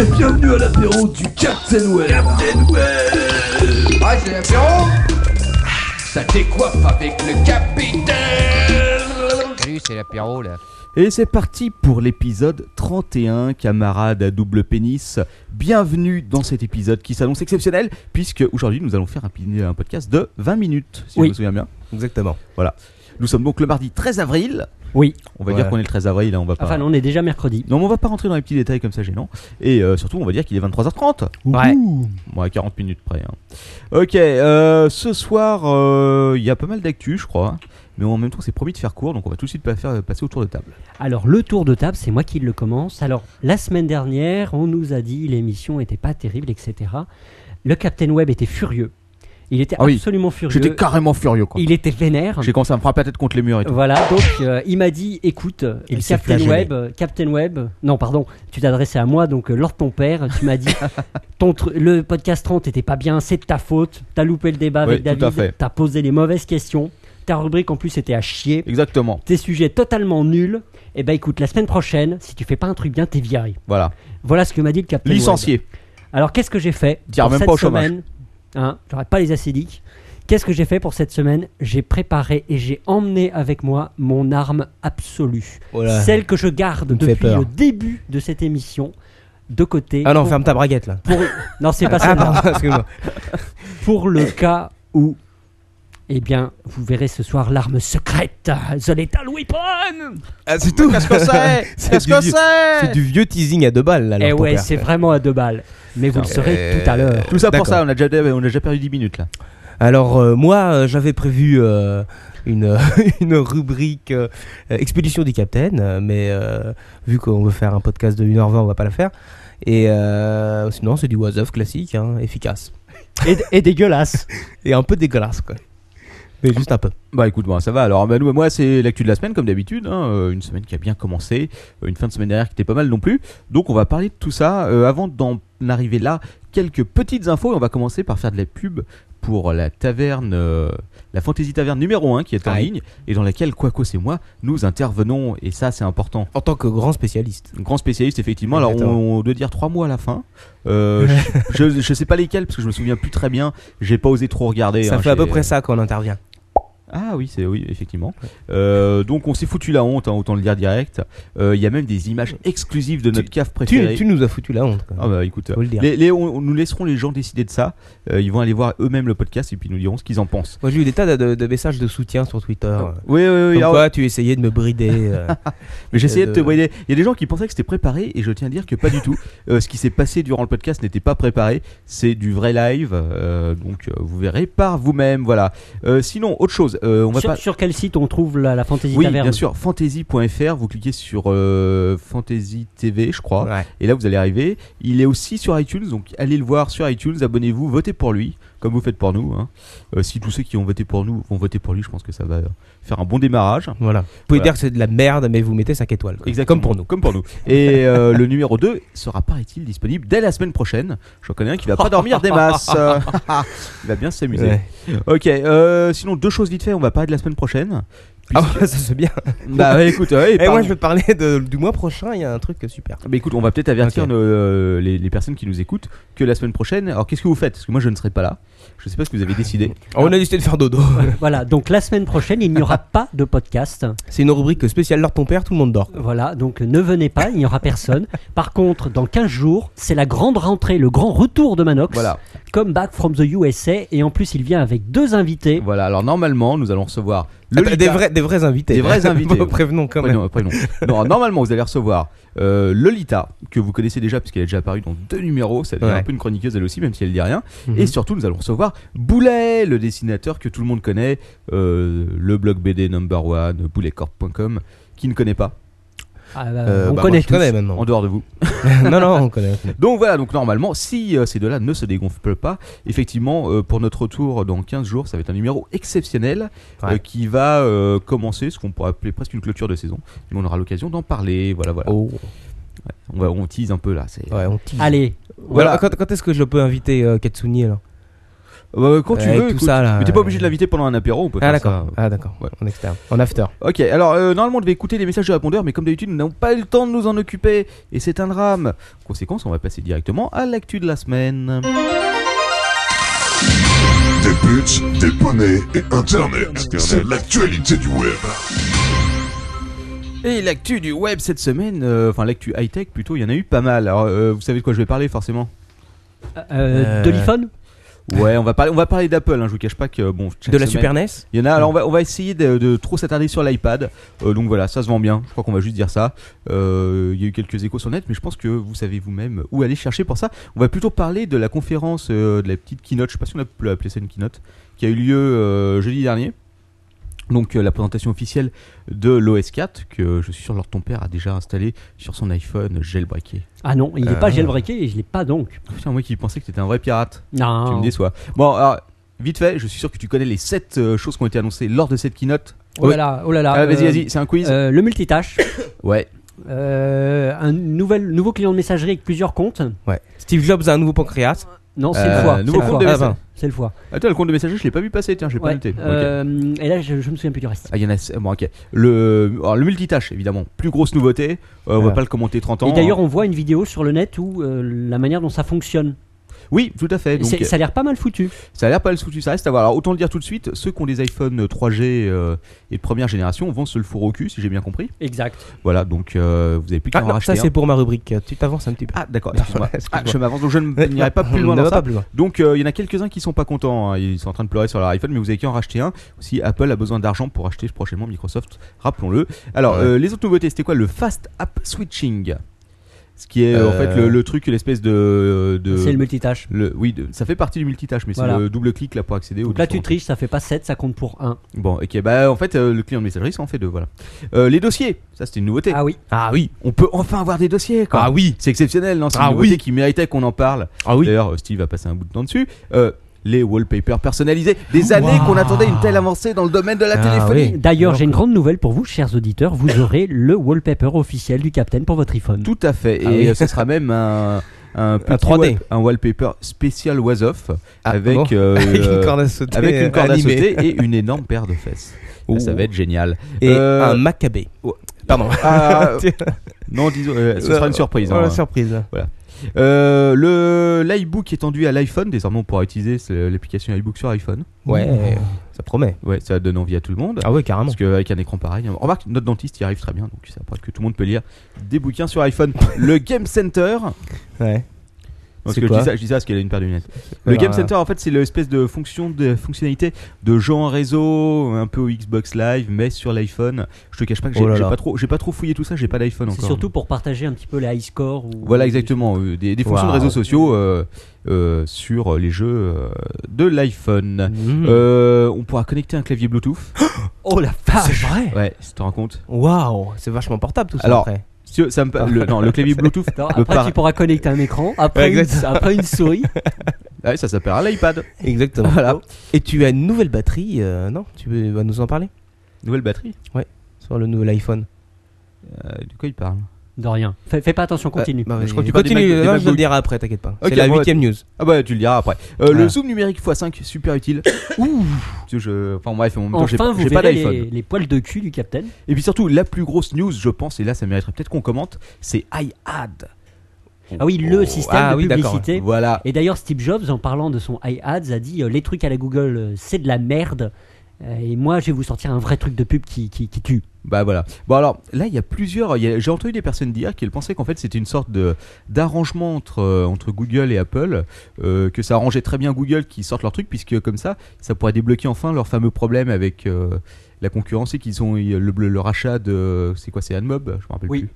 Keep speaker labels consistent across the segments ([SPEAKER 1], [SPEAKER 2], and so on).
[SPEAKER 1] Et bienvenue à l'apéro du Captain Web Captain Web
[SPEAKER 2] Ouais, c'est l'apéro Ça décoiffe avec le capitaine Salut, c'est l'apéro, là.
[SPEAKER 3] Et c'est parti pour l'épisode 31, camarades à double pénis. Bienvenue dans cet épisode qui s'annonce exceptionnel, puisque aujourd'hui nous allons faire un, un podcast de 20 minutes, si
[SPEAKER 4] Oui.
[SPEAKER 3] je me souviens bien.
[SPEAKER 5] Exactement.
[SPEAKER 3] Voilà. Nous sommes donc le mardi 13 avril.
[SPEAKER 4] Oui.
[SPEAKER 3] On va
[SPEAKER 5] Ouais.
[SPEAKER 3] dire qu'on est le 13 avril, là, on va pas.
[SPEAKER 4] Ah, Enfin, non, on est déjà mercredi.
[SPEAKER 3] Non, mais on va pas rentrer dans les petits détails comme ça gênant. Et euh, surtout, on va dire qu'il est 23h30.
[SPEAKER 4] Ouais.
[SPEAKER 3] Bon, à 40 minutes près. hein. Ok, euh, ce soir, euh, il y a pas mal d'actu, je crois. Mais en même temps, c'est promis de faire court, donc on va tout de suite pas faire, euh, passer autour de table.
[SPEAKER 4] Alors, le tour de table, c'est moi qui le commence. Alors, la semaine dernière, on nous a dit l'émission était pas terrible, etc. Le Captain Web était furieux. Il était
[SPEAKER 3] Ah oui.
[SPEAKER 4] absolument furieux.
[SPEAKER 3] J'étais carrément furieux, quoi.
[SPEAKER 4] Il était vénère.
[SPEAKER 3] J'ai commencé à me frapper la tête contre les murs et tout.
[SPEAKER 4] Voilà, donc euh, il m'a dit écoute, euh,
[SPEAKER 5] Il s'est
[SPEAKER 4] Captain
[SPEAKER 5] flagellé.
[SPEAKER 4] Web, euh, Captain Web, non, pardon, tu t'adressais à moi, donc euh, lors de ton père, tu m'as dit ton tru- le podcast 30 était pas bien, c'est de ta faute, t'as loupé le débat avec
[SPEAKER 3] Ouais, tout à fait.
[SPEAKER 4] David, t'as posé les mauvaises questions, ta rubrique en plus était à chier,
[SPEAKER 3] Exactement.
[SPEAKER 4] tes sujets totalement nuls. Et ben écoute, la semaine prochaine, si tu fais pas un truc bien, t'es viré.
[SPEAKER 3] Voilà.
[SPEAKER 4] Voilà ce que m'a dit le Captain Web.
[SPEAKER 3] Licencié.
[SPEAKER 4] Alors qu'est-ce que j'ai fait
[SPEAKER 3] Tiens,
[SPEAKER 4] pour
[SPEAKER 3] même
[SPEAKER 4] cette
[SPEAKER 3] pas au chômage.
[SPEAKER 4] semaine hein, J'aurais pas les acédiques. Qu'est-ce que j'ai fait pour cette semaine J'ai préparé et j'ai emmené avec moi mon arme absolue,
[SPEAKER 5] Voilà.
[SPEAKER 4] celle que je garde
[SPEAKER 5] me fait
[SPEAKER 4] depuis
[SPEAKER 5] peur.
[SPEAKER 4] le début de cette émission de côté.
[SPEAKER 5] Ah non,
[SPEAKER 4] pour-
[SPEAKER 5] ferme ta braguette là.
[SPEAKER 4] pour- non, c'est pas
[SPEAKER 5] Ah
[SPEAKER 4] ça.
[SPEAKER 5] pardon, excuse-moi.
[SPEAKER 4] Pour le cas où, eh bien, vous verrez ce soar l'arme secrète, The Lethal Weapon.
[SPEAKER 5] Ah, c'est tout.
[SPEAKER 3] Qu'est-ce que c'est Qu'est-ce
[SPEAKER 5] du
[SPEAKER 3] que
[SPEAKER 5] vieux- C'est
[SPEAKER 3] c'est
[SPEAKER 5] du vieux teasing à deux balles là.
[SPEAKER 4] Eh
[SPEAKER 5] leur
[SPEAKER 4] ouais,
[SPEAKER 5] poker.
[SPEAKER 4] c'est vraiment à deux balles. Mais vous le saurez tout à l'heure.
[SPEAKER 3] Tout ça pour
[SPEAKER 5] D'accord.
[SPEAKER 3] ça, on a déjà, on a déjà perdu 10 minutes là.
[SPEAKER 5] Alors euh, moi, euh, j'avais prévu euh, une, euh, une rubrique euh, euh, expédition des captaines, euh, mais euh, vu qu'on veut faire un podcast de 1h20, on va pas la faire. Et euh, sinon, c'est du was of classique, hein, efficace
[SPEAKER 4] Et, et dégueulasse.
[SPEAKER 5] et un peu dégueulasse quoi. Mais juste un peu.
[SPEAKER 3] Bah écoute, moi ça va. Alors, bah, nous, moi, c'est l'actu de la semaine comme d'habitude. hein, euh, Une semaine qui a bien commencé, euh, une fin de semaine derrière qui était pas mal non plus. Donc, on va parler de tout ça. Euh, avant d'en arriver là, quelques petites infos et on va commencer par faire de la pub pour la taverne, euh, la Fantasy Taverne numéro 1 qui est en
[SPEAKER 5] Aïe.
[SPEAKER 3] ligne et dans laquelle Quacos et moi nous intervenons et ça c'est important.
[SPEAKER 5] En tant que grand spécialiste.
[SPEAKER 3] Un grand spécialiste, effectivement. Alors,
[SPEAKER 5] Exactement.
[SPEAKER 3] on, doit dire trois mois à la fin. Euh, je, je- je sais pas lesquels, parce que je me souviens plus très bien. J'ai pas osé trop regarder.
[SPEAKER 5] ça
[SPEAKER 3] hein,
[SPEAKER 5] fait à
[SPEAKER 3] j'ai-
[SPEAKER 5] peu près ça quand on intervient.
[SPEAKER 3] Ah oui, c'est oui, effectivement. Euh, donc, on s'est foutu la honte, hein, autant le dire direct. Euh, Il y a même des images exclusives de notre cave
[SPEAKER 5] Tu,
[SPEAKER 3] préférée.
[SPEAKER 5] tu nous as foutu la honte. quoi.
[SPEAKER 3] Ah bah écoute,
[SPEAKER 5] Faut le dire.
[SPEAKER 3] les- les- on- on- nous laisserons les gens décider de ça. Euh, ils vont aller voir eux-mêmes le podcast et puis ils nous diront ce qu'ils en pensent.
[SPEAKER 5] Moi j'ai eu des tas de, de- de messages de soutien sur Twitter.
[SPEAKER 3] Oui, oui, oui.
[SPEAKER 5] Ah Comme
[SPEAKER 3] alors-
[SPEAKER 5] quoi tu essayais de me brider. euh.
[SPEAKER 3] Mais j'essayais de te
[SPEAKER 5] Euh,
[SPEAKER 3] brider. Il y a des gens qui pensaient que c'était préparé et je tiens à dire que pas du tout. Euh, ce qui s'est passé durant le podcast n'était pas préparé. C'est du vrai live, euh, donc euh, vous verrez par vous-même. Voilà. Euh, sinon, autre chose, euh, on va
[SPEAKER 4] Sur,
[SPEAKER 3] pas.
[SPEAKER 4] sur quel site on trouve la, la Fantasy
[SPEAKER 3] Oui,
[SPEAKER 4] Taverne
[SPEAKER 3] bien sûr, fantasy.fr, vous cliquez sur euh, Fantasy TV, je crois,
[SPEAKER 5] Ah. Ouais.
[SPEAKER 3] et là vous allez arriver. Il est aussi sur iTunes, donc allez le voir sur iTunes, abonnez-vous, votez pour lui, comme vous faites pour nous. hein. Euh, si tous ceux qui ont voté pour nous vont voter pour lui, je pense que ça va euh, faire un bon démarrage.
[SPEAKER 5] Voilà. Vous pouvez
[SPEAKER 3] Voilà.
[SPEAKER 5] dire que c'est de la merde, mais vous mettez 5 étoiles. quoi.
[SPEAKER 3] Exactement.
[SPEAKER 5] Comme pour nous.
[SPEAKER 3] Comme pour nous. Et euh, le numéro 2 sera, paraît-il, disponible dès la semaine prochaine. Je connais un qui va pas dormir des masses. Euh, Il va bien s'amuser.
[SPEAKER 5] Ouais.
[SPEAKER 3] Ok, euh, sinon, deux choses vite fait. On va parler de la semaine prochaine.
[SPEAKER 5] Ah ouais, ça c'est bien.
[SPEAKER 3] Bah ouais, écoute, ouais,
[SPEAKER 5] Et, moi
[SPEAKER 3] pardon.
[SPEAKER 5] je veux parler de- du mois prochain, il y a un truc super.
[SPEAKER 3] Mais écoute, on va peut-être avertir
[SPEAKER 5] Ok.
[SPEAKER 3] nos, euh, les, les personnes qui nous écoutent que la semaine prochaine. Alors, qu'est-ce que vous faites Parce que moi, je ne serai pas là. Je sais pas ce que vous avez décidé.
[SPEAKER 5] Ah, on a décidé de faire dodo.
[SPEAKER 4] Euh, Voilà, donc la semaine prochaine, il n'y aura pas de podcast.
[SPEAKER 5] c'est une rubrique spéciale Lord ton père, tout le monde dort.
[SPEAKER 4] Voilà, donc ne venez pas, il n'y aura personne. Par contre, dans 15 jours, c'est la grande rentrée, le grand retour de Manox.
[SPEAKER 3] Voilà.
[SPEAKER 4] Come back from the USA. Et en plus, il vient avec deux invités.
[SPEAKER 3] Voilà. Alors, normalement, nous allons recevoir le
[SPEAKER 5] Attends, Ah, des,
[SPEAKER 3] Lolita-
[SPEAKER 5] vrais, des vrais invités.
[SPEAKER 3] Des vrais invités.
[SPEAKER 5] Bon, Prévenons quand même.
[SPEAKER 3] Prénom, prénom. Non, normalement, vous allez recevoir euh, Lolita, que vous connaissez déjà, puisqu'elle est déjà apparue dans deux numéros. Ça devient
[SPEAKER 5] Ouais. Mhm.
[SPEAKER 3] un peu une chroniqueuse, elle aussi, même si elle dit rien. Et surtout, nous allons recevoir Boulet, le dessinateur que tout le monde connaît, euh, le blog BD number one, bouletcorp.com, qui ne connaît pas,
[SPEAKER 4] Ah, bah,
[SPEAKER 5] Euh,
[SPEAKER 4] on
[SPEAKER 5] bah,
[SPEAKER 4] connaît
[SPEAKER 5] moi, je
[SPEAKER 4] tous.
[SPEAKER 5] connais maintenant.
[SPEAKER 3] en dehors de vous.
[SPEAKER 5] non, non, on connaît.
[SPEAKER 3] Donc voilà, donc normalement, si euh, ces deux-là ne se dégonflent pas, effectivement, euh, pour notre retour dans 15 jours, ça va être un numéro exceptionnel
[SPEAKER 5] Ouais.
[SPEAKER 3] euh, qui va euh, commencer ce qu'on pourrait appeler presque une clôture de saison. Mais on aura l'occasion d'en parler, voilà, voilà.
[SPEAKER 5] Oh,
[SPEAKER 3] On, va, on tease un peu là. c'est-
[SPEAKER 5] ouais, on tease.
[SPEAKER 4] Allez,
[SPEAKER 5] Ou alors,
[SPEAKER 3] Voilà.
[SPEAKER 5] quand quand est-ce que je peux inviter euh, Katsuni alors
[SPEAKER 3] Euh, quand tu
[SPEAKER 5] Ouais,
[SPEAKER 3] veux,
[SPEAKER 5] tout
[SPEAKER 3] écoute.
[SPEAKER 5] ça, là,
[SPEAKER 3] mais t'es pas
[SPEAKER 5] euh,
[SPEAKER 3] obligé de l'inviter pendant un apéro, on peut
[SPEAKER 5] Ah
[SPEAKER 3] faire
[SPEAKER 5] d'accord,
[SPEAKER 3] ça.
[SPEAKER 5] ah d'accord,
[SPEAKER 3] Ouais.
[SPEAKER 5] en externe, en after.
[SPEAKER 3] Ok, alors euh, normalement on devait écouter les messages de répondeurs, mais comme d'habitude nous n'avons pas eu le temps de nous en occuper, et c'est un drame. En conséquence, on va passer directement à l'actu de la semaine.
[SPEAKER 6] Des buts, des poneys et Internet. C'est l'actualité du web.
[SPEAKER 3] Et l'actu du web cette semaine, euh, enfin l'actu high-tech plutôt, il y en a eu pas mal. Alors euh, vous savez de quoi je vais parler forcément
[SPEAKER 5] Euh,
[SPEAKER 4] Doliphone
[SPEAKER 3] Ouais, on va parler, on va parler d'Apple, hein, je vous cache pas que euh, bon. chaque
[SPEAKER 5] De la
[SPEAKER 3] semaine-
[SPEAKER 5] Super NES
[SPEAKER 3] Il y en a, alors on va, on va essayer de, de trop s'attarder sur l'iPad. Euh, donc voilà, ça se vend bien. Je crois qu'on va juste dire ça. Euh, Il y a eu quelques échos sur net, mais je pense que vous savez vous-même où aller chercher pour ça. On va plutôt parler de la conférence, euh, de la petite keynote, je sais pas si on peut appeler ça une keynote, qui a eu lieu euh, jeudi dernier. Donc euh, la présentation officielle de l'OS 4, que je suis sûr leur ton père a déjà installé sur son iPhone jailbreaké. Ah,
[SPEAKER 4] Ah non, il n'est
[SPEAKER 5] Euh,
[SPEAKER 4] pas jailbreaké et je l'ai pas donc.
[SPEAKER 3] Putain, moi qui pensais que t'étais un vrai pirate.
[SPEAKER 4] Non.
[SPEAKER 3] Tu me déçois. Bon, alors, vite fait, je suis sûr que tu connais les 7 choses qui ont été annoncées lors de cette keynote.
[SPEAKER 4] Oh là là, oh là là.
[SPEAKER 3] Ah, vas-y,
[SPEAKER 4] euh,
[SPEAKER 3] vas-y, c'est un quiz.
[SPEAKER 4] euh, le multitâche,
[SPEAKER 3] Ouais.
[SPEAKER 4] euh, un nouvel, nouveau client de messagerie avec plusieurs comptes.
[SPEAKER 5] Ouais. Steve Jobs a un nouveau pancréas.
[SPEAKER 4] Non, c'est
[SPEAKER 3] Euh,
[SPEAKER 4] le foie.
[SPEAKER 3] nouveau
[SPEAKER 4] c'est le
[SPEAKER 3] compte
[SPEAKER 4] foie.
[SPEAKER 3] de
[SPEAKER 5] Ah, ben.
[SPEAKER 4] C'est le foie.
[SPEAKER 3] Attends, le compte de messagerie, je l'ai pas vu passer, tiens, j'ai pas
[SPEAKER 4] Ouais.
[SPEAKER 3] noté. Ok.
[SPEAKER 4] Euh, Et là, je, je me souviens plus du reste.
[SPEAKER 3] Ah, il y en a. Bon, ok. Le, alors, le multitâche, évidemment, plus grosse nouveauté. Euh, on va
[SPEAKER 5] Voilà.
[SPEAKER 3] pas le commenter 30 ans.
[SPEAKER 4] Et d'ailleurs, on voit une vidéo sur le net où euh, la manière dont ça fonctionne.
[SPEAKER 3] Oui, tout à fait. Donc, euh,
[SPEAKER 4] C'est- ça a l'air pas mal foutu.
[SPEAKER 3] Ça a l'air pas le souci, ça reste à voir. Alors, autant le dire tout de suite, ceux qui ont des iPhone 3G euh, et de première génération vont se le fourrer au cul, si j'ai bien compris.
[SPEAKER 4] Exact.
[SPEAKER 3] Voilà, donc euh, vous avez plus qu'à
[SPEAKER 5] Ah
[SPEAKER 3] en
[SPEAKER 5] non,
[SPEAKER 3] racheter.
[SPEAKER 5] ça
[SPEAKER 3] un.
[SPEAKER 5] c'est pour ma rubrique. Tu t'avances un petit peu.
[SPEAKER 3] Ah, d'accord, excuse-moi.
[SPEAKER 5] Excuse-moi.
[SPEAKER 3] Ah, je m'avance, donc je ne- n'irai pas plus loin
[SPEAKER 5] On ne
[SPEAKER 3] dans
[SPEAKER 5] va
[SPEAKER 3] ça.
[SPEAKER 5] pas plus loin.
[SPEAKER 3] Donc euh, il y en a quelques-uns qui sont pas contents, hein. ils sont en train de pleurer sur leur iPhone, mais vous avez qu'à en racheter un. Si Apple a besoin d'argent pour acheter prochainement Microsoft, rappelons-le. Alors
[SPEAKER 5] Ouais.
[SPEAKER 3] euh, les autres nouveautés, c'était quoi Le Fast App Switching, ce qui est euh, en
[SPEAKER 5] Euh.
[SPEAKER 3] fait le, le truc, l'espèce de, euh, de-
[SPEAKER 4] C'est le multitâche.
[SPEAKER 3] le- oui, de- ça fait partie du multitâche, mais
[SPEAKER 4] Voilà.
[SPEAKER 3] c'est le double clic là pour accéder au.
[SPEAKER 4] Donc là, tu
[SPEAKER 3] différents
[SPEAKER 4] triches, ça fait pas 7, ça compte pour 1.
[SPEAKER 3] trucs. Bon, ok, bah en fait euh, le client de messagerie, ça en fait deux, voilà. Euh, les dossiers, ça c'était une nouveauté.
[SPEAKER 4] Ah oui.
[SPEAKER 5] Ah oui,
[SPEAKER 3] On peut enfin avoir des dossiers. Quoi.
[SPEAKER 5] ah oui,
[SPEAKER 3] C'est exceptionnel, non C'est
[SPEAKER 5] Ah
[SPEAKER 3] une nouveauté
[SPEAKER 5] oui.
[SPEAKER 3] qui méritait qu'on en parle.
[SPEAKER 5] ah oui.
[SPEAKER 3] D'ailleurs, euh, Steve a passé un bout de temps dessus. Euh, les wallpapers personnalisés. Des années qu'on attendait une telle avancée dans le domaine de la
[SPEAKER 5] Ah
[SPEAKER 3] téléphonie.
[SPEAKER 5] oui.
[SPEAKER 4] D'ailleurs, j'ai une grande nouvelle pour vous, chers auditeurs. Vous aurez le wallpaper officiel du Captain pour votre iPhone.
[SPEAKER 3] Tout à fait.
[SPEAKER 5] Ah
[SPEAKER 3] et
[SPEAKER 5] oui.
[SPEAKER 3] euh, ce sera même un. Un, petit
[SPEAKER 5] 3D.
[SPEAKER 3] wall- un wallpaper spécial was off
[SPEAKER 5] Ah,
[SPEAKER 3] avec,
[SPEAKER 5] bon.
[SPEAKER 3] euh,
[SPEAKER 5] avec une
[SPEAKER 3] euh,
[SPEAKER 5] corde à sauter.
[SPEAKER 3] avec une corde à
[SPEAKER 5] animée. Ah,
[SPEAKER 3] sauter et une énorme paire de fesses. Ça, ça
[SPEAKER 5] Ouh.
[SPEAKER 3] va être génial.
[SPEAKER 5] Et
[SPEAKER 3] Euh,
[SPEAKER 5] un Maccabée.
[SPEAKER 3] ouais.
[SPEAKER 5] Pardon.
[SPEAKER 3] Ah, non, disons, euh, ce sera une surprise.
[SPEAKER 5] Voilà,
[SPEAKER 3] hein.
[SPEAKER 5] surprise.
[SPEAKER 3] Euh, le l'iBook étendu à l'iPhone. Désormais, on pourra utiliser c'est l'application iBook sur iPhone. Mmh.
[SPEAKER 5] Ouais, ça promet.
[SPEAKER 3] Ouais, ça donne envie à tout le monde.
[SPEAKER 5] Ah ouais, carrément.
[SPEAKER 3] Parce qu'avec un écran pareil, remarque, notre dentiste y arrive très bien, donc ça prouve que tout le monde peut lire des bouquins sur iPhone. le Game Center,
[SPEAKER 5] Ouais.
[SPEAKER 3] parce
[SPEAKER 5] C'est
[SPEAKER 3] que je
[SPEAKER 5] quoi
[SPEAKER 3] dis, ça, je dis ça parce qu'elle a une paire de lunettes.
[SPEAKER 5] quoi
[SPEAKER 3] Le Game
[SPEAKER 5] la-
[SPEAKER 3] Center, en fait, c'est l'espèce de fonction de fonctionnalité de jeu en réseau, un peu au Xbox Live, mais sur l'iPhone. Je te cache pas que j'ai
[SPEAKER 5] Oh là
[SPEAKER 3] j'ai
[SPEAKER 5] là.
[SPEAKER 3] pas trop, j'ai pas trop fouillé tout ça, j'ai pas d'iPhone
[SPEAKER 4] C'est
[SPEAKER 3] encore.
[SPEAKER 4] surtout pour partager un petit peu les high scores. Ou...
[SPEAKER 3] Voilà exactement, euh, des, des fonctions de
[SPEAKER 5] Waouh.
[SPEAKER 3] réseaux sociaux euh, euh, sur les jeux euh, de l'iPhone.
[SPEAKER 5] Mhm.
[SPEAKER 3] Euh, on pourra connecter un clavier Bluetooth.
[SPEAKER 4] Oh la vache
[SPEAKER 5] Ah, vrai.
[SPEAKER 3] Ouais, tu te rends compte
[SPEAKER 5] Waouh, c'est vachement portable tout ça.
[SPEAKER 3] Alors,
[SPEAKER 5] après.
[SPEAKER 3] Si tu veux, ça me pa- le, non, le clavier Bluetooth. hein.
[SPEAKER 4] Attends,
[SPEAKER 3] me
[SPEAKER 4] Après,
[SPEAKER 3] para-
[SPEAKER 4] tu pourras connecter un écran, après,
[SPEAKER 5] Ouais,
[SPEAKER 4] une,
[SPEAKER 5] exactement.
[SPEAKER 4] après une souris.
[SPEAKER 3] Ah oui, ça s'appellera l'iPad.
[SPEAKER 5] exactement.
[SPEAKER 3] Voilà.
[SPEAKER 5] Et tu as une nouvelle batterie, euh, non Tu veux- vas nous en parler
[SPEAKER 3] Nouvelle batterie.
[SPEAKER 5] sur le nouvel iPhone
[SPEAKER 3] Euh, de quoi il parle
[SPEAKER 4] De rien. Fais, fais pas attention, continue.
[SPEAKER 5] Bah,
[SPEAKER 3] Je crois que tu parles des
[SPEAKER 5] continue.
[SPEAKER 3] Mac- des
[SPEAKER 5] non, je
[SPEAKER 3] MacBook.
[SPEAKER 5] le dirai après, t'inquiète pas.
[SPEAKER 3] Ok,
[SPEAKER 5] c'est la
[SPEAKER 3] bon,
[SPEAKER 5] huitième news.
[SPEAKER 3] Ah bah tu le diras après. Euh,
[SPEAKER 5] Voilà.
[SPEAKER 3] Le zoom numérique x5, super utile. Ouh Tu sais, je... Enfin bref, en même temps, j'ai
[SPEAKER 4] enfin,
[SPEAKER 3] pas,
[SPEAKER 4] vous
[SPEAKER 3] j'ai pas
[SPEAKER 4] verrez
[SPEAKER 3] d'iPhone.
[SPEAKER 4] les, les poils de cul du Captain.
[SPEAKER 3] Et puis surtout, la plus grosse news, je pense, et là ça mériterait peut-être qu'on commente, c'est iAd.
[SPEAKER 4] Ah oui,
[SPEAKER 3] Oh,
[SPEAKER 4] le système
[SPEAKER 5] ah
[SPEAKER 4] de
[SPEAKER 5] oui, d'accord,
[SPEAKER 4] publicité.
[SPEAKER 3] Voilà.
[SPEAKER 4] Et d'ailleurs, Steve Jobs, en parlant de son iAds, a dit euh, Les trucs à la Google, euh, c'est de la merde. Euh, Et moi, je vais vous sortir un vrai truc de pub qui, qui, qui tue.
[SPEAKER 3] Bah voilà. Bon alors, là il y a plusieurs. il y a- J'ai entendu des personnes dire qu'elles pensaient qu'en fait c'était une sorte de d'arrangement entre euh, entre Google et Apple, euh, que ça arrangeait très bien Google qui sortent leur truc puisque comme ça, ça pourrait débloquer enfin leur fameux problème avec euh, la concurrence et qu'ils ont le, le- leur achat de c'est quoi c'est AdMob, je me rappelle
[SPEAKER 4] Oui.
[SPEAKER 3] plus.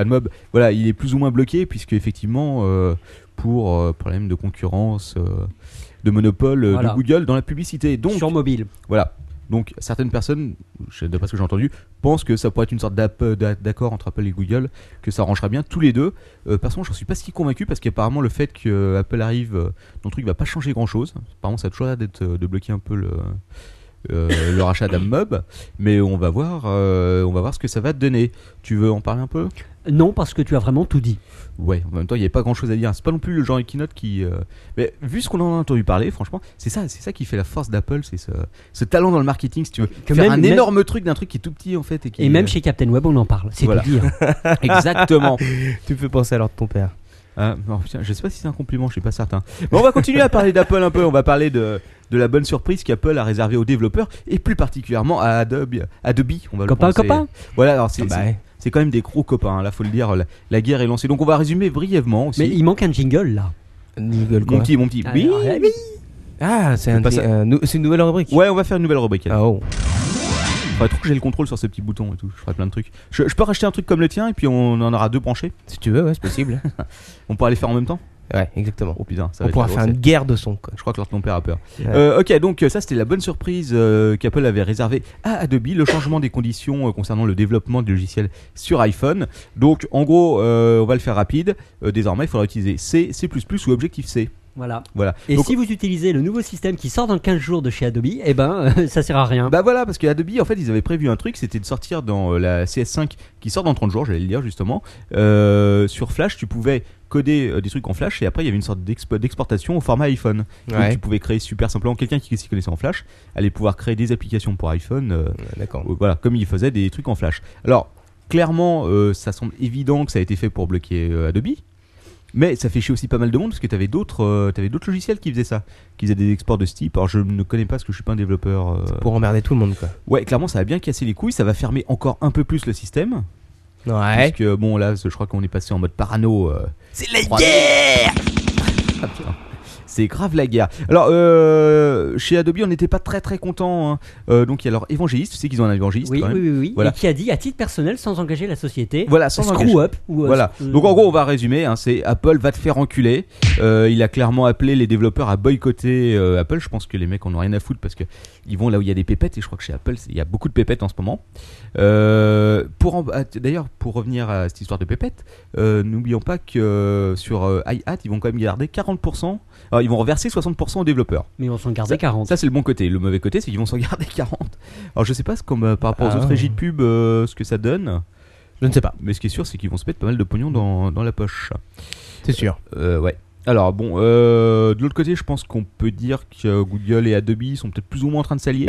[SPEAKER 3] AdMob. Voilà, il est plus ou moins bloqué puisque effectivement euh, pour euh, problème de concurrence. euh, de monopole euh,
[SPEAKER 4] Voilà.
[SPEAKER 3] de Google dans la publicité. Donc,
[SPEAKER 4] sur mobile.
[SPEAKER 3] voilà. Donc certaines personnes, je- d'après ce que j'ai entendu, pensent que ça pourrait être une sorte d'app- euh, d'a- d'accord entre Apple et Google, que ça arrangera bien tous les deux. Euh, personnellement, j'en suis pas si convaincu parce qu'apparemment le fait que euh, Apple arrive, euh, dans le truc va pas changer grand chose. Apparemment, ça a toujours l'air d'être euh, de bloquer un peu le, euh, le rachat d'Ammob, mais on va voir, euh, on va voir ce que ça va donner. Tu veux en parler un peu
[SPEAKER 4] Non, parce que tu as vraiment tout dit.
[SPEAKER 3] Ouais, en même temps, il n'y a pas grand chose à dire. C'est pas non plus le genre Equinote qui. euh, Mais vu ce qu'on en a entendu parler, franchement, c'est ça, c'est ça qui fait la force d'Apple, c'est ce, ce talent dans le marketing, si tu veux.
[SPEAKER 4] Que
[SPEAKER 3] Faire
[SPEAKER 4] même-
[SPEAKER 3] un
[SPEAKER 4] même-
[SPEAKER 3] énorme truc d'un truc qui est tout petit en fait. Et, qui,
[SPEAKER 4] Et même
[SPEAKER 3] euh,
[SPEAKER 4] chez Captain Web, on en parle. C'est
[SPEAKER 3] Voilà.
[SPEAKER 4] tout dire.
[SPEAKER 3] Exactement.
[SPEAKER 5] Tu me fais penser alors de ton père.
[SPEAKER 3] Ah, oh, putain, je sais pas si c'est un compliment, je suis pas certain. Bon, on va continuer à parler d'Apple un peu. On va parler de, de la bonne surprise qu'Apple a réservée aux développeurs et plus particulièrement à Adobe. Adobe, on va le
[SPEAKER 4] Copain,
[SPEAKER 3] prononcer.
[SPEAKER 4] copain
[SPEAKER 3] Voilà, alors c'est
[SPEAKER 5] Ah bah
[SPEAKER 3] c'est-
[SPEAKER 5] ouais.
[SPEAKER 3] c'est quand même des gros copains. hein, là, faut le dire, la, la guerre est lancée. Donc, on va résumer brièvement aussi.
[SPEAKER 4] Mais il manque un jingle là.
[SPEAKER 5] Google,
[SPEAKER 3] Mon
[SPEAKER 5] quoi.
[SPEAKER 3] petit, mon petit. Oui.
[SPEAKER 4] Alors, eh oui.
[SPEAKER 5] Ah, c'est un
[SPEAKER 3] pas
[SPEAKER 5] petit-
[SPEAKER 3] ça.
[SPEAKER 5] un nou- c'est une nouvelle rubrique.
[SPEAKER 3] Ouais, on va faire une nouvelle rubrique.
[SPEAKER 5] Ah, oh.
[SPEAKER 3] Faudrait trop que j'ai le contrôle sur ce petit bouton et tout. Je ferai plein de trucs. Je, je peux racheter un truc comme le tien et puis on en aura deux branchés.
[SPEAKER 5] Si tu veux, ouais, c'est possible.
[SPEAKER 3] On pourra les faire en même temps.
[SPEAKER 5] ouais, exactement.
[SPEAKER 3] Oh putain, ça va
[SPEAKER 5] On
[SPEAKER 3] être
[SPEAKER 5] pourra
[SPEAKER 3] la
[SPEAKER 5] faire
[SPEAKER 3] grosse-
[SPEAKER 5] une guerre de son, quoi.
[SPEAKER 3] Je crois que leur ton père a peur.
[SPEAKER 5] Ouais.
[SPEAKER 3] Euh, ok, donc euh, ça c'était la bonne surprise euh, qu'Apple avait réservée à Adobe, le changement des conditions euh, concernant le développement du logiciel sur iPhone. Donc en gros, euh, on va le faire rapide. Euh, désormais, il faudra utiliser C, C++ ou Objective-C.
[SPEAKER 4] Voilà.
[SPEAKER 3] Voilà.
[SPEAKER 4] Et
[SPEAKER 3] Donc,
[SPEAKER 4] si vous utilisez le nouveau système qui sort dans 15 jours de chez Adobe, eh ben euh, ça sert à rien.
[SPEAKER 3] Bah voilà, parce que Adobe, en fait, ils avaient prévu un truc, c'était de sortir dans euh, la CS5 qui sort dans 30 jours, j'allais le dire justement. Euh, sur Flash, tu pouvais coder euh, des trucs en Flash et après, il y avait une sorte d'expo- d'exportation au format iPhone. Donc
[SPEAKER 5] Ouais.
[SPEAKER 3] tu pouvais créer super simplement, quelqu'un qui s'y connaissait en Flash allait pouvoir créer des applications pour iPhone, euh,
[SPEAKER 5] Ouais, D'accord.
[SPEAKER 3] euh, voilà, comme il faisait des trucs en Flash. Alors, clairement, euh, ça semble évident que ça a été fait pour bloquer euh, Adobe. Mais ça fait chier aussi pas mal de monde parce que t'avais d'autres, euh, t'avais d'autres logiciels qui faisaient ça, qui faisaient des exports de ce type. Alors je ne connais pas parce que je suis pas un développeur. euh,
[SPEAKER 5] Pour emmerder tout le monde, quoi.
[SPEAKER 3] Ouais, clairement, ça va bien casser les couilles. Ça va fermer encore un peu plus le système.
[SPEAKER 5] Ouais.
[SPEAKER 3] Parce que bon, là, je crois qu'on est passé en mode parano. euh, c'est la guerre Ah, C'est grave la guerre. Alors, euh, chez Adobe, on n'était pas très très content. donc, il y a leur évangéliste. Tu sais qu'ils ont un évangéliste
[SPEAKER 4] Oui,
[SPEAKER 3] quand
[SPEAKER 4] oui,
[SPEAKER 3] même.
[SPEAKER 4] oui, oui.
[SPEAKER 3] Voilà.
[SPEAKER 4] Et qui a dit à titre personnel, sans engager la société,
[SPEAKER 3] Voilà, sans
[SPEAKER 4] screw
[SPEAKER 3] engager.
[SPEAKER 4] up. Ou, euh,
[SPEAKER 3] Voilà.
[SPEAKER 4] euh,
[SPEAKER 3] Donc en gros, on va résumer. hein, c'est Apple va te faire enculer. Euh, il a clairement appelé les développeurs à boycotter euh, Apple. Je pense que les mecs en ont rien à foutre parce que ils vont là où il y a des pépettes. Et je crois que chez Apple, c'est- il y a beaucoup de pépettes en ce moment. Euh, pour en- ah, t- d'ailleurs, pour revenir à cette histoire de pépettes, euh, n'oublions pas que euh, sur euh, iHat, ils vont quand même garder 40%. Alors, ils vont reverser 60% aux développeurs.
[SPEAKER 4] Mais on s'en gardait 40.
[SPEAKER 3] Ça, c'est le bon côté. Le mauvais côté, c'est qu'ils vont s'en garder 40. Alors, je sais pas ce qu'on- euh, par rapport aux
[SPEAKER 5] Ah.
[SPEAKER 3] autres régies de pub, euh, ce que ça donne.
[SPEAKER 5] Je ne sais pas,
[SPEAKER 3] Mais ce qui est sûr, c'est qu'ils vont se mettre pas mal de pognon dans, dans la poche.
[SPEAKER 5] c'est sûr.
[SPEAKER 3] Euh, ouais. Alors bon, euh, de l'autre côté, je pense qu'on peut dire que Google et Adobe sont peut-être plus ou moins en train de s'allier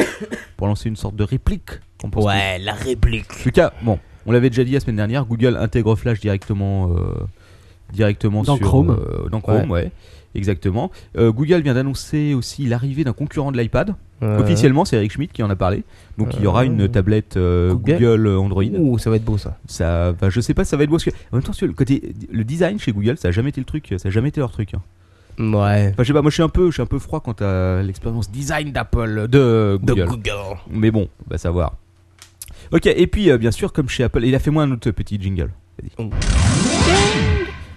[SPEAKER 3] pour lancer une sorte de réplique. qu'on pense que-
[SPEAKER 5] la réplique.
[SPEAKER 3] En tout cas, bon, on l'avait déjà dit la semaine dernière, Google intègre Flash directement, euh, directement
[SPEAKER 4] Dans
[SPEAKER 3] sur,
[SPEAKER 4] Chrome.
[SPEAKER 3] euh, dans Chrome, ouais. Exactement. Euh, Google vient d'annoncer aussi l'arrivée d'un concurrent de l'iPad.
[SPEAKER 5] Euh,
[SPEAKER 3] Officiellement, c'est Eric Schmidt qui en a parlé. Donc il y aura une tablette euh,
[SPEAKER 5] Google.
[SPEAKER 3] Google Android.
[SPEAKER 5] Ouh, ça va être beau, ça.
[SPEAKER 3] Ça, va- je sais pas, si ça va être beau. Parce que, en même temps, si tu veux, le côté, le design chez Google, ça a jamais été le truc, ça a jamais été leur truc. hein.
[SPEAKER 5] Ouais.
[SPEAKER 3] Enfin, je sais pas, moi je suis un peu, je suis un peu froid quant à l'expérience design d'Apple, de Google.
[SPEAKER 5] Google.
[SPEAKER 3] Mais bon, on va savoir. Ok, et puis euh, bien sûr, comme chez Apple, il a fait moi un autre petit jingle. Vas-y.
[SPEAKER 5] Oh.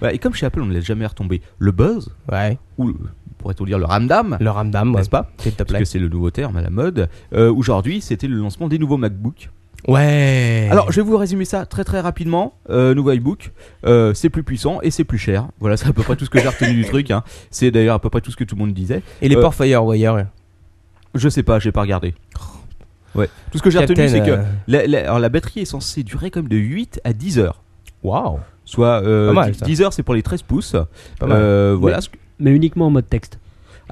[SPEAKER 3] Voilà, et comme chez Apple, on ne laisse jamais retomber le buzz,
[SPEAKER 5] Ouais.
[SPEAKER 3] ou le- pourrait-on dire le ramdam,
[SPEAKER 5] Le ramdam, ouais.
[SPEAKER 3] Ah. n'est-ce pas
[SPEAKER 5] S'il te
[SPEAKER 3] Parce
[SPEAKER 5] plaît.
[SPEAKER 3] que c'est le nouveau terme à la mode. Euh, Aujourd'hui, c'était le lancement des nouveaux MacBooks.
[SPEAKER 5] Ouais.
[SPEAKER 3] Alors, je vais vous résumer ça très très rapidement. Euh, nouveau iBook, euh, c'est plus puissant et c'est plus cher. Voilà, c'est à peu près tout ce que j'ai retenu du truc. hein. C'est d'ailleurs à peu près tout ce que tout le monde disait.
[SPEAKER 5] et les
[SPEAKER 3] euh,
[SPEAKER 5] ports Firewire.
[SPEAKER 3] Je sais pas, j'ai pas regardé.
[SPEAKER 5] Oh.
[SPEAKER 3] Ouais. Tout ce que j'ai retenu, c'est
[SPEAKER 5] euh,
[SPEAKER 3] que la, la- alors, la batterie est censée durer comme de 8 à 10 heures.
[SPEAKER 5] Waouh.
[SPEAKER 3] Soit euh,
[SPEAKER 5] Pas mal,
[SPEAKER 3] 10,
[SPEAKER 5] ça.
[SPEAKER 3] heures, c'est pour les 13 pouces.
[SPEAKER 5] Pas mal.
[SPEAKER 3] Euh, voilà.
[SPEAKER 4] Mais- Mais uniquement en mode texte.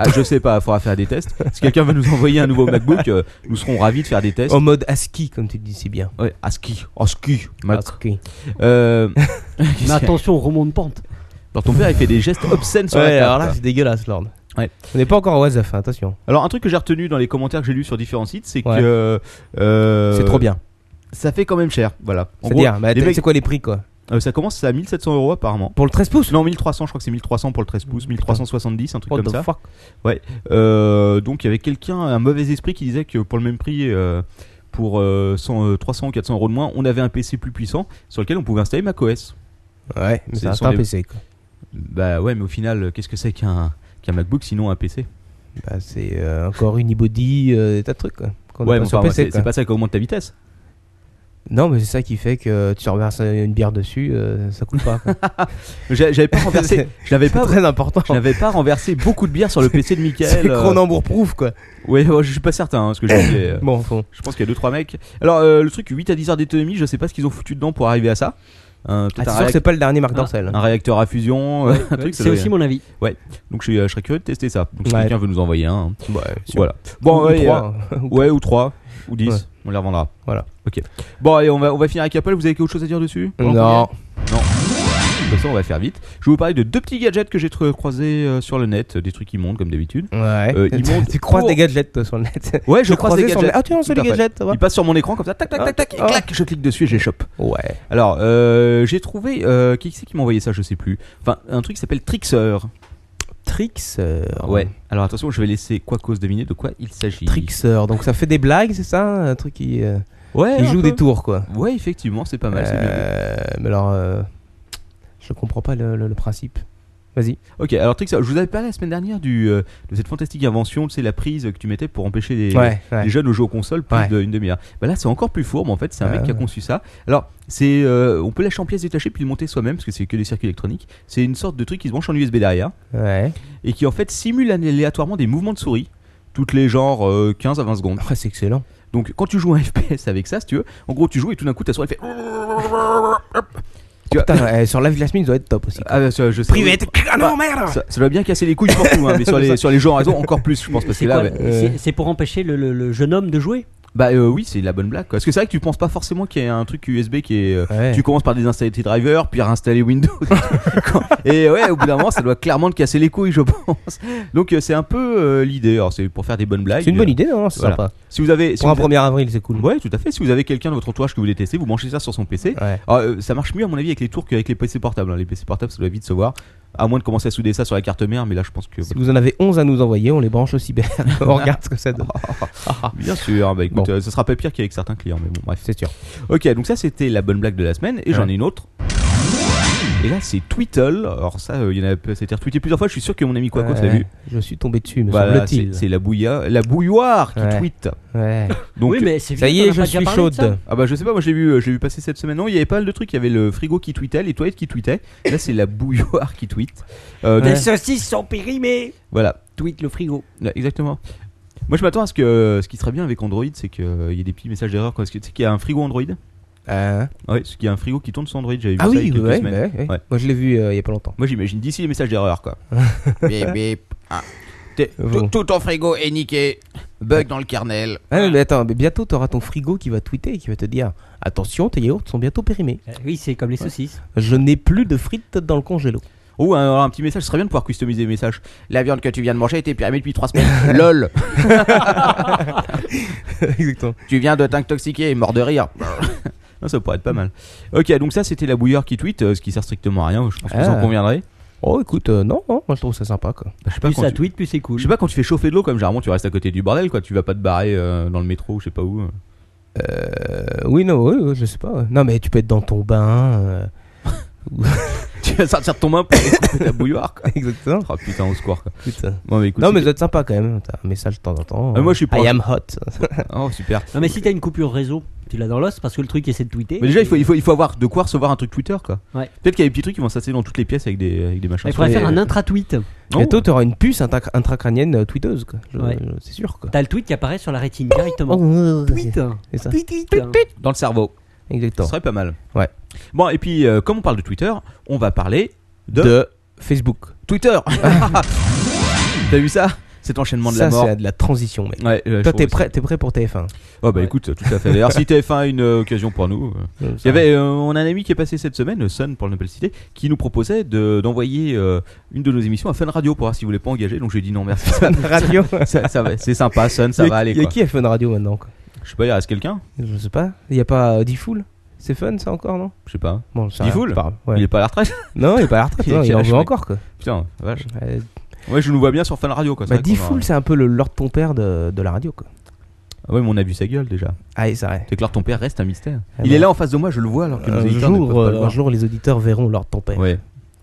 [SPEAKER 3] Ah, je sais pas, faudra faire des tests. Si quelqu'un veut nous envoyer un nouveau MacBook, euh, nous serons ravis de faire des tests.
[SPEAKER 5] En mode ASCII, comme tu le dis si bien.
[SPEAKER 3] Ouais, à ski, à ski, Mac.
[SPEAKER 5] ASCII.
[SPEAKER 3] Euh,
[SPEAKER 4] Mais attention, on remonte pente.
[SPEAKER 3] alors, ton père il fait des gestes obscènes sur la
[SPEAKER 5] Ouais,
[SPEAKER 3] table,
[SPEAKER 5] alors
[SPEAKER 3] quoi.
[SPEAKER 5] là, c'est dégueulasse, Lord.
[SPEAKER 3] ah, Ouais.
[SPEAKER 5] On n'est pas encore au WhatsApp, hein, attention.
[SPEAKER 3] Alors un truc que j'ai retenu dans les commentaires que j'ai lus sur différents sites, c'est
[SPEAKER 5] Ouais.
[SPEAKER 3] que euh,
[SPEAKER 5] c'est trop bien.
[SPEAKER 3] Ça fait quand même cher, voilà. En gros,
[SPEAKER 5] C'est-à-dire, mais
[SPEAKER 3] les
[SPEAKER 5] attends,
[SPEAKER 3] mecs-
[SPEAKER 5] c'est quoi les prix, quoi
[SPEAKER 3] euh, ça commence à 1700 euros apparemment.
[SPEAKER 5] Pour le 13 pouces
[SPEAKER 3] Non 1300, je crois que c'est 1300 pour le 13 pouces, 1370, un truc
[SPEAKER 5] What
[SPEAKER 3] comme
[SPEAKER 5] the
[SPEAKER 3] ça.
[SPEAKER 5] fuck
[SPEAKER 3] Euh, donc il y avait quelqu'un, un mauvais esprit qui disait que pour le même prix, euh, pour euh, 100, euh, 300 ou 400 euros de moins, on avait un PC plus puissant sur lequel on pouvait installer macOS.
[SPEAKER 5] Ouais, mais
[SPEAKER 3] C'est-
[SPEAKER 5] ça
[SPEAKER 3] ce sont
[SPEAKER 5] reste un
[SPEAKER 3] des-
[SPEAKER 5] PC, quoi.
[SPEAKER 3] Bah ouais, mais au final, euh, qu'est-ce que c'est qu'un qu'un MacBook sinon un PC
[SPEAKER 5] Bah, c'est euh, encore unibody, euh, des tas de trucs, quoi. Qu'on a
[SPEAKER 3] Ouais,
[SPEAKER 5] pas
[SPEAKER 3] mais
[SPEAKER 5] sur
[SPEAKER 3] enfin,
[SPEAKER 5] PC,
[SPEAKER 3] c'est c'est
[SPEAKER 5] quoi.
[SPEAKER 3] pas ça qui augmente ta vitesse.
[SPEAKER 5] Non, mais c'est ça qui fait que tu renverses une bière dessus, euh, ça coule pas. quoi.
[SPEAKER 3] J'a- J'avais pas renversé, je n'avais
[SPEAKER 5] C'est
[SPEAKER 3] pas,
[SPEAKER 5] très important.
[SPEAKER 3] je n'avais pas renversé beaucoup de bière sur le PC de
[SPEAKER 5] C'est
[SPEAKER 3] Michael. euh,
[SPEAKER 5] Cronenbourg proof quoi.
[SPEAKER 3] Ouais, ouais, je suis pas certain hein, ce que je disais. euh,
[SPEAKER 5] Bon, enfin,
[SPEAKER 3] Je pense qu'il y a 2-3 mecs. Alors, euh, le truc, 8 à 10 heures d'autonomie, je sais pas ce qu'ils ont foutu dedans pour arriver à ça. Un, peut-être
[SPEAKER 5] ah, c'est
[SPEAKER 3] un,
[SPEAKER 5] sûr que
[SPEAKER 3] réac-
[SPEAKER 5] c'est pas le dernier Marc
[SPEAKER 4] Ah.
[SPEAKER 5] Dorcel. hein
[SPEAKER 3] un réacteur à fusion. euh, un truc, ça
[SPEAKER 4] C'est
[SPEAKER 3] doit-
[SPEAKER 4] aussi mon avis.
[SPEAKER 3] Donc, je, suis- je serais curieux de tester ça. Donc, si
[SPEAKER 5] Ouais.
[SPEAKER 3] quelqu'un veut nous envoyer un. hein.
[SPEAKER 5] Ouais,
[SPEAKER 3] Voilà. Bon,
[SPEAKER 5] Ou
[SPEAKER 3] ouais,
[SPEAKER 5] trois,
[SPEAKER 3] euh,
[SPEAKER 5] hein.
[SPEAKER 3] Ouais, ou 3, ou 10,
[SPEAKER 5] Ouais.
[SPEAKER 3] on les revendra.
[SPEAKER 5] Voilà.
[SPEAKER 3] Ok. Bon, allez, on va, on va finir avec Apple. Vous avez quelque chose à dire dessus
[SPEAKER 5] Non.
[SPEAKER 3] Comme ça, on va faire vite. Je vais vous parler de deux petits gadgets que j'ai tr- croisés euh, sur le net, euh, des trucs qui montent comme d'habitude.
[SPEAKER 5] Ouais.
[SPEAKER 3] Euh, il monte
[SPEAKER 5] tu croises
[SPEAKER 3] pour-
[SPEAKER 5] des gadgets toi sur le net.
[SPEAKER 3] Ouais, je croise
[SPEAKER 5] Tu croisais
[SPEAKER 3] des
[SPEAKER 5] sur
[SPEAKER 3] gadgets.
[SPEAKER 5] le net. Ah, tiens, c'est
[SPEAKER 3] Tout
[SPEAKER 5] les
[SPEAKER 3] à fait.
[SPEAKER 5] gadgets. ça va.
[SPEAKER 3] Il passe sur mon écran comme ça, tac, tac, tac, tac, et
[SPEAKER 5] Ah.
[SPEAKER 3] clac, je clique dessus et je les chope.
[SPEAKER 5] Ouais.
[SPEAKER 3] Alors, euh, j'ai trouvé. euh, qui c'est qui m'a envoyé ça Je sais plus. Enfin, un truc qui s'appelle Trixer.
[SPEAKER 5] Trickser.
[SPEAKER 3] Ouais. Alors, attention, je vais laisser quoi cause deviner de quoi il s'agit.
[SPEAKER 5] Trickser. euh, Donc ça fait des blagues, c'est ça Un truc qui, euh,
[SPEAKER 3] Ouais.
[SPEAKER 5] qui
[SPEAKER 3] un
[SPEAKER 5] joue
[SPEAKER 3] peu.
[SPEAKER 5] des tours, quoi.
[SPEAKER 3] Ouais, effectivement, c'est pas mal. Ah bah, c'est bien.
[SPEAKER 5] Euh, mais alors, euh, je comprends pas le, le- le principe. Vas-y.
[SPEAKER 3] Ok, alors Trixer, je vous avais parlé la semaine dernière du, euh, de cette fantastique invention, tu sais, la prise que tu mettais pour empêcher les,
[SPEAKER 5] ouais.
[SPEAKER 3] les jeunes de jouer aux consoles plus
[SPEAKER 5] Ouais.
[SPEAKER 3] d'une demi-heure. Bah là, c'est encore plus fourbe en fait. C'est un mec
[SPEAKER 5] Ah.
[SPEAKER 3] qui a conçu ça. Alors, c'est, euh, on peut lâcher en pièces détachées puis le monter soi-même parce que c'est que des circuits électroniques. C'est une sorte de truc qui se branche en USB derrière
[SPEAKER 5] Ouais.
[SPEAKER 3] et qui en fait simule aléatoirement des mouvements de souris. Toutes les genre euh, 15 à 20 secondes.
[SPEAKER 5] Ah, c'est excellent.
[SPEAKER 3] Donc quand tu joues un FPS avec ça, si tu veux, en gros tu joues et tout d'un coup ta souris elle fait. Tu vois-
[SPEAKER 5] Putain, euh, sur la Last Minute, ça doit être top aussi.
[SPEAKER 3] Ah, bah, ça, je sais. Bah,
[SPEAKER 5] Ah non, merde
[SPEAKER 3] Ça, ça doit bien casser les couilles pour tout, hein, mais sur les, sur les genres raison encore plus, je pense. Parce que
[SPEAKER 4] C'est
[SPEAKER 3] là,
[SPEAKER 4] quoi
[SPEAKER 3] ouais.
[SPEAKER 5] ouais.
[SPEAKER 4] C'est- C'est pour empêcher le, le- le jeune homme de jouer
[SPEAKER 3] Bah euh, oui, c'est la bonne blague. Quoi. Parce que c'est vrai que tu penses pas forcément qu'il y ait un truc USB qui est. euh,
[SPEAKER 5] Ouais.
[SPEAKER 3] Tu commences par désinstaller tes drivers, puis réinstaller Windows. et tout. Quand- et ouais, au bout d'un moment, ça doit clairement te casser les couilles, je pense. Donc euh, c'est un peu euh, l'idée. Alors c'est pour faire des bonnes blagues.
[SPEAKER 5] C'est une bonne idée, non C'est
[SPEAKER 3] Voilà.
[SPEAKER 5] sympa.
[SPEAKER 3] Si vous avez. si
[SPEAKER 5] Pour un
[SPEAKER 3] vous avez-
[SPEAKER 5] 1er avril, c'est cool.
[SPEAKER 3] Ouais, tout à fait. Si vous avez quelqu'un de votre entourage que vous détestez, vous branchez ça sur son PC.
[SPEAKER 5] Ouais.
[SPEAKER 3] Ah, euh, ça marche mieux à mon avis avec les tours qu'avec les PC portables. hein. Les PC portables, ça doit vite se voir. À moins de commencer à souder ça sur la carte mère, mais là je pense que.
[SPEAKER 5] Si vous en avez 11 à nous envoyer, on les branche au cyber. on regarde ce que ça
[SPEAKER 3] Ah,
[SPEAKER 5] donne.
[SPEAKER 3] Bien sûr, bah écoute,
[SPEAKER 5] Bon.
[SPEAKER 3] euh, ce sera pas pire qu'avec certains clients, mais bon, bref.
[SPEAKER 5] C'est sûr.
[SPEAKER 3] Ok, donc ça c'était la bonne blague de la semaine, et j'en ai une autre. Et là c'est Tweetle, alors ça, euh, il y en a, ça a été retweeté plusieurs fois, je suis sûr que mon ami Quaco
[SPEAKER 5] Ouais,
[SPEAKER 3] l'a vu.
[SPEAKER 5] Je suis tombé dessus, me
[SPEAKER 3] Voilà, c'est
[SPEAKER 5] semble-t-il.
[SPEAKER 3] c'est la, bouilla, la bouilloire qui
[SPEAKER 5] Ouais.
[SPEAKER 3] tweet.
[SPEAKER 5] Ouais.
[SPEAKER 3] Donc,
[SPEAKER 4] Oui, mais c'est
[SPEAKER 5] Ça
[SPEAKER 4] vieux,
[SPEAKER 5] y
[SPEAKER 4] on en
[SPEAKER 5] est,
[SPEAKER 4] a
[SPEAKER 5] je
[SPEAKER 4] déjà
[SPEAKER 5] suis
[SPEAKER 4] parlé de ça.
[SPEAKER 5] chaude.
[SPEAKER 3] Ah bah je sais pas, moi j'ai vu, euh, j'ai vu passer cette semaine. Non, il y avait pas mal de trucs. Il y avait le frigo qui tweetait, les toilettes qui tweetaient. Là c'est la bouilloire qui tweet. Euh,
[SPEAKER 4] Les
[SPEAKER 3] donc,
[SPEAKER 4] saucisses sont périmées
[SPEAKER 3] Voilà,
[SPEAKER 4] Tweet le frigo.
[SPEAKER 3] Ouais, exactement. Moi je m'attends à ce que euh, ce qui serait bien avec Android, c'est qu'il y ait des petits messages d'erreur. quoi. Parce que Tu sais qu'il y a un frigo Android.
[SPEAKER 5] Hein
[SPEAKER 3] Ouais, parce qu'il y a un frigo qui tourne sur Android. J'avais vu
[SPEAKER 5] Ah
[SPEAKER 3] ça il y
[SPEAKER 5] oui,
[SPEAKER 3] a quelques
[SPEAKER 5] ouais,
[SPEAKER 3] semaines.
[SPEAKER 5] ouais, ouais.
[SPEAKER 3] Ouais.
[SPEAKER 5] Moi, je l'ai vu euh, il y a pas longtemps.
[SPEAKER 3] Moi j'imagine d'ici les messages d'erreur quoi. bip, bip. Ah. T'es-
[SPEAKER 5] Bon.
[SPEAKER 3] tout, tout ton frigo est niqué. Bug dans le kernel.
[SPEAKER 5] Ah, mais attends, mais bientôt t'auras ton frigo qui va tweeter et qui va te dire Attention, tes yaourts sont bientôt périmés.
[SPEAKER 4] Euh, Oui, c'est comme les saucisses.
[SPEAKER 5] Je n'ai plus de frites dans le congélo.
[SPEAKER 3] Ou un, alors, un petit message, ce serait bien de pouvoir customiser les messages. La viande que tu viens de manger a été pyramide depuis 3 semaines. LOL.
[SPEAKER 5] Exactement.
[SPEAKER 3] Tu viens de t'intoxiquer, mort de rire. non, ça pourrait être pas mal. Ok, donc ça c'était la bouilleur qui tweet, euh, ce qui sert strictement à rien, je pense que vous en
[SPEAKER 5] Ah.
[SPEAKER 3] conviendrez.
[SPEAKER 5] Oh, écoute, euh, non, non, moi je trouve ça sympa quoi.
[SPEAKER 3] Bah, je sais pas
[SPEAKER 4] Plus
[SPEAKER 3] quand
[SPEAKER 4] ça
[SPEAKER 3] tu...
[SPEAKER 4] tweet, plus c'est
[SPEAKER 3] je
[SPEAKER 4] cool.
[SPEAKER 3] sais pas quand tu fais chauffer de l'eau comme généralement tu restes à côté du bordel quoi, tu vas pas te barrer euh, dans le métro ou je sais pas où.
[SPEAKER 5] Euh, oui, non, oui, oui, je sais pas. ouais. Non, mais tu peux être dans ton bain. euh,
[SPEAKER 3] tu vas sortir de ton main pour couper ta bouilloire quoi.
[SPEAKER 5] Exactement.
[SPEAKER 3] Oh putain au score quoi.
[SPEAKER 5] Écoute, euh,
[SPEAKER 3] Bon, mais écoute,
[SPEAKER 5] non,
[SPEAKER 3] c'est-
[SPEAKER 5] mais ça doit être sympa quand même. T'as un message de temps en temps.
[SPEAKER 3] Ah, moi, je suis pour-
[SPEAKER 5] I am hot.
[SPEAKER 3] Oh super.
[SPEAKER 4] Non, mais si t'as une coupure réseau, tu l'as dans l'os parce que le truc essaie de tweeter.
[SPEAKER 3] Mais déjà, il faut, il, faut, il faut avoir de quoi recevoir un truc Twitter, quoi.
[SPEAKER 4] Ouais.
[SPEAKER 3] Peut-être qu'il y a des petits trucs qui vont s'asseoir dans toutes les pièces avec des, avec des machins.
[SPEAKER 4] Il faudrait
[SPEAKER 5] Mais-
[SPEAKER 4] faire un intra-tweet.
[SPEAKER 3] Non.
[SPEAKER 5] Bientôt, t'auras une puce intra- intracrânienne euh, tweeteuse quoi. Je-
[SPEAKER 4] Ouais.
[SPEAKER 5] je- C'est sûr quoi.
[SPEAKER 4] T'as le tweet qui apparaît sur la rétine directement.
[SPEAKER 5] Oh,
[SPEAKER 4] Tweet
[SPEAKER 5] C'est ça.
[SPEAKER 4] Tweet, tweet
[SPEAKER 3] Dans le cerveau. Ce
[SPEAKER 5] Exactement.
[SPEAKER 3] serait pas mal.
[SPEAKER 5] Ouais.
[SPEAKER 3] Bon, et puis, euh, comme on parle de Twitter, on va parler de,
[SPEAKER 5] De Facebook.
[SPEAKER 3] Twitter. T'as vu ça Cet enchaînement de
[SPEAKER 5] ça,
[SPEAKER 3] la mort.
[SPEAKER 5] c'est de la transition, mec.
[SPEAKER 3] Ouais, euh, je
[SPEAKER 5] Toi,
[SPEAKER 3] trouve
[SPEAKER 5] t'es
[SPEAKER 3] aussi.
[SPEAKER 5] prêt, t'es prêt pour TF1.
[SPEAKER 3] Oh, bah
[SPEAKER 5] Ouais.
[SPEAKER 3] écoute, tout à fait. D'ailleurs, si TF1 a une euh, occasion pour nous. euh, Il y avait, euh, on a un ami qui est passé cette semaine, euh, Sun pour ne pas le citer, qui nous proposait de- d'envoyer euh, une de nos émissions à Fun Radio pour voir s'il voulait pas engager. Donc j'ai dit non, merci. Ça,
[SPEAKER 5] Fun Radio.
[SPEAKER 3] ça- ça va, c'est sympa, Sun, ça
[SPEAKER 5] Il y a-
[SPEAKER 3] va aller.
[SPEAKER 5] Il y a
[SPEAKER 3] Quoi.
[SPEAKER 5] qui à Fun Radio maintenant quoi
[SPEAKER 3] Je sais pas, il reste quelqu'un
[SPEAKER 5] Je sais pas. Il y a pas euh, Diffoul C'est fun ça encore, non
[SPEAKER 3] Je sais pas.
[SPEAKER 5] Bon, c'est rien, Diffoul c'est pas grave, ouais.
[SPEAKER 3] Il est pas à la retraite
[SPEAKER 5] Non, il est pas à la retraite,
[SPEAKER 3] Il est
[SPEAKER 5] non, il
[SPEAKER 3] quel
[SPEAKER 5] en
[SPEAKER 3] âge,
[SPEAKER 5] veut
[SPEAKER 3] mec
[SPEAKER 5] encore quoi.
[SPEAKER 3] Putain, la vache.
[SPEAKER 5] Euh,
[SPEAKER 3] Ouais, je nous vois bien sur Fan Radio quoi. c'est
[SPEAKER 5] bah,
[SPEAKER 3] vrai qu'on
[SPEAKER 5] Diffoul,
[SPEAKER 3] a-
[SPEAKER 5] c'est un peu le Lord ton père de, de la radio quoi.
[SPEAKER 3] Ah ouais, mais on a vu sa gueule déjà.
[SPEAKER 5] Ah, et c'est vrai.
[SPEAKER 3] C'est clair, ton père reste un mystère.
[SPEAKER 5] Ah
[SPEAKER 3] il
[SPEAKER 5] bah.
[SPEAKER 3] est là en face de moi, je le vois alors que nos
[SPEAKER 5] Un
[SPEAKER 3] éditeurs ne peuvent
[SPEAKER 5] Euh, jour,
[SPEAKER 3] pas
[SPEAKER 5] euh,
[SPEAKER 3] le
[SPEAKER 5] un
[SPEAKER 3] voir.
[SPEAKER 5] jour, les auditeurs verront Lord ton père.
[SPEAKER 3] Ouais.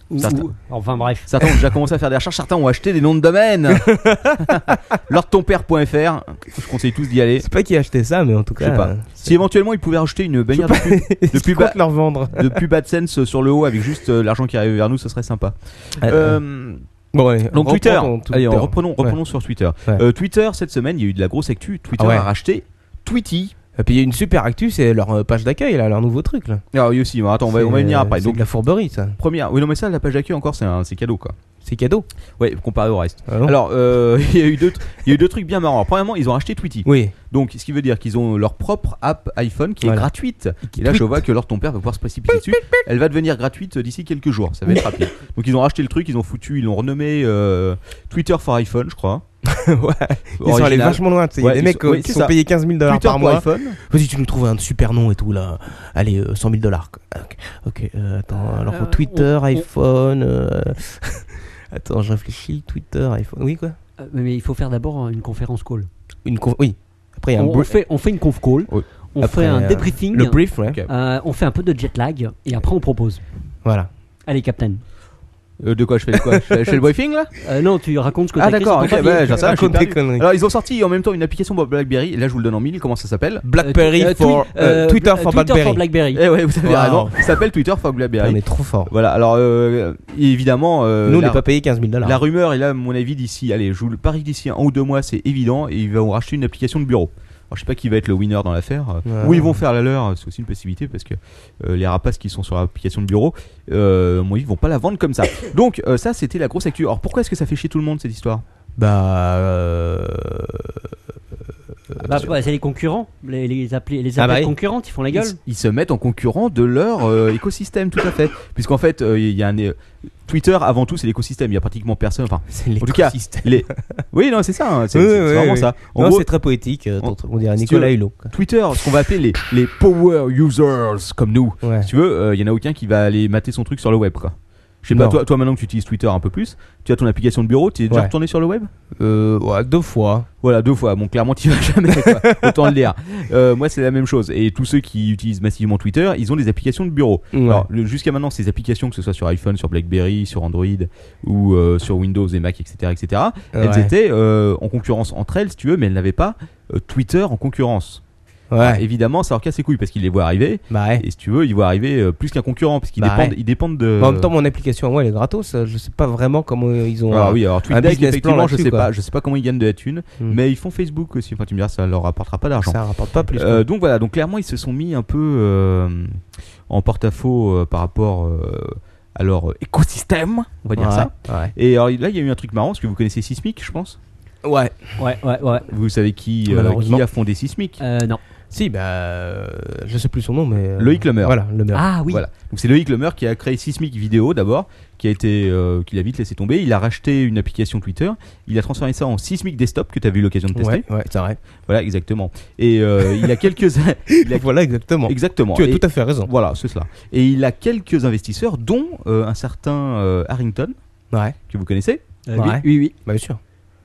[SPEAKER 4] Ou-
[SPEAKER 3] Ça,
[SPEAKER 4] ou- enfin bref.
[SPEAKER 3] Certains ont déjà commencé à faire des recherches, certains ont acheté des noms de domaine. Lordtonpère.fr, je conseille tous d'y aller.
[SPEAKER 5] C'est pas qui a acheté ça, mais en tout
[SPEAKER 3] Je
[SPEAKER 5] cas.
[SPEAKER 3] sais pas.
[SPEAKER 5] euh,
[SPEAKER 3] Si éventuellement ils pouvaient acheter une bannière de pub,
[SPEAKER 5] est-ce
[SPEAKER 3] de
[SPEAKER 5] qu'ils
[SPEAKER 3] pub à-
[SPEAKER 5] comptent leur vendre.
[SPEAKER 3] de pub AdSense sur le haut avec juste euh, l'argent qui arrive vers nous, ce serait sympa.
[SPEAKER 5] Euh,
[SPEAKER 3] Euh,
[SPEAKER 5] bon, ouais,
[SPEAKER 3] donc
[SPEAKER 5] reprends
[SPEAKER 3] Twitter.
[SPEAKER 5] ton- ton
[SPEAKER 3] Allez, on-
[SPEAKER 5] Twitter.
[SPEAKER 3] reprenons,
[SPEAKER 5] Ouais.
[SPEAKER 3] reprenons sur Twitter.
[SPEAKER 5] Ouais.
[SPEAKER 3] Euh, Twitter cette semaine, il y a eu de la grosse actu. Twitter
[SPEAKER 5] Ah ouais.
[SPEAKER 3] a racheté Tweety.
[SPEAKER 5] Et puis il y a une super actu, c'est leur euh, page d'accueil, là, leur nouveau truc. Là.
[SPEAKER 3] Alors Ah oui aussi, attends, on va,
[SPEAKER 5] C'est,
[SPEAKER 3] on va y venir
[SPEAKER 5] euh,
[SPEAKER 3] après.
[SPEAKER 5] C'est
[SPEAKER 3] Donc
[SPEAKER 5] de la fourberie, ça.
[SPEAKER 3] première, oui non mais ça, la page d'accueil encore, c'est un- c'est cadeau quoi.
[SPEAKER 5] C'est cadeau.
[SPEAKER 3] Ouais, comparé au reste.
[SPEAKER 5] Ah non
[SPEAKER 3] Alors euh, il y a eu deux, il y a eu deux trucs bien marrants. Alors, premièrement, ils ont racheté Tweety.
[SPEAKER 5] oui.
[SPEAKER 3] Donc, ce qui veut dire qu'ils ont leur propre app iPhone qui est
[SPEAKER 5] Voilà.
[SPEAKER 3] gratuite. Et là, je vois que leur ton père va pouvoir se précipiter dessus. Elle va devenir gratuite euh, d'ici quelques jours. Ça va être rapide. Donc, ils ont racheté le truc, ils ont foutu, ils l'ont renommé euh, Twitter for iPhone, je crois.
[SPEAKER 5] ouais. Ils sont allés
[SPEAKER 3] Original.
[SPEAKER 5] vachement loin. tu sais, Il
[SPEAKER 3] Ouais,
[SPEAKER 5] y a
[SPEAKER 3] ils
[SPEAKER 5] des mecs
[SPEAKER 3] sont-
[SPEAKER 5] euh,
[SPEAKER 3] oui,
[SPEAKER 5] qui
[SPEAKER 3] c'est
[SPEAKER 5] sont
[SPEAKER 3] ça.
[SPEAKER 5] payés 15 000 dollars
[SPEAKER 3] Twitter
[SPEAKER 5] par
[SPEAKER 3] pour
[SPEAKER 5] mois.
[SPEAKER 3] iPhone.
[SPEAKER 5] Vas-y, tu nous trouves un super nom et tout là. Allez, euh, 100 000 dollars. Ok, ok, euh, attends. Alors
[SPEAKER 4] Euh,
[SPEAKER 5] Twitter,
[SPEAKER 4] on- on-
[SPEAKER 5] iPhone. euh, attends, je réfléchis. Twitter, iPhone. Oui quoi
[SPEAKER 4] Euh, Mais il faut faire d'abord une conférence call.
[SPEAKER 5] Une con- Oui. Après, il y a un
[SPEAKER 4] On, on
[SPEAKER 5] br-
[SPEAKER 4] fait, on fait une conf call.
[SPEAKER 5] Oui.
[SPEAKER 4] On
[SPEAKER 5] Après,
[SPEAKER 4] fait un
[SPEAKER 5] euh,
[SPEAKER 4] débriefing.
[SPEAKER 5] le brief, ouais.
[SPEAKER 3] Ok.
[SPEAKER 4] euh, on fait un peu de jet lag et après on propose.
[SPEAKER 5] Voilà.
[SPEAKER 4] Allez, Captain.
[SPEAKER 3] Euh, de quoi je fais de quoi je fais, je fais le briefing là
[SPEAKER 4] Euh, non, tu racontes ce que
[SPEAKER 3] Ah,
[SPEAKER 4] t'as écrit
[SPEAKER 3] d'accord,
[SPEAKER 4] sur ton
[SPEAKER 3] ok,
[SPEAKER 4] papier.
[SPEAKER 3] ouais, j'en sais rien, je suis
[SPEAKER 5] Raconte des
[SPEAKER 3] perdu. Euh,
[SPEAKER 5] conneries.
[SPEAKER 3] Alors, ils ont sorti en même temps une application pour Blackberry. Et là, je vous le donne en mille. Comment ça s'appelle
[SPEAKER 5] Blackberry
[SPEAKER 4] Euh, twi-
[SPEAKER 5] for euh,
[SPEAKER 4] euh,
[SPEAKER 5] Twitter for
[SPEAKER 4] Twitter
[SPEAKER 5] Blackberry. Euh,
[SPEAKER 4] Blackberry.
[SPEAKER 3] Eh ouais, vous avez
[SPEAKER 5] Wow.
[SPEAKER 3] raison. Ça s'appelle Twitter for
[SPEAKER 5] On
[SPEAKER 3] Blackberry.
[SPEAKER 5] est trop fort.
[SPEAKER 3] Voilà. Alors, euh, évidemment, euh,
[SPEAKER 5] Nous, on
[SPEAKER 3] la-
[SPEAKER 5] n'est pas payé 15 000 dollars.
[SPEAKER 3] La rumeur est là, à mon avis, d'ici, allez, je vous le parie que d'ici un ou deux mois, c'est évident, et ils vont racheter une application de bureau. Alors, je sais pas qui va être le winner dans l'affaire, euh,
[SPEAKER 5] Ouais.
[SPEAKER 3] ou ils vont faire la leur, c'est aussi une possibilité parce que euh, les rapaces qui sont sur l'application de bureau, euh, à mon avis, ils vont pas la vendre comme ça. Donc, euh, ça, c'était la grosse actu. Alors, pourquoi est-ce que ça fait chier tout le monde cette histoire
[SPEAKER 5] Bah. euh,
[SPEAKER 4] Ah bah, ouais, c'est les concurrents, les, les appelés, les
[SPEAKER 5] Ah
[SPEAKER 4] appelés
[SPEAKER 5] bah oui.
[SPEAKER 4] concurrentes, ils font la
[SPEAKER 3] ils,
[SPEAKER 4] gueule.
[SPEAKER 3] ils se mettent en concurrent de leur euh, écosystème, tout à fait. Puisqu'en fait, euh, il y a un. euh, Twitter, avant tout, c'est l'écosystème. Il y a pratiquement personne. Enfin,
[SPEAKER 5] C'est
[SPEAKER 3] en tout cas,
[SPEAKER 5] l'écosystème.
[SPEAKER 3] les. Oui, non, c'est ça. hein, c'est
[SPEAKER 5] Oui,
[SPEAKER 3] c'est
[SPEAKER 5] oui,
[SPEAKER 3] vraiment
[SPEAKER 5] oui.
[SPEAKER 3] ça. En
[SPEAKER 5] Non,
[SPEAKER 3] gros,
[SPEAKER 5] c'est très poétique. euh, ton
[SPEAKER 3] on-
[SPEAKER 5] truc. on dirait
[SPEAKER 3] si
[SPEAKER 5] Nicolas
[SPEAKER 3] tu
[SPEAKER 5] Hulot. quoi.
[SPEAKER 3] Twitter, ce qu'on va appeler les, les power users comme nous.
[SPEAKER 5] Ouais.
[SPEAKER 3] Si tu veux, il y en a aucun qui va aller mater son truc sur le web, quoi. Je sais
[SPEAKER 5] Non.
[SPEAKER 3] pas, toi, toi maintenant que tu utilises Twitter un peu plus, tu as ton application de bureau, tu es déjà
[SPEAKER 5] Ouais.
[SPEAKER 3] retourné sur le web
[SPEAKER 5] Euh, ouais, deux fois.
[SPEAKER 3] Voilà, deux fois. Bon, clairement, tu vas jamais, quoi. autant le dire. Euh, moi, c'est la même chose. Et tous ceux qui utilisent massivement Twitter, ils ont des applications de bureau.
[SPEAKER 5] Ouais.
[SPEAKER 3] Alors, le- jusqu'à maintenant, ces applications, que ce soit sur iPhone, sur BlackBerry, sur Android ou euh, sur Windows et Mac, etc., etc., elles
[SPEAKER 5] Ouais.
[SPEAKER 3] étaient euh, en concurrence entre elles, si tu veux, mais elles n'avaient pas euh, Twitter en concurrence.
[SPEAKER 5] Ouais.
[SPEAKER 3] Ah, Évidemment, ça leur casse les couilles parce qu'ils les voient arriver.
[SPEAKER 5] Bah ouais.
[SPEAKER 3] Et si tu veux, ils vont arriver euh, plus qu'un concurrent, parce qu'ils
[SPEAKER 5] Bah
[SPEAKER 3] dépendent,
[SPEAKER 5] ouais.
[SPEAKER 3] ils dépendent de.
[SPEAKER 5] Mais En même temps, mon application, moi, elle est gratos. euh, Je sais pas vraiment comment euh, ils ont.
[SPEAKER 3] Alors Ah oui, alors TweetDeck,
[SPEAKER 5] business plan
[SPEAKER 3] effectivement, je
[SPEAKER 5] là-dessus,
[SPEAKER 3] sais
[SPEAKER 5] quoi.
[SPEAKER 3] pas, je sais pas comment ils gagnent de la thune,
[SPEAKER 5] Hmm.
[SPEAKER 3] mais ils font Facebook aussi. Enfin, tu me diras, ça leur rapportera pas d'argent.
[SPEAKER 5] ça rapporte pas plus.
[SPEAKER 3] Euh, donc voilà, donc clairement, ils se sont mis un peu euh, en porte-à-faux euh, par rapport euh, à leur euh, écosystème, on va dire ça.
[SPEAKER 5] Ouais.
[SPEAKER 3] Et alors, là, il y a eu un truc marrant, parce que vous connaissez Sismic, je pense.
[SPEAKER 5] Ouais.
[SPEAKER 4] Ouais, ouais, ouais.
[SPEAKER 3] Vous savez qui, euh,
[SPEAKER 5] Malheureusement.
[SPEAKER 3] qui a fondé Sismic
[SPEAKER 4] Euh, non.
[SPEAKER 5] Si, bah. euh, je sais plus son nom, mais. euh,
[SPEAKER 3] Loïc Lemer.
[SPEAKER 5] Voilà, Lemer.
[SPEAKER 4] Ah oui.
[SPEAKER 3] Voilà. Donc c'est Loïc Lemer qui a créé Sismic Vidéo d'abord, qui a été, euh, qu'il a vite laissé tomber. Il a racheté une application Twitter. Il a transformé ça en Sismic Desktop que tu as eu l'occasion de tester.
[SPEAKER 5] ouais, ouais, c'est vrai.
[SPEAKER 3] Voilà, exactement. Et euh, il a quelques, il a-
[SPEAKER 5] Voilà, exactement.
[SPEAKER 3] exactement.
[SPEAKER 5] Tu as
[SPEAKER 3] Et-
[SPEAKER 5] tout à fait raison.
[SPEAKER 3] Voilà, c'est cela. Et il a quelques investisseurs, dont euh, un certain euh, Harrington
[SPEAKER 5] Ouais.
[SPEAKER 3] que vous connaissez,
[SPEAKER 4] Euh,
[SPEAKER 5] Ouais.
[SPEAKER 4] lui- oui, oui.
[SPEAKER 5] Bah, bien sûr.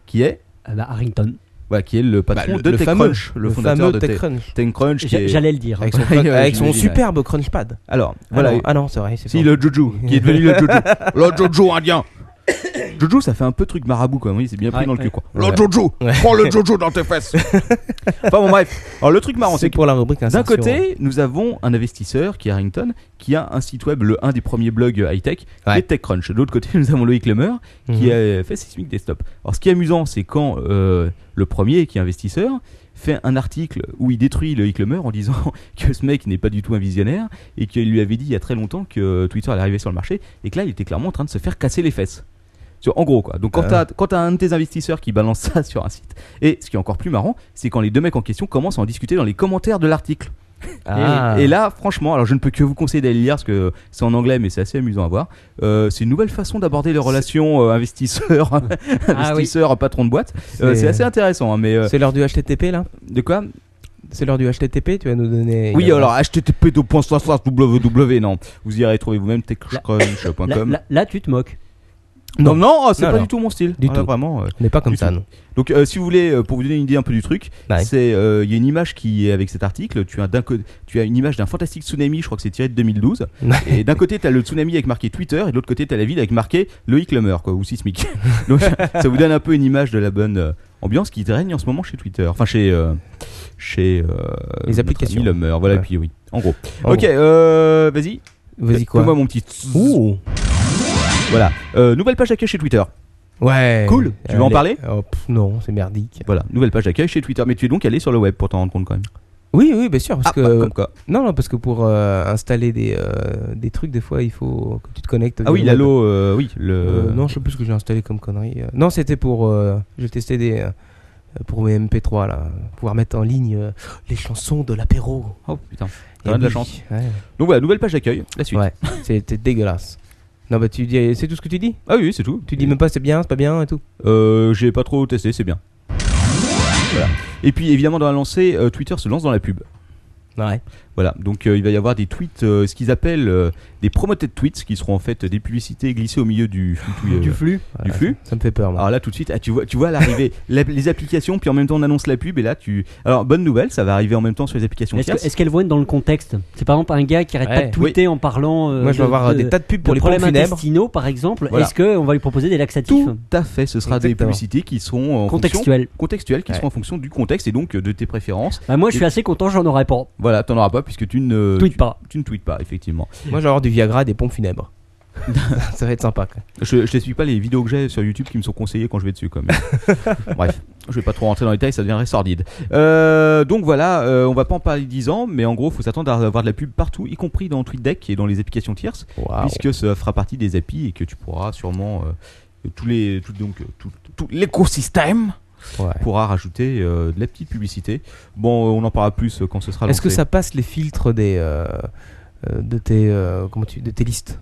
[SPEAKER 3] qui est,
[SPEAKER 4] Euh, bah, Harrington.
[SPEAKER 3] voilà, qui est Ah, le patron
[SPEAKER 5] Bah,
[SPEAKER 3] de TechCrunch,
[SPEAKER 5] fameux-
[SPEAKER 3] le, fondateur
[SPEAKER 5] fameux
[SPEAKER 3] de Tech-
[SPEAKER 5] TechCrunch.
[SPEAKER 3] TechCrunch. qui
[SPEAKER 4] J'a-
[SPEAKER 3] est-
[SPEAKER 4] J'allais le dire. hein.
[SPEAKER 5] Avec son,
[SPEAKER 3] Ouais, ouais,
[SPEAKER 5] avec
[SPEAKER 3] je
[SPEAKER 5] son
[SPEAKER 3] l'imagine,
[SPEAKER 5] superbe Crunchpad.
[SPEAKER 3] Alors,
[SPEAKER 5] Ah
[SPEAKER 3] voilà.
[SPEAKER 5] non, ah non, c'est vrai. C'est
[SPEAKER 3] Si
[SPEAKER 5] fort.
[SPEAKER 3] le Jojo, qui est devenu le Jojo. Le Jojo indien. Jojo, ça fait un peu truc marabout quand même. Oui, c'est bien pris
[SPEAKER 4] Ouais,
[SPEAKER 3] dans le
[SPEAKER 4] ouais.
[SPEAKER 3] cul quoi.
[SPEAKER 5] Ouais.
[SPEAKER 2] Le Jojo
[SPEAKER 5] Ouais.
[SPEAKER 2] Prends le Jojo dans tes fesses
[SPEAKER 3] Enfin bon, bref. Alors, le truc marrant,
[SPEAKER 5] C'est
[SPEAKER 3] c'est que
[SPEAKER 5] pour la hein. rubrique
[SPEAKER 3] d'un
[SPEAKER 5] insertion.
[SPEAKER 3] côté, nous avons un investisseur qui est Harrington, qui a un site web, le un des premiers blogs euh, high-tech, qui
[SPEAKER 5] Ouais.
[SPEAKER 3] est TechCrunch. De l'autre côté, nous avons Loïc Lemer, qui
[SPEAKER 5] Mhm.
[SPEAKER 3] a fait Sismic Desktop. Alors, ce qui est amusant, c'est quand euh, le premier, qui est investisseur, fait un article où il détruit Loïc Lemer en disant que ce mec n'est pas du tout un visionnaire et qu'il lui avait dit il y a très longtemps que euh, Twitter allait arriver sur le marché et que là, il était clairement en train de se faire casser les fesses. Tu vois, En gros, quoi. Donc, quand
[SPEAKER 5] Ah.
[SPEAKER 3] t'as- quand t'as un de tes investisseurs qui balance ça sur un site, et ce qui est encore plus marrant, c'est quand les deux mecs en question commencent à en discuter dans les commentaires de l'article.
[SPEAKER 5] Ah.
[SPEAKER 3] Et, et là, franchement, alors je ne peux que vous conseiller d'aller le lire parce que c'est en anglais, mais c'est assez amusant à voir. Euh, c'est une nouvelle façon d'aborder les relations euh, investisseurs,
[SPEAKER 5] Ah
[SPEAKER 3] investisseurs, patron de boîte. Euh, c'est assez intéressant, hein, mais euh,
[SPEAKER 5] C'est l'heure du HTTP là
[SPEAKER 3] de quoi
[SPEAKER 5] C'est l'heure du HTTP, tu vas nous donner. euh,
[SPEAKER 3] Oui, alors http www non, vous irez trouver vous-même
[SPEAKER 4] Là,
[SPEAKER 3] techcrunch.com.
[SPEAKER 4] là, là, tu te moques.
[SPEAKER 3] Non,
[SPEAKER 5] Non.
[SPEAKER 3] non, oh, c'est
[SPEAKER 5] Non,
[SPEAKER 3] pas
[SPEAKER 5] non.
[SPEAKER 3] du tout mon style.
[SPEAKER 5] Du
[SPEAKER 3] Ah, là,
[SPEAKER 5] tout.
[SPEAKER 3] Vraiment. euh.
[SPEAKER 5] On n'est pas comme
[SPEAKER 3] Du
[SPEAKER 5] ça,
[SPEAKER 3] tout.
[SPEAKER 5] non.
[SPEAKER 3] Donc, euh, si vous voulez, euh, pour vous donner une idée un peu du truc,
[SPEAKER 5] Ouais.
[SPEAKER 3] c'est euh, il y a une image qui est avec cet article. Tu as d'un côté, tu as une image d'un fantastique tsunami. Je crois que c'est tiré de 2012. et d'un côté, t'as le tsunami avec marqué Twitter, et de l'autre côté, t'as la ville avec marqué Loïc Lemer, quoi, ou Sismic. Donc, ça vous donne un peu une image de la bonne euh, ambiance qui règne en ce moment chez Twitter. Enfin, chez euh, chez euh,
[SPEAKER 5] Les
[SPEAKER 3] notre
[SPEAKER 5] applications.
[SPEAKER 3] ami Lemer. Voilà,
[SPEAKER 5] Ouais.
[SPEAKER 3] puis oui. En gros.
[SPEAKER 5] En
[SPEAKER 3] ok,
[SPEAKER 5] gros.
[SPEAKER 3] euh, vas-y.
[SPEAKER 5] Vas-y, quoi
[SPEAKER 3] Fais-moi mon petit. tss.
[SPEAKER 5] Ouh.
[SPEAKER 3] Voilà. Euh, nouvelle page d'accueil chez Twitter.
[SPEAKER 5] Ouais.
[SPEAKER 3] Cool. Tu veux en
[SPEAKER 5] Allez.
[SPEAKER 3] parler
[SPEAKER 5] Oh, pff, Non, c'est merdique.
[SPEAKER 3] Voilà, nouvelle page d'accueil chez Twitter. Mais tu es donc allé sur le web pour t'en rendre compte quand même.
[SPEAKER 5] Oui, oui, bien sûr. Parce
[SPEAKER 3] Ah, bah,
[SPEAKER 5] que...
[SPEAKER 3] comme quoi.
[SPEAKER 5] Non, non, parce que pour euh, installer des, euh, des trucs, des fois, il faut que tu te connectes.
[SPEAKER 3] Ah oui,
[SPEAKER 5] via le web.
[SPEAKER 3] l'allô, euh, oui, le.
[SPEAKER 5] Euh, non, je sais plus ce que j'ai installé comme connerie. Euh, non, c'était pour. euh, j'ai testé des. euh, pour mes MP3, là. Pouvoir mettre en ligne euh, les chansons de l'apéro.
[SPEAKER 3] Oh putain.
[SPEAKER 5] Et
[SPEAKER 3] T'as de la
[SPEAKER 5] oui,
[SPEAKER 3] chance.
[SPEAKER 5] ouais.
[SPEAKER 3] Donc voilà, nouvelle page d'accueil, la suite.
[SPEAKER 5] Ouais, c'était dégueulasse. Non, bah tu dis. C'est tout ce que tu dis
[SPEAKER 3] Ah oui, c'est tout.
[SPEAKER 5] Tu dis même pas c'est bien, c'est pas bien et tout
[SPEAKER 3] Euh, j'ai pas trop testé, c'est bien. Voilà. Et puis évidemment, dans la lancée, euh, Twitter se lance dans la pub.
[SPEAKER 5] Ouais.
[SPEAKER 3] Voilà, donc euh, il va y avoir des tweets, euh, ce qu'ils appellent euh, des promoted tweets, qui seront en fait des publicités glissées au milieu du, du, euh,
[SPEAKER 5] flux
[SPEAKER 3] du flux.
[SPEAKER 5] Ça me fait peur, moi.
[SPEAKER 3] Alors là, tout de suite, ah, tu vois, tu vois à l'arrivée la- les applications, puis en même temps on annonce la pub, et là tu. Alors bonne nouvelle, ça va arriver en même temps sur les applications.
[SPEAKER 4] Est-ce
[SPEAKER 3] tierces.
[SPEAKER 4] que- est-ce qu'elles vont être dans le contexte C'est par exemple un gars qui arrête pas
[SPEAKER 5] Ouais.
[SPEAKER 4] de tweeter en parlant. euh,
[SPEAKER 5] Moi, je vais
[SPEAKER 4] de-
[SPEAKER 5] avoir euh,
[SPEAKER 4] de-
[SPEAKER 5] des tas de pubs
[SPEAKER 4] de
[SPEAKER 5] pour les pompes
[SPEAKER 4] problèmes
[SPEAKER 5] funèbres.
[SPEAKER 4] intestinaux, par exemple.
[SPEAKER 3] Voilà.
[SPEAKER 4] Est-ce qu'on va lui proposer des laxatifs
[SPEAKER 3] Tout à fait, ce sera des
[SPEAKER 5] Exactement.
[SPEAKER 3] publicités qui seront en fonction
[SPEAKER 4] contextuels
[SPEAKER 3] contextuelles, qui
[SPEAKER 5] Ouais.
[SPEAKER 3] seront en fonction du contexte et donc euh, de tes préférences.
[SPEAKER 4] Bah, Moi, je suis assez content, j'en aurais pas.
[SPEAKER 3] Voilà, t'en auras pas puisque tu
[SPEAKER 5] Euh,
[SPEAKER 3] ne
[SPEAKER 4] Tweet
[SPEAKER 3] tu-
[SPEAKER 4] pas.
[SPEAKER 3] tu ne tweets pas effectivement.
[SPEAKER 5] Moi, je vais avoir du Viagra et des pompes funèbres. ça va être sympa, quoi.
[SPEAKER 3] Je, je t'explique pas les vidéos que j'ai sur YouTube qui me sont conseillées quand je vais dessus quand même. Bref, je vais pas trop rentrer dans les détails, ça deviendrait sordide. Euh, donc voilà, euh, on va pas en parler 10 ans, mais en gros, faut s'attendre à avoir de la pub partout, y compris dans TweetDeck et dans les applications tierces,
[SPEAKER 4] Ah
[SPEAKER 5] Waouh.
[SPEAKER 3] puisque ça fera partie des API et que tu pourras sûrement euh, tous les tout, donc euh, tout, tout l'écosystème
[SPEAKER 5] Ouais.
[SPEAKER 3] pourra rajouter euh, de la petite publicité. Bon, euh, on en parlera plus euh, quand ce sera lancé.
[SPEAKER 5] Est-ce que ça passe les filtres des euh, euh, de tes euh, comment tu de tes listes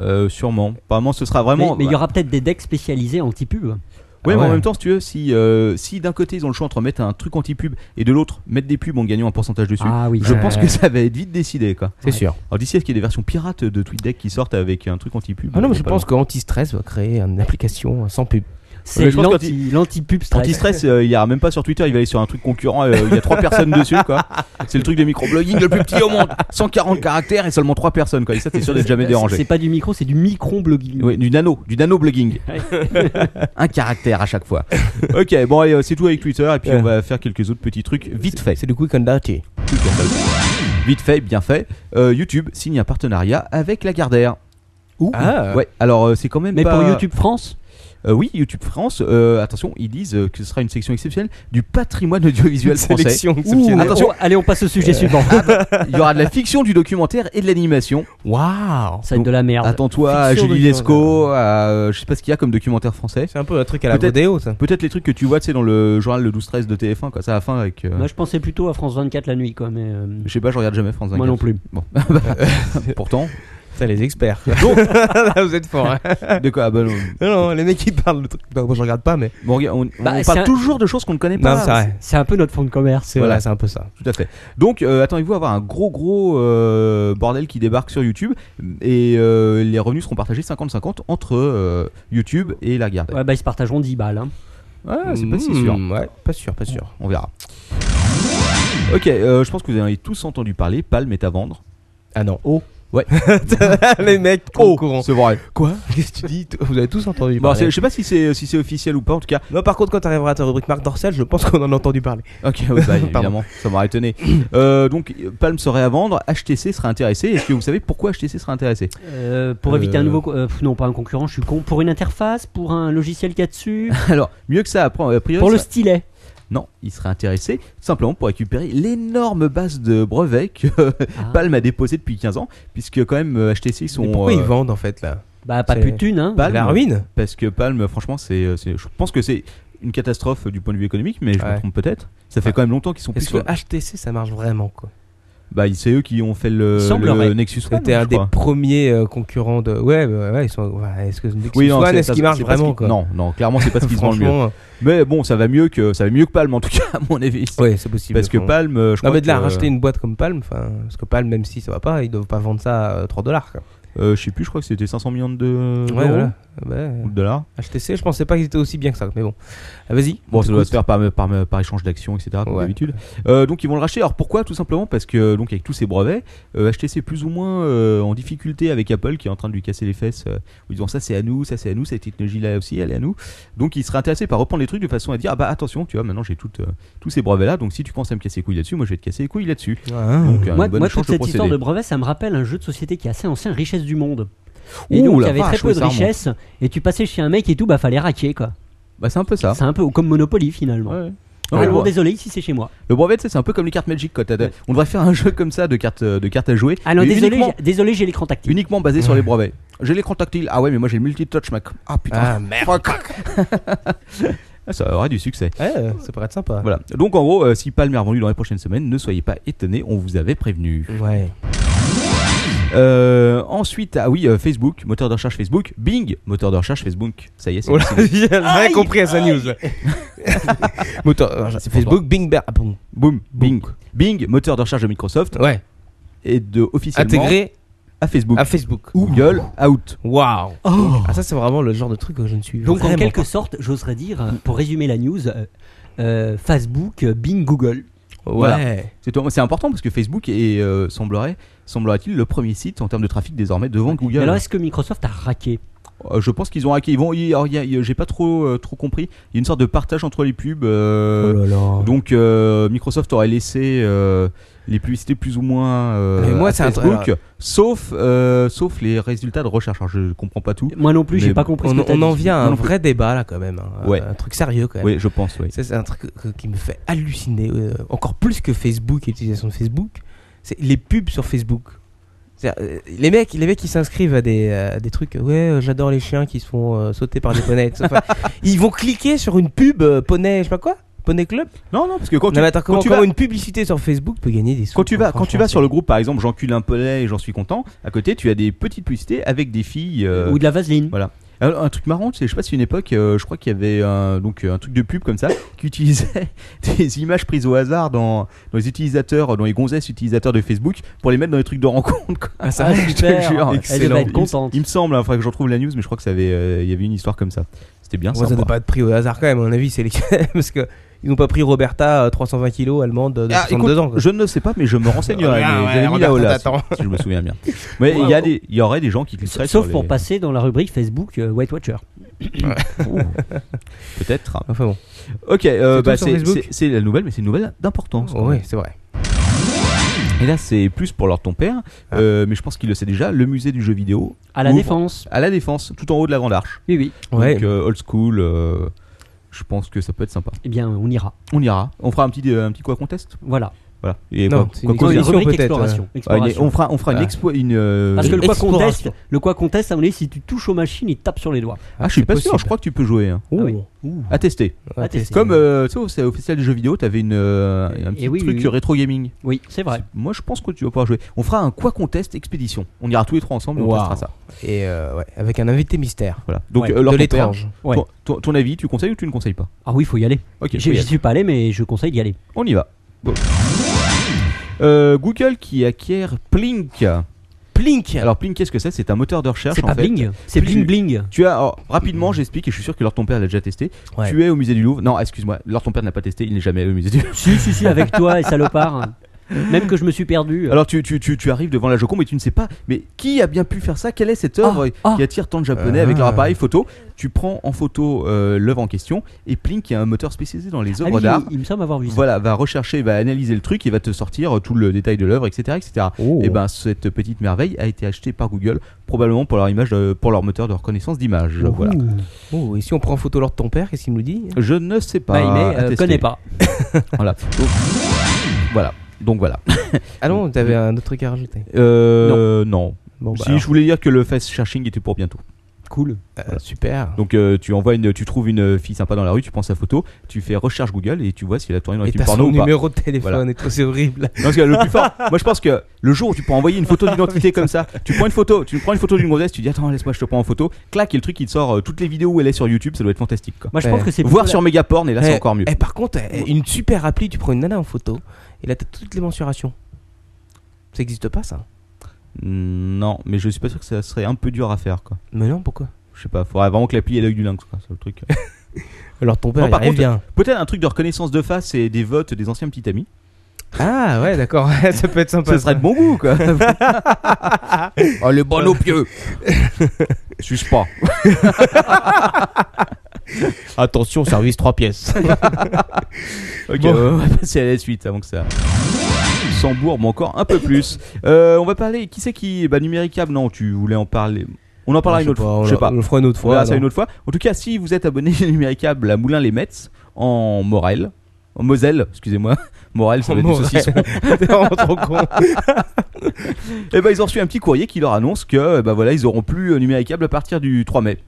[SPEAKER 3] Euh, sûrement. Apparemment, ce sera
[SPEAKER 4] Mais
[SPEAKER 3] vraiment. bah.
[SPEAKER 4] mais il y aura peut-être des decks spécialisés anti-pub.
[SPEAKER 3] Ouais, mais
[SPEAKER 5] Ah
[SPEAKER 3] en
[SPEAKER 5] ouais.
[SPEAKER 3] même temps, si tu veux, si, euh, si d'un côté ils ont le choix entre mettre un truc anti-pub et de l'autre mettre des pubs en gagnant un pourcentage dessus,
[SPEAKER 4] Ah oui.
[SPEAKER 3] je
[SPEAKER 5] Ouais.
[SPEAKER 3] pense que ça va être vite décidé quoi.
[SPEAKER 5] C'est sûr.
[SPEAKER 3] Alors d'ici à ce qu'il y ait des versions pirates de TweetDeck qui sortent avec un truc anti-pub.
[SPEAKER 5] Ah non, mais je
[SPEAKER 3] pas
[SPEAKER 5] pense
[SPEAKER 3] long.
[SPEAKER 5] que Antistress va créer une application sans pub.
[SPEAKER 4] C'est
[SPEAKER 3] Mais je pense
[SPEAKER 4] l'anti- l'anti-pub stress.
[SPEAKER 3] Anti-stress, euh, il y a même pas sur Twitter, il va aller sur un truc concurrent, euh, il y a trois personnes dessus quoi. C'est le truc de microblogging le plus petit au monde, 140 caractères et seulement trois personnes quoi. Et ça t'es sûr d'être jamais
[SPEAKER 4] C'est- C'est
[SPEAKER 3] dérangé.
[SPEAKER 4] pas du micro, c'est du micro-blogging.
[SPEAKER 3] Ouais, du nano, du nano blogging. un caractère à chaque fois. Ok, bon allez, euh, c'est tout avec Twitter et puis
[SPEAKER 5] Ouais.
[SPEAKER 3] on va faire quelques autres petits trucs vite fait.
[SPEAKER 5] C'est du quick and dirty.
[SPEAKER 3] Vite fait, bien fait. euh, YouTube signe un partenariat avec Lagardère. Ouh.
[SPEAKER 5] Ah.
[SPEAKER 3] Ouais. Alors euh, c'est quand même.
[SPEAKER 4] Mais
[SPEAKER 3] pas-
[SPEAKER 4] pour YouTube France,
[SPEAKER 3] Euh, oui, YouTube France. euh, attention, ils disent euh, que ce sera une section exceptionnelle du patrimoine audiovisuel français.
[SPEAKER 5] sélection
[SPEAKER 4] Ouh,
[SPEAKER 5] exceptionnelle.
[SPEAKER 4] attention, allez, on passe au sujet suivant.
[SPEAKER 3] Il y aura de la fiction, du documentaire et de l'animation.
[SPEAKER 5] Oh. Waouh.
[SPEAKER 4] Ça va être de la merde.
[SPEAKER 3] Attends-toi à
[SPEAKER 5] Fiction,
[SPEAKER 3] Julie Lescaut, à euh, je sais pas ce qu'il y a comme documentaire français.
[SPEAKER 5] C'est un peu un truc à la
[SPEAKER 3] Peut-être-
[SPEAKER 5] vidéo ça.
[SPEAKER 3] Peut-être les trucs que tu vois, tu sais, dans le journal le 12-13 de TF1, quoi. Ça à la fin avec. euh,
[SPEAKER 4] Moi, je pensais plutôt à France 24 la nuit, quoi. Mais euh,
[SPEAKER 3] je sais pas, je regarde jamais France 24.
[SPEAKER 4] moi non plus.
[SPEAKER 3] Bon, pourtant.
[SPEAKER 5] Ça les experts. Donc là, vous êtes forts. hein.
[SPEAKER 3] De quoi Ah, bah, non.
[SPEAKER 5] Non, non, les mecs qui parlent le truc. Bah, moi je regarde pas mais
[SPEAKER 3] Bon, regarde, on,
[SPEAKER 4] Bah,
[SPEAKER 3] on
[SPEAKER 4] c'est
[SPEAKER 3] parle
[SPEAKER 4] un-
[SPEAKER 3] toujours de choses qu'on ne connaît pas.
[SPEAKER 5] Non, c'est vrai.
[SPEAKER 4] C'est un peu notre fond de commerce.
[SPEAKER 5] C'est
[SPEAKER 3] Voilà.
[SPEAKER 5] voilà, c'est un peu ça.
[SPEAKER 3] Tout à fait. Donc, euh, attendez-vous à avoir un gros, gros euh, bordel qui débarque sur YouTube. Et euh, les revenus seront partagés 50-50 entre euh, YouTube et la garde.
[SPEAKER 4] Ouais, bah, ils se partageront 10 balles. hein.
[SPEAKER 3] Ah, c'est pas si
[SPEAKER 5] Hmm,
[SPEAKER 3] sûr.
[SPEAKER 5] Ouais, pas sûr, pas sûr.
[SPEAKER 3] On verra. Ok, euh, je pense que vous en avez tous entendu parler. Palm est à vendre.
[SPEAKER 5] Ah non.
[SPEAKER 3] Oh. Ouais.
[SPEAKER 5] les mecs oh. au courant.
[SPEAKER 3] Oh, c'est vrai.
[SPEAKER 5] Quoi Qu'est-ce que tu dis Vous avez tous entendu
[SPEAKER 3] Bon,
[SPEAKER 5] parler.
[SPEAKER 3] c'est- je sais pas si c'est si c'est officiel ou pas. En tout cas,
[SPEAKER 5] Non, par contre, quand t'arriveras à ta rubrique Marc Dorcel, je pense qu'on en a entendu parler.
[SPEAKER 3] Ok, oui, bah,
[SPEAKER 5] Pardon.
[SPEAKER 3] évidemment, ça m'aurait étonné. Euh, donc, Palm serait à vendre, HTC serait intéressé. Est-ce que vous savez pourquoi HTC serait intéressé
[SPEAKER 4] Euh, pour
[SPEAKER 3] Euh,
[SPEAKER 4] éviter un nouveau. co- euh, pff, non, pas un concurrent, je suis con. Pour une interface, pour un logiciel qu'il y a dessus,
[SPEAKER 3] Alors, mieux que ça, après, a priori,
[SPEAKER 4] pour le
[SPEAKER 3] ça-
[SPEAKER 4] stylet.
[SPEAKER 3] non, il serait intéressé simplement pour récupérer l'énorme base de brevets que
[SPEAKER 4] Ah.
[SPEAKER 3] Palm a déposé depuis 15 ans, puisque quand même euh, HTC sont.
[SPEAKER 5] Mais pourquoi
[SPEAKER 3] euh,
[SPEAKER 5] ils vendent en fait là
[SPEAKER 4] Bah, pas
[SPEAKER 5] C'est-
[SPEAKER 4] plus de thunes, hein.
[SPEAKER 3] Palm,
[SPEAKER 5] La ruine
[SPEAKER 3] Parce que Palm, franchement, c'est, euh, c'est- je pense que c'est une catastrophe du point de vue économique, mais je me
[SPEAKER 5] Ouais.
[SPEAKER 3] trompe peut-être. Ça fait
[SPEAKER 5] Ouais.
[SPEAKER 3] quand même longtemps qu'ils sont plus.
[SPEAKER 5] Est-ce que
[SPEAKER 3] sur-
[SPEAKER 5] HTC ça marche vraiment quoi
[SPEAKER 3] Bah, c'est eux qui ont fait le, le
[SPEAKER 4] Il semblerait.
[SPEAKER 3] Nexus One.
[SPEAKER 5] C'était un
[SPEAKER 3] je
[SPEAKER 5] des
[SPEAKER 3] crois.
[SPEAKER 5] premiers euh, concurrents de. Ouais, bah, ouais, ils sont. ouais, est-ce que Nexus One,
[SPEAKER 3] c'est-
[SPEAKER 5] est-ce
[SPEAKER 3] ça-
[SPEAKER 5] qu'il marche
[SPEAKER 3] c'est pas ce
[SPEAKER 5] vraiment
[SPEAKER 3] qui-
[SPEAKER 5] quoi
[SPEAKER 3] Non, non, clairement, c'est pas ce qui se vend le mieux.
[SPEAKER 5] Franchement,
[SPEAKER 3] Mais bon, ça va mieux que ça va mieux que Palm en tout cas à mon avis.
[SPEAKER 5] euh, ouais, c'est possible.
[SPEAKER 3] Parce que
[SPEAKER 5] franchement.
[SPEAKER 3] Palm, euh, je crois
[SPEAKER 5] Non, mais de là,
[SPEAKER 3] que-
[SPEAKER 5] racheter une boîte comme Palm, enfin, parce que Palm, même si ça va pas, ils doivent pas vendre ça à euh, 3 dollars quoi.
[SPEAKER 3] euh, je sais plus, je crois que c'était 500 millions de
[SPEAKER 5] Ouais,
[SPEAKER 3] d'euros
[SPEAKER 5] voilà. Ouais.
[SPEAKER 3] ou de dollars.
[SPEAKER 5] HTC, je pensais pas qu'ils étaient aussi bien que ça, mais bon. Ah, Vas-y.
[SPEAKER 3] Bon, ça doit
[SPEAKER 5] Écoute.
[SPEAKER 3] se faire par, par, par échange d'actions, etc. Comme
[SPEAKER 5] Ouais.
[SPEAKER 3] d'habitude. Euh, donc ils vont le racheter. Alors pourquoi Tout simplement parce que donc avec tous ces brevets, euh, HTC est plus ou moins euh, en difficulté avec Apple qui est en train de lui casser les fesses euh, en disant ça c'est à nous, ça c'est à nous, cette technologie là aussi elle est à nous. Donc il serait intéressé par reprendre les trucs de façon à dire ah bah attention, tu vois maintenant j'ai toutes, euh, tous ces brevets là, donc si tu penses à me casser les couilles là-dessus, moi je vais te casser les couilles là-dessus.
[SPEAKER 5] Ah, hein.
[SPEAKER 3] Donc euh, un
[SPEAKER 4] Moi,
[SPEAKER 3] bon
[SPEAKER 4] moi,
[SPEAKER 3] échange
[SPEAKER 4] toute
[SPEAKER 3] de
[SPEAKER 4] cette histoire de
[SPEAKER 3] procédés.
[SPEAKER 4] brevet, ça me rappelle un jeu de société qui est assez ancien, Richesse du Monde. Et
[SPEAKER 3] Ouh,
[SPEAKER 4] donc, il y
[SPEAKER 3] la
[SPEAKER 4] avait
[SPEAKER 3] vache,
[SPEAKER 4] très peu
[SPEAKER 3] oui,
[SPEAKER 4] de
[SPEAKER 3] ça remonte.
[SPEAKER 4] richesse, et tu passais chez un mec et tout, bah fallait raquer quoi.
[SPEAKER 3] Bah c'est un peu ça.
[SPEAKER 4] C'est un peu comme Monopoly finalement.
[SPEAKER 3] Ouais. Non, mais
[SPEAKER 4] Vraiment,
[SPEAKER 3] bon,
[SPEAKER 4] désolé, ici c'est chez moi.
[SPEAKER 3] le brevet, tu sais, c'est un peu comme les cartes Magic. Quoi. T'as- t'as- On devrait faire un jeu comme ça de cartes, euh, de cartes à jouer.
[SPEAKER 4] Ah non,
[SPEAKER 3] mais
[SPEAKER 4] désolé,
[SPEAKER 3] uniquement-
[SPEAKER 4] j'ai- désolé, j'ai l'écran tactile.
[SPEAKER 3] uniquement basé sur les brevets. J'ai l'écran tactile. Ah ouais, mais moi j'ai le multi-touch, Mac. Ah putain.
[SPEAKER 5] Ah, merde.
[SPEAKER 3] Ah, Ça aurait du succès.
[SPEAKER 5] Ouais, euh, ça pourrait être sympa.
[SPEAKER 3] Voilà. Donc en gros, euh, si Palmer est vendu dans les prochaines semaines, ne soyez pas étonnés, on vous avait prévenu.
[SPEAKER 5] Ouais.
[SPEAKER 3] Euh, ensuite, ah oui, euh, Facebook, moteur de recherche Facebook, Bing, moteur de recherche Facebook. Ça y est, c'est
[SPEAKER 5] Voilà,
[SPEAKER 3] décidé.
[SPEAKER 5] j'ai rien compris à sa news. Moteur, euh,
[SPEAKER 3] C'est pour
[SPEAKER 5] Facebook, Bing Bang. ah, bon.
[SPEAKER 3] Boom, Bing. Bing, moteur de recherche de Microsoft
[SPEAKER 5] Ouais,
[SPEAKER 3] et de officiellement
[SPEAKER 5] intégré
[SPEAKER 3] à Facebook.
[SPEAKER 5] à Facebook.
[SPEAKER 3] Google out.
[SPEAKER 5] Waouh.
[SPEAKER 4] Oh
[SPEAKER 5] Ah, ça, c'est vraiment le genre de truc que je ne suis
[SPEAKER 4] Donc en
[SPEAKER 5] vraiment
[SPEAKER 4] quelque
[SPEAKER 5] pas.
[SPEAKER 4] sorte, j'oserais dire, euh, pour résumer la news, euh, euh, Facebook, euh, Bing, Google.
[SPEAKER 5] Ouais.
[SPEAKER 3] Voilà. C'est c'est important parce que Facebook est euh, semblerait semblerait-il le premier site en termes de trafic désormais devant Google.
[SPEAKER 4] Alors est-ce que Microsoft a raqué
[SPEAKER 3] Euh, je pense qu'ils ont hacké. Ils vont. il- alors, il y a- il y a- J'ai pas trop euh, trop compris. Il y a une sorte de partage entre les pubs. euh,
[SPEAKER 5] Oh là là.
[SPEAKER 3] Donc euh, Microsoft aurait laissé euh, les publicités plus ou moins euh,
[SPEAKER 5] Mais moi,
[SPEAKER 3] à
[SPEAKER 5] c'est un
[SPEAKER 3] Facebook,
[SPEAKER 5] truc-
[SPEAKER 3] sauf euh, sauf les résultats de recherche. Alors, je comprends pas tout.
[SPEAKER 4] Moi non plus,
[SPEAKER 3] Mais
[SPEAKER 4] j'ai pas compris. ce
[SPEAKER 5] on,
[SPEAKER 4] que t'as
[SPEAKER 5] on en
[SPEAKER 4] dit.
[SPEAKER 5] vient à
[SPEAKER 3] Non,
[SPEAKER 5] un
[SPEAKER 3] non plus.
[SPEAKER 5] vrai débat là quand même. hein.
[SPEAKER 3] Ouais.
[SPEAKER 5] Un truc sérieux quand même.
[SPEAKER 3] Oui, je pense. Oui.
[SPEAKER 5] Ça, c'est un truc que- qui me fait halluciner, euh, encore plus que Facebook et l'utilisation de Facebook, c'est les pubs sur Facebook. C'est-à-dire, euh, Les mecs, les mecs qui s'inscrivent à des, euh, à des trucs, ouais, euh, j'adore les chiens qui se font euh, sauter par des poneys. Enfin, ils vont cliquer sur une pub euh, poney, je sais pas quoi, poney club.
[SPEAKER 3] Non, non, parce que quand
[SPEAKER 5] Non,
[SPEAKER 3] tu
[SPEAKER 5] mais attends, comment,
[SPEAKER 3] tu
[SPEAKER 5] comment
[SPEAKER 3] vas-
[SPEAKER 5] une publicité sur Facebook peut gagner des sous
[SPEAKER 3] quand tu
[SPEAKER 5] quoi,
[SPEAKER 3] vas, quand tu
[SPEAKER 5] franchement,
[SPEAKER 3] vas sur
[SPEAKER 5] c'est-
[SPEAKER 3] le groupe, par exemple, j'encule un poney et j'en suis content. À côté, tu as des petites publicités avec des filles. euh,
[SPEAKER 4] Ou de la vaseline.
[SPEAKER 3] voilà. Ah, Un, un truc marrant, c'est, je sais pas si une époque, euh, je crois qu'il y avait un, donc euh, un truc de pub comme ça qui utilisait des images prises au hasard dans, dans les utilisateurs, dans les gonzesses utilisateurs de Facebook pour les mettre dans les trucs de rencontre. quoi.
[SPEAKER 5] Ah, ça,
[SPEAKER 4] Ah,
[SPEAKER 3] je te
[SPEAKER 4] super.
[SPEAKER 3] jure.
[SPEAKER 4] Elle
[SPEAKER 5] Excellent.
[SPEAKER 4] devait
[SPEAKER 3] Il
[SPEAKER 4] être
[SPEAKER 3] me-
[SPEAKER 4] contente.
[SPEAKER 3] Il me semble, il faudrait que je retrouve la news, mais je crois que ça avait, euh, il y avait une histoire comme ça. C'était bien
[SPEAKER 5] Ouais, ça doit
[SPEAKER 3] sympa.
[SPEAKER 5] pas être pris au hasard quand même, à mon avis, c'est les... parce que ils n'ont pas pris Roberta, euh, 320 kilos, allemande, de
[SPEAKER 3] Ah,
[SPEAKER 5] 62
[SPEAKER 3] écoute,
[SPEAKER 5] ans. quoi. Ah,
[SPEAKER 3] je ne le sais pas, mais je me renseignerai.
[SPEAKER 5] Ouais,
[SPEAKER 3] mais
[SPEAKER 5] ouais,
[SPEAKER 3] j'avais mis
[SPEAKER 5] Roberta,
[SPEAKER 3] Laola,
[SPEAKER 5] t'attends.
[SPEAKER 3] si, si je me souviens bien. Mais il y, a des- il y aurait des gens qui cliqueraient
[SPEAKER 4] Sauf
[SPEAKER 3] sur
[SPEAKER 4] pour
[SPEAKER 3] les-
[SPEAKER 4] passer dans la rubrique Facebook euh, White Watcher.
[SPEAKER 3] Ouh. Peut-être.
[SPEAKER 5] Enfin bon,
[SPEAKER 3] Ok, euh,
[SPEAKER 5] C'est
[SPEAKER 3] bah,
[SPEAKER 5] tout sur
[SPEAKER 3] c'est
[SPEAKER 5] Facebook
[SPEAKER 3] c'est- c'est la nouvelle, mais c'est une nouvelle d'importance. quand
[SPEAKER 5] oui,
[SPEAKER 3] même.
[SPEAKER 5] c'est vrai.
[SPEAKER 3] Et là, c'est plus pour leur ton père,
[SPEAKER 5] Ah.
[SPEAKER 3] euh, mais je pense qu'il le sait déjà. Le musée du jeu vidéo
[SPEAKER 4] À la
[SPEAKER 3] Ouvre.
[SPEAKER 4] défense.
[SPEAKER 3] à la Défense, tout en haut de la Grande Arche.
[SPEAKER 4] Oui, oui.
[SPEAKER 5] Ouais.
[SPEAKER 3] Donc euh, old school. euh, je pense que ça peut être sympa.
[SPEAKER 4] Eh bien, on ira.
[SPEAKER 3] On ira. On fera un petit euh, un petit quoi contest.
[SPEAKER 4] Voilà.
[SPEAKER 3] Voilà. Et
[SPEAKER 5] Non,
[SPEAKER 3] quoi-
[SPEAKER 5] c'est
[SPEAKER 3] quoi
[SPEAKER 5] une
[SPEAKER 3] qu'on
[SPEAKER 5] Position,
[SPEAKER 4] Une rubrique
[SPEAKER 5] peut-être,
[SPEAKER 4] exploration.
[SPEAKER 3] Ah, il est-
[SPEAKER 4] Exploration.
[SPEAKER 3] on fera, on fera une
[SPEAKER 5] Ah.
[SPEAKER 3] expo, une. euh,
[SPEAKER 4] Parce que le quoi qu'on teste,
[SPEAKER 5] Exploration.
[SPEAKER 4] le quoi qu'on teste, à mon avis, si tu touches au machines, il te tape sur les doigts.
[SPEAKER 3] Ah, je suis
[SPEAKER 5] c'est
[SPEAKER 3] pas sûr.
[SPEAKER 5] possible.
[SPEAKER 3] Je crois que tu peux jouer. hein.
[SPEAKER 4] Ah
[SPEAKER 5] Ouh.
[SPEAKER 4] oui.
[SPEAKER 3] À tester.
[SPEAKER 5] Ouais,
[SPEAKER 4] Ah, t'es-
[SPEAKER 5] t'es-
[SPEAKER 3] Comme euh, tu sais, au- c'est au festival des jeux vidéo, t'avais une euh, un
[SPEAKER 5] Eh
[SPEAKER 3] petit
[SPEAKER 4] Et oui,
[SPEAKER 3] truc
[SPEAKER 4] oui, oui.
[SPEAKER 3] rétro gaming.
[SPEAKER 4] Oui, c'est vrai.
[SPEAKER 3] Moi, je pense que tu vas pouvoir jouer. On fera un quoi qu'on teste expédition. On ira tous les trois ensemble et on
[SPEAKER 5] Waouh.
[SPEAKER 3] testera ça.
[SPEAKER 5] Et euh, ouais, avec un invité mystère.
[SPEAKER 3] Voilà. Donc
[SPEAKER 4] Ouais.
[SPEAKER 3] euh, leur
[SPEAKER 5] de
[SPEAKER 3] ton père,
[SPEAKER 5] l'étrange.
[SPEAKER 4] Ouais.
[SPEAKER 3] ton, ton- ton avis, tu conseilles ou tu ne conseilles pas
[SPEAKER 4] Ah oui, faut y aller.
[SPEAKER 3] Ok. faut y
[SPEAKER 4] J'y j'y
[SPEAKER 3] aller. Ah,
[SPEAKER 4] suis pas allé, mais je conseille d'y aller.
[SPEAKER 3] On y va. Go. Euh, Google qui acquiert Plink.
[SPEAKER 5] Plink
[SPEAKER 3] Alors Plink, qu'est-ce que c'est C'est un moteur de recherche.
[SPEAKER 4] C'est
[SPEAKER 3] en
[SPEAKER 4] pas
[SPEAKER 3] fait.
[SPEAKER 4] bling, c'est
[SPEAKER 3] Plus-
[SPEAKER 4] bling bling.
[SPEAKER 3] Tu as alors, rapidement, j'explique et je suis sûr que leur ton père l'a déjà testé.
[SPEAKER 5] Ouais.
[SPEAKER 3] Tu es au musée du Louvre. Non, excuse-moi, leur ton père n'a pas testé. Il n'est jamais allé au musée du Louvre.
[SPEAKER 4] Si, si, si, avec toi et salopard. Même que je me suis perdu.
[SPEAKER 3] Alors tu, tu, tu, tu arrives devant la Joconde, mais tu ne sais pas. Mais qui a bien pu faire ça Quelle est cette œuvre
[SPEAKER 4] ah.
[SPEAKER 3] qui attire tant de Japonais
[SPEAKER 5] Ah.
[SPEAKER 3] avec leur appareil photo Tu prends en photo euh, l'œuvre en question et Plink, qui est un moteur spécialisé dans les
[SPEAKER 4] Ah
[SPEAKER 3] œuvres
[SPEAKER 4] oui,
[SPEAKER 3] d'art,
[SPEAKER 4] il me semble avoir vu ça.
[SPEAKER 3] voilà, va rechercher, va analyser le truc et va te sortir euh, tout le détail de l'œuvre, etc., etc.
[SPEAKER 5] Oh.
[SPEAKER 3] Et ben cette petite merveille a été achetée par Google, probablement pour leur image, de- pour leur moteur de reconnaissance d'image. Voilà.
[SPEAKER 4] Ouh.
[SPEAKER 5] Oh, et si on prend photo lors de ton père, qu'est-ce qu'il nous dit
[SPEAKER 3] Je ne sais pas.
[SPEAKER 4] Bah, il est,
[SPEAKER 3] à
[SPEAKER 4] euh,
[SPEAKER 3] tester.
[SPEAKER 4] connaît pas.
[SPEAKER 3] Voilà. Donc, voilà. Donc voilà.
[SPEAKER 5] Ah non, t'avais un autre truc à rajouter.
[SPEAKER 3] Euh, non.
[SPEAKER 5] Bon, bah,
[SPEAKER 3] si
[SPEAKER 5] alors,
[SPEAKER 3] je voulais dire que le fast searching était pour bientôt.
[SPEAKER 4] Cool.
[SPEAKER 5] euh, super.
[SPEAKER 3] Donc euh, tu envoies une, tu trouves une fille sympa dans la rue, tu prends sa photo, tu fais recherche Google et tu vois si elle a tourné dans les
[SPEAKER 5] et
[SPEAKER 3] films
[SPEAKER 5] t'as
[SPEAKER 3] porno
[SPEAKER 5] son
[SPEAKER 3] ou pas.
[SPEAKER 5] numéro de téléphone
[SPEAKER 3] Voilà.
[SPEAKER 5] et tout, c'est horrible.
[SPEAKER 3] Non, parce que le plus fort, moi je pense que le jour où tu peux envoyer une photo d'identité comme ça, tu prends une photo, tu prends une photo d'une grossesse, tu dis attends laisse-moi je te prends en photo, clac et le truc il te sort euh, toutes les vidéos où elle est sur YouTube, ça doit être fantastique quoi.
[SPEAKER 4] Moi, je
[SPEAKER 5] Ouais.
[SPEAKER 4] pense que c'est
[SPEAKER 3] Voir
[SPEAKER 4] plutôt
[SPEAKER 3] sur Megaporn et là c'est
[SPEAKER 5] Eh,
[SPEAKER 3] encore mieux.
[SPEAKER 5] Eh, par contre, eh, une super appli, tu prends une nana en photo, et là t'as toutes les mensurations. Ça existe pas ça
[SPEAKER 3] Non, mais je suis pas sûr que ça serait un peu dur à faire quoi.
[SPEAKER 5] Mais non, pourquoi
[SPEAKER 3] Je sais pas, faudrait vraiment que l'appli ait l'œil du lynx quoi, c'est le truc.
[SPEAKER 5] Alors ton père,
[SPEAKER 3] Non,
[SPEAKER 5] il
[SPEAKER 3] par
[SPEAKER 5] arrive
[SPEAKER 3] contre-
[SPEAKER 5] bien.
[SPEAKER 3] Peut-être un truc de reconnaissance de face et des votes des anciens petits amis.
[SPEAKER 5] Ah ouais, d'accord, ça peut être sympa.
[SPEAKER 3] Ça serait de bon goût quoi. oh le bon au pieux. Suce pas.
[SPEAKER 5] Attention, service 3 pièces.
[SPEAKER 3] Ok,
[SPEAKER 5] Bon.
[SPEAKER 3] on va passer à la suite avant que ça s'embourbe encore un peu plus. Euh, on va parler. Qui c'est qui Bah, Numéricable, non, tu voulais en parler. On en parlera une autre fois. Je sais pas.
[SPEAKER 5] On le fera une autre
[SPEAKER 3] On verra
[SPEAKER 5] fois.
[SPEAKER 3] ça une autre fois. En tout cas, si vous êtes abonné à Numéricable à Moulin-les-Metz, en Morel, en Moselle, excusez-moi, Morel, ça
[SPEAKER 5] En
[SPEAKER 3] doit être du
[SPEAKER 5] Morel.
[SPEAKER 3] saucisson.
[SPEAKER 5] non. T'es vraiment trop con.
[SPEAKER 3] Et ben, ils ont reçu un petit courrier qui leur annonce que, bah voilà, ils auront plus euh, Numéricable à partir du 3 mai.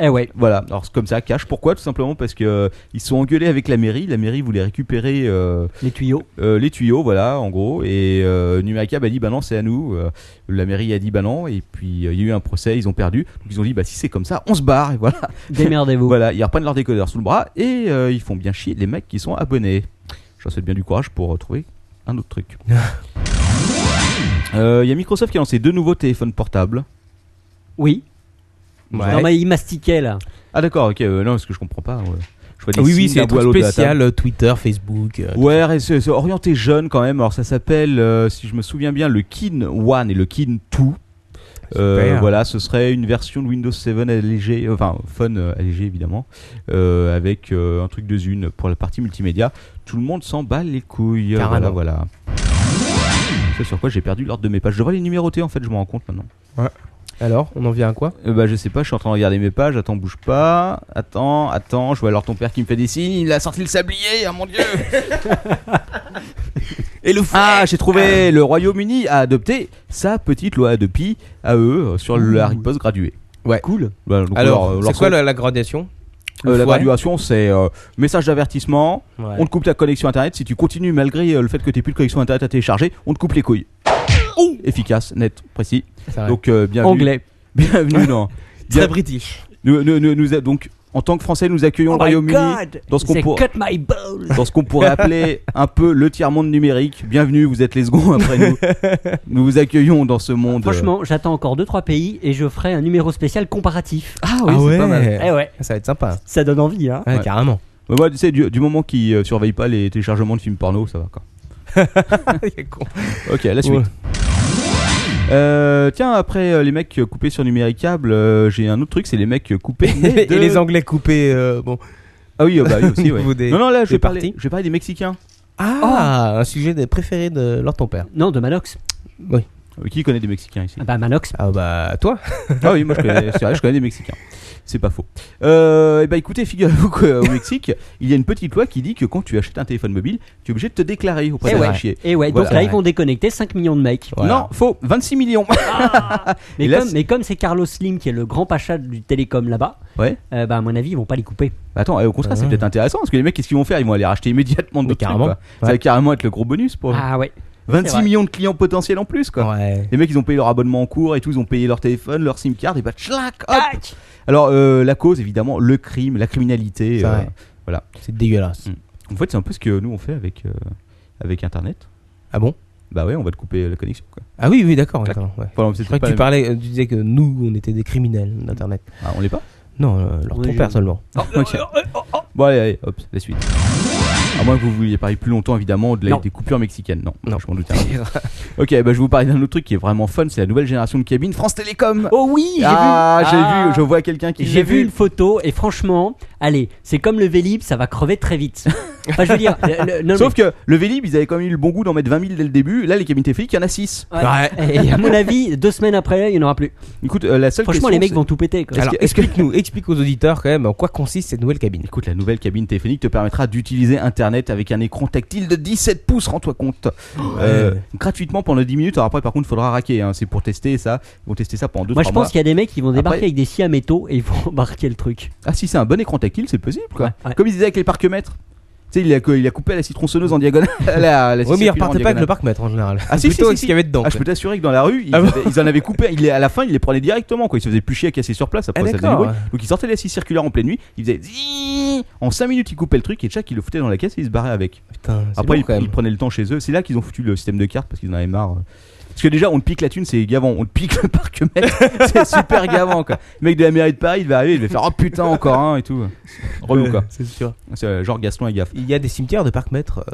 [SPEAKER 4] Eh ouais.
[SPEAKER 3] Voilà, alors c'est comme ça, cash. Pourquoi Tout simplement parce que euh, ils se sont engueulés avec la mairie. La mairie voulait récupérer euh,
[SPEAKER 4] Les tuyaux.
[SPEAKER 3] euh, les tuyaux, voilà, en gros. Et euh, Numéricable a dit, bah non, c'est à nous. Euh, la mairie a dit, bah non. Et puis euh, il y a eu un procès, ils ont perdu. Donc ils ont dit, bah si c'est comme ça, on se barre. Et voilà,
[SPEAKER 4] Démerdez-vous.
[SPEAKER 3] voilà, ils reprennent leur décodeur sous le bras et euh, ils font bien chier les mecs qui sont abonnés. Je leur souhaite bien du courage pour retrouver un autre truc. Euh, Il y a Microsoft qui a lancé deux nouveaux téléphones portables.
[SPEAKER 4] Oui.
[SPEAKER 5] Ouais.
[SPEAKER 4] Non, mais il mastiquait là.
[SPEAKER 3] Ah d'accord, ok, euh, non, parce que je comprends pas. ouais. Je vois des
[SPEAKER 5] Ah Oui, oui,
[SPEAKER 3] signes
[SPEAKER 5] c'est
[SPEAKER 3] d'un bout
[SPEAKER 5] un
[SPEAKER 3] à
[SPEAKER 5] truc
[SPEAKER 3] l'autre de la
[SPEAKER 5] spécial euh, Twitter, Facebook. euh,
[SPEAKER 3] Ouais, et c'est c'est orienté jeune quand même. Alors ça s'appelle, euh, si je me souviens bien, le Kin One et le Kin 2. Euh,
[SPEAKER 5] Super.
[SPEAKER 3] voilà, ce serait une version de Windows 7 allégée, euh, enfin fun euh, allégée évidemment, euh, avec euh, un truc de zune pour la partie multimédia. Tout le monde s'en bat les couilles. Euh,
[SPEAKER 5] Carrément.
[SPEAKER 3] Voilà, voilà. C'est sur quoi j'ai perdu l'ordre de mes pages. Je devrais les numéroter en fait, je me rends compte maintenant.
[SPEAKER 5] Alors, on en vient à quoi
[SPEAKER 3] Euh, bah je sais pas, je suis en train de regarder mes pages. Attends, bouge pas. Attends, attends. Je vois alors ton père qui me fait des signes. Il a sorti le sablier. Ah mon dieu.
[SPEAKER 5] Et le
[SPEAKER 3] Ah, j'ai trouvé Le Royaume-Uni a adopté sa petite loi de pi à eux euh, sur le- la riposte graduée.
[SPEAKER 5] Ah, Ouais.
[SPEAKER 3] Cool. Voilà, donc on leur-
[SPEAKER 5] Alors,
[SPEAKER 3] leur
[SPEAKER 5] c'est quoi
[SPEAKER 3] souhaite-
[SPEAKER 5] la, la gradation
[SPEAKER 3] euh, la
[SPEAKER 5] fouet
[SPEAKER 3] graduation C'est euh, message d'avertissement. On te coupe ta connexion internet. Si tu continues malgré euh, le fait que tu plus de connexion internet à télécharger, on te coupe les couilles. Efficace, net, précis.
[SPEAKER 5] Donc,
[SPEAKER 3] Donc euh, bienvenue.
[SPEAKER 4] Anglais.
[SPEAKER 3] Bienvenue dans.
[SPEAKER 5] très
[SPEAKER 3] bien-
[SPEAKER 5] british.
[SPEAKER 3] Nous, nous- nous- nous- donc en tant que Français, nous
[SPEAKER 4] Oh
[SPEAKER 3] accueillons
[SPEAKER 5] Oh
[SPEAKER 3] le Royaume-Uni dans ce qu'on
[SPEAKER 4] They
[SPEAKER 3] pour-
[SPEAKER 4] cut my balls.
[SPEAKER 3] dans ce qu'on pourrait appeler un peu le tiers-monde numérique. Bienvenue, vous êtes les seconds après nous. Nous vous accueillons dans ce monde. euh,
[SPEAKER 4] Franchement, j'attends encore 2-3 pays et je ferai un numéro spécial comparatif.
[SPEAKER 3] Ah
[SPEAKER 5] oui, c'est pas mal.
[SPEAKER 4] Eh ouais,
[SPEAKER 5] Ah, Ça va être sympa.
[SPEAKER 4] ça donne envie, hein.
[SPEAKER 5] Ouais,
[SPEAKER 3] euh, Ouais.
[SPEAKER 5] Carrément.
[SPEAKER 3] Mais moi, tu sais, du, du moment qu'ils euh, surveillent pas les téléchargements de films porno, ça va quoi. Ok, la suite.
[SPEAKER 5] Ouais.
[SPEAKER 3] Euh, tiens, après euh, les mecs euh, coupés sur numéricable, euh, j'ai un autre truc, c'est les mecs euh, coupés.
[SPEAKER 5] Et
[SPEAKER 3] de-
[SPEAKER 5] les Anglais coupés. euh, bon.
[SPEAKER 3] Ah oui, euh, bah oui aussi. ouais.
[SPEAKER 5] Vous des-
[SPEAKER 3] non, non, là, je vais
[SPEAKER 5] des
[SPEAKER 3] parler.
[SPEAKER 5] parties
[SPEAKER 3] Je vais parler des Mexicains.
[SPEAKER 5] Ah, un sujet des préférés de leur ton père.
[SPEAKER 4] Non, de Manox.
[SPEAKER 3] Euh, Qui connaît des Mexicains ici
[SPEAKER 4] Ah bah Manox,
[SPEAKER 5] Ah bah toi.
[SPEAKER 3] Ah oui, moi je connais, c'est vrai, je connais des Mexicains. C'est pas faux. Euh, et bah écoutez, figurez-vous qu'au Mexique, il y a une petite loi qui dit que quand tu achètes un téléphone mobile, tu es obligé de te déclarer auprès
[SPEAKER 4] Eh
[SPEAKER 3] de
[SPEAKER 4] ouais.
[SPEAKER 3] la fichier.
[SPEAKER 4] Et ouais,
[SPEAKER 3] Voilà.
[SPEAKER 4] donc là ils vont déconnecter 5 millions de mecs.
[SPEAKER 5] Voilà.
[SPEAKER 3] Non, faux, 26 millions.
[SPEAKER 4] Mais
[SPEAKER 3] Et là,
[SPEAKER 4] comme,
[SPEAKER 3] c'est-
[SPEAKER 4] mais comme c'est Carlos Slim qui est le grand pacha du télécom là-bas,
[SPEAKER 3] Ouais.
[SPEAKER 4] euh, bah à mon avis ils vont pas les couper.
[SPEAKER 3] Attends, et au contraire, c'est
[SPEAKER 5] Ouais.
[SPEAKER 3] peut-être intéressant parce que les mecs, qu'est-ce qu'ils vont faire Ils vont aller racheter immédiatement de
[SPEAKER 5] Ah. Mais carrément.
[SPEAKER 3] Ça
[SPEAKER 5] Ouais.
[SPEAKER 3] va carrément être le gros bonus pour eux.
[SPEAKER 4] Ah ouais. c'est
[SPEAKER 3] 26
[SPEAKER 4] vrai.
[SPEAKER 3] millions de clients potentiels en plus, quoi.
[SPEAKER 5] Ouais.
[SPEAKER 3] Les mecs, ils ont payé leur abonnement en cours et tout, ils ont payé leur téléphone, leur SIM card et bah tchlac, hop
[SPEAKER 4] Tac
[SPEAKER 3] Alors, euh, la cause, évidemment, le crime, la criminalité.
[SPEAKER 5] C'est
[SPEAKER 3] euh,
[SPEAKER 5] vrai. C'est dégueulasse.
[SPEAKER 3] en fait, c'est un peu ce que nous on fait avec, euh, avec Internet.
[SPEAKER 5] Ah bon
[SPEAKER 3] Bah ouais, on va te couper la connexion, quoi.
[SPEAKER 5] Ah oui, oui, d'accord.
[SPEAKER 3] Clac.
[SPEAKER 5] d'accord, ouais.
[SPEAKER 3] Enfin, c'est
[SPEAKER 5] Je crois
[SPEAKER 3] pas
[SPEAKER 5] que tu
[SPEAKER 3] la même-
[SPEAKER 5] parlais, euh, tu disais que nous, on était des criminels d'internet.
[SPEAKER 3] Ah, on l'est pas
[SPEAKER 5] Non, euh, leur
[SPEAKER 4] Oui,
[SPEAKER 5] ton père
[SPEAKER 4] je-
[SPEAKER 5] seulement.
[SPEAKER 3] Ok. Bon, allez, allez, hop, la suite. À moins que vous vouliez parler plus longtemps, évidemment, de la-
[SPEAKER 4] Non.
[SPEAKER 3] des coupures mexicaines. Non,
[SPEAKER 5] Non.
[SPEAKER 3] je m'en doutais. ok, bah, je vais vous parler d'un autre truc qui est vraiment fun, c'est la nouvelle génération de cabines France Télécom.
[SPEAKER 4] Oh oui, j'ai
[SPEAKER 3] ah,
[SPEAKER 4] vu.
[SPEAKER 3] j'ai
[SPEAKER 4] Ah.
[SPEAKER 3] vu, je vois quelqu'un qui.
[SPEAKER 4] J'ai vu une photo et franchement, allez, c'est comme le Vélib, ça va crever très vite. Enfin, je veux dire, le- le- non,
[SPEAKER 3] Sauf que le Vélib, ils avaient quand même eu le bon goût d'en mettre 20 000 dès le début. Là, les cabines téléphoniques, il y en a 6.
[SPEAKER 4] mais- ouais. Et à mon avis, deux semaines après, il n'y en aura plus.
[SPEAKER 3] Écoute, euh, la seule
[SPEAKER 4] Franchement,
[SPEAKER 3] question,
[SPEAKER 4] les mecs
[SPEAKER 3] c'est-
[SPEAKER 4] vont tout péter. Quoi.
[SPEAKER 5] Alors,
[SPEAKER 3] que- est-ce que-
[SPEAKER 5] explique-nous, explique aux auditeurs quand même en quoi consiste cette nouvelle cabine.
[SPEAKER 3] Écoute, la nouvelle cabine téléphonique te permettra d'utiliser Internet avec un écran tactile de 17 pouces, rends-toi compte. Euh, gratuitement pendant 10 minutes. Alors après, par contre, faudra raquer. hein. C'est pour tester ça. Ils vont tester ça pendant 2
[SPEAKER 4] Moi, je pense qu'il y a des mecs qui vont débarquer
[SPEAKER 3] Après-
[SPEAKER 4] avec des scies à métaux et ils vont embarquer le truc.
[SPEAKER 3] Ah, si c'est un bon écran tactile, c'est possible quoi.
[SPEAKER 4] Ouais, ouais.
[SPEAKER 3] Comme il disait avec les parcmètres. Tu sais, il a, il a coupé à la scie tronçonneuse en diagonale. à la, à la scie
[SPEAKER 5] Oui, mais ils
[SPEAKER 3] circulaire
[SPEAKER 5] repartaient
[SPEAKER 3] en
[SPEAKER 5] pas avec
[SPEAKER 3] diagonale.
[SPEAKER 5] le parc mètre en général.
[SPEAKER 3] Ah, si, si,
[SPEAKER 5] Plutôt
[SPEAKER 3] si, si.
[SPEAKER 5] avec ce qu'il y avait
[SPEAKER 3] Ah,
[SPEAKER 5] dedans. quoi.
[SPEAKER 3] je peux t'assurer que dans la rue, ils,
[SPEAKER 5] Ah bon
[SPEAKER 3] avaient- ils en avaient coupé. Il, à la fin, ils les prenaient directement. Quoi. Ils se faisaient plus chier à casser sur place. Après,
[SPEAKER 5] Ah,
[SPEAKER 3] ça faisait du
[SPEAKER 5] d'accord.
[SPEAKER 3] bruit. Donc, ils sortaient la scie circulaire en pleine nuit. Ils faisaient zii En 5 minutes, ils coupaient le truc et Tchak, ils le foutaient dans la caisse et ils se barraient avec.
[SPEAKER 5] Putain, c'est
[SPEAKER 3] Après,
[SPEAKER 5] bon,
[SPEAKER 3] ils,
[SPEAKER 5] quand
[SPEAKER 3] ils
[SPEAKER 5] même.
[SPEAKER 3] prenaient le temps chez eux. C'est là qu'ils ont foutu le système de cartes parce qu'ils en avaient marre. euh. Parce que déjà, on te pique la thune, c'est gavant. On te pique le parc, mec. c'est super gavant, quoi. Le mec de la mairie de Paris, il va arriver, il va faire Oh putain, encore un et tout. Relou, quoi.
[SPEAKER 5] C'est sûr.
[SPEAKER 3] C'est euh, genre Gaston et Gaffe.
[SPEAKER 5] Il y a des cimetières de parcs-mètres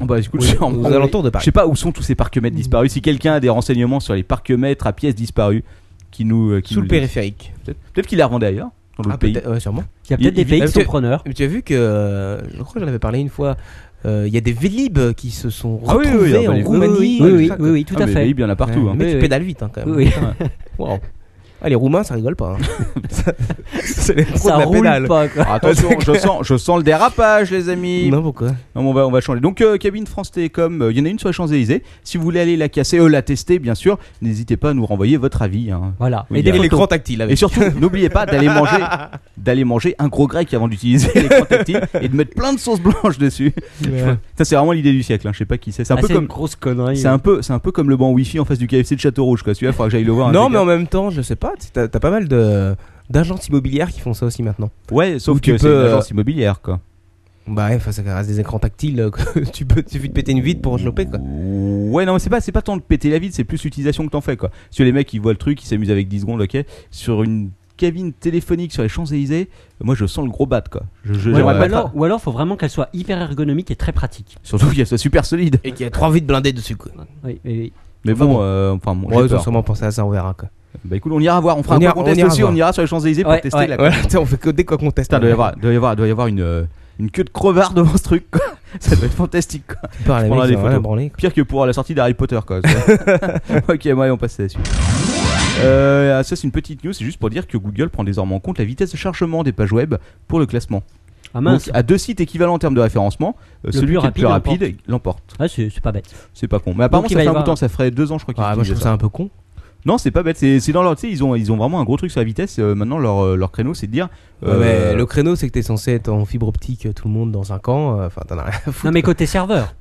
[SPEAKER 3] Bah, écoute,
[SPEAKER 5] aux,
[SPEAKER 3] je- en-
[SPEAKER 5] aux alentours de
[SPEAKER 3] Je
[SPEAKER 5] Paris.
[SPEAKER 3] sais pas où sont tous ces parcs-mètres disparus. Si quelqu'un a des renseignements sur les parcs-mètres à pièces disparues, qui nous. euh, qui
[SPEAKER 5] Sous
[SPEAKER 3] nous
[SPEAKER 5] le
[SPEAKER 3] les-
[SPEAKER 5] périphérique.
[SPEAKER 3] Peut-être peut-être qu'il les revendait ailleurs, dans d'autres
[SPEAKER 5] Ah,
[SPEAKER 3] pays.
[SPEAKER 5] peut-être- ouais, sûrement.
[SPEAKER 4] Il y a
[SPEAKER 3] Il-
[SPEAKER 4] peut-être des
[SPEAKER 3] il-
[SPEAKER 4] pays qui sont
[SPEAKER 5] parce que-
[SPEAKER 4] preneurs.
[SPEAKER 5] Mais tu as vu que, euh, je crois que j'en avais parlé une fois, euh, il y a des Vélib qui se sont
[SPEAKER 3] Ah oui, oui,
[SPEAKER 5] retrouvés
[SPEAKER 3] oui, ah bah,
[SPEAKER 5] en
[SPEAKER 3] les-
[SPEAKER 5] Roumanie.
[SPEAKER 4] oui,
[SPEAKER 5] et
[SPEAKER 4] oui,
[SPEAKER 5] tout
[SPEAKER 4] oui,
[SPEAKER 5] ça, quoi.
[SPEAKER 4] oui, oui, tout
[SPEAKER 3] Ah,
[SPEAKER 4] à
[SPEAKER 3] mais
[SPEAKER 4] fait.
[SPEAKER 3] il y en a partout.
[SPEAKER 5] Ouais,
[SPEAKER 3] hein.
[SPEAKER 5] Le mec,
[SPEAKER 4] Oui,
[SPEAKER 5] il
[SPEAKER 4] oui.
[SPEAKER 5] pédale vite hein, quand même.
[SPEAKER 4] Oui.
[SPEAKER 5] Wow. Ah, les Roumains, ça rigole pas. hein. c'est les pros de
[SPEAKER 4] Ça
[SPEAKER 5] la pédale.
[SPEAKER 4] roule pas, quoi.
[SPEAKER 3] Ah, attention, je sens, je sens le dérapage, les amis.
[SPEAKER 5] Non, pourquoi
[SPEAKER 3] Non, mais on va, on va changer. Donc, euh, cabine France Télécom, euh, il y en a une sur les Champs-Élysées. Si vous voulez aller la casser, euh, la tester, bien sûr, n'hésitez pas à nous renvoyer votre avis. hein.
[SPEAKER 4] Voilà.
[SPEAKER 3] Oui,
[SPEAKER 4] Et
[SPEAKER 3] il y a-
[SPEAKER 4] des
[SPEAKER 3] Et
[SPEAKER 5] Et
[SPEAKER 3] les
[SPEAKER 4] photos.
[SPEAKER 5] l'écran tactile
[SPEAKER 3] Et
[SPEAKER 5] avec.
[SPEAKER 3] surtout, n'oubliez pas d'aller manger, d'aller manger un gros grec avant d'utiliser les contactiles et de mettre plein de sauce blanche dessus. Ça, c'est vraiment l'idée du siècle. Hein. Je sais pas qui c'est. C'est un
[SPEAKER 4] Ah,
[SPEAKER 3] peu
[SPEAKER 4] c'est une
[SPEAKER 3] comme,
[SPEAKER 4] grosse connerie.
[SPEAKER 3] c'est un peu, c'est un peu comme le banc wifi en face du KFC de Château Rouge. Quoi. Celui-là, il faudra que j'aille le voir. un
[SPEAKER 5] Non,
[SPEAKER 3] des
[SPEAKER 5] mais en
[SPEAKER 3] gars.
[SPEAKER 5] même temps, je sais pas, tu- t'as t'as pas mal de d'agences immobilières qui font ça aussi maintenant.
[SPEAKER 3] ouais, sauf
[SPEAKER 5] Ou tu
[SPEAKER 3] que c'est
[SPEAKER 5] peux,
[SPEAKER 3] une
[SPEAKER 5] euh,
[SPEAKER 3] agence immobilière, quoi.
[SPEAKER 5] Bah ouais, enfin, ça reste des écrans tactiles, euh, que tu peux, il suffit de péter une vide pour te choper quoi.
[SPEAKER 3] Ouais, non, mais c'est pas, c'est pas tant de péter la vide, c'est plus l'utilisation que t'en fais, quoi. Sur les mecs, ils voient le truc, ils s'amusent avec 10 secondes, ok. Sur une cabine téléphonique sur les Champs-Élysées, moi je sens le gros bat, quoi. Je, je-
[SPEAKER 4] Ouais,
[SPEAKER 3] j'aimerais
[SPEAKER 4] ou,
[SPEAKER 3] pas
[SPEAKER 4] alors,
[SPEAKER 3] ça.
[SPEAKER 4] ou alors, faut vraiment qu'elle soit hyper ergonomique et très pratique.
[SPEAKER 3] Surtout qu'elle soit super solide.
[SPEAKER 5] Et qu'il y a trois vides blindées dessus quoi.
[SPEAKER 4] Oui, oui, oui.
[SPEAKER 3] Mais
[SPEAKER 5] Enfin
[SPEAKER 3] bon,
[SPEAKER 5] bon.
[SPEAKER 3] euh, enfin, bon, j'ai
[SPEAKER 5] Ouais, ils ont
[SPEAKER 3] peur.
[SPEAKER 5] sûrement pensé à ça, on verra quoi.
[SPEAKER 3] Bah écoute, on ira voir, on fera
[SPEAKER 5] On
[SPEAKER 3] un
[SPEAKER 5] ira-
[SPEAKER 3] point
[SPEAKER 5] on
[SPEAKER 3] contest
[SPEAKER 5] ira
[SPEAKER 3] aussi,
[SPEAKER 5] voir.
[SPEAKER 3] on ira sur les Champs-Élysés
[SPEAKER 4] Ouais,
[SPEAKER 3] pour tester
[SPEAKER 4] ouais.
[SPEAKER 3] la.
[SPEAKER 5] Voilà, putain, on fait que des quoi qu'on teste.
[SPEAKER 3] Putain, doit y avoir, doit y avoir, doit y avoir une, euh, une queue de crevard devant ce truc, quoi. Ça doit être fantastique, quoi.
[SPEAKER 5] Par les
[SPEAKER 3] On a
[SPEAKER 5] mecs,
[SPEAKER 3] des
[SPEAKER 5] ils ont rien
[SPEAKER 3] photos.
[SPEAKER 5] à branler, quoi.
[SPEAKER 3] Pire que pour la sortie d'Harry Potter, quoi. ok, ouais, on passe à la suite. Euh, ça, c'est une petite news, c'est juste pour dire que Google prend désormais en compte la vitesse de chargement des pages web pour le classement.
[SPEAKER 4] Ah mince.
[SPEAKER 3] Donc, à deux sites équivalents en termes de référencement, euh, celui
[SPEAKER 4] plus
[SPEAKER 3] qui est le
[SPEAKER 4] rapide
[SPEAKER 3] plus rapide l'emporte.
[SPEAKER 4] Ah, c'est c'est pas bête.
[SPEAKER 3] C'est pas con. Mais apparemment,
[SPEAKER 4] Donc, il
[SPEAKER 3] ça
[SPEAKER 4] va
[SPEAKER 3] fait
[SPEAKER 4] y
[SPEAKER 3] un bout de
[SPEAKER 4] avoir-
[SPEAKER 3] temps, ça ferait deux ans, je crois qu'ils
[SPEAKER 5] Ah, moi je
[SPEAKER 3] utilisaient
[SPEAKER 5] trouve
[SPEAKER 3] ça.
[SPEAKER 5] ça un peu con.
[SPEAKER 3] Non, c'est pas bête, c'est c'est dans leur. Tu sais, ils ont, ils ont vraiment un gros truc sur la vitesse. euh, maintenant, leur, euh, leur créneau, c'est de dire. euh,
[SPEAKER 5] Ouais, mais le créneau, c'est que t'es censé être en fibre optique euh, tout le monde dans 5 ans. euh, Enfin, t'en as rien à foutre.
[SPEAKER 4] Non, mais côté serveur.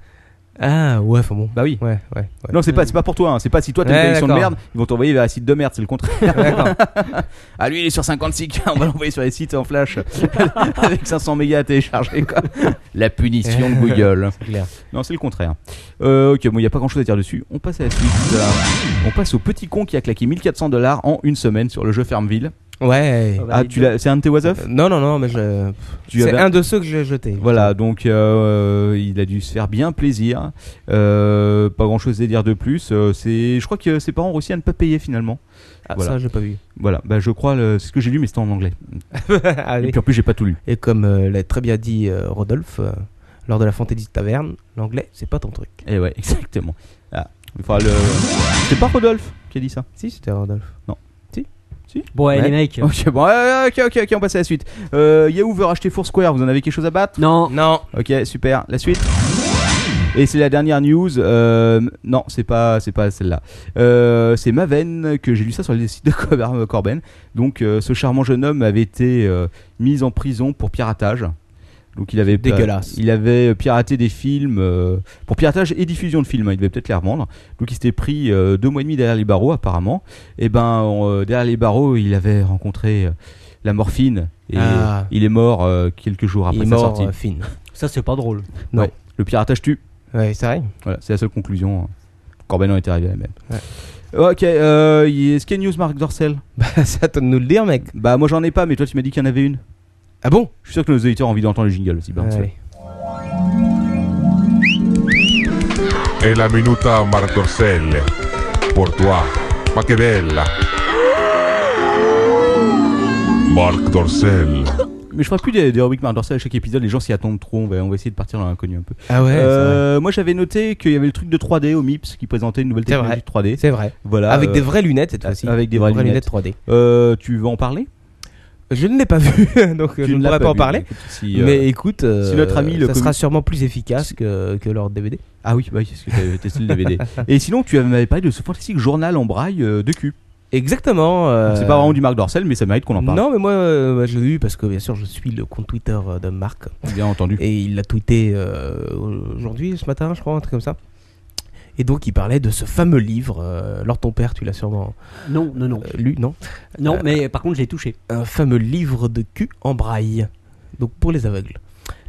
[SPEAKER 5] Ah, ouais, enfin bon.
[SPEAKER 3] Bah oui.
[SPEAKER 5] Ouais, ouais. ouais.
[SPEAKER 3] Non, c'est pas, c'est pas pour toi, hein. c'est pas si toi t'as
[SPEAKER 5] Ouais,
[SPEAKER 3] une connexion de
[SPEAKER 5] d'accord.
[SPEAKER 3] merde, ils vont t'envoyer vers un site de merde, c'est le contraire.
[SPEAKER 5] D'accord.
[SPEAKER 3] Ah, lui il est sur 56K, on va l'envoyer sur les sites en flash avec 500 mégas à télécharger quoi. La punition de Google.
[SPEAKER 5] clair.
[SPEAKER 3] Non, c'est le contraire. Euh, ok, bon, il n'y a pas grand chose à dire dessus. On passe à la suite. Euh, On passe au petit con qui a claqué 1400 dollars en une semaine sur le jeu Fermeville.
[SPEAKER 5] Ouais.
[SPEAKER 4] bah,
[SPEAKER 3] Ah,
[SPEAKER 4] dis
[SPEAKER 3] tu l'as, c'est un de tes was
[SPEAKER 5] Euh, Non, non, non, mais je.
[SPEAKER 3] Tu
[SPEAKER 5] C'est
[SPEAKER 3] avais-
[SPEAKER 5] un de ceux que j'ai jeté.
[SPEAKER 3] Voilà, donc euh, il a dû se faire bien plaisir. Euh, pas grand chose à dire de plus. Euh, c'est, je crois que ses parents ont réussi à ne pas payer finalement.
[SPEAKER 5] Ah,
[SPEAKER 3] voilà.
[SPEAKER 5] ça, j'ai pas vu.
[SPEAKER 3] Voilà, bah, je crois, le- c'est ce que j'ai lu, mais c'était en anglais. Et
[SPEAKER 5] Allez.
[SPEAKER 3] puis en plus, j'ai pas tout lu.
[SPEAKER 5] Et comme euh, l'a très bien dit euh, Rodolphe, euh, lors de la fantaisie de taverne, l'anglais, c'est pas ton truc.
[SPEAKER 3] Et Eh ouais, exactement. Ah, il faudra le. C'est pas Rodolphe qui a dit ça.
[SPEAKER 5] Si, c'était Rodolphe.
[SPEAKER 4] Bon, ouais,
[SPEAKER 3] Ouais.
[SPEAKER 4] les mecs.
[SPEAKER 3] Ok, bon, ouais, ok, ok, ok, on passe à la suite. Euh, Yahoo veut racheter Foursquare, vous en avez quelque chose à battre
[SPEAKER 4] Non.
[SPEAKER 5] Non.
[SPEAKER 3] Ok, super, la suite. Et c'est la dernière news. euh, non, c'est pas, c'est pas celle-là. Euh, c'est Maven que j'ai lu ça sur le site de Cor- Corben. Donc, euh, ce charmant jeune homme avait été euh, mis en prison pour piratage. Donc, il avait
[SPEAKER 5] Dégueulasse.
[SPEAKER 3] il avait euh, piraté des films euh, pour piratage et diffusion de films. hein, il devait peut-être les revendre. Donc, il s'était pris euh, deux mois et demi derrière les barreaux apparemment. Et ben, euh, derrière les barreaux, il avait rencontré euh, la morphine et
[SPEAKER 5] Ah.
[SPEAKER 3] il est mort euh, quelques jours après
[SPEAKER 5] Il est
[SPEAKER 3] sa
[SPEAKER 5] mort,
[SPEAKER 3] sortie.
[SPEAKER 5] euh, Finn.
[SPEAKER 4] Ça, c'est pas drôle.
[SPEAKER 3] Le piratage tue.
[SPEAKER 5] Ouais, c'est vrai.
[SPEAKER 3] Voilà, c'est la seule conclusion. Corben en était arrivé à la même.
[SPEAKER 5] Ouais.
[SPEAKER 3] Ok, euh, y- est-ce qu'il y a une news, Marc Dorcel
[SPEAKER 5] Bah, ça de nous le dire, mec.
[SPEAKER 3] Bah, moi j'en ai pas, mais toi tu m'as dit qu'il y en avait une.
[SPEAKER 5] Ah bon
[SPEAKER 3] Je suis sûr que nos auditeurs ont envie d'entendre le jingle aussi. Bah,
[SPEAKER 5] Allez.
[SPEAKER 6] È la minuta Marc Dorcel. Pour toi. Ma che bella. Marc Dorcel.
[SPEAKER 3] Mais je ferai plus des, des rubriques Marc Dorcel à chaque épisode, les gens s'y attendent trop, on va, on va essayer de partir dans l'inconnu un peu.
[SPEAKER 5] Ah ouais,
[SPEAKER 3] Euh, moi j'avais noté qu'il y avait le truc de 3D au MIPS qui présentait une nouvelle
[SPEAKER 5] C'est
[SPEAKER 3] technologie de 3D.
[SPEAKER 5] c'est vrai. C'est vrai.
[SPEAKER 3] Voilà.
[SPEAKER 5] avec
[SPEAKER 3] euh,
[SPEAKER 5] des vraies lunettes cette fois-ci.
[SPEAKER 3] avec des vraies lunettes.
[SPEAKER 5] 3D.
[SPEAKER 3] euh, tu veux en parler
[SPEAKER 5] Je ne l'ai pas vu, donc euh, je
[SPEAKER 3] Tu
[SPEAKER 5] ne
[SPEAKER 3] l'as
[SPEAKER 5] pourrais pas en
[SPEAKER 3] vu,
[SPEAKER 5] parler.
[SPEAKER 3] écoute, si, euh,
[SPEAKER 5] Mais écoute, euh,
[SPEAKER 3] si notre ami le
[SPEAKER 5] ça sera
[SPEAKER 3] commu-
[SPEAKER 5] sûrement plus efficace que, que leur DVD.
[SPEAKER 3] Ah oui, bah, oui, parce que t'avais testé le DVD. Et sinon, tu m'avais parlé de ce fantastique journal en braille euh, de cul.
[SPEAKER 5] Exactement. euh,
[SPEAKER 3] C'est pas vraiment du Marc Dorcel, mais ça mérite qu'on en parle.
[SPEAKER 5] Non, mais moi, euh, bah, je l'ai eu parce que bien sûr, je suis le compte Twitter euh, de Marc
[SPEAKER 3] Bien entendu.
[SPEAKER 5] et il l'a tweeté euh, aujourd'hui, ce matin, je crois, un truc comme ça. Et donc, il parlait de ce fameux livre. euh, Lors ton père, tu l'as sûrement
[SPEAKER 4] Non, non, non.
[SPEAKER 5] euh, lu, non
[SPEAKER 4] Non, mais par contre, je l'ai touché.
[SPEAKER 5] Un fameux livre de cul en braille, donc pour les aveugles.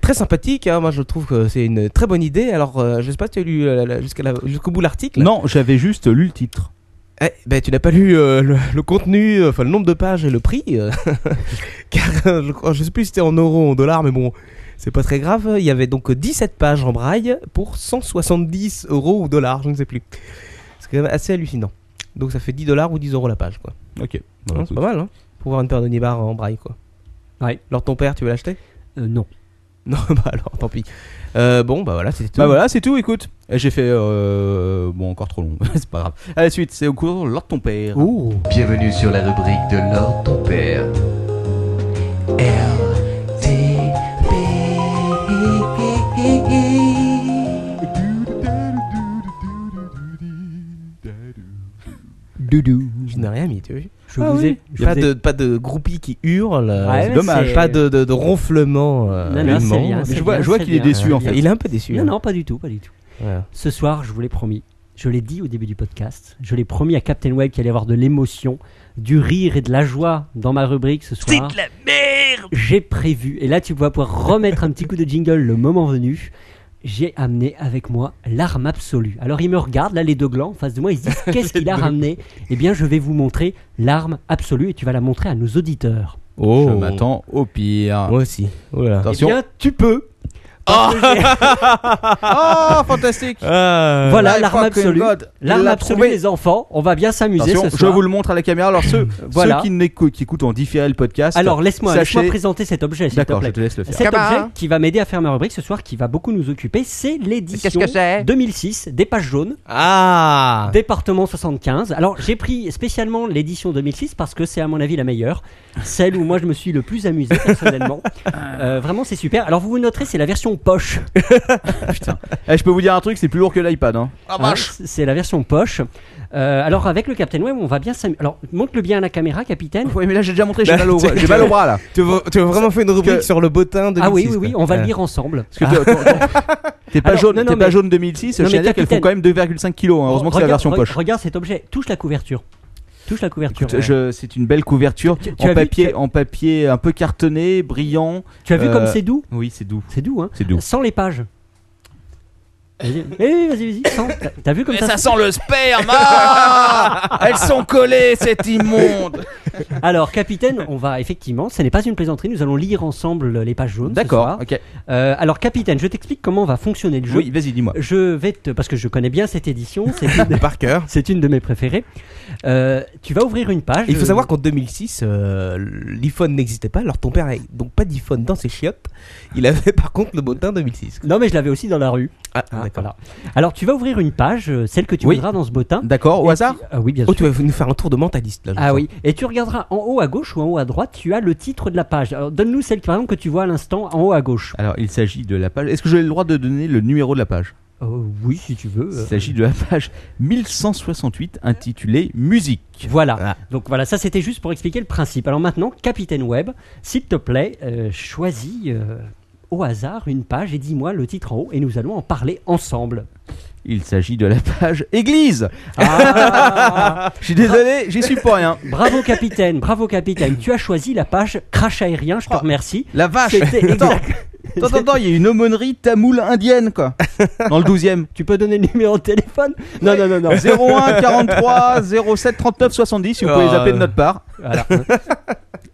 [SPEAKER 5] très sympathique. hein. Moi, je trouve que c'est une très bonne idée. Alors, euh, je sais pas si tu as lu euh, la- jusqu'à la- jusqu'au bout l'article.
[SPEAKER 3] Non, j'avais juste lu le titre.
[SPEAKER 5] Eh, ben, tu n'as pas lu euh, le, le contenu, euh, enfin le nombre de pages et le prix. euh, car euh, je, crois- je sais plus si c'était en euros ou en dollars, mais bon, c'est pas très grave. Il y avait donc 17 pages en braille pour 170 euros ou dollars, je ne sais plus. C'est quand même assez hallucinant. Donc ça fait 10 dollars ou 10 euros la page, quoi.
[SPEAKER 3] Ok.
[SPEAKER 4] Ah,
[SPEAKER 5] Hein,
[SPEAKER 4] bah,
[SPEAKER 5] c'est pas mal, hein Pour voir une paire de Nibar en braille, quoi.
[SPEAKER 4] Ouais.
[SPEAKER 5] Alors ton père, tu veux l'acheter
[SPEAKER 4] Euh, non.
[SPEAKER 5] Non, bah alors, tant pis. Euh, bon, bah voilà, c'était tout.
[SPEAKER 3] Bah voilà, c'est tout, écoute. Et J'ai fait. euh, Bon, encore trop long, c'est pas grave. À la suite, c'est au cours Lord ton père.
[SPEAKER 4] Oh
[SPEAKER 2] Bienvenue sur la rubrique de l'ordre ton père.
[SPEAKER 4] Doudou.
[SPEAKER 5] Je n'ai rien mis, tu vois.
[SPEAKER 4] Je
[SPEAKER 5] Ah
[SPEAKER 4] vous
[SPEAKER 5] oui.
[SPEAKER 4] ai. je
[SPEAKER 5] Pas
[SPEAKER 4] vous ai-
[SPEAKER 5] de, pas de groupie qui hurle. euh,
[SPEAKER 4] Ouais,
[SPEAKER 5] c'est
[SPEAKER 4] mais
[SPEAKER 5] dommage.
[SPEAKER 4] c'est-
[SPEAKER 5] Pas de, de, de ronflement. euh,
[SPEAKER 4] Non, non, c'est
[SPEAKER 5] allemand.
[SPEAKER 4] bien, c'est
[SPEAKER 3] Je vois,
[SPEAKER 4] bien,
[SPEAKER 3] je vois
[SPEAKER 4] c'est
[SPEAKER 3] qu'il est
[SPEAKER 4] bien.
[SPEAKER 3] déçu en
[SPEAKER 5] Il-
[SPEAKER 3] fait.
[SPEAKER 5] Il est un peu déçu.
[SPEAKER 4] Non,
[SPEAKER 5] hein.
[SPEAKER 4] non, pas du tout, pas du tout.
[SPEAKER 5] Voilà.
[SPEAKER 4] Ce soir, je vous l'ai promis. Je l'ai dit au début du podcast. Je l'ai promis à Captain Web qu'il allait y avoir de l'émotion, du rire et de la joie dans ma rubrique ce soir. C'est la merde J'ai prévu, et là tu vas pouvoir remettre un petit coup de jingle le moment venu. J'ai amené avec moi l'arme absolue. Alors ils me regardent, là les deux glands en face de moi, ils se disent qu'est-ce qu'il a ramené Eh bien je vais vous montrer l'arme absolue et tu vas la montrer à nos auditeurs.
[SPEAKER 3] Je
[SPEAKER 4] Oh.
[SPEAKER 3] m'attends au pire.
[SPEAKER 5] Moi aussi. Oh là là.
[SPEAKER 3] Attention.
[SPEAKER 4] Eh bien tu peux Parce que j'ai-
[SPEAKER 3] Ah, fantastique
[SPEAKER 5] Ah.
[SPEAKER 4] Voilà
[SPEAKER 3] Euh, I
[SPEAKER 4] l'arme
[SPEAKER 3] fucking
[SPEAKER 4] absolue.
[SPEAKER 3] God. Il
[SPEAKER 4] L'arme
[SPEAKER 3] l'a
[SPEAKER 4] absolue
[SPEAKER 3] trouvé.
[SPEAKER 4] les enfants, on va bien s'amuser
[SPEAKER 3] Attention, je
[SPEAKER 4] ce soir.
[SPEAKER 3] vous le montre à la caméra. Alors ceux,
[SPEAKER 4] Voilà.
[SPEAKER 3] ceux qui n'écoutent, qui écoutent en différé le podcast.
[SPEAKER 4] Alors laisse-moi
[SPEAKER 3] sachez-
[SPEAKER 4] laisse-moi présenter cet objet. s'il te
[SPEAKER 3] D'accord, je
[SPEAKER 4] plaît.
[SPEAKER 3] te laisse le faire.
[SPEAKER 4] Cet objet qui va m'aider à faire ma rubrique ce soir, qui va beaucoup nous occuper, c'est l'édition 2006 des pages jaunes,
[SPEAKER 5] Ah
[SPEAKER 4] département 75. Alors j'ai pris spécialement l'édition 2006 parce que c'est à mon avis la meilleure, celle où moi je me suis le plus amusé personnellement. Euh, vraiment c'est super. Alors vous vous noterez, c'est la version poche.
[SPEAKER 3] Eh, je peux vous dire un truc, c'est plus lourd que l'iPad. Hein.
[SPEAKER 4] Hein, c'est la version poche. Euh, alors avec le Captain Web, on va bien s'amuser. Alors montre-le bien à la caméra, capitaine.
[SPEAKER 3] Oui, mais là j'ai déjà montré, j'ai
[SPEAKER 5] Bah,
[SPEAKER 3] mal, au...
[SPEAKER 5] tu-
[SPEAKER 3] j'ai mal au bras là.
[SPEAKER 5] tu veux, tu veux vraiment faire une rubrique
[SPEAKER 3] que-
[SPEAKER 5] sur le bottin de
[SPEAKER 4] Ah oui, oui, oui, on va le lire ensemble.
[SPEAKER 3] Euh. Parce que t'es- T'es pas
[SPEAKER 4] Alors,
[SPEAKER 3] jaune,
[SPEAKER 4] non, non,
[SPEAKER 3] t'es pas
[SPEAKER 4] mais-
[SPEAKER 3] jaune 2006.
[SPEAKER 4] Non,
[SPEAKER 3] je tiens à
[SPEAKER 4] mais
[SPEAKER 3] dire qu'elles font
[SPEAKER 4] capitaine.
[SPEAKER 3] quand même 2,5 kilos. hein. Heureusement que c'est la
[SPEAKER 4] Ah. Regarde-
[SPEAKER 3] version
[SPEAKER 4] re-
[SPEAKER 3] poche.
[SPEAKER 4] Regarde cet objet, touche la couverture. Touche la couverture.
[SPEAKER 3] Écoute, je- c'est une belle couverture
[SPEAKER 4] Tu- tu as
[SPEAKER 3] en
[SPEAKER 4] vu-
[SPEAKER 3] papier,
[SPEAKER 4] tu as-
[SPEAKER 3] en papier un peu cartonné, brillant.
[SPEAKER 4] Tu as vu
[SPEAKER 3] euh,
[SPEAKER 4] comme c'est doux
[SPEAKER 3] Oui, c'est doux.
[SPEAKER 4] C'est doux, hein
[SPEAKER 3] C'est doux.
[SPEAKER 4] Sans les pages. Vas-y, Eh, vas-y, vas-y, sans. T'as- T'as vu comme ça,
[SPEAKER 7] sent le sperme ah Elles sont collées, c'est immonde
[SPEAKER 4] Alors, capitaine, on va effectivement, ce n'est pas une plaisanterie, nous allons lire ensemble les pages jaunes. ce
[SPEAKER 3] D'accord.
[SPEAKER 4] soir.
[SPEAKER 3] Ok.
[SPEAKER 4] Euh, alors, capitaine, je t'explique comment va fonctionner le jeu.
[SPEAKER 3] Oui, vas-y, dis-moi.
[SPEAKER 4] Je vais te. Parce que je connais bien cette édition, c'est une,
[SPEAKER 5] Par cœur.
[SPEAKER 4] c'est une de mes préférées. Euh, tu vas ouvrir une page.
[SPEAKER 5] Il faut savoir qu'en 2006, euh, l'iPhone n'existait pas, alors ton père n'avait donc pas d'iPhone dans ses chiottes. Il avait par contre le bottin 2006.
[SPEAKER 4] Euh, Non, mais je l'avais aussi dans la rue.
[SPEAKER 5] Ah,
[SPEAKER 4] Hein,
[SPEAKER 5] d'accord.
[SPEAKER 4] voilà. Alors, tu vas ouvrir une page, euh, celle que tu
[SPEAKER 3] Oui.
[SPEAKER 4] voudras dans ce bottin.
[SPEAKER 3] D'accord, au hasard
[SPEAKER 4] Ah oui, bien sûr.
[SPEAKER 5] Oh, tu vas nous faire un tour de mentaliste là. je
[SPEAKER 4] Ah
[SPEAKER 5] sens.
[SPEAKER 4] oui, et tu regarderas en haut à gauche ou en haut à droite, tu as le titre de la page. Alors donne-nous celle par exemple, que tu vois à l'instant en haut à gauche.
[SPEAKER 3] Alors, il s'agit de la page. Est-ce que j'ai le droit de donner le numéro de la page
[SPEAKER 4] Euh, oui, si tu veux.
[SPEAKER 3] Il
[SPEAKER 4] euh.
[SPEAKER 3] s'agit de la page 1168 intitulée Musique.
[SPEAKER 4] Voilà.
[SPEAKER 5] Ah.
[SPEAKER 4] Donc voilà, ça c'était juste pour expliquer le principe. Alors maintenant, Capitaine Web, s'il te plaît, euh, choisis euh, au hasard une page et dis-moi le titre en haut et nous allons en parler ensemble.
[SPEAKER 3] Il s'agit de la page Église.
[SPEAKER 4] Ah.
[SPEAKER 3] Je suis désolé, j'y suis pour rien.
[SPEAKER 4] bravo Capitaine, bravo Capitaine. tu as choisi la page crash aérien, je te remercie.
[SPEAKER 3] La vache
[SPEAKER 4] C'était
[SPEAKER 3] Attends,
[SPEAKER 4] exact.
[SPEAKER 3] attends, attends, il y a une aumônerie tamoule indienne, quoi. Dans le 12e.
[SPEAKER 4] Tu peux donner le numéro de téléphone Non, non, non, non.
[SPEAKER 3] 01 43 07 39 70, si vous pouvez les appeler de notre part.
[SPEAKER 4] Voilà.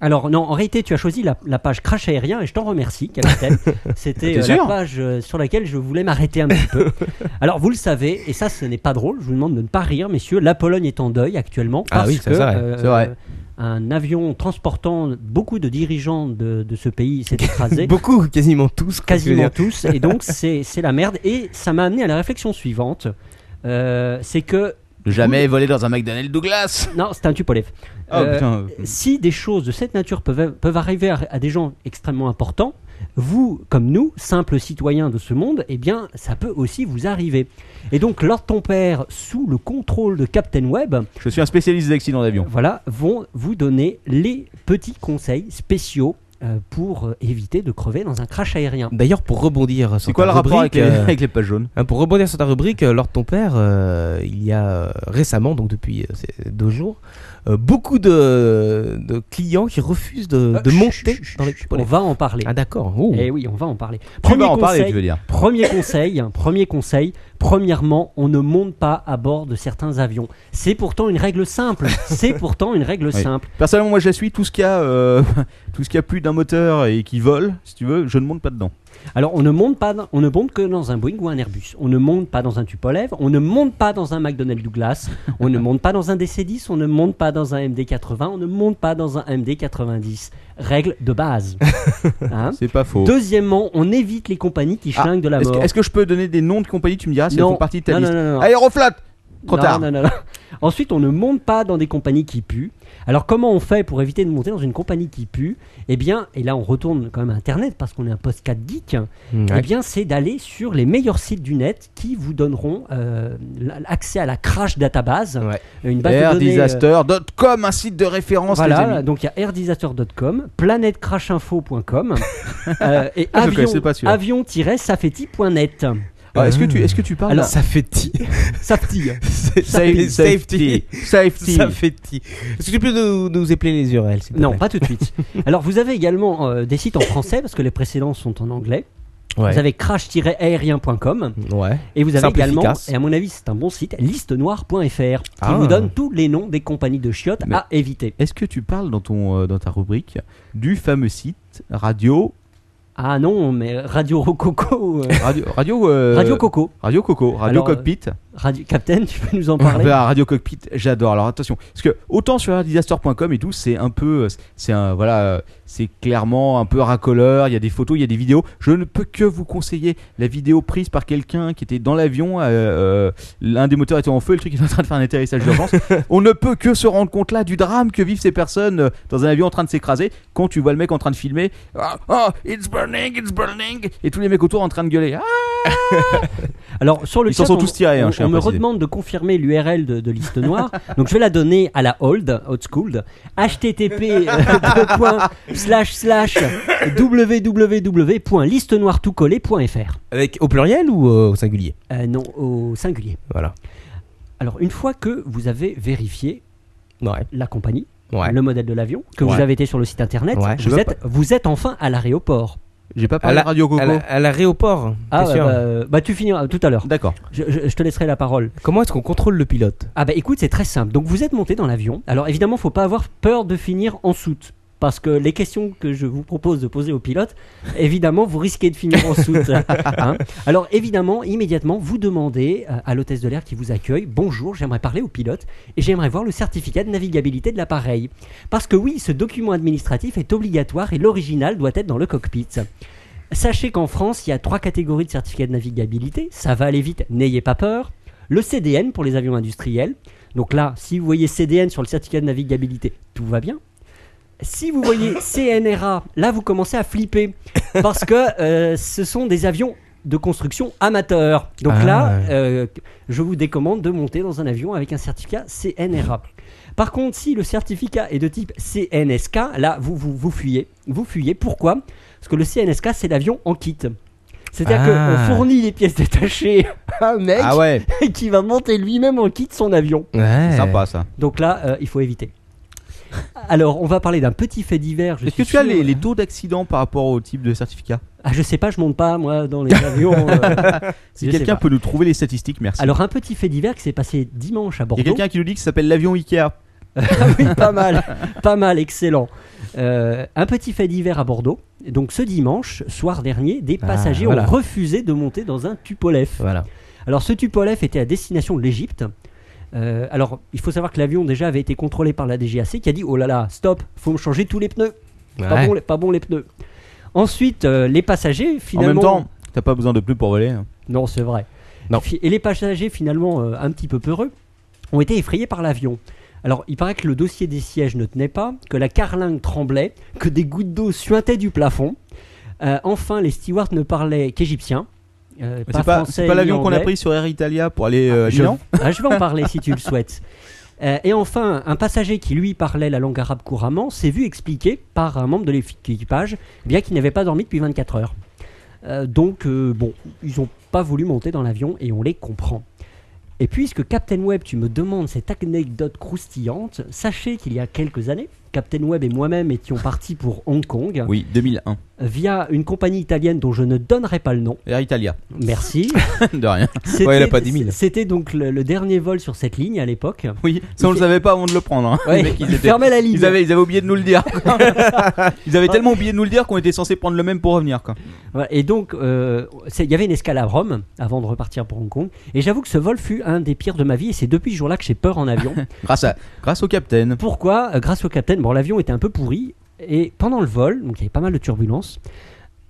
[SPEAKER 4] Alors non, en réalité, tu as choisi la, la page crash aérien et je t'en remercie, capitaine. C'était
[SPEAKER 3] T'es
[SPEAKER 4] euh, la
[SPEAKER 3] sûr
[SPEAKER 4] page euh, sur laquelle je voulais m'arrêter un petit peu. Alors vous le savez, et ça, ce n'est pas drôle. Je vous demande de ne pas rire, messieurs. La Pologne est en deuil actuellement
[SPEAKER 5] Ah
[SPEAKER 4] parce
[SPEAKER 5] oui,
[SPEAKER 4] que
[SPEAKER 5] ça, c'est vrai,
[SPEAKER 4] euh,
[SPEAKER 3] c'est vrai.
[SPEAKER 4] un avion transportant beaucoup de dirigeants de, de ce pays s'est écrasé.
[SPEAKER 5] Beaucoup, quasiment tous. quoi, je veux
[SPEAKER 4] Quasiment
[SPEAKER 5] dire.
[SPEAKER 4] tous, et donc c'est c'est la merde. Et ça m'a amené à la réflexion suivante Euh, c'est que.
[SPEAKER 3] Jamais volé dans un.
[SPEAKER 7] McDonnell Douglas
[SPEAKER 4] Non, c'est un Tupolev.
[SPEAKER 3] Oh
[SPEAKER 4] Euh,
[SPEAKER 3] putain.
[SPEAKER 4] si des choses de cette nature peuvent, peuvent arriver à, à des gens extrêmement importants, vous, comme nous, simples citoyens de ce monde, eh bien, ça peut aussi vous arriver. Et donc, Lord Ton Père, sous le contrôle de Captain Web,
[SPEAKER 3] Je suis un spécialiste des accidents d'avion.
[SPEAKER 4] voilà, vont vous donner les petits conseils spéciaux euh, pour euh, éviter de crever dans un crash aérien.
[SPEAKER 5] D'ailleurs, pour rebondir sur
[SPEAKER 3] C'est quoi
[SPEAKER 5] ta
[SPEAKER 3] le rapport avec
[SPEAKER 5] rubrique,
[SPEAKER 3] les,
[SPEAKER 5] euh,
[SPEAKER 3] avec les pages jaunes
[SPEAKER 5] Hein, pour rebondir sur ta rubrique, euh, Lord Ton Père, euh, il y a euh, récemment, donc depuis euh, ces deux jours, euh, beaucoup de, de clients qui refusent de, de
[SPEAKER 4] Euh,
[SPEAKER 5] monter
[SPEAKER 4] chut, chut,
[SPEAKER 5] dans les
[SPEAKER 4] chut, On va en parler.
[SPEAKER 5] Ah d'accord. Oh.
[SPEAKER 4] Eh oui, on va en parler.
[SPEAKER 3] Tu
[SPEAKER 4] Premier
[SPEAKER 3] vas en parler,
[SPEAKER 4] conseil-
[SPEAKER 3] tu veux dire.
[SPEAKER 4] Premier conseil, hein, premier conseil, premièrement, on ne monte pas à bord de certains avions. C'est pourtant une règle simple. C'est pourtant une règle
[SPEAKER 3] Oui.
[SPEAKER 4] simple.
[SPEAKER 3] Personnellement, moi, je la suis. Tout ce qui a, euh, tout ce qui a plus d'un moteur et qui vole, si tu veux, je ne monte pas dedans.
[SPEAKER 4] Alors, on ne monte pas, dans- on ne monte que dans un Boeing ou un Airbus. On ne monte pas dans un Tupolev. On ne monte pas dans un McDonnell Douglas. On ne monte pas dans un DC-10. On ne monte pas dans un MD-80. On ne monte pas dans un MD-90. Règle de base. Hein
[SPEAKER 3] C'est pas faux.
[SPEAKER 4] Deuxièmement, on évite les compagnies qui
[SPEAKER 3] Ah,
[SPEAKER 4] flinguent de la
[SPEAKER 3] Est-ce que,
[SPEAKER 4] mort.
[SPEAKER 3] est-ce que je peux donner des noms de compagnies Tu me diras si elles
[SPEAKER 4] Non.
[SPEAKER 3] font partie de ta
[SPEAKER 4] Non, non,
[SPEAKER 3] liste.
[SPEAKER 4] non, non.
[SPEAKER 3] Aéroflot Trop
[SPEAKER 4] Non,
[SPEAKER 3] tard.
[SPEAKER 4] non, non, non. Ensuite, on ne monte pas dans des compagnies qui puent. Alors, comment on fait pour éviter de monter dans une compagnie qui pue Eh bien, et là, on retourne quand même à Internet parce qu'on est un post-cat geek. Eh
[SPEAKER 5] Ouais.
[SPEAKER 4] bien, c'est d'aller sur les meilleurs sites du net qui vous donneront euh, l'accès à la Crash Database,
[SPEAKER 5] Ouais.
[SPEAKER 4] une base de données. euh,
[SPEAKER 3] AirDisaster.com, un site de référence, les
[SPEAKER 4] voilà,
[SPEAKER 3] amis.
[SPEAKER 4] donc il y a airdisaster.com, planetcrashinfo.com euh, et
[SPEAKER 3] Ah, je connaissais pas
[SPEAKER 4] avion-
[SPEAKER 3] celui-là.
[SPEAKER 4] avion-safety.net.
[SPEAKER 3] Ah, Est-ce que tu, est-ce que tu parles
[SPEAKER 4] Alors,
[SPEAKER 5] Ça fait ti.
[SPEAKER 4] Safety.
[SPEAKER 5] C'est- ça fait-
[SPEAKER 3] Safety.
[SPEAKER 5] Safety.
[SPEAKER 3] Safety. Safety.
[SPEAKER 5] Ça fait ti. Est-ce que tu peux nous, nous épeler les URL s'il te
[SPEAKER 4] Non,
[SPEAKER 5] plaît
[SPEAKER 4] pas tout de suite. Alors, vous avez également euh, des sites en français parce que les précédents sont en anglais.
[SPEAKER 5] Ouais.
[SPEAKER 4] Vous avez crash-aérien.com
[SPEAKER 5] Ouais.
[SPEAKER 4] et vous avez
[SPEAKER 5] Simple,
[SPEAKER 4] également,
[SPEAKER 5] efficace.
[SPEAKER 4] et à mon avis, c'est un bon site, listenoire.fr qui
[SPEAKER 5] Ah.
[SPEAKER 4] vous donne tous les noms des compagnies de chiottes
[SPEAKER 3] Mais-
[SPEAKER 4] à éviter.
[SPEAKER 3] Est-ce que tu parles dans, ton, euh, dans ta rubrique du fameux site radio
[SPEAKER 4] Ah non, mais Radio Rococo, euh,
[SPEAKER 3] Radio Radio, euh,
[SPEAKER 4] Radio Coco,
[SPEAKER 3] Radio Coco, Radio
[SPEAKER 4] Alors, euh,
[SPEAKER 3] Cockpit.
[SPEAKER 4] Radio Captain, tu peux nous en parler
[SPEAKER 3] Bah, Radio Cockpit, j'adore. Alors attention, parce que autant sur disaster.com et tout, c'est un peu, euh, c'est un, voilà, euh, c'est clairement un peu racoleur. Il y a des photos, il y a des vidéos. Je ne peux que vous conseiller la vidéo prise par quelqu'un qui était dans l'avion. euh, euh, L'un des moteurs était en feu, le truc était en train de faire un atterrissage d'urgence. On ne peut que se rendre compte là du drame que vivent ces personnes euh, dans un avion en train de s'écraser. Quand tu vois le mec en train de filmer, ah, ah, it's burning, it's burning, et tous les mecs autour en train de gueuler. Ah,
[SPEAKER 4] Alors sur le
[SPEAKER 3] Ils s'en
[SPEAKER 4] chat,
[SPEAKER 3] sont
[SPEAKER 4] on-
[SPEAKER 3] tous tirés, hein,
[SPEAKER 4] on-
[SPEAKER 3] je tiens
[SPEAKER 4] on
[SPEAKER 3] à
[SPEAKER 4] me
[SPEAKER 3] préciser.
[SPEAKER 4] redemande de confirmer l'URL de, de liste noire. Donc je vais la donner à la old, old school, http euh, deux points, slash slash www.listenoiretoutcollé.fr.
[SPEAKER 5] Avec au pluriel ou euh, au singulier
[SPEAKER 4] Euh, non, au singulier.
[SPEAKER 5] Voilà.
[SPEAKER 4] Alors une fois que vous avez vérifié
[SPEAKER 5] Ouais.
[SPEAKER 4] la compagnie,
[SPEAKER 5] Ouais.
[SPEAKER 4] le modèle de l'avion, que
[SPEAKER 5] Ouais.
[SPEAKER 4] vous avez été sur le site internet,
[SPEAKER 5] Ouais. Je
[SPEAKER 4] vous,
[SPEAKER 3] veux
[SPEAKER 4] êtes, vous êtes enfin à l'aéroport.
[SPEAKER 3] j'ai pas
[SPEAKER 5] À
[SPEAKER 3] parlé
[SPEAKER 5] la-
[SPEAKER 3] de Radio Coco.
[SPEAKER 5] À la- à l'aéroport.
[SPEAKER 4] Ah
[SPEAKER 5] t'es sûr
[SPEAKER 4] bah, bah, tu finiras tout à l'heure.
[SPEAKER 3] D'accord.
[SPEAKER 4] Je- je- je te laisserai la parole.
[SPEAKER 5] Comment est-ce qu'on contrôle le pilote
[SPEAKER 4] Ah bah écoute, c'est très simple. Donc vous êtes monté dans l'avion. Alors évidemment, faut pas avoir peur de finir en soute. Parce que les questions que je vous propose de poser aux pilotes, évidemment, vous risquez de finir en soute. hein. Alors évidemment, immédiatement, vous demandez euh, à l'hôtesse de l'air qui vous accueille, bonjour, j'aimerais parler au pilote et j'aimerais voir le certificat de navigabilité de l'appareil. Parce que oui, ce document administratif est obligatoire et l'original doit être dans le cockpit. Sachez qu'en France, il y a trois catégories de certificats de navigabilité. Ça va aller vite, n'ayez pas peur. Le CDN pour les avions industriels. Donc là, si vous voyez CDN sur le certificat de navigabilité, tout va bien. Si vous voyez CNRA, là vous commencez à flipper parce que euh, ce sont des avions de construction amateur. Donc
[SPEAKER 5] Ah.
[SPEAKER 4] là, euh, je vous décommande de monter dans un avion avec un certificat CNRA. Par contre, si le certificat est de type CNSK, là vous vous, vous fuyez, vous fuyez. Pourquoi Parce que le CNSK c'est l'avion en kit. C'est-à-dire
[SPEAKER 5] Ah.
[SPEAKER 4] qu'on fournit les pièces détachées à un mec
[SPEAKER 3] Ah ouais,
[SPEAKER 4] qui va monter lui-même en kit son avion.
[SPEAKER 5] Ouais.
[SPEAKER 3] sympa ça.
[SPEAKER 4] Donc là, euh, il faut éviter. Alors, on va parler d'un petit fait divers. je
[SPEAKER 3] Est-ce que
[SPEAKER 4] suis
[SPEAKER 3] tu as
[SPEAKER 4] sûr.
[SPEAKER 3] les, les taux d'accident par rapport au type de certificat
[SPEAKER 4] Ah, je sais pas, je monte pas moi dans les avions. euh,
[SPEAKER 3] Si
[SPEAKER 4] je sais
[SPEAKER 3] quelqu'un
[SPEAKER 4] pas.
[SPEAKER 3] peut nous trouver les statistiques, merci.
[SPEAKER 4] Alors, un petit fait divers qui s'est passé dimanche
[SPEAKER 3] Il y
[SPEAKER 4] à
[SPEAKER 3] a
[SPEAKER 4] Bordeaux.
[SPEAKER 3] quelqu'un qui nous dit que ça s'appelle l'avion Ikea.
[SPEAKER 4] Ah oui, pas mal, pas mal, excellent. Euh, un petit fait divers à Bordeaux. Donc, ce dimanche, soir dernier, des
[SPEAKER 5] Ah,
[SPEAKER 4] passagers
[SPEAKER 5] voilà.
[SPEAKER 4] ont refusé de monter dans un Tupolev.
[SPEAKER 5] Voilà.
[SPEAKER 4] Alors ce Tupolev était à destination de l'Égypte. Euh, alors il faut savoir que l'avion déjà avait été contrôlé par la DGAC qui a dit oh là là stop faut me changer tous les pneus pas,
[SPEAKER 5] Ouais.
[SPEAKER 4] bon, les- pas bon les pneus. Ensuite euh, les passagers
[SPEAKER 3] En
[SPEAKER 4] finalement
[SPEAKER 3] même temps, t'as pas besoin de plus pour voler. hein.
[SPEAKER 4] non, c'est vrai.
[SPEAKER 5] Non.
[SPEAKER 4] Fi- Et les passagers, finalement, euh, un petit peu peureux, ont été effrayés par l'avion. Alors, il paraît que le dossier des sièges ne tenait pas, que la carlingue tremblait, que des gouttes d'eau suintaient du plafond. Euh, enfin, les stewards ne parlaient qu'égyptien. euh,
[SPEAKER 3] C'est pas,
[SPEAKER 4] français
[SPEAKER 3] c'est pas
[SPEAKER 4] ni
[SPEAKER 3] l'avion qu'on a
[SPEAKER 4] anglais. Ah,
[SPEAKER 3] pris sur Air Italia pour aller euh, à
[SPEAKER 4] je,
[SPEAKER 3] Milan
[SPEAKER 4] Ah, je vais en parler si tu le souhaites. Euh, et enfin, un passager qui lui parlait la langue arabe couramment s'est vu expliquer par un membre de l'équipage, bien qu'il n'avait pas dormi depuis 24 heures. Euh, donc, euh, bon, ils n'ont pas voulu monter dans l'avion et on les comprend. Et puisque Captain Web, tu me demandes cette anecdote croustillante, sachez qu'il y a quelques années, Captain Web et moi-même étions partis pour Hong Kong
[SPEAKER 3] Oui, 2001.
[SPEAKER 4] via une compagnie italienne dont je ne donnerai pas le nom.
[SPEAKER 3] Air Italia.
[SPEAKER 4] Merci.
[SPEAKER 3] De rien.
[SPEAKER 4] C'était-
[SPEAKER 5] Ouais, il a pas 10 000.
[SPEAKER 4] C'était donc le, le dernier vol sur cette ligne à l'époque.
[SPEAKER 3] Oui, ça on le savait pas avant de le prendre. hein. Les
[SPEAKER 4] Ouais,
[SPEAKER 3] mecs,
[SPEAKER 4] ils
[SPEAKER 3] étaient-
[SPEAKER 4] fermaient la ligne.
[SPEAKER 3] Ils avaient, ils avaient oublié de nous le dire. quoi. ils avaient tellement oublié de nous le dire qu'on était censé prendre le même pour revenir. Quoi.
[SPEAKER 4] Voilà, Et donc, euh, c'est- il y avait une escale à Rome avant de repartir pour Hong Kong. Et j'avoue que ce vol fut un des pires de ma vie. Et c'est depuis ce jour-là que j'ai peur en avion.
[SPEAKER 3] Grâce, à, grâce au capitaine.
[SPEAKER 4] Pourquoi Euh, Grâce au capitaine, bon, l'avion était un peu pourri. Et pendant le vol, donc il y avait pas mal de turbulences.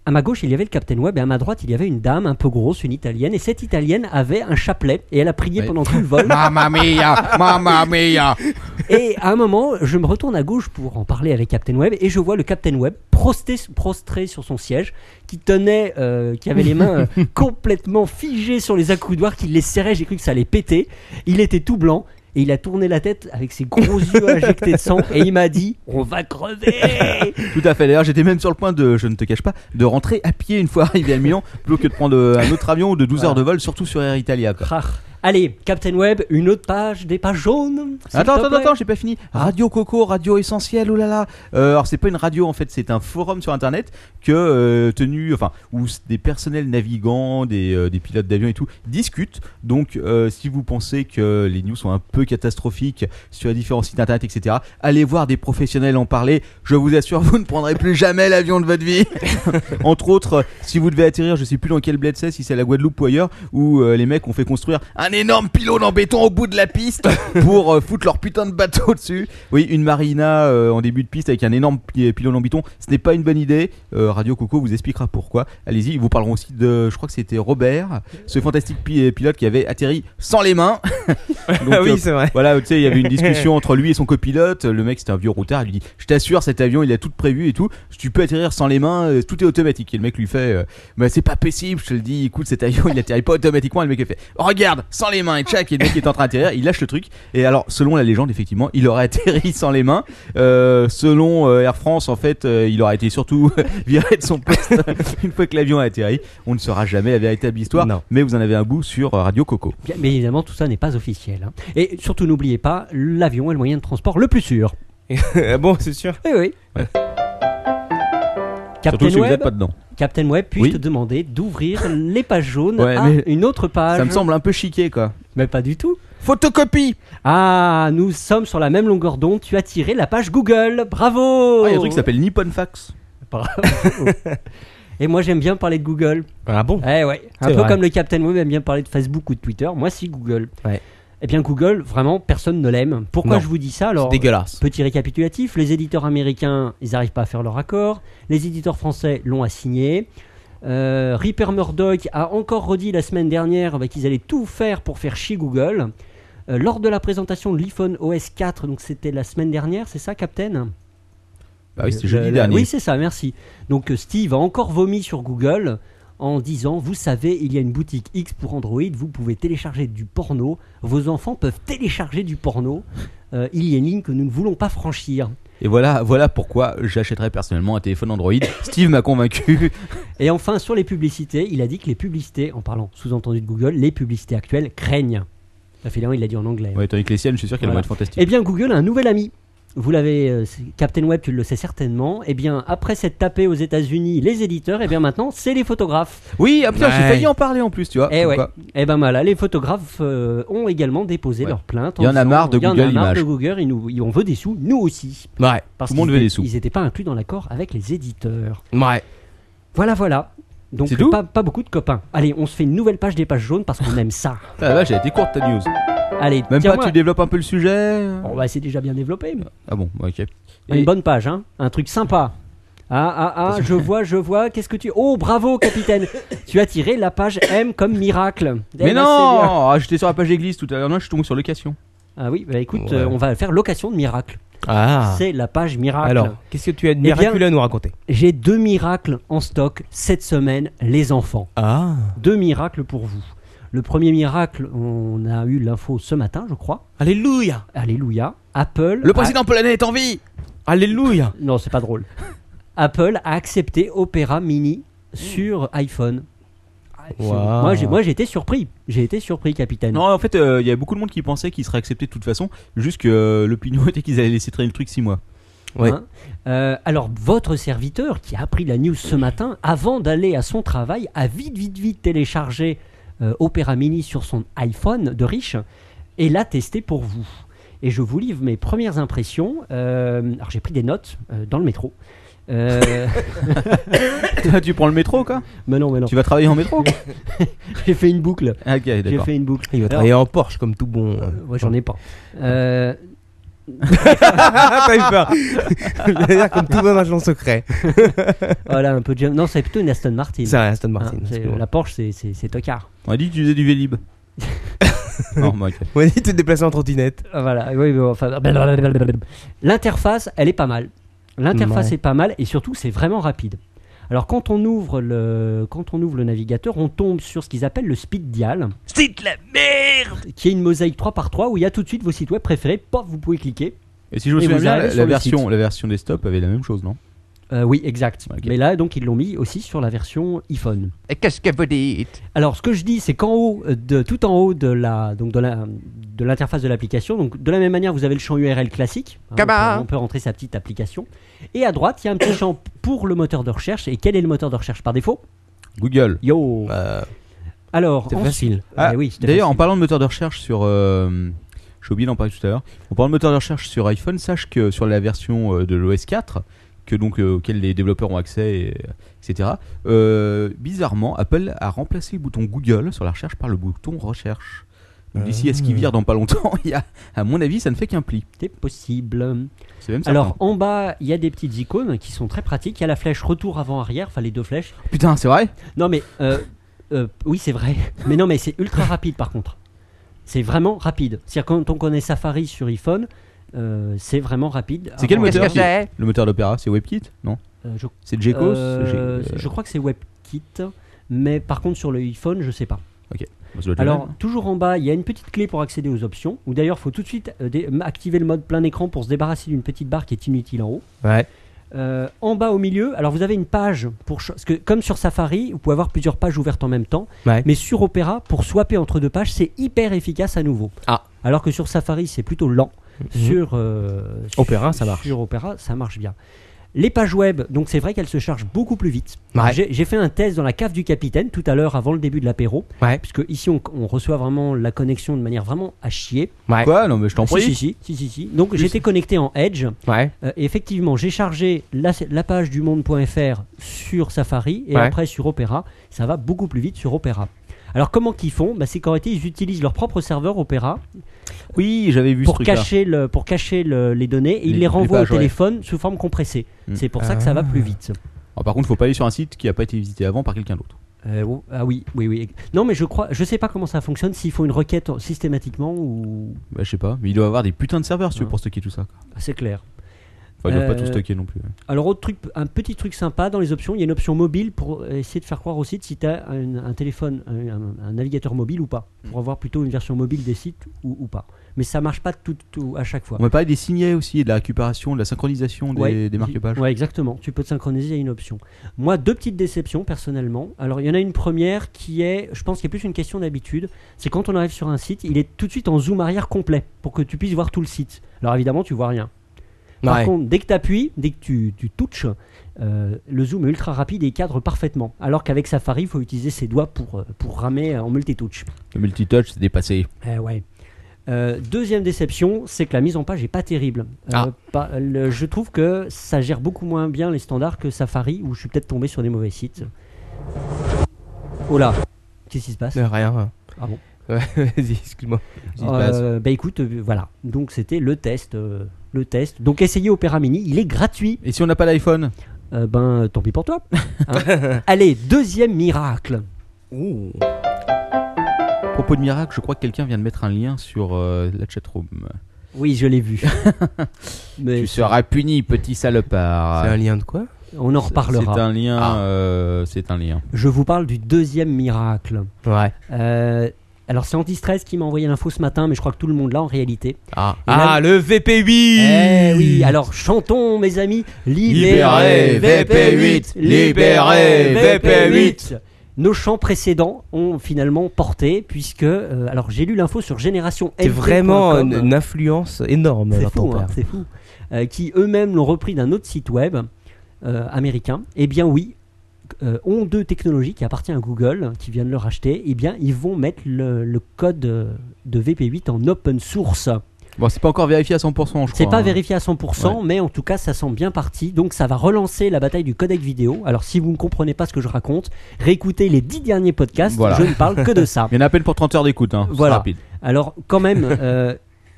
[SPEAKER 4] À ma gauche, il y avait le capitaine Webb et à ma droite, il y avait une dame un peu grosse, une italienne. Et cette italienne avait un chapelet et elle a prié
[SPEAKER 3] Oui.
[SPEAKER 4] pendant tout le vol.
[SPEAKER 3] Mamma mia, mamma mia.
[SPEAKER 4] Et à un moment, je me retourne à gauche pour en parler avec Captain Webb et je vois le Captain Webb prostré, prostré sur son siège, qui tenait, euh, qui avait les mains euh, complètement figées sur les accoudoirs, qui les serrait. J'ai cru que ça allait péter. Il était tout blanc. Et il a tourné la tête avec ses gros yeux injectés de sang et il m'a dit On va crever
[SPEAKER 3] Tout à fait. D'ailleurs, j'étais même sur le point de, je ne te cache pas, de rentrer à pied une fois arrivé à Milan, plutôt que de prendre euh, un autre avion ou de 12 heures de vol, surtout sur Air Italia. quoi.
[SPEAKER 4] Rah. Allez, Captain Webb, une autre page, des pages jaunes s'il
[SPEAKER 3] Attends,
[SPEAKER 4] te
[SPEAKER 3] attends,
[SPEAKER 4] plaît.
[SPEAKER 3] attends, j'ai pas fini. Radio Coco, radio essentielle, oulala. Euh, alors c'est pas une radio en fait, c'est un forum sur internet que euh, tenu, enfin où s- des personnels navigants, des, euh, des pilotes d'avion et tout discutent. Donc euh, si vous pensez que les news sont un peu catastrophiques sur les différents sites internet, etc., allez voir des professionnels en parler. Je vous assure, vous ne prendrez plus jamais l'avion de votre vie. Entre autres, euh, si vous devez atterrir, je sais plus dans quel bled c'est, si c'est à la Guadeloupe ou ailleurs, où euh, les mecs ont fait construire un énorme pylône en béton au bout de la piste pour euh, foutre leur putain de bateau dessus. Oui, une marina euh, en début de piste avec un énorme pi- pylône en béton, ce n'est pas une bonne idée. Euh, Radio Coco vous expliquera pourquoi. Allez-y, ils vous parleront aussi de, je crois que c'était Robert, ce fantastique pi- pilote qui avait atterri sans les mains. Donc,
[SPEAKER 5] Ah
[SPEAKER 3] euh,
[SPEAKER 5] oui, c'est vrai.
[SPEAKER 3] voilà, tu sais, il y avait une discussion entre lui et son copilote. Le mec, c'était un vieux routard. Il lui dit Je t'assure, cet avion, il a tout prévu et tout. Tu peux atterrir sans les mains, euh, tout est automatique. Et le mec lui fait euh, Bah, c'est pas possible, je te le dis. Écoute, cet avion, il atterrit pas automatiquement. Et le mec, il fait oh, Regarde, sans les mains. Et tchac, et le mec est en train d'atterrir. Il lâche le truc. Et alors, selon la légende, effectivement, il aurait atterri sans les mains. Euh, selon euh, Air France, en fait, euh, il aurait été surtout viré de son poste une fois que l'avion a atterri. On ne saura jamais la véritable histoire.
[SPEAKER 5] Non.
[SPEAKER 3] Mais vous en avez un bout sur euh, Radio Coco.
[SPEAKER 4] Bien, Mais évidemment, tout ça n'est pas officiel. hein. Et surtout, n'oubliez pas, l'avion est le moyen de transport le plus sûr.
[SPEAKER 5] Ah bon, c'est sûr.
[SPEAKER 4] Oui, oui.
[SPEAKER 3] Ouais.
[SPEAKER 4] Captain,
[SPEAKER 3] surtout si vous
[SPEAKER 4] Web,
[SPEAKER 3] êtes pas dedans.
[SPEAKER 4] Captain Web, puis-je
[SPEAKER 3] Oui.
[SPEAKER 4] te demander d'ouvrir les pages jaunes
[SPEAKER 3] Ouais,
[SPEAKER 4] à
[SPEAKER 3] mais-
[SPEAKER 4] une autre page
[SPEAKER 3] Ça me semble un peu chiqué, quoi.
[SPEAKER 4] Mais pas du tout.
[SPEAKER 3] Photocopie
[SPEAKER 4] Ah, nous sommes sur la même longueur d'onde. Tu as tiré la page Google. Bravo
[SPEAKER 3] Ah, Il y a un truc qui s'appelle Nippon Fax.
[SPEAKER 4] Bravo. Et moi, j'aime bien parler de Google.
[SPEAKER 5] Ah bon
[SPEAKER 4] Eh ouais. Un
[SPEAKER 5] C'est
[SPEAKER 4] peu
[SPEAKER 5] vrai.
[SPEAKER 4] comme le Captain Web aime bien parler de Facebook ou de Twitter. Moi, si Google.
[SPEAKER 5] Ouais.
[SPEAKER 4] Eh bien, Google, vraiment, personne ne l'aime. Pourquoi
[SPEAKER 5] Non.
[SPEAKER 4] je vous dis ça alors
[SPEAKER 5] C'est dégueulasse.
[SPEAKER 4] Petit récapitulatif, les éditeurs américains, ils n'arrivent pas à faire leur accord. Les éditeurs français l'ont assigné. Euh, Ripper Murdoch a encore redit la semaine dernière bah, qu'ils allaient tout faire pour faire chier Google. Euh, lors de la présentation de l'iPhone OS 4, donc c'était la semaine dernière, c'est ça, Captain
[SPEAKER 3] Bah oui, c'était
[SPEAKER 4] Le-
[SPEAKER 3] jeudi
[SPEAKER 4] le-
[SPEAKER 3] dernier.
[SPEAKER 4] Oui, c'est ça, merci. Donc euh, Steve a encore vomi sur Google en disant Vous savez, il y a une boutique X pour Android, vous pouvez télécharger du porno, vos enfants peuvent télécharger du porno. Euh, il y a une ligne que nous ne voulons pas franchir.
[SPEAKER 3] Et voilà, voilà pourquoi j'achèterais personnellement un téléphone Android. Steve m'a convaincu.
[SPEAKER 4] Et enfin, sur les publicités, il a dit que les publicités, en parlant sous-entendu de Google, les publicités actuelles craignent. Bah, finalement, il l'a dit en anglais.
[SPEAKER 3] Ouais, tandis que les siennes, je suis sûr qu'elles
[SPEAKER 4] Voilà.
[SPEAKER 3] vont être fantastiques.
[SPEAKER 4] Eh bien, Google a un nouvel ami. Vous l'avez, euh, c'est- Captain Web, tu le sais certainement. Eh bien, après s'être tapé aux États-Unis les éditeurs, eh
[SPEAKER 3] Ah.
[SPEAKER 4] bien maintenant, c'est les photographes.
[SPEAKER 3] Oui, ah putain, j'ai
[SPEAKER 5] Ouais.
[SPEAKER 3] failli en parler en plus, tu vois.
[SPEAKER 4] Eh ouais.
[SPEAKER 3] Pourquoi
[SPEAKER 4] Eh ben voilà, les photographes euh, ont également déposé
[SPEAKER 3] Ouais.
[SPEAKER 4] leur plainte.
[SPEAKER 3] Il y en a
[SPEAKER 4] disant,
[SPEAKER 3] marre de
[SPEAKER 4] Il y en a
[SPEAKER 3] Google
[SPEAKER 4] marre de
[SPEAKER 3] Images.
[SPEAKER 4] Google, ils nous, ils- on veut des sous, nous aussi.
[SPEAKER 5] Ouais.
[SPEAKER 4] Parce
[SPEAKER 3] Tout le monde
[SPEAKER 4] qu'ils
[SPEAKER 3] veut des
[SPEAKER 4] étaient-
[SPEAKER 3] sous.
[SPEAKER 4] Ils n'étaient pas inclus dans l'accord avec les éditeurs.
[SPEAKER 5] Ouais.
[SPEAKER 4] Voilà, voilà. Donc
[SPEAKER 3] C'est tout
[SPEAKER 4] pas, pas beaucoup de copains. Allez, on se fait une nouvelle page des pages jaunes parce qu'on aime ça.
[SPEAKER 3] Ah la vache, elle a été courte ta news.
[SPEAKER 4] Allez,
[SPEAKER 3] Même
[SPEAKER 4] tiens
[SPEAKER 3] pas, tu développes un peu le sujet
[SPEAKER 4] c'est déjà bien développé.
[SPEAKER 3] Ah bon,
[SPEAKER 4] Eh
[SPEAKER 3] ok.
[SPEAKER 4] Une bonne page, hein Un truc sympa. Ah, ah, ah, je vois, je vois. Qu'est-ce que tu... Oh, bravo, capitaine Tu as tiré la page M comme miracle.
[SPEAKER 3] Mais
[SPEAKER 4] Eh ben, c'est bien.
[SPEAKER 3] non Ah, J'étais sur la page église tout à l'heure, non, je suis tombé sur location.
[SPEAKER 4] Ah oui, bah écoute,
[SPEAKER 5] Ouais.
[SPEAKER 4] euh, on va faire location de miracle.
[SPEAKER 5] Ah.
[SPEAKER 4] C'est la page miracle.
[SPEAKER 5] Alors, qu'est-ce que tu as de
[SPEAKER 4] Eh bien-
[SPEAKER 5] miraculeux à nous raconter
[SPEAKER 4] J'ai deux miracles en stock cette semaine, les enfants.
[SPEAKER 5] Ah.
[SPEAKER 4] Deux miracles pour vous. Le premier miracle, on a eu l'info ce matin, je crois.
[SPEAKER 5] Alléluia
[SPEAKER 4] Alléluia. Apple.
[SPEAKER 7] Le
[SPEAKER 4] a-
[SPEAKER 7] président polonais est en vie
[SPEAKER 5] Alléluia
[SPEAKER 4] Non, c'est pas drôle. Apple a accepté Opera Mini sur iPhone.
[SPEAKER 5] Waouh.
[SPEAKER 4] Moi, j'ai, moi, j'ai été surpris. J'ai été surpris, capitaine. Hein
[SPEAKER 3] Non, en fait, euh, il y a beaucoup de monde qui pensait qu'il serait accepté de toute façon, juste que euh, l'opinion était qu'ils allaient laisser traîner le truc 6 mois.
[SPEAKER 5] Ouais.
[SPEAKER 4] Hein Euh, alors, votre serviteur qui a appris la news ce matin, avant d'aller à son travail, a vite, vite, vite téléchargé euh, Opera Mini sur son iPhone de riche et l'a testé pour vous. Et je vous livre mes premières impressions. Euh, alors, j'ai pris des notes euh, dans le métro. Euh,
[SPEAKER 3] tu prends le métro, quoi
[SPEAKER 4] mais non, mais non.
[SPEAKER 3] Tu vas travailler en métro
[SPEAKER 4] J'ai fait une boucle.
[SPEAKER 3] Ah, Ok,
[SPEAKER 4] J'ai
[SPEAKER 3] d'accord.
[SPEAKER 4] fait une boucle.
[SPEAKER 5] Il va
[SPEAKER 4] Alors,
[SPEAKER 5] travailler en Porsche comme tout bon. euh,
[SPEAKER 4] Ouais, j'en ai pas.
[SPEAKER 5] Ah.
[SPEAKER 4] Euh,
[SPEAKER 5] T'as eu peur C'est-à-dire comme tout bon agent secret.
[SPEAKER 4] voilà, un peu de... jam- Non, c'est plutôt une Aston Martin.
[SPEAKER 5] C'est vrai, Aston
[SPEAKER 4] Hein,
[SPEAKER 5] Martin.
[SPEAKER 4] c'est-
[SPEAKER 5] excuse-moi.
[SPEAKER 4] la Porsche, c'est, c'est, c'est tocard.
[SPEAKER 3] On a dit que tu faisais du Vélib. non, moi, ok.
[SPEAKER 5] On a dit de te déplacer en trottinette.
[SPEAKER 4] Ah, Voilà, oui, bon, enfin, blablabla. L'interface, elle est pas mal. L'interface
[SPEAKER 5] Ouais.
[SPEAKER 4] est pas mal et surtout, c'est vraiment rapide. Alors, quand on, ouvre le, quand on ouvre le navigateur, on tombe sur ce qu'ils appellent le speed dial. C'est la merde Qui est une mosaïque 3x3 où il y a tout de suite vos sites web préférés. Pof, vous pouvez cliquer.
[SPEAKER 3] Et si je me
[SPEAKER 4] Et
[SPEAKER 3] souviens
[SPEAKER 4] vous
[SPEAKER 3] bien,
[SPEAKER 4] allez
[SPEAKER 3] la,
[SPEAKER 4] sur
[SPEAKER 3] la
[SPEAKER 4] le
[SPEAKER 3] version,
[SPEAKER 4] site.
[SPEAKER 3] la version desktop avait la même chose, non
[SPEAKER 4] Euh, oui, exact.
[SPEAKER 3] Ok.
[SPEAKER 4] Mais là, donc, ils l'ont mis aussi sur la version iPhone.
[SPEAKER 7] Et qu'est-ce que vous dites
[SPEAKER 4] Alors, ce que je dis, c'est qu'en haut, euh, de, tout en haut de la, donc de la, de l'interface de l'application, donc de la même manière, vous avez le champ URL classique. hein, on,
[SPEAKER 7] Cabas.
[SPEAKER 4] peut, on peut rentrer sa petite application. Et à droite, il y a un petit champ pour le moteur de recherche. Et quel est le moteur de recherche par défaut
[SPEAKER 3] Google.
[SPEAKER 4] Yo.
[SPEAKER 5] Euh,
[SPEAKER 4] Alors,
[SPEAKER 5] c'est
[SPEAKER 4] ensuite-
[SPEAKER 5] facile.
[SPEAKER 4] Ah,
[SPEAKER 3] Ah,
[SPEAKER 4] oui, c'était
[SPEAKER 3] D'ailleurs, en
[SPEAKER 4] facile.
[SPEAKER 3] parlant de moteur de recherche sur. euh, J'ai oublié d'en parler tout à l'heure. En parlant de moteur de recherche sur iPhone, sache que sur la version euh, de l'OS 4, que donc, euh, auquel les développeurs ont accès, et, euh, etc., euh, bizarrement, Apple a remplacé le bouton Google sur la recherche par le bouton recherche. Donc, D'ici à ce qu'il vire dans pas longtemps, il y a, à mon avis, ça ne fait qu'un pli.
[SPEAKER 4] c'est possible.
[SPEAKER 3] C'est même certain.
[SPEAKER 4] Alors, en bas, il y a des petites icônes qui sont très pratiques. Il y a la flèche retour avant-arrière, enfin les deux flèches.
[SPEAKER 3] putain, c'est vrai
[SPEAKER 4] Non, mais euh, euh, oui, c'est vrai. Mais non, mais c'est ultra rapide par contre. C'est vraiment rapide. C'est-à-dire quand on connaît Safari sur iPhone, euh, c'est vraiment rapide.
[SPEAKER 3] C'est quel
[SPEAKER 4] Avant-
[SPEAKER 7] Qu'est-ce
[SPEAKER 3] moteur
[SPEAKER 7] que c'est
[SPEAKER 3] Le moteur d'Opéra, c'est WebKit Non
[SPEAKER 4] Euh, je,
[SPEAKER 3] C'est Gecko
[SPEAKER 4] euh, je crois que c'est WebKit, mais par contre sur le iPhone, je sais pas. Alors, toujours en bas, il y a une petite clé pour accéder aux options. Ou d'ailleurs, il faut tout de suite euh, dé- activer le mode plein écran pour se débarrasser d'une petite barre qui est inutile en haut.
[SPEAKER 5] Ouais.
[SPEAKER 4] Euh, en bas au milieu, alors vous avez une page pour cho- parce que comme sur Safari, vous pouvez avoir plusieurs pages ouvertes en même temps.
[SPEAKER 5] Ouais.
[SPEAKER 4] Mais sur Opera, pour swapper entre deux pages, c'est hyper efficace à nouveau.
[SPEAKER 5] Ah. Mhm.
[SPEAKER 4] Alors que sur Safari, c'est plutôt lent. Sur euh, sur-
[SPEAKER 5] Opera, ça marche.
[SPEAKER 4] Sur Opera, ça marche bien. Les pages web, donc c'est vrai qu'elles se chargent beaucoup plus vite.
[SPEAKER 5] Ouais.
[SPEAKER 4] J'ai j'ai fait un test dans la cave du capitaine tout à l'heure avant le début de l'apéro,
[SPEAKER 5] Ouais.
[SPEAKER 4] puisque ici on, on reçoit vraiment la connexion de manière vraiment à chier.
[SPEAKER 5] Ouais.
[SPEAKER 3] Quoi Non, mais je t'en
[SPEAKER 4] si,
[SPEAKER 3] prie.
[SPEAKER 4] si, si, si, si, si. Donc j'étais connecté en Edge.
[SPEAKER 5] Ouais.
[SPEAKER 4] Euh, et effectivement, j'ai chargé la, la page du monde.fr sur Safari et
[SPEAKER 5] Ouais.
[SPEAKER 4] après sur Opera. Ça va beaucoup plus vite sur Opera. Alors comment qu'ils font bah, C'est qu'en réalité, ils utilisent leur propre serveur Opera
[SPEAKER 3] Oui, j'avais vu
[SPEAKER 4] pour
[SPEAKER 3] ce truc-là.
[SPEAKER 4] cacher, le, pour cacher le- les données et
[SPEAKER 3] Les-
[SPEAKER 4] ils
[SPEAKER 3] les
[SPEAKER 4] les renvoient
[SPEAKER 3] pages,
[SPEAKER 4] au
[SPEAKER 3] ouais.
[SPEAKER 4] téléphone sous forme compressée.
[SPEAKER 3] Mm.
[SPEAKER 4] C'est pour ça que ça va plus vite.
[SPEAKER 3] Alors, par contre, faut pas aller sur un site qui a pas été visité avant par quelqu'un d'autre.
[SPEAKER 4] Euh, oh, ah oui, oui, oui. Non, mais je crois, je sais pas comment ça fonctionne. S'il faut une requête systématiquement ou
[SPEAKER 3] Bah, je sais pas, mais il doit avoir des putains de serveurs si tu veux,
[SPEAKER 4] Ouais.
[SPEAKER 3] pour stocker tout ça. quoi.
[SPEAKER 4] c'est clair.
[SPEAKER 3] Enfin, ils doivent pas tout
[SPEAKER 4] Euh,
[SPEAKER 3] stocker non plus. ouais.
[SPEAKER 4] Alors autre truc, un petit truc sympa dans les options, il y a une option mobile pour essayer de faire croire au site si tu as un, un téléphone, un, un- un navigateur mobile ou pas,
[SPEAKER 3] Hmm.
[SPEAKER 4] pour avoir plutôt une version mobile des sites ou, ou pas. Mais ça marche pas tout, tout- à chaque fois.
[SPEAKER 3] On va parler des signets aussi, et de la récupération, de la synchronisation des,
[SPEAKER 4] Ouais,
[SPEAKER 3] des marque-pages.
[SPEAKER 4] Ouais, exactement. Tu peux te synchroniser à une option. Moi, deux petites déceptions personnellement. Alors, il y en a une première qui est, je pense, qu'il y a plus une question d'habitude. C'est quand on arrive sur un site, il est tout de suite en zoom arrière complet pour que tu puisses voir tout le site. Alors, évidemment, tu vois rien. Par
[SPEAKER 5] Ouais.
[SPEAKER 4] contre, dès que tu appuies, dès que tu, tu touches, euh, le zoom est ultra rapide et il cadre parfaitement. Alors qu'avec Safari, il faut utiliser ses doigts pour, euh, pour ramer en multitouch.
[SPEAKER 3] Le multitouch, c'est dépassé.
[SPEAKER 4] Eh ouais. Euh, deuxième déception, c'est que la mise en page est pas terrible. Euh,
[SPEAKER 5] Ah.
[SPEAKER 4] pas- le- je trouve que ça gère beaucoup moins bien les standards que Safari, où je suis peut-être tombé sur des mauvais sites. Oh là, qu'est-ce qui se passe
[SPEAKER 5] Euh, Rien.
[SPEAKER 4] Ah bon
[SPEAKER 5] Ouais, vas-y, excuse-moi.
[SPEAKER 3] Qu'est-ce qui se passe
[SPEAKER 4] Euh, Bah écoute, euh, voilà. Donc c'était le test, euh, le test. Donc essayez Opera Mini, il est gratuit.
[SPEAKER 3] Et si on n'a pas l'iPhone
[SPEAKER 4] Euh, ben tant pis pour toi. Hein. Allez, deuxième miracle.
[SPEAKER 3] À propos de miracle, je crois que quelqu'un vient de mettre un lien sur euh, la chatroom.
[SPEAKER 4] Oui, je l'ai vu. Mais
[SPEAKER 3] Tu seras puni, petit salopard.
[SPEAKER 5] C'est un lien de quoi
[SPEAKER 4] on en
[SPEAKER 3] C'est
[SPEAKER 4] reparlera.
[SPEAKER 3] un lien.
[SPEAKER 5] Ah.
[SPEAKER 3] euh, c'est un lien.
[SPEAKER 4] Je vous parle du deuxième miracle.
[SPEAKER 5] Ouais.
[SPEAKER 4] Euh, Alors c'est Antistress qui m'a envoyé l'info ce matin, mais je crois que tout le monde l'a en réalité.
[SPEAKER 5] Ah,
[SPEAKER 4] là-
[SPEAKER 5] Ah, le VP8
[SPEAKER 4] Eh oui, alors chantons mes amis, libérez
[SPEAKER 5] Libérez
[SPEAKER 4] VP8,
[SPEAKER 5] VP8,
[SPEAKER 4] libérez
[SPEAKER 5] libérez
[SPEAKER 4] VP8.
[SPEAKER 5] VP8.
[SPEAKER 4] Nos chants précédents ont finalement porté, puisque euh, alors j'ai lu l'info sur Génération
[SPEAKER 5] T'es vraiment une, une influence énorme
[SPEAKER 4] c'est
[SPEAKER 5] dans ton
[SPEAKER 4] fou, hein,
[SPEAKER 5] père.
[SPEAKER 4] c'est fou, Euh, qui eux-mêmes l'ont repris d'un autre site web euh, américain. Eh bien oui, euh, ont deux technologies qui appartient à Google, qui vient de le racheter. Eh bien ils vont mettre le, le code euh, de VP8 en open source.
[SPEAKER 3] Bon, c'est pas encore vérifié à 100%, je crois.
[SPEAKER 4] C'est pas
[SPEAKER 3] hein.
[SPEAKER 4] vérifié à 100%, mais en tout cas, ça semble bien parti. Donc, ça va relancer la bataille du codec vidéo. Alors, si vous ne comprenez pas ce que je raconte, réécoutez les dix derniers podcasts.
[SPEAKER 3] Voilà.
[SPEAKER 4] Je ne parle que de ça.
[SPEAKER 3] Il y en a à peine pour 30 heures d'écoute, hein. c'est
[SPEAKER 4] Voilà.
[SPEAKER 3] rapide.
[SPEAKER 4] Alors, quand même, euh,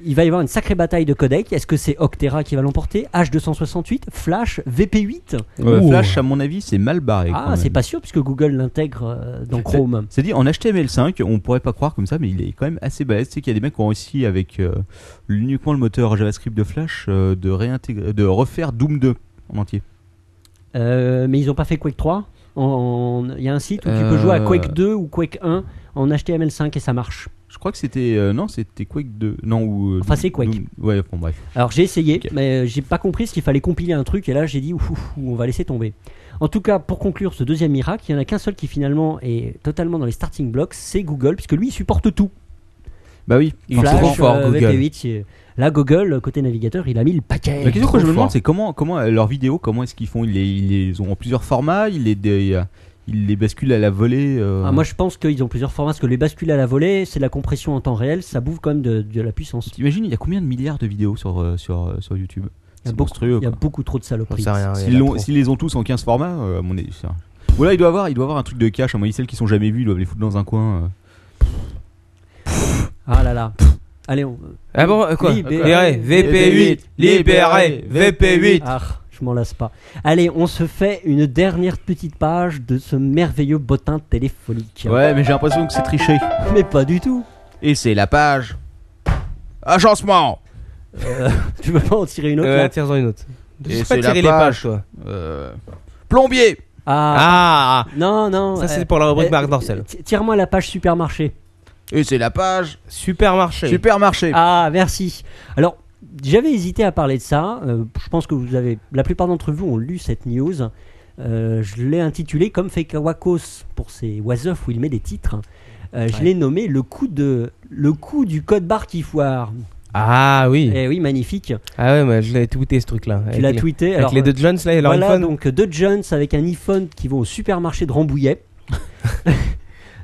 [SPEAKER 4] il va y avoir une sacrée bataille de codec. Est-ce que c'est Octera qui va l'emporter H268, Flash, VP8
[SPEAKER 3] Euh,
[SPEAKER 5] Ouh.
[SPEAKER 3] Flash, à mon avis, c'est mal barré. quand
[SPEAKER 4] Ah,
[SPEAKER 3] même.
[SPEAKER 4] c'est pas sûr, puisque Google l'intègre euh, dans
[SPEAKER 3] C'est-
[SPEAKER 4] Chrome.
[SPEAKER 3] C'est dit en HTML5, on pourrait pas croire comme ça, mais il est quand même assez balèze. C'est qu'il y a des mecs qui ont réussi avec euh, uniquement le moteur JavaScript de Flash euh, de réintégrer, de refaire Doom 2 en entier.
[SPEAKER 4] Euh, mais ils n'ont pas fait Quake 3 En- Il y a un site où tu peux
[SPEAKER 3] Euh.
[SPEAKER 4] jouer à Quake 2 ou Quake 1 en HTML5 et ça marche.
[SPEAKER 3] Je crois que c'était euh, non, c'était Quake 2, non ou euh,
[SPEAKER 4] Enfin,
[SPEAKER 3] Doom-
[SPEAKER 4] c'est Quake.
[SPEAKER 3] Doom- ouais, bon bref.
[SPEAKER 4] Alors j'ai essayé,
[SPEAKER 3] Ok.
[SPEAKER 4] mais euh, j'ai pas compris ce qu'il fallait compiler un truc, et là j'ai dit ouf, ouf, ouf, on va laisser tomber. En tout cas, pour conclure ce deuxième miracle, il y en a qu'un seul qui finalement est totalement dans les starting blocks, c'est Google, puisque lui il supporte tout.
[SPEAKER 3] Bah oui, il
[SPEAKER 4] Flash,
[SPEAKER 3] trop fort
[SPEAKER 4] euh,
[SPEAKER 3] Google.
[SPEAKER 4] VP8, euh, là Google, euh, côté navigateur, il a mis le paquet.
[SPEAKER 3] La question que
[SPEAKER 4] Trop
[SPEAKER 3] je me
[SPEAKER 4] fort.
[SPEAKER 3] demande, c'est comment, comment euh, leurs vidéos, comment est-ce qu'ils font ils les, ils les ont en plusieurs formats, ils les, dé- ils les basculent à la volée. euh,
[SPEAKER 4] Ah, moi je pense qu'ils ont plusieurs formats, parce que les bascules à la volée, c'est de la compression en temps réel, ça bouffe quand même de, de la puissance.
[SPEAKER 3] T'imagines, il y a combien de milliards de vidéos sur, euh, sur, euh, sur YouTube
[SPEAKER 4] Il y a
[SPEAKER 3] C'est
[SPEAKER 4] beaucoup-
[SPEAKER 3] monstrueux.
[SPEAKER 4] Il y a
[SPEAKER 3] quoi.
[SPEAKER 4] beaucoup trop de
[SPEAKER 5] J'en
[SPEAKER 4] saloperies.
[SPEAKER 5] sais rien, il y
[SPEAKER 3] S'ils
[SPEAKER 5] en a
[SPEAKER 3] l'ont-
[SPEAKER 5] trop.
[SPEAKER 3] s'ils les ont tous en 15 formats, euh, à mon avis, ça. Ou là, il doit avoir, il doit avoir un truc de cache, à mon avis, celles qui sont jamais vues, ils doivent les foutre dans un coin. euh.
[SPEAKER 4] Ah là là. Allez, on...
[SPEAKER 5] Ah bon, euh, quoi
[SPEAKER 4] Libérez
[SPEAKER 5] Libérez VP8, libérez VP8
[SPEAKER 4] Ah, je m'en lasse pas. Allez, on se fait une dernière petite page de ce merveilleux bottin téléphonique.
[SPEAKER 3] Ouais, mais j'ai l'impression que c'est triché.
[SPEAKER 4] Mais pas du tout.
[SPEAKER 3] euh. Et c'est la page. Agencement
[SPEAKER 4] Tu veux pas en tirer une autre
[SPEAKER 5] Euh,
[SPEAKER 4] là
[SPEAKER 5] Tire-en une autre. Je
[SPEAKER 3] Et
[SPEAKER 5] sais pas
[SPEAKER 3] c'est la
[SPEAKER 5] tirer les
[SPEAKER 3] page.
[SPEAKER 5] pages, toi.
[SPEAKER 3] Euh, Plombier
[SPEAKER 4] Ah,
[SPEAKER 5] Ah
[SPEAKER 4] non, non.
[SPEAKER 5] Ça,
[SPEAKER 4] euh,
[SPEAKER 5] c'est pour la rubrique
[SPEAKER 4] euh,
[SPEAKER 5] Marc Dorcel.
[SPEAKER 4] ti- Tire-moi la page supermarché.
[SPEAKER 3] Et c'est la page.
[SPEAKER 5] Supermarché.
[SPEAKER 3] Supermarché
[SPEAKER 4] Ah, merci. Alors, j'avais hésité à parler de ça. Euh, je pense que vous avez, la plupart d'entre vous ont lu cette news. Euh, je l'ai intitulé comme fait Kawakos pour ses Wasoff où il met des titres. Euh, Je l'ai nommé le coup de le coup du code barre qui foire.
[SPEAKER 5] Ah oui.
[SPEAKER 4] Eh oui, magnifique.
[SPEAKER 5] Ah ouais, mais je l'ai tweeté ce truc-là.
[SPEAKER 4] Tu
[SPEAKER 5] Avec
[SPEAKER 4] l'as
[SPEAKER 5] les-
[SPEAKER 4] tweeté.
[SPEAKER 5] Avec
[SPEAKER 4] Alors, euh,
[SPEAKER 5] les deux Jones là et leur
[SPEAKER 4] voilà
[SPEAKER 5] iPhone.
[SPEAKER 4] donc deux jeunes avec un iPhone qui vont au supermarché de Rambouillet.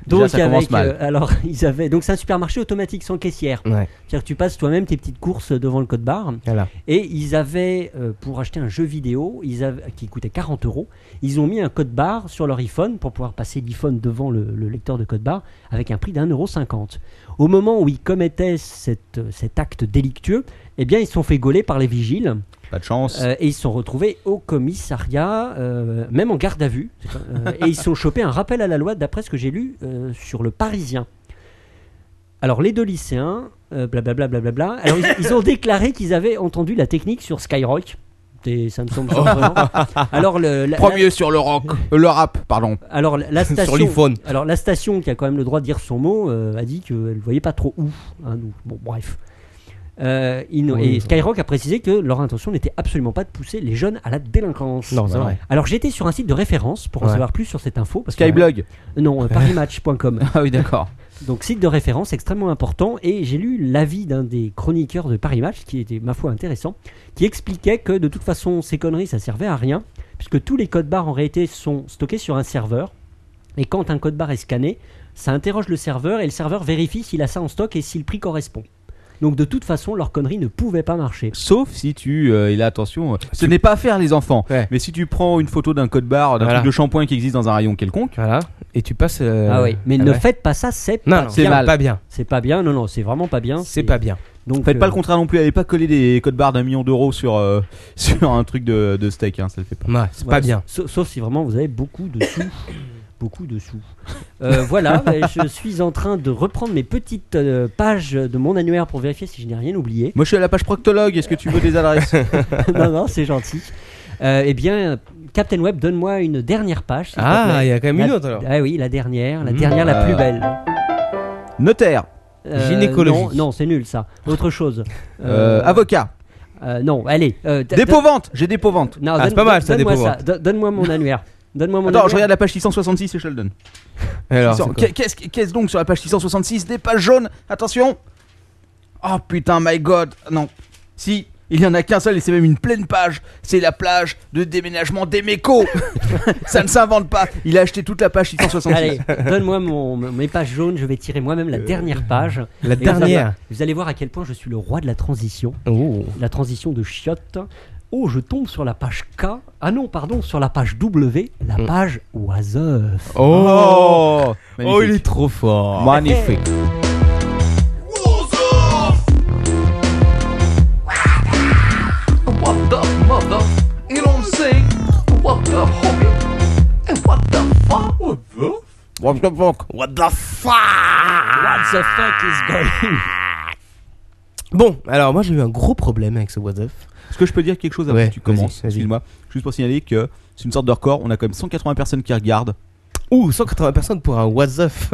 [SPEAKER 4] donc
[SPEAKER 3] Déjà, ça commence
[SPEAKER 4] avec,
[SPEAKER 3] mal.
[SPEAKER 4] euh, alors ils avaient donc c'est un supermarché automatique sans caissière.
[SPEAKER 5] Ouais,
[SPEAKER 4] C'est-à-dire que tu passes toi-même tes petites courses devant le code barre.
[SPEAKER 5] voilà.
[SPEAKER 4] Et ils avaient, euh, pour acheter un jeu vidéo ils avaient- qui coûtait 40 euros, ils ont mis un code barre sur leur iPhone pour pouvoir passer l'iPhone devant le, le lecteur de code barre avec un prix d'un euro cinquante. Au moment où ils commettaient cette- cet acte délictueux, eh bien ils se sont fait gauler par les vigiles
[SPEAKER 3] Pas de chance.
[SPEAKER 4] euh, et ils se sont retrouvés au commissariat, euh, même en garde à vue. Euh, et ils se sont chopés un rappel à la loi d'après ce que j'ai lu euh, sur le Parisien. Alors les deux lycéens, euh, blablabla, blablabla. alors ils, ils ont déclaré qu'ils avaient entendu la technique sur Skyrock. Et ça me semble surprenant. Alors, le, la,
[SPEAKER 3] Premier sur le rock. euh, le rap, pardon.
[SPEAKER 4] la- alors la- la
[SPEAKER 5] Sur
[SPEAKER 4] station,
[SPEAKER 5] l'iPhone.
[SPEAKER 4] alors la station qui a quand même le droit de dire son mot euh, a dit qu'elle voyait pas trop où. hein, nous. Bon bref. Euh, ils n'ont-
[SPEAKER 5] Oui,
[SPEAKER 4] et Skyrock a précisé que leur intention n'était absolument pas de pousser les jeunes à la délinquance.
[SPEAKER 5] Non, c'est
[SPEAKER 3] Voilà.
[SPEAKER 5] vrai.
[SPEAKER 4] Alors j'étais sur un site de référence pour en
[SPEAKER 5] Ouais.
[SPEAKER 4] savoir plus sur cette info. Parce que-
[SPEAKER 3] Skyblog.
[SPEAKER 4] Non, euh, parimatch.com.
[SPEAKER 3] Ah oui, d'accord.
[SPEAKER 4] Donc site de référence extrêmement important et j'ai lu l'avis d'un des chroniqueurs de Paris Match qui était ma foi intéressant, qui expliquait que de toute façon ces conneries ça servait à rien puisque tous les codes barres en réalité sont stockés sur un serveur et quand un code barre est scanné, ça interroge le serveur et le serveur vérifie s'il a ça en stock et si le prix correspond. Donc de toute façon leur connerie ne pouvait pas marcher.
[SPEAKER 3] Sauf si tu, euh, et là attention, euh, ce n'est pas à faire les enfants,
[SPEAKER 5] Ouais.
[SPEAKER 3] mais si tu prends une photo d'un code barre, d'un
[SPEAKER 5] Voilà.
[SPEAKER 3] truc de shampoing qui existe dans un rayon quelconque,
[SPEAKER 5] Voilà. Et tu passes. euh,
[SPEAKER 4] ah oui, mais
[SPEAKER 5] ah
[SPEAKER 4] ne
[SPEAKER 5] ouais.
[SPEAKER 4] faites pas ça, c'est pas
[SPEAKER 5] Non, non,
[SPEAKER 4] bien.
[SPEAKER 5] c'est
[SPEAKER 3] mal.
[SPEAKER 5] pas bien.
[SPEAKER 4] C'est pas bien, non non, c'est vraiment pas bien.
[SPEAKER 5] C'est pas bien.
[SPEAKER 4] Donc
[SPEAKER 3] faites
[SPEAKER 4] euh,
[SPEAKER 3] pas le contraire non plus, allez pas coller des codes barres d'un million d'euros sur, euh, sur un truc de, de steak, hein, ça le fait pas.
[SPEAKER 5] Ouais, c'est
[SPEAKER 4] Ouais,
[SPEAKER 5] pas bien.
[SPEAKER 4] sa- Sauf si vraiment vous avez beaucoup de sous. beaucoup de sous. Euh, voilà, ben, je suis en train de reprendre mes petites euh, pages de mon annuaire pour vérifier si je n'ai rien oublié.
[SPEAKER 3] Moi je suis à la page proctologue, est-ce que tu veux des adresses
[SPEAKER 4] non, non, c'est gentil. Euh, eh bien, Captain Web, donne-moi une dernière page. s'il te
[SPEAKER 5] Ah,
[SPEAKER 4] plaît.
[SPEAKER 5] il y a quand même
[SPEAKER 4] La-
[SPEAKER 5] une autre alors.
[SPEAKER 4] Ah oui, la dernière, la
[SPEAKER 5] Mmh.
[SPEAKER 4] dernière, la plus
[SPEAKER 3] Euh.
[SPEAKER 4] belle.
[SPEAKER 5] Notaire.
[SPEAKER 4] Euh,
[SPEAKER 5] Gynécologiste.
[SPEAKER 4] Non, non, c'est nul ça. Autre chose.
[SPEAKER 3] Euh,
[SPEAKER 5] ah,
[SPEAKER 3] avocat.
[SPEAKER 4] euh, non, allez. euh, da- da-
[SPEAKER 3] Dépauvante. J'ai dépauvante.
[SPEAKER 4] Non,
[SPEAKER 5] Ah,
[SPEAKER 4] donne-
[SPEAKER 5] c'est pas mal,
[SPEAKER 4] don-
[SPEAKER 5] ça,
[SPEAKER 4] Donne-moi
[SPEAKER 5] dépôt
[SPEAKER 4] ça. Don- Donne-moi mon annuaire. Donne-moi mon
[SPEAKER 3] Attends, je
[SPEAKER 4] annuaire.
[SPEAKER 3] regarde la page 666 et Sheldon.
[SPEAKER 5] Alors,
[SPEAKER 3] Six cents.
[SPEAKER 5] Ah, c'est
[SPEAKER 3] Qu'est-
[SPEAKER 5] quoi
[SPEAKER 3] Qu'est-ce qu'est-ce donc sur la page 666 Des pages jaunes. Attention. Oh putain, my god. Non. Si. Il n'y en a qu'un seul et c'est même une pleine page. C'est la plage de déménagement des mécos. Ça ne s'invente pas. Il a acheté toute la page 666.
[SPEAKER 4] Allez, donne-moi mon, mes pages jaunes, je vais tirer moi-même la dernière page.
[SPEAKER 5] Euh, La
[SPEAKER 4] Et vous allez-
[SPEAKER 5] dernière.
[SPEAKER 4] Vous allez voir à quel point je suis le roi de la transition.
[SPEAKER 5] Oh.
[SPEAKER 4] La transition de chiottes. Oh, je tombe sur la page K. Ah non, pardon, sur la page W, la
[SPEAKER 5] Mm.
[SPEAKER 4] page Oiseuf.
[SPEAKER 5] Oh,
[SPEAKER 3] Magnifique.
[SPEAKER 5] il est trop fort.
[SPEAKER 3] Magnifique.
[SPEAKER 2] What the mother? You don't say what the hobby? And what the fuck? What the?
[SPEAKER 4] What the fuck is going
[SPEAKER 5] Bon, alors moi j'ai eu un gros problème avec ce What the F.
[SPEAKER 3] Est-ce que je peux dire quelque chose avant
[SPEAKER 5] Ouais,
[SPEAKER 3] que tu commences
[SPEAKER 5] vas-y, vas-y.
[SPEAKER 3] Excuse-moi. Juste pour signaler que c'est une sorte de record. On a quand même 180 personnes qui regardent.
[SPEAKER 5] Ouh, 180 personnes pour un What the F.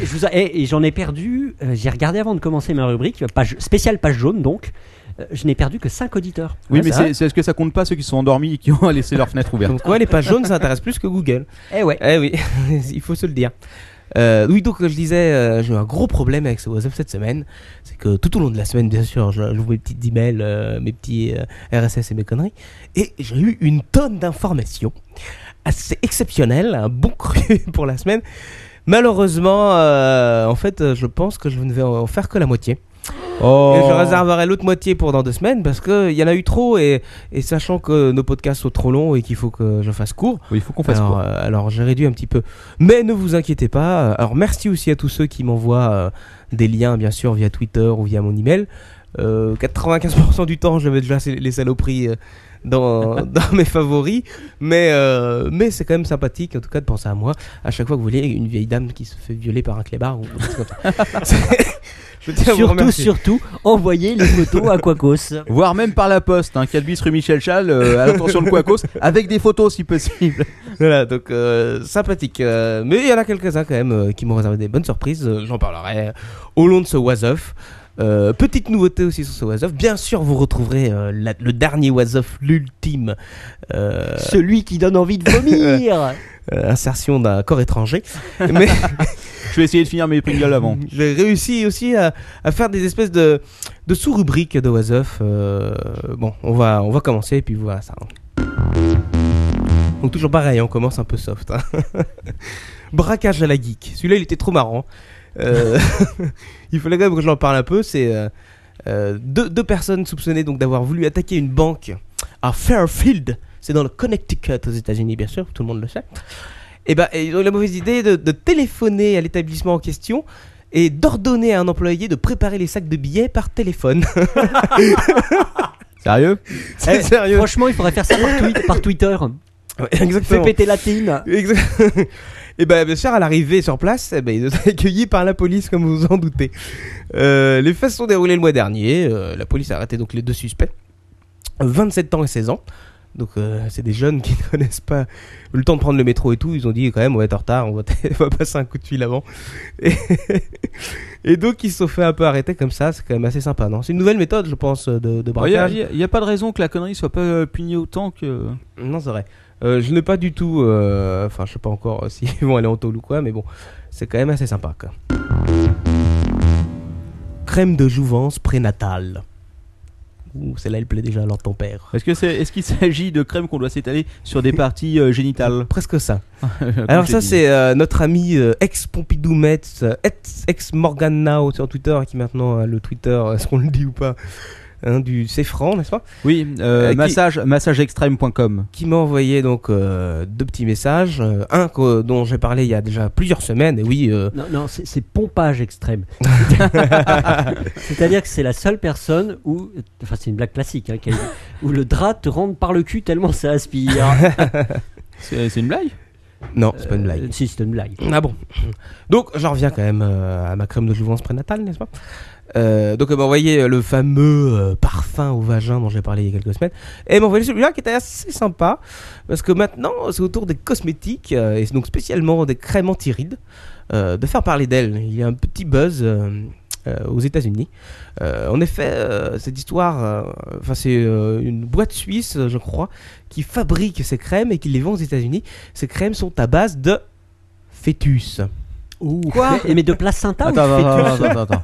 [SPEAKER 4] Eh, je vous a- eh, et j'en ai perdu, euh, j'ai regardé avant de commencer ma rubrique, page, spéciale page jaune donc, euh, je n'ai perdu que 5 auditeurs. Ah,
[SPEAKER 3] Oui,
[SPEAKER 5] Ouais,
[SPEAKER 3] mais
[SPEAKER 5] c'est
[SPEAKER 3] c'est
[SPEAKER 5] vrai.
[SPEAKER 3] c'est- est-ce que ça compte pas ceux qui se sont endormis et qui ont laissé leur fenêtre ouverte
[SPEAKER 5] Donc ouais, les pages jaunes ça intéresse plus que Google.
[SPEAKER 4] Eh ouais.
[SPEAKER 5] Eh oui, il faut se le dire. Euh, oui, donc euh, je disais, euh, j'ai eu un gros problème avec ce WhatsApp cette semaine. C'est que tout au long de la semaine, bien sûr, je- j'ouvre mes petits emails, euh, mes petits euh, RSS et mes conneries. Et j'ai eu une tonne d'informations assez exceptionnelles, un bon cru pour la semaine. Malheureusement, euh, en fait, euh, je pense que je ne vais en faire que la moitié. Et
[SPEAKER 3] Oh.
[SPEAKER 5] je réserverai l'autre moitié pour dans deux semaines parce qu'il y en a eu trop et, et sachant que nos podcasts sont trop longs et qu'il faut que je fasse court,
[SPEAKER 3] Oui, il faut qu'on fasse
[SPEAKER 5] alors,
[SPEAKER 3] quoi
[SPEAKER 5] euh, alors, j'ai réduit un petit peu. Mais ne vous inquiétez pas. euh, Alors merci aussi à tous ceux qui m'envoient euh, des liens, bien sûr, via Twitter ou via mon email. Euh, 95% du temps, j'avais déjà ces- les saloperies euh, dans, dans mes favoris. Mais, euh, mais c'est quand même sympathique, en tout cas, de penser à moi. À chaque fois que vous voyez une vieille dame qui se fait violer par un clébard. Ou... ou quelque chose comme ça. C'est- Je tiens à vous Euh.
[SPEAKER 4] Surtout,
[SPEAKER 5] remercier.
[SPEAKER 4] surtout, envoyez les photos à Quacos.
[SPEAKER 3] Voire même par la poste, hein, Calbis rue Michel Chal, euh, à l'attention de Quacos, avec des photos si possible.
[SPEAKER 5] Voilà, donc euh, sympathique. Euh, mais il y en a quelques-uns quand même euh, qui m'ont réservé des bonnes surprises. Euh, J'en parlerai au long de ce Was Off. Euh, petite nouveauté aussi sur ce Was Off. Bien sûr, vous retrouverez euh, la- le dernier Was Off, l'ultime euh,
[SPEAKER 4] Celui qui donne envie de vomir.
[SPEAKER 5] euh, insertion d'un corps étranger. Mais
[SPEAKER 3] Je vais essayer de finir mes Pringles avant.
[SPEAKER 5] j'ai réussi aussi à, à faire des espèces de, de sous-rubriques de Was Off. Euh, bon, on va, on va commencer et puis voilà ça. hein. Donc toujours pareil, on commence un peu soft. hein. Braquage à la geek. Celui-là, il était trop marrant. Euh, il fallait quand même que j'en parle un peu. C'est euh, euh, deux, deux personnes soupçonnées donc d'avoir voulu attaquer une banque à Fairfield. C'est dans le Connecticut aux États-Unis, bien sûr, tout le monde le sait. Et ben, et ils ont eu la mauvaise idée de, de téléphoner à l'établissement en question et d'ordonner à un employé de préparer les sacs de billets par téléphone.
[SPEAKER 3] Sérieux
[SPEAKER 5] C'est
[SPEAKER 4] Eh,
[SPEAKER 5] sérieux.
[SPEAKER 4] Franchement, il faudrait faire ça par, tweet- par Twitter.
[SPEAKER 5] Ouais,
[SPEAKER 4] Fais
[SPEAKER 5] Exactement.
[SPEAKER 4] péter la team.
[SPEAKER 5] Exact. Et ben bien sûr, à l'arrivée sur place, eh ben, ils sont accueillis par la police, comme vous vous en doutez. Euh, les faits se sont déroulés le mois dernier. Euh, la police a arrêté donc les deux suspects, 27 ans et 16 ans. Donc euh, c'est des jeunes qui ne connaissent pas le temps de prendre le métro et tout. Ils ont dit quand même, ouais, t'es en retard, on va, t- on va passer un coup de fil avant. Et, et donc ils se sont fait un peu arrêter comme ça. C'est quand même assez sympa, non C'est une nouvelle méthode, je pense, euh, de, de
[SPEAKER 3] Il n'y a,
[SPEAKER 5] braquage.
[SPEAKER 3] y a pas de raison que la connerie soit pas euh, punie autant que.
[SPEAKER 5] Non, c'est vrai. Euh, je n'ai pas du tout. euh, Enfin, je sais pas encore euh, s'ils vont aller en tôle ou quoi, mais bon, c'est quand même assez sympa. Quoi. Crème de jouvence prénatale. Ouh, celle-là, elle plaît déjà alors ton père.
[SPEAKER 3] Est-ce que c'est, est-ce qu'il s'agit de crème qu'on doit s'étaler sur des parties euh, génitales
[SPEAKER 5] Presque ça.
[SPEAKER 3] Ah, Comme
[SPEAKER 5] Alors
[SPEAKER 3] j'ai
[SPEAKER 5] ça
[SPEAKER 3] dit.
[SPEAKER 5] c'est euh, notre ami euh, ex Pompidou Metz, euh, ex- ex Morgan Now sur Twitter qui maintenant a le Twitter, euh, est-ce qu'on le dit ou pas, hein, du c'est franc n'est-ce pas
[SPEAKER 3] Oui, euh,
[SPEAKER 5] Euh, qui-
[SPEAKER 3] massage, massageextrême.com.
[SPEAKER 5] qui m'a envoyé donc euh, deux petits messages, Euh, un que- dont j'ai parlé il y a déjà plusieurs semaines et oui euh,
[SPEAKER 4] Non, non, c'est c'est pompage extrême. C'est-à-dire que c'est la seule personne où, enfin c'est une blague classique, hein, qu'elle- où le drap te rentre par le cul tellement ça aspire.
[SPEAKER 3] C'est, c'est une blague
[SPEAKER 5] non c'est pas une blague.
[SPEAKER 4] Euh, si, c'est une blague.
[SPEAKER 5] Ah bon. Donc j'en reviens quand même euh, à ma crème de jouvence prénatale, n'est-ce pas Euh, Donc elle m'a envoyé euh, le fameux euh, parfum au vagin dont j'ai parlé il y a quelques semaines. Et elle m'a envoyé celui-là qui était assez sympa parce que maintenant c'est autour des cosmétiques euh, et donc spécialement des crèmes anti-rides. euh, de faire parler d'elle. Il y a un petit buzz euh, euh, aux États-Unis. Euh, en effet, euh, cette histoire, euh, enfin c'est euh, une boîte suisse, euh, je crois, qui fabrique ces crèmes et qui les vend aux États-Unis. Ces crèmes sont à base de fœtus.
[SPEAKER 4] Quoi Eh, Mais de placenta ou de
[SPEAKER 3] Attends, attends,
[SPEAKER 4] fœtus
[SPEAKER 3] attends, attends, attends.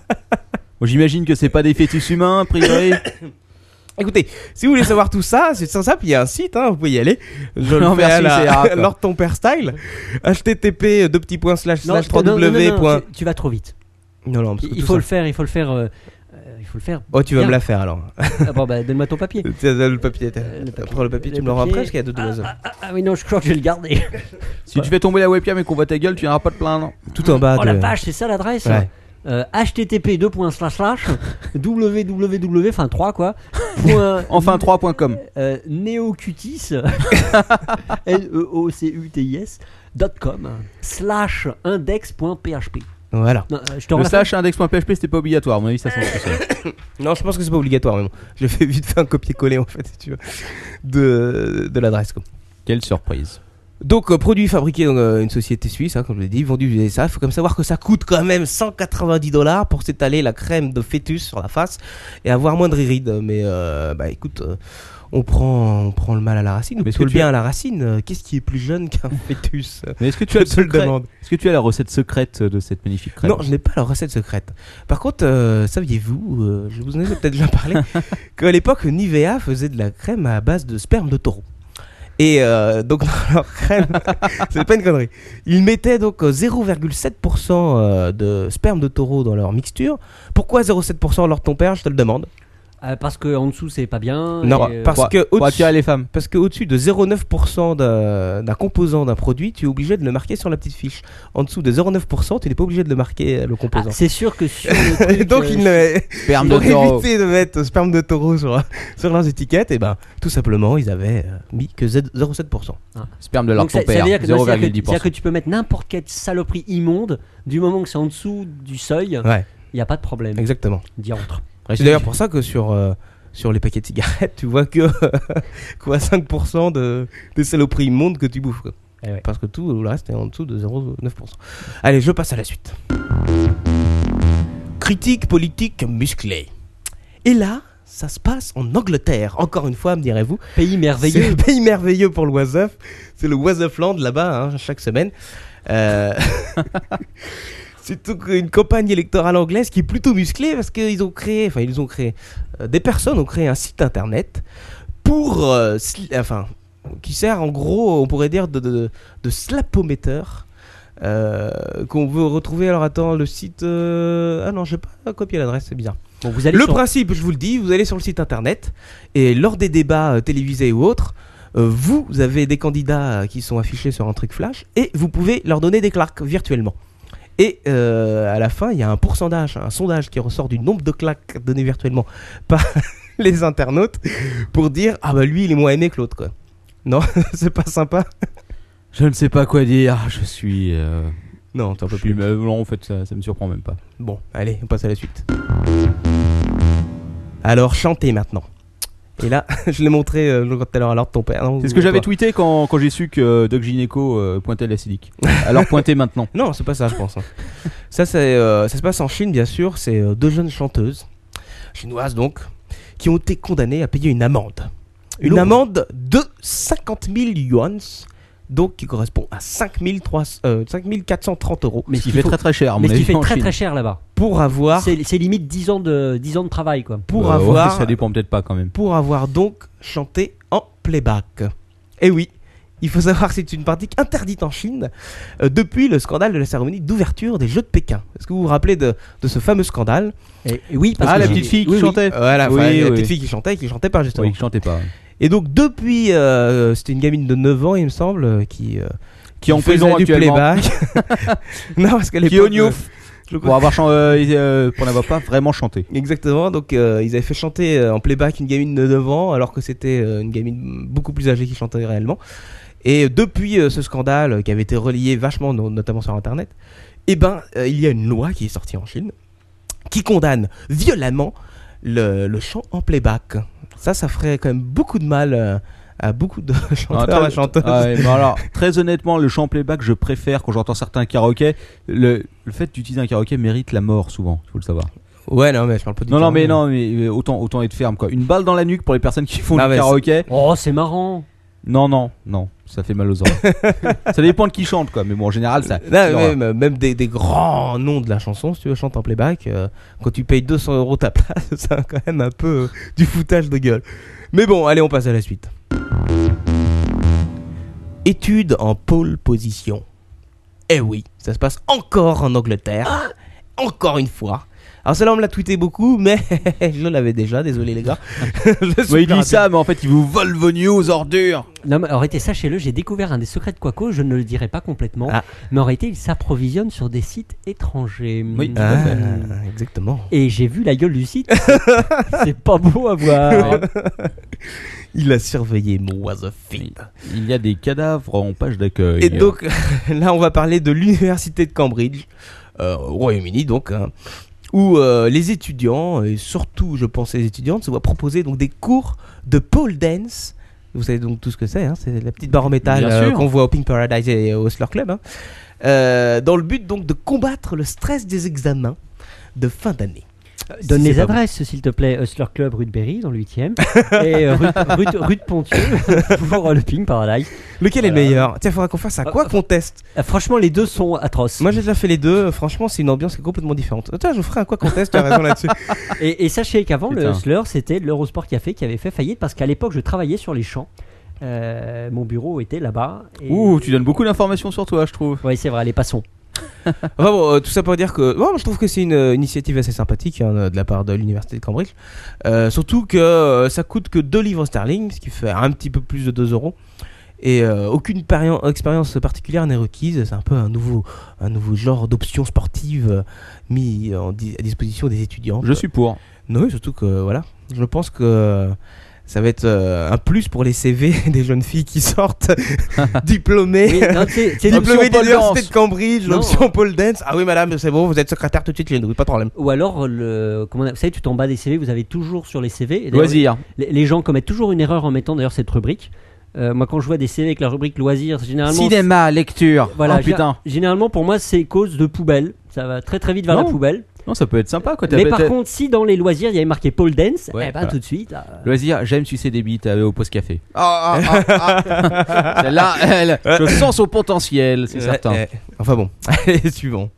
[SPEAKER 3] Bon, J'imagine que c'est pas des fœtus humains, a priori.
[SPEAKER 5] Écoutez, si vous voulez savoir tout ça, c'est très simple, il y a un site, hein, vous pouvez y aller. Je
[SPEAKER 3] Non,
[SPEAKER 5] le fais à
[SPEAKER 3] merci, c'est
[SPEAKER 5] la-
[SPEAKER 3] rap.
[SPEAKER 5] lors de ton père style. http euh, deux petits points slash
[SPEAKER 4] Non,
[SPEAKER 5] slash
[SPEAKER 4] je te- non, non, non, non,
[SPEAKER 5] 3w. point-
[SPEAKER 4] tu- Tu vas trop vite.
[SPEAKER 5] Non, non, parce que
[SPEAKER 4] Il
[SPEAKER 5] tout
[SPEAKER 4] faut
[SPEAKER 5] ça-
[SPEAKER 4] le faire, il faut le faire. euh, euh, Il faut le faire.
[SPEAKER 5] Oh, tu vas
[SPEAKER 4] bien.
[SPEAKER 5] me la faire alors.
[SPEAKER 4] Ah Bon, bah, donne-moi ton papier.
[SPEAKER 5] Tiens, le papier. t'as-
[SPEAKER 4] Euh, le papier.
[SPEAKER 5] Prends le papier,
[SPEAKER 4] Le
[SPEAKER 5] tu me le rends
[SPEAKER 4] papier.
[SPEAKER 5] après parce qu'il y a deux doses.
[SPEAKER 4] Ah, ah oui, non, je crois que je vais le garder.
[SPEAKER 3] Si tu fais tomber la webcam et qu'on voit ta gueule, tu n'auras pas de plaindre.
[SPEAKER 5] Tout en bas.
[SPEAKER 4] Oh
[SPEAKER 5] Ah, de-
[SPEAKER 4] la vache, c'est ça l'adresse
[SPEAKER 5] Ouais.
[SPEAKER 4] Euh, http 2. slash slash www enfin 3 quoi point,
[SPEAKER 3] Enfin 3.com.
[SPEAKER 4] euh, neocutis n e o c u t i s dot com slash index.php
[SPEAKER 5] Voilà.
[SPEAKER 4] Non, euh, je te rends
[SPEAKER 3] Le
[SPEAKER 4] la
[SPEAKER 3] slash index.php, c'était pas obligatoire, à mon avis, ça sent tout seul.
[SPEAKER 5] Non, je pense que c'est pas obligatoire, mais bon. J'ai fait vite fait un copier-coller en fait, si tu veux, de, de l'adresse. quoi.
[SPEAKER 3] Quelle surprise.
[SPEAKER 5] Donc, euh, produit fabriqué dans euh, une société suisse, hein, comme je l'ai dit, vendu aux USA. Il faut comme savoir que ça coûte quand même 190 dollars pour s'étaler la crème de fœtus sur la face et avoir moindre iride. Mais euh, bah écoute, euh, on, prend, on prend le mal à la racine, ou
[SPEAKER 3] Mais est-ce que
[SPEAKER 5] plutôt le
[SPEAKER 3] tu
[SPEAKER 5] bien à la racine. Euh, Qu'est-ce qui est plus jeune qu'un fœtus
[SPEAKER 3] Mais est-ce que tu as le
[SPEAKER 5] Je te le
[SPEAKER 3] secret
[SPEAKER 5] demande.
[SPEAKER 3] Est-ce que tu as la recette secrète de cette magnifique crème
[SPEAKER 5] Non, je n'ai pas la recette secrète. Par contre, euh, saviez-vous, euh, je vous en ai peut-être déjà parlé, qu'à l'époque, Nivea faisait de la crème à base de sperme de taureau. Et euh, donc, dans leur crème, c'est pas une connerie. Ils mettaient donc euh, 0,7% euh, de sperme de taureau dans leur mixture. Pourquoi 0,7% lors de ton père Je te le demande.
[SPEAKER 4] Euh, parce que en dessous c'est pas bien
[SPEAKER 5] Non,
[SPEAKER 4] et, euh,
[SPEAKER 5] parce
[SPEAKER 3] Pour-
[SPEAKER 5] que
[SPEAKER 3] Pour
[SPEAKER 5] au-dessus-
[SPEAKER 3] attirer les femmes.
[SPEAKER 5] parce que au-dessus de 0,9% d'un d'un composant d'un produit, tu es obligé de le marquer sur la petite fiche. En dessous de 0,9%, tu n'es pas obligé de le marquer euh, le
[SPEAKER 4] Ah,
[SPEAKER 5] composant.
[SPEAKER 4] c'est sûr que sur le truc,
[SPEAKER 5] Et donc,
[SPEAKER 4] euh,
[SPEAKER 5] ils ne,
[SPEAKER 3] Sperme de
[SPEAKER 5] pour
[SPEAKER 3] taureau.
[SPEAKER 5] éviter de mettre sperme de taureau sur, sur leurs étiquettes, et ben tout simplement ils avaient euh, mis que Z- 0,7%.
[SPEAKER 3] Sperme de leur
[SPEAKER 4] donc ça, ça
[SPEAKER 3] compère.
[SPEAKER 4] veut dire que, non, c'est-à-dire que- c'est-à-dire
[SPEAKER 3] 0,10%.
[SPEAKER 4] que tu peux mettre n'importe quelle saloperie immonde du moment que c'est en dessous du seuil il
[SPEAKER 5] Ouais,
[SPEAKER 4] n'y a pas de problème
[SPEAKER 5] exactement.
[SPEAKER 4] diantre
[SPEAKER 5] C'est d'ailleurs pour ça que sur, euh, sur les paquets de cigarettes, tu vois que quoi 5% de, des saloperies immondes que tu bouffes. quoi.
[SPEAKER 4] Eh ouais.
[SPEAKER 5] Parce que tout le reste est en dessous de 0,9%. Allez, je passe à la suite. Critique politique musclée. Et là, ça se passe en Angleterre. Encore une fois, me direz-vous,
[SPEAKER 4] pays
[SPEAKER 5] C'est
[SPEAKER 4] merveilleux
[SPEAKER 5] un pays merveilleux pour le Wasaf. C'est le Wasafland là-bas, hein, chaque semaine. Euh, C'est donc une campagne électorale anglaise qui est plutôt musclée parce qu'ils ont créé, enfin ils ont créé, euh, des personnes ont créé un site internet pour, euh, sl- enfin, qui sert en gros, on pourrait dire, de, de, de slapomèteur euh, qu'on veut retrouver. Alors attends, le site, euh, ah non, je vais pas copier l'adresse, c'est bizarre.
[SPEAKER 4] bon, vous allez
[SPEAKER 5] Le
[SPEAKER 4] sur-
[SPEAKER 5] principe, je vous le dis, vous allez sur le site internet et lors des débats euh, télévisés ou autres, euh, vous avez des candidats euh, qui sont affichés sur un truc flash et vous pouvez leur donner des claques virtuellement. Et euh, à la fin, il y a un pourcentage, un sondage qui ressort du nombre de claques données virtuellement par les internautes pour dire ah bah lui il est moins aimé que l'autre quoi. Non, c'est pas sympa.
[SPEAKER 3] Je ne sais pas quoi dire. Je suis. euh,
[SPEAKER 5] Non, t'en
[SPEAKER 3] je
[SPEAKER 5] peux
[SPEAKER 3] suis-
[SPEAKER 5] plus.
[SPEAKER 3] mais Non, en fait, ça, ça me surprend même pas.
[SPEAKER 5] Bon, allez, on passe à la suite. Alors chantez maintenant. Et là, je l'ai montré euh, tout à l'heure à l'ordre de ton père. non,
[SPEAKER 3] C'est ce que
[SPEAKER 5] toi.
[SPEAKER 3] j'avais tweeté quand, quand j'ai su que euh, Doc Gineco euh, pointait l'acidique. Alors pointez maintenant.
[SPEAKER 5] Non, c'est pas ça, je pense. hein. ça, c'est, euh, ça se passe en Chine, bien sûr. C'est euh, deux jeunes chanteuses, chinoises donc, qui ont été condamnées à payer une amende. Une
[SPEAKER 4] Lourde.
[SPEAKER 5] amende de 50 000 yuans, donc qui correspond à 5 300, euh, 5 430 euros,
[SPEAKER 4] mais
[SPEAKER 3] Ce qui
[SPEAKER 4] qu'il
[SPEAKER 3] fait
[SPEAKER 4] faut-
[SPEAKER 3] très très cher. à
[SPEAKER 4] mais
[SPEAKER 3] mon
[SPEAKER 4] ce qui
[SPEAKER 3] avis,
[SPEAKER 4] fait
[SPEAKER 3] en
[SPEAKER 4] très
[SPEAKER 3] Chine. Ah.
[SPEAKER 4] très cher là-bas
[SPEAKER 5] pour avoir,
[SPEAKER 4] C'est c'est limite 10 ans, de, 10 ans de travail, quoi.
[SPEAKER 5] pour
[SPEAKER 3] Euh, ouais,
[SPEAKER 5] avoir
[SPEAKER 3] Ça dépend peut-être pas quand même.
[SPEAKER 5] pour avoir donc chanté en playback. Et oui, il faut savoir que c'est une pratique interdite en Chine euh, depuis le scandale de la cérémonie d'ouverture des Jeux de Pékin. Est-ce que vous vous rappelez de, de ce fameux scandale
[SPEAKER 4] Et, et oui, parce
[SPEAKER 3] Ah,
[SPEAKER 4] que
[SPEAKER 3] la
[SPEAKER 4] j'ai-
[SPEAKER 3] petite fille qui
[SPEAKER 4] oui, oui.
[SPEAKER 3] chantait.
[SPEAKER 5] Voilà,
[SPEAKER 3] Oui,
[SPEAKER 5] enfin, la
[SPEAKER 3] oui.
[SPEAKER 5] petite fille qui chantait et qui chantait pas justement.
[SPEAKER 3] Oui, qui chantait pas.
[SPEAKER 5] Et donc depuis, euh, c'était une gamine de 9 ans il me semble, euh, qui, euh,
[SPEAKER 3] Qui est en
[SPEAKER 5] faisait
[SPEAKER 3] prison
[SPEAKER 5] du
[SPEAKER 3] actuellement.
[SPEAKER 5] playback. non, parce euh, qu'elle
[SPEAKER 3] Qui est au Niouf.
[SPEAKER 5] je crois-
[SPEAKER 3] Pour avoir chan- euh, euh, pour n'avoir pas vraiment chanté.
[SPEAKER 5] Exactement, donc euh, ils avaient fait chanter euh, en playback une gamine de 9 ans, alors que c'était euh, une gamine beaucoup plus âgée qui chantait réellement. Et depuis euh, ce scandale euh, qui avait été relié vachement, no- notamment sur Internet, eh ben, euh, il y a une loi qui est sortie en Chine qui condamne violemment le, le chant en playback. Ça, ça ferait quand même beaucoup de mal euh, à beaucoup de
[SPEAKER 3] Ah,
[SPEAKER 5] chanteurs
[SPEAKER 3] très-
[SPEAKER 5] et chanteuses.
[SPEAKER 3] Ah ouais, mais alors, très honnêtement, le chant playback, je préfère quand j'entends certains karaokés. Le, le fait d'utiliser un karaoké mérite la mort souvent, il faut le savoir.
[SPEAKER 5] Ouais, non, mais je parle pas du
[SPEAKER 3] Non, non,
[SPEAKER 5] karaoké.
[SPEAKER 3] mais non, mais euh, autant, autant être ferme quoi. Une balle dans la nuque pour les personnes qui font
[SPEAKER 5] Non,
[SPEAKER 3] du
[SPEAKER 5] mais
[SPEAKER 3] karaoké.
[SPEAKER 4] Oh, c'est marrant.
[SPEAKER 3] Non, non, non, ça fait mal aux oreilles. ça dépend de qui chante quoi, mais bon, en général, ça.
[SPEAKER 5] Non,
[SPEAKER 3] c'est l'horreur.
[SPEAKER 5] même, même des, des grands noms de la chanson, si tu veux, chante en playback, euh, quand tu payes 200 euros ta place, c'est quand même un peu euh, du foutage de gueule. Mais bon, allez, on passe à la suite. Étude en pole position. Eh oui, ça se passe encore en Angleterre. Encore une fois. Alors celle-là, on me l'a tweeté beaucoup, mais je l'avais déjà, désolé les gars. Je suis
[SPEAKER 3] Ouais, il
[SPEAKER 5] plus
[SPEAKER 3] dit
[SPEAKER 5] rapide.
[SPEAKER 3] ça, mais en fait, il vous vole vos news ordures.
[SPEAKER 4] Non, mais en réalité, sachez-le, j'ai découvert un des secrets de Quaco, je ne le dirai pas complètement,
[SPEAKER 5] Ah.
[SPEAKER 4] mais en réalité, il s'approvisionne sur des sites étrangers. Mm.
[SPEAKER 3] Oui, tout
[SPEAKER 5] Ah,
[SPEAKER 3] à fait.
[SPEAKER 5] exactement.
[SPEAKER 4] Et j'ai vu la gueule du site. c'est pas beau à voir.
[SPEAKER 3] Ah.
[SPEAKER 5] Il a surveillé mon was a fiend.
[SPEAKER 3] Il y a des cadavres en page d'accueil.
[SPEAKER 5] Et donc, là, on va parler de l'université de Cambridge, euh, au Royaume-Uni, donc, hein, où euh, les étudiants, et surtout, je pense, les étudiantes, se voient proposer donc des cours de pole dance. Vous savez donc tout ce que c'est, hein, c'est la petite barre en métal
[SPEAKER 3] Bien
[SPEAKER 5] euh,
[SPEAKER 3] sûr.
[SPEAKER 5] qu'on voit au Pink Paradise et au Hustler Club, hein, euh, dans le but donc de combattre le stress des examens de fin d'année.
[SPEAKER 4] Euh, Donne
[SPEAKER 5] Si
[SPEAKER 4] les
[SPEAKER 5] c'est pas
[SPEAKER 4] adresses, s'il te plaît. Hustler Club, rue de Berry, dans le 8ème. et euh, rue, rue de- rue de Pontieux, pour euh, le Ping Paradise.
[SPEAKER 5] bon. Lequel est le meilleur Tiens, faudra qu'on fasse à quoi qu'on teste
[SPEAKER 4] Ah, Franchement, les deux sont atroces.
[SPEAKER 5] Moi j'ai déjà fait les deux, franchement c'est une ambiance qui est complètement différente. Tiens, je ferai à quoi qu'on teste, tu as raison là-dessus.
[SPEAKER 4] Et, et sachez qu'avant, le
[SPEAKER 3] Putain.
[SPEAKER 4] Hustler, c'était l'Eurosport Café qui avait fait faillite parce qu'à l'époque, je travaillais sur les champs. Euh, mon bureau était là-bas. et-
[SPEAKER 3] Ouh, tu donnes beaucoup d'informations sur toi, je trouve.
[SPEAKER 4] Oui, c'est vrai, les passons.
[SPEAKER 5] Enfin bon, euh, tout ça pour dire que bon, moi, je trouve que c'est une euh, initiative assez sympathique hein, euh, de la part de l'université de Cambridge. Euh, surtout que euh, ça coûte que 2 livres sterling, ce qui fait un petit peu plus de 2 euros. Et euh, aucune pari- expérience particulière n'est requise. C'est un peu un nouveau, un nouveau genre d'option sportive euh, mis en di- à disposition des étudiants. Euh,
[SPEAKER 3] Je suis pour.
[SPEAKER 5] Non, oui, surtout que voilà, je pense que euh, ça va être euh, un plus pour les CV des jeunes filles qui sortent diplômées.
[SPEAKER 4] Oui, non, tu sais- tu sais,
[SPEAKER 5] Diplômé
[SPEAKER 4] l'option pole
[SPEAKER 5] d'université
[SPEAKER 4] dance.
[SPEAKER 5] de Cambridge,
[SPEAKER 4] Non.
[SPEAKER 5] l'option pole dance. Ah oui, madame, c'est bon, vous êtes secrétaire tout de suite chez nous, pas de problème.
[SPEAKER 4] Ou alors, le, comment on a- vous savez, tout en bas des CV, vous avez toujours sur les CV. et d'ailleurs,
[SPEAKER 3] Loisir.
[SPEAKER 4] Les, les gens commettent toujours une erreur en mettant d'ailleurs cette rubrique. Euh, moi, quand je vois des CV avec la rubrique loisirs, généralement.
[SPEAKER 3] Cinéma, lecture.
[SPEAKER 4] Voilà,
[SPEAKER 3] oh, putain.
[SPEAKER 4] gé- Généralement, pour moi, c'est cause de poubelle. Ça va très très vite vers
[SPEAKER 3] Non.
[SPEAKER 4] la poubelle.
[SPEAKER 3] Non, ça peut être sympa quoi. t'as-
[SPEAKER 4] Mais par
[SPEAKER 3] t'as-
[SPEAKER 4] contre, si dans les loisirs il y avait marqué pole dance,
[SPEAKER 3] Ouais,
[SPEAKER 4] eh ben
[SPEAKER 3] voilà.
[SPEAKER 4] tout de suite. ah,
[SPEAKER 3] Loisir, j'aime sucer des bites euh, au post café.
[SPEAKER 7] Ah, ah, ah, ah.
[SPEAKER 3] Celle-là, elle, je sens son potentiel, c'est
[SPEAKER 5] Euh,
[SPEAKER 3] certain.
[SPEAKER 5] euh, enfin bon, allez, suivant.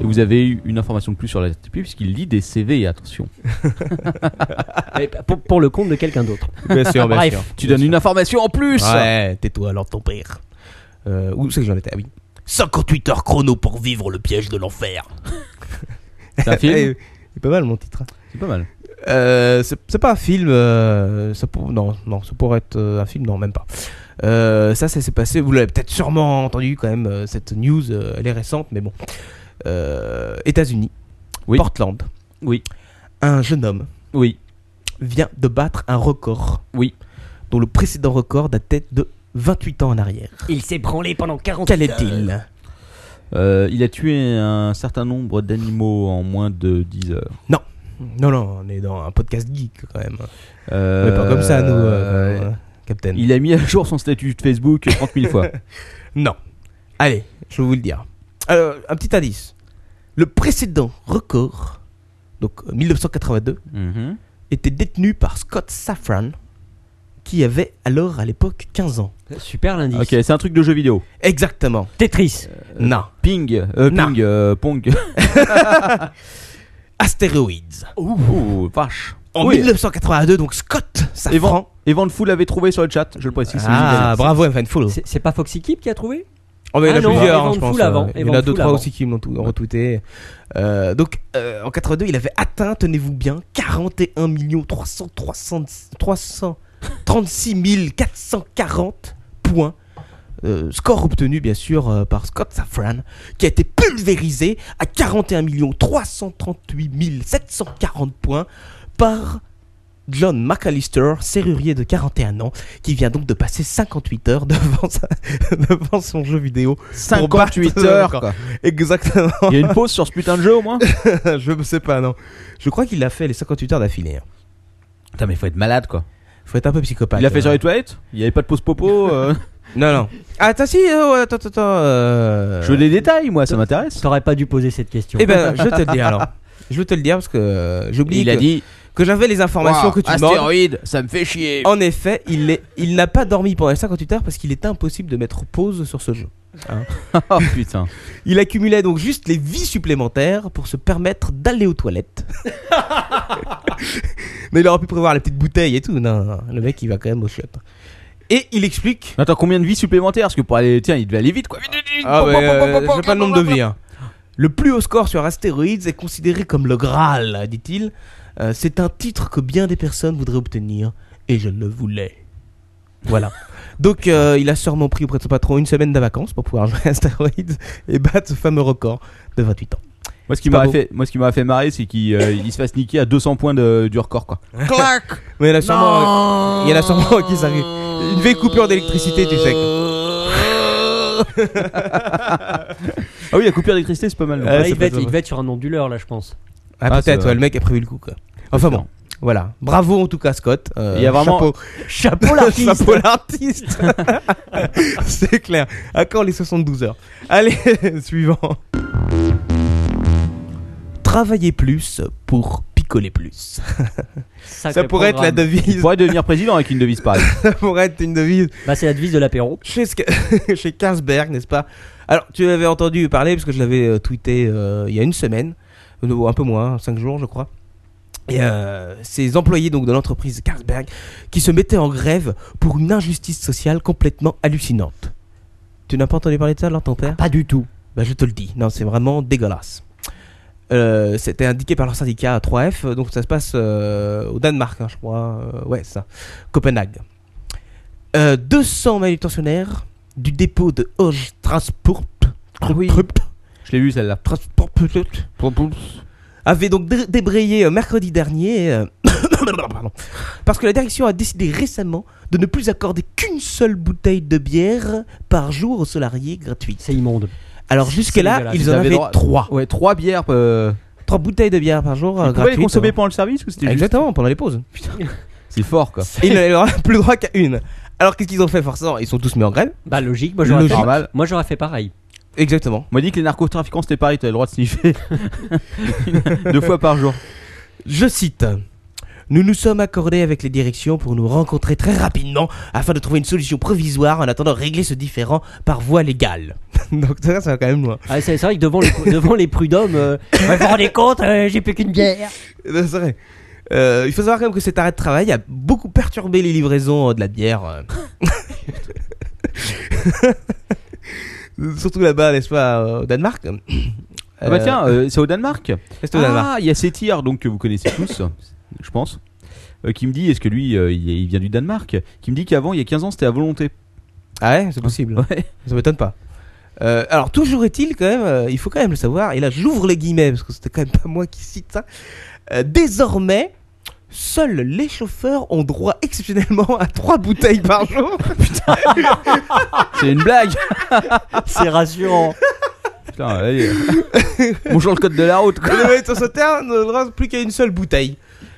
[SPEAKER 3] Et vous avez eu une information de plus sur la RTP puisqu'il lit des CV, attention.
[SPEAKER 4] eh, pour, pour le compte de quelqu'un d'autre.
[SPEAKER 5] Bien sûr,
[SPEAKER 4] bien Bref.
[SPEAKER 3] Tu donnes une information en plus
[SPEAKER 7] Ah,
[SPEAKER 5] Ouais, tais-toi alors ton père. Euh, où c'est que j'en étais Ah oui.
[SPEAKER 8] 58 heures chrono pour vivre le piège de l'enfer.
[SPEAKER 3] C'est un film
[SPEAKER 5] Eh, C'est pas mal mon titre.
[SPEAKER 3] C'est pas mal.
[SPEAKER 5] Euh, c'est c'est pas un film. euh, ça pour- non, non, ça pourrait être euh, un film, non, même pas. Euh, ça, ça s'est passé. Vous l'avez peut-être sûrement entendu quand même. euh, cette news, euh, elle est récente, mais bon. Euh, États-Unis,
[SPEAKER 3] Oui.
[SPEAKER 5] Portland.
[SPEAKER 3] Oui.
[SPEAKER 5] Un jeune homme
[SPEAKER 3] Oui.
[SPEAKER 5] vient de battre un record.
[SPEAKER 3] Oui.
[SPEAKER 5] Dont le précédent record datait de 28 ans en arrière.
[SPEAKER 4] Il s'est branlé pendant 40
[SPEAKER 5] Quel est-il
[SPEAKER 3] Euh, il a tué un certain nombre d'animaux en moins de 10 heures.
[SPEAKER 5] Non, non, on est dans un podcast geek quand même. On
[SPEAKER 3] Euh,
[SPEAKER 5] est pas comme ça, nous, euh,
[SPEAKER 3] euh,
[SPEAKER 5] euh, Captain.
[SPEAKER 3] Il a mis à jour son statut de Facebook 30 000 fois.
[SPEAKER 5] Non. Allez, je vais vous le dire. Alors, un petit indice. Le précédent record, donc euh, 1982,
[SPEAKER 3] Mhm.
[SPEAKER 5] était détenu par Scott Safran, qui avait alors à l'époque 15 ans.
[SPEAKER 4] Super l'indice.
[SPEAKER 3] Ok, c'est un truc de jeu vidéo.
[SPEAKER 5] Exactement.
[SPEAKER 4] Tetris.
[SPEAKER 5] Non.
[SPEAKER 3] Ping, euh,
[SPEAKER 5] Non.
[SPEAKER 3] ping, euh, pong.
[SPEAKER 5] Astéroïdes.
[SPEAKER 3] Ouh, vache.
[SPEAKER 5] En
[SPEAKER 3] Oui.
[SPEAKER 5] 1982, donc Scott
[SPEAKER 3] Et Van-
[SPEAKER 5] Safran.
[SPEAKER 3] Evan Fou l'avait trouvé sur le chat, je le précise.
[SPEAKER 5] Ah, bravo, Evan Follow.
[SPEAKER 4] C'est c'est pas Foxy Keep qui a trouvé
[SPEAKER 5] Oh, mais il y
[SPEAKER 4] Ah
[SPEAKER 5] en a
[SPEAKER 4] non,
[SPEAKER 5] plusieurs,
[SPEAKER 4] Evan
[SPEAKER 5] hein, je pense.
[SPEAKER 4] Fool avant,
[SPEAKER 5] euh, Il y en
[SPEAKER 4] Evan
[SPEAKER 5] a deux,
[SPEAKER 4] Fool
[SPEAKER 5] trois
[SPEAKER 4] avant.
[SPEAKER 5] aussi qui me l'ont tout- retweeté. Euh, donc, euh, en 82, il avait atteint, tenez-vous bien, 41 300 336 440 points. Euh, score obtenu, bien sûr, euh, par Scott Safran, qui a été pulvérisé à 41 338 740 points par John McAllister, serrurier de 41 ans, qui vient donc de passer 58 heures devant, sa- devant son jeu vidéo.
[SPEAKER 3] 58
[SPEAKER 5] battre le
[SPEAKER 3] heures.
[SPEAKER 5] record.
[SPEAKER 3] quoi.
[SPEAKER 5] Exactement.
[SPEAKER 3] Il y a une pause sur ce putain de jeu au moins
[SPEAKER 5] je ne sais pas, non. Je crois qu'il a fait les 58 heures d'affilée. hein.
[SPEAKER 3] Putain, mais faut être malade quoi.
[SPEAKER 5] faut être un peu psychopathe.
[SPEAKER 3] Il a fait sur
[SPEAKER 5] euh.
[SPEAKER 3] les toilettes Il n'y avait pas de pause popo euh,
[SPEAKER 5] Non, non. Ah, Attends, si, euh, ouais, attends, attends, attends. euh,
[SPEAKER 3] Je veux les détails, moi, ça m'intéresse.
[SPEAKER 4] T'aurais pas dû poser cette question.
[SPEAKER 5] Eh ben, je vais te le dire alors. Je vais te le dire parce que euh, j'ai oublié
[SPEAKER 7] Il a
[SPEAKER 5] que,
[SPEAKER 7] dit
[SPEAKER 5] que j'avais les informations
[SPEAKER 7] Ouah,
[SPEAKER 5] que tu Oh. demandes.
[SPEAKER 7] ah, Astéroïde, ça me fait chier.
[SPEAKER 5] En effet, il, est- il n'a pas dormi pendant les 58 heures parce qu'il était impossible de mettre pause sur ce jeu.
[SPEAKER 3] Oh putain.
[SPEAKER 5] Il accumulait donc juste les vies supplémentaires pour se permettre d'aller aux toilettes. Mais il aurait pu prévoir la petite bouteille et tout. Non, non, le mec, il va quand même aux chiottes. Et il explique.
[SPEAKER 3] Attends, combien de vies supplémentaires Parce que pour aller. Tiens, il devait aller vite, quoi. Vite, vite, vite.
[SPEAKER 5] Ah,
[SPEAKER 3] Pop,
[SPEAKER 5] bah,
[SPEAKER 3] pop, pop,
[SPEAKER 5] euh,
[SPEAKER 3] pop, pop,
[SPEAKER 5] j'ai pas le nombre de vies. hein. Le plus haut score sur Astéroïdes est considéré comme le Graal, dit-il. Euh, c'est un titre que bien des personnes voudraient obtenir, et je le voulais. Voilà. Donc, euh, il a sûrement pris auprès de son patron une semaine de vacances pour pouvoir jouer à Astéroïdes et battre ce fameux record de 28 ans.
[SPEAKER 3] Moi, ce qui
[SPEAKER 5] pas
[SPEAKER 3] m'a
[SPEAKER 5] beau.
[SPEAKER 3] fait, moi, ce qui m'a fait marrer, c'est qu'il euh, il se fasse niquer à 200 points de- du record, quoi.
[SPEAKER 5] Mais il a sûrement, euh, il y en a sûrement qui s'arrive. Une vieille coupure d'électricité, tu sais.
[SPEAKER 3] Ah oui, la coupure d'électricité, c'est pas mal. non
[SPEAKER 5] Euh,
[SPEAKER 4] Ouais,
[SPEAKER 5] ça
[SPEAKER 4] il,
[SPEAKER 5] peut
[SPEAKER 4] devait
[SPEAKER 5] être
[SPEAKER 4] être, il devait être sur un onduleur là, je pense.
[SPEAKER 5] Ah,
[SPEAKER 3] Ah, c'est
[SPEAKER 5] peut-être,
[SPEAKER 3] vrai.
[SPEAKER 5] ouais, le mec a prévu le coup, quoi. Enfin bon, voilà. Bravo en tout cas, Scott. Euh,
[SPEAKER 3] Il y a vraiment-
[SPEAKER 5] Chapeau, chapeau l'artiste. chapeau l'artiste. C'est clair. À quand les 72 heures Allez, suivant. Travailler plus pour picoler plus. Ça
[SPEAKER 4] Sacré
[SPEAKER 5] pourrait être la
[SPEAKER 4] programme.
[SPEAKER 3] Il
[SPEAKER 5] devise.
[SPEAKER 3] pourrait devenir président avec une devise pareille.
[SPEAKER 5] Ça pourrait être une devise
[SPEAKER 4] Bah, c'est la devise de l'apéro.
[SPEAKER 5] chez, Sk- chez Carlsberg, n'est-ce pas Alors, tu l'avais entendu parler, parce que je l'avais euh, tweeté euh, il y a une semaine, euh, un peu moins, 5 jours, je crois. Et euh, ces employés donc, de l'entreprise Carlsberg qui se mettaient en grève pour une injustice sociale complètement hallucinante. Tu n'as pas entendu parler de ça, alors, ton père
[SPEAKER 4] Pas du tout.
[SPEAKER 5] bah, je te le dis, non, c'est vraiment dégueulasse. Euh, C'était indiqué par leur syndicat 3F, euh, donc ça se passe euh, au Danemark, hein, je crois. Euh, ouais, c'est ça. Copenhague. Euh, 200 manutentionnaires du dépôt de Hoge Transport
[SPEAKER 3] Oui. Je l'ai vu celle-là.
[SPEAKER 5] Transport avait donc dé- débrayé euh, mercredi dernier euh, pardon, parce que la direction a décidé récemment de ne plus accorder qu'une seule bouteille de bière par jour aux salariés gratuits.
[SPEAKER 4] C'est immonde.
[SPEAKER 5] Alors
[SPEAKER 4] C'est
[SPEAKER 5] jusque-là,
[SPEAKER 4] dégueulasse.
[SPEAKER 5] ils
[SPEAKER 3] Ils
[SPEAKER 5] en
[SPEAKER 3] avaient
[SPEAKER 5] avaient
[SPEAKER 3] droit-
[SPEAKER 5] trois.
[SPEAKER 3] Ouais, trois bières. Euh...
[SPEAKER 5] Trois bouteilles de bière par jour euh,
[SPEAKER 3] Ils pouvaient les
[SPEAKER 5] gratuites.
[SPEAKER 3] consommer
[SPEAKER 5] hein.
[SPEAKER 3] pendant le service ou c'était juste-
[SPEAKER 5] Exactement, pendant les pauses.
[SPEAKER 3] C'est fort, quoi.
[SPEAKER 5] Ils n'auront plus le droit qu'à une. Alors qu'est-ce qu'ils ont fait forcément Ils sont tous mis en grève.
[SPEAKER 4] Bah, logique. Moi, j'aurais
[SPEAKER 5] Logique.
[SPEAKER 4] fait,
[SPEAKER 3] Normal.
[SPEAKER 4] moi, j'aurais fait pareil.
[SPEAKER 5] Exactement.
[SPEAKER 3] On m'a dit que les narcotrafiquants c'était pareil, t'avais le droit de sniffer deux fois par jour.
[SPEAKER 5] Je cite. Nous nous sommes accordés avec les directions pour nous rencontrer très rapidement afin de trouver une solution provisoire en attendant de régler ce différend par voie légale. Donc ça, ça va quand même loin.
[SPEAKER 4] Ah, c'est c'est vrai que devant les, devant les prud'hommes, euh, Ouais, vous vous rendez compte, euh, j'ai plus qu'une bière.
[SPEAKER 5] Non, C'est vrai. Euh, il faut savoir quand même que cet arrêt de travail a beaucoup perturbé les livraisons euh, de la bière. euh. Surtout là-bas, n'est-ce pas, euh, au Danemark
[SPEAKER 3] Ah bah
[SPEAKER 5] Euh,
[SPEAKER 3] tiens, euh, c'est au Danemark.
[SPEAKER 5] c'est au Danemark.
[SPEAKER 3] Ah, il y a Sétir, donc que vous connaissez tous, je pense, euh, qui me dit, est-ce que lui, euh, il il vient du Danemark, qui me dit qu'avant, il y a 15 ans, c'était à volonté.
[SPEAKER 5] Ah ouais, c'est possible.
[SPEAKER 3] Ouais.
[SPEAKER 5] Ça m'étonne pas. Euh, alors toujours est-il quand même, euh, il faut quand même le savoir, et là j'ouvre les guillemets parce que c'était quand même pas moi qui cite ça, Euh, désormais, seuls les chauffeurs ont droit exceptionnellement à trois bouteilles par jour.
[SPEAKER 3] C'est une blague
[SPEAKER 4] C'est rassurant.
[SPEAKER 3] Putain, allez. Bonjour le code de la route, quoi.
[SPEAKER 5] Le mec sur ce terrain ne droit plus qu'à une seule bouteille.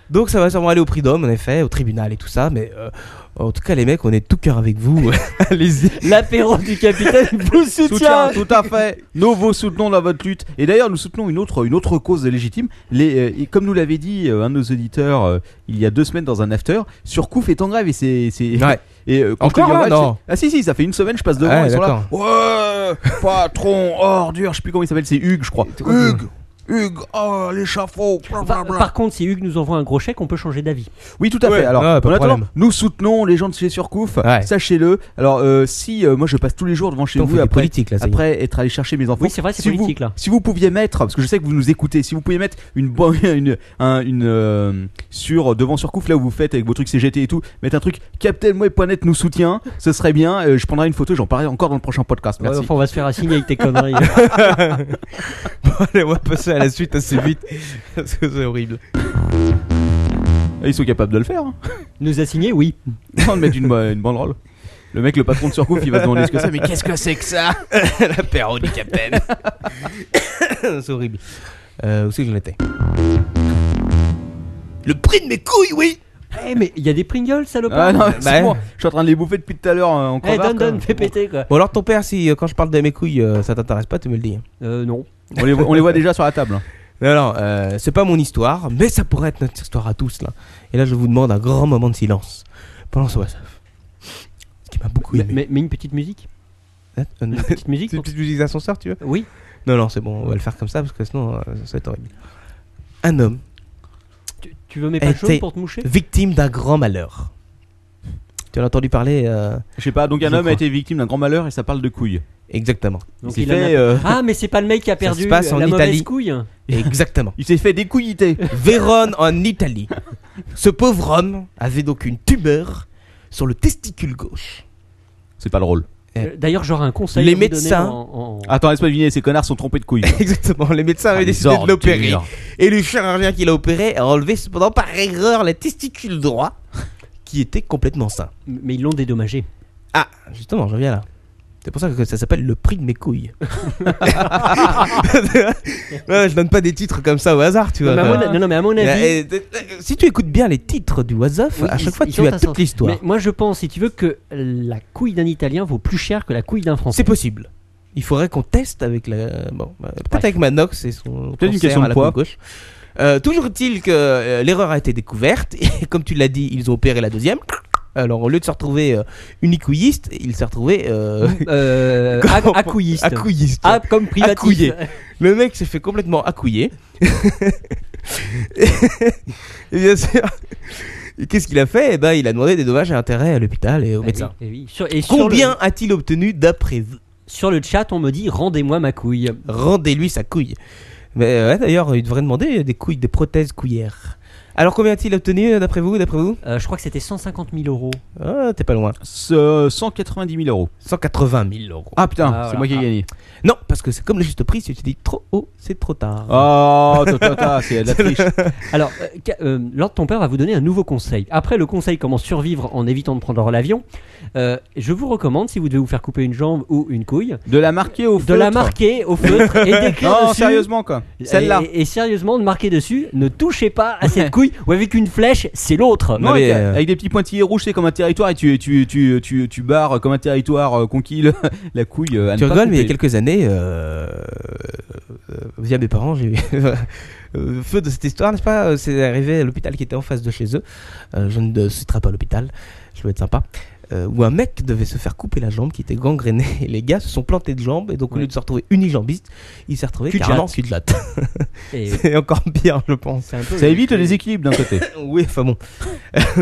[SPEAKER 5] Donc ça va sûrement aller au prix d'homme en effet, au tribunal et tout ça, mais euh, en tout cas les mecs on est de tout cœur avec vous, allez-y.
[SPEAKER 4] L'apéro du capitaine vous soutient.
[SPEAKER 3] Soutien, tout à fait. Nous vous soutenons dans votre lutte. Et d'ailleurs, nous soutenons une autre, une autre cause légitime. Les, euh, et comme nous l'avait dit euh, un de nos auditeurs euh, il y a deux semaines dans un after, Surcouf est en grève et c'est. c'est-
[SPEAKER 5] Ouais.
[SPEAKER 3] Et, euh, quand je te
[SPEAKER 5] Encore
[SPEAKER 3] dis en
[SPEAKER 5] là,
[SPEAKER 3] grève,
[SPEAKER 5] non.
[SPEAKER 3] c'est- Ah si, si, ça fait une semaine, je passe devant,
[SPEAKER 5] Ouais,
[SPEAKER 3] ils sont là.
[SPEAKER 5] d'accord.
[SPEAKER 1] Ouais,
[SPEAKER 3] Patron, ordure, je sais plus comment il s'appelle, c'est Hugues, je crois.
[SPEAKER 1] Hugues, Hugues, oh l'échafaud,
[SPEAKER 4] Par,
[SPEAKER 1] blablabla.
[SPEAKER 4] par contre, si Hugues nous envoie un gros chèque, on peut changer d'avis.
[SPEAKER 3] Oui, tout à
[SPEAKER 5] Ouais.
[SPEAKER 3] fait. Alors,
[SPEAKER 5] Ah, pas
[SPEAKER 3] en
[SPEAKER 5] de
[SPEAKER 3] attendant,
[SPEAKER 5] problème.
[SPEAKER 3] nous soutenons les gens de chez Surcouf.
[SPEAKER 5] Ouais.
[SPEAKER 3] Sachez-le. Alors, euh, si euh, moi je passe tous les jours devant chez
[SPEAKER 5] Putain, on fait
[SPEAKER 3] vous
[SPEAKER 5] des
[SPEAKER 3] après,
[SPEAKER 5] politiques, là, ça y est.
[SPEAKER 3] après être allé chercher mes enfants.
[SPEAKER 4] Oui, c'est vrai, c'est
[SPEAKER 3] si vous-
[SPEAKER 4] politique, là.
[SPEAKER 3] Si vous pouviez mettre, parce que je sais que vous nous écoutez, si vous pouviez mettre une bonne, une, un- une euh, sur devant Surcouf là où vous faites avec vos trucs CGT et tout, mettre un truc CaptainMouet.net nous soutient, ce serait bien. Euh, je prendrai une photo, j'en parlerai encore dans le prochain podcast. Merci.
[SPEAKER 4] Ouais, Euh, enfin, on va se faire assigner avec tes conneries.
[SPEAKER 5] Allez, on va passer à la suite assez vite, parce que c'est horrible.
[SPEAKER 3] Ils sont capables de le faire. Hein.
[SPEAKER 4] nous assigner, oui.
[SPEAKER 3] On mettre une, une banderole. Le mec, le patron de Surcouf, il va se demander ce que c'est, mais qu'est-ce que c'est que ça
[SPEAKER 5] L'apéro du capitaine. c'est horrible. Euh, où c'est que j'en étais
[SPEAKER 8] Le prix de mes couilles, oui
[SPEAKER 4] Eh, mais il y a des Pringles, salopard
[SPEAKER 3] Ah non, mais c'est
[SPEAKER 5] Bah,
[SPEAKER 3] moi. Je suis en train de les bouffer depuis tout à l'heure euh, en
[SPEAKER 4] Eh,
[SPEAKER 3] crevard,
[SPEAKER 4] donne,
[SPEAKER 3] quoi.
[SPEAKER 4] donne, fais péter quoi.
[SPEAKER 5] Bon alors ton père, si euh, quand je parle de mes couilles, euh, ça t'intéresse pas, tu me le dis.
[SPEAKER 4] Euh, non.
[SPEAKER 3] On les, voit- on les voit déjà sur la table. hein.
[SPEAKER 5] Non, non, euh, c'est pas mon histoire, mais ça pourrait être notre histoire à tous là. Et là, je vous demande un grand moment de silence pendant ce WhatsApp. Ce qui m'a beaucoup
[SPEAKER 4] Mais,
[SPEAKER 5] aimé.
[SPEAKER 4] mais- mais une petite musique
[SPEAKER 5] Hein Euh, non.
[SPEAKER 4] Une petite musique
[SPEAKER 5] C'est une
[SPEAKER 4] pour-
[SPEAKER 5] petite musique d'ascenseur, tu veux
[SPEAKER 4] Oui.
[SPEAKER 5] Non, non, c'est bon, on va le faire comme ça parce que sinon, euh, ça va être horrible. Un homme
[SPEAKER 4] Tu, tu veux mes pas
[SPEAKER 5] Eh, t'es-
[SPEAKER 4] chaudes pour te moucher
[SPEAKER 5] victime d'un grand malheur. Tu en as entendu parler euh,
[SPEAKER 3] Je sais pas, donc un
[SPEAKER 5] Je
[SPEAKER 3] homme a
[SPEAKER 5] crois.
[SPEAKER 3] été victime d'un grand malheur et ça parle de couilles.
[SPEAKER 5] Exactement.
[SPEAKER 3] il
[SPEAKER 4] Donc
[SPEAKER 3] s'est
[SPEAKER 4] il en a-
[SPEAKER 3] fait, euh,
[SPEAKER 4] Ah, mais c'est pas le mec qui a perdu
[SPEAKER 5] se passe en
[SPEAKER 4] la mauvaise
[SPEAKER 5] Italie. Eh.
[SPEAKER 4] couille.
[SPEAKER 5] Exactement.
[SPEAKER 3] il s'est fait découilliter.
[SPEAKER 5] Vérone en Italie. Ce pauvre homme avait donc une tumeur sur le testicule gauche.
[SPEAKER 3] C'est pas drôle.
[SPEAKER 4] Euh, D'ailleurs, j'aurais un conseil.
[SPEAKER 5] Les
[SPEAKER 4] à vous donner
[SPEAKER 5] médecins- Ah.
[SPEAKER 4] en- en-
[SPEAKER 3] Attends, laisse-moi deviner, ces connards sont trompés de couilles.
[SPEAKER 5] Exactement, les médecins avaient
[SPEAKER 3] Ah, les
[SPEAKER 5] décidé de
[SPEAKER 3] ordres, tu
[SPEAKER 5] l'opérer.
[SPEAKER 3] meurs.
[SPEAKER 5] Et le chirurgien qui l'a opéré a enlevé cependant par erreur le testicule droit, qui était complètement sain.
[SPEAKER 4] Mais ils l'ont dédommagé.
[SPEAKER 5] Ah, justement, j'en viens là. C'est pour ça que ça s'appelle le prix de mes couilles. Ouais, je donne pas des titres comme ça au hasard, tu vois.
[SPEAKER 4] non, mais à mon, non, non, mais à mon avis,
[SPEAKER 5] Eh, eh, eh, si tu écoutes bien les titres du Wazaf,
[SPEAKER 4] Oui,
[SPEAKER 5] à
[SPEAKER 4] ils-
[SPEAKER 5] chaque fois
[SPEAKER 4] ils
[SPEAKER 5] tu
[SPEAKER 4] sont
[SPEAKER 5] as toute
[SPEAKER 4] assortis.
[SPEAKER 5] l'histoire.
[SPEAKER 4] Mais moi, je pense, si tu veux, que la couille d'un Italien vaut plus cher que la couille d'un Français.
[SPEAKER 5] C'est possible. Il faudrait qu'on teste avec la. Bon, bah, peut-être
[SPEAKER 4] Ouais.
[SPEAKER 5] avec Manox et son.
[SPEAKER 3] Peut-être une
[SPEAKER 5] cancer
[SPEAKER 3] question de
[SPEAKER 5] à la
[SPEAKER 3] poids.
[SPEAKER 5] peau gauche. Euh, toujours est-il que euh, l'erreur a été découverte et comme tu l'as dit, ils ont opéré la deuxième. Alors au lieu de se retrouver euh, unicouilliste, il s'est retrouvé euh,
[SPEAKER 4] Euh,
[SPEAKER 5] Comment-
[SPEAKER 4] ac- accouilliste.
[SPEAKER 5] accouilliste.
[SPEAKER 4] Ah, comme Eh privatif.
[SPEAKER 5] Accouillé. Le mec s'est fait complètement accouiller. et bien sûr, et qu'est-ce qu'il a fait Eh ben, il a demandé des dommages et intérêts à l'hôpital et au
[SPEAKER 4] Eh
[SPEAKER 5] médecin.
[SPEAKER 4] oui, eh oui. Sur- et sur
[SPEAKER 5] Combien
[SPEAKER 4] le-
[SPEAKER 5] a-t-il obtenu d'après vous
[SPEAKER 4] sur le chat, on me dit rendez-moi ma couille.
[SPEAKER 5] Rendez-lui sa couille. Mais euh, ouais, d'ailleurs, il devrait demander des couilles, des prothèses couillères. Alors combien a-t-il obtenu euh, d'après vous, d'après vous
[SPEAKER 4] Euh, je crois que c'était 150 000 euros.
[SPEAKER 5] Ah, T'es pas loin.
[SPEAKER 3] Ce- 190 000 euros.
[SPEAKER 5] 180 000 euros.
[SPEAKER 3] Ah putain,
[SPEAKER 4] Ah,
[SPEAKER 3] c'est
[SPEAKER 4] voilà.
[SPEAKER 3] moi qui ai gagné.
[SPEAKER 5] Non, parce que c'est comme le juste prix. Si tu dis trop haut, c'est trop tard.
[SPEAKER 3] Oh, ta, ta, ta, c'est de la triche.
[SPEAKER 4] Alors, euh, ca- euh, Lord ton père va vous donner un nouveau conseil. Après le conseil comment survivre en évitant de prendre l'avion, euh, je vous recommande, si vous devez vous faire couper une jambe ou une couille,
[SPEAKER 3] De la marquer au feu.
[SPEAKER 4] de la marquer au feutre et d'écrire
[SPEAKER 3] Non,
[SPEAKER 4] dessus.
[SPEAKER 3] sérieusement quoi. Celle-là.
[SPEAKER 4] Et, et sérieusement, de marquer dessus, ne touchez pas à cette couille ou avec une flèche, c'est l'autre.
[SPEAKER 3] Non,
[SPEAKER 5] Non, mais,
[SPEAKER 3] avec,
[SPEAKER 5] euh,
[SPEAKER 3] avec des petits pointillés rouges, c'est comme un territoire et tu, tu, tu, tu, tu barres comme un territoire euh, conquis le- la couille. euh, à ne
[SPEAKER 5] Tu
[SPEAKER 3] pas
[SPEAKER 5] rigoles, mais il y a
[SPEAKER 3] couper.
[SPEAKER 5] quelques années, euh, euh, via mes parents, j'ai eu euh, feu de cette histoire, n'est-ce pas Euh, C'est arrivé à l'hôpital qui était en face de chez eux. Euh, je ne citerai pas l'hôpital, je vais être sympa. Euh, où un mec devait se faire couper la jambe qui était gangrénée. Et les gars se sont plantés de jambe, et donc au lieu de se retrouver unijambiste, il s'est retrouvé
[SPEAKER 4] Cul de
[SPEAKER 5] carrément
[SPEAKER 4] jatte.
[SPEAKER 5] cul de jatte.
[SPEAKER 4] Et-
[SPEAKER 5] C'est encore pire, je pense.
[SPEAKER 4] c'est un peu-
[SPEAKER 3] Ça évite le déséquilibre d'un côté.
[SPEAKER 5] Oui, enfin bon.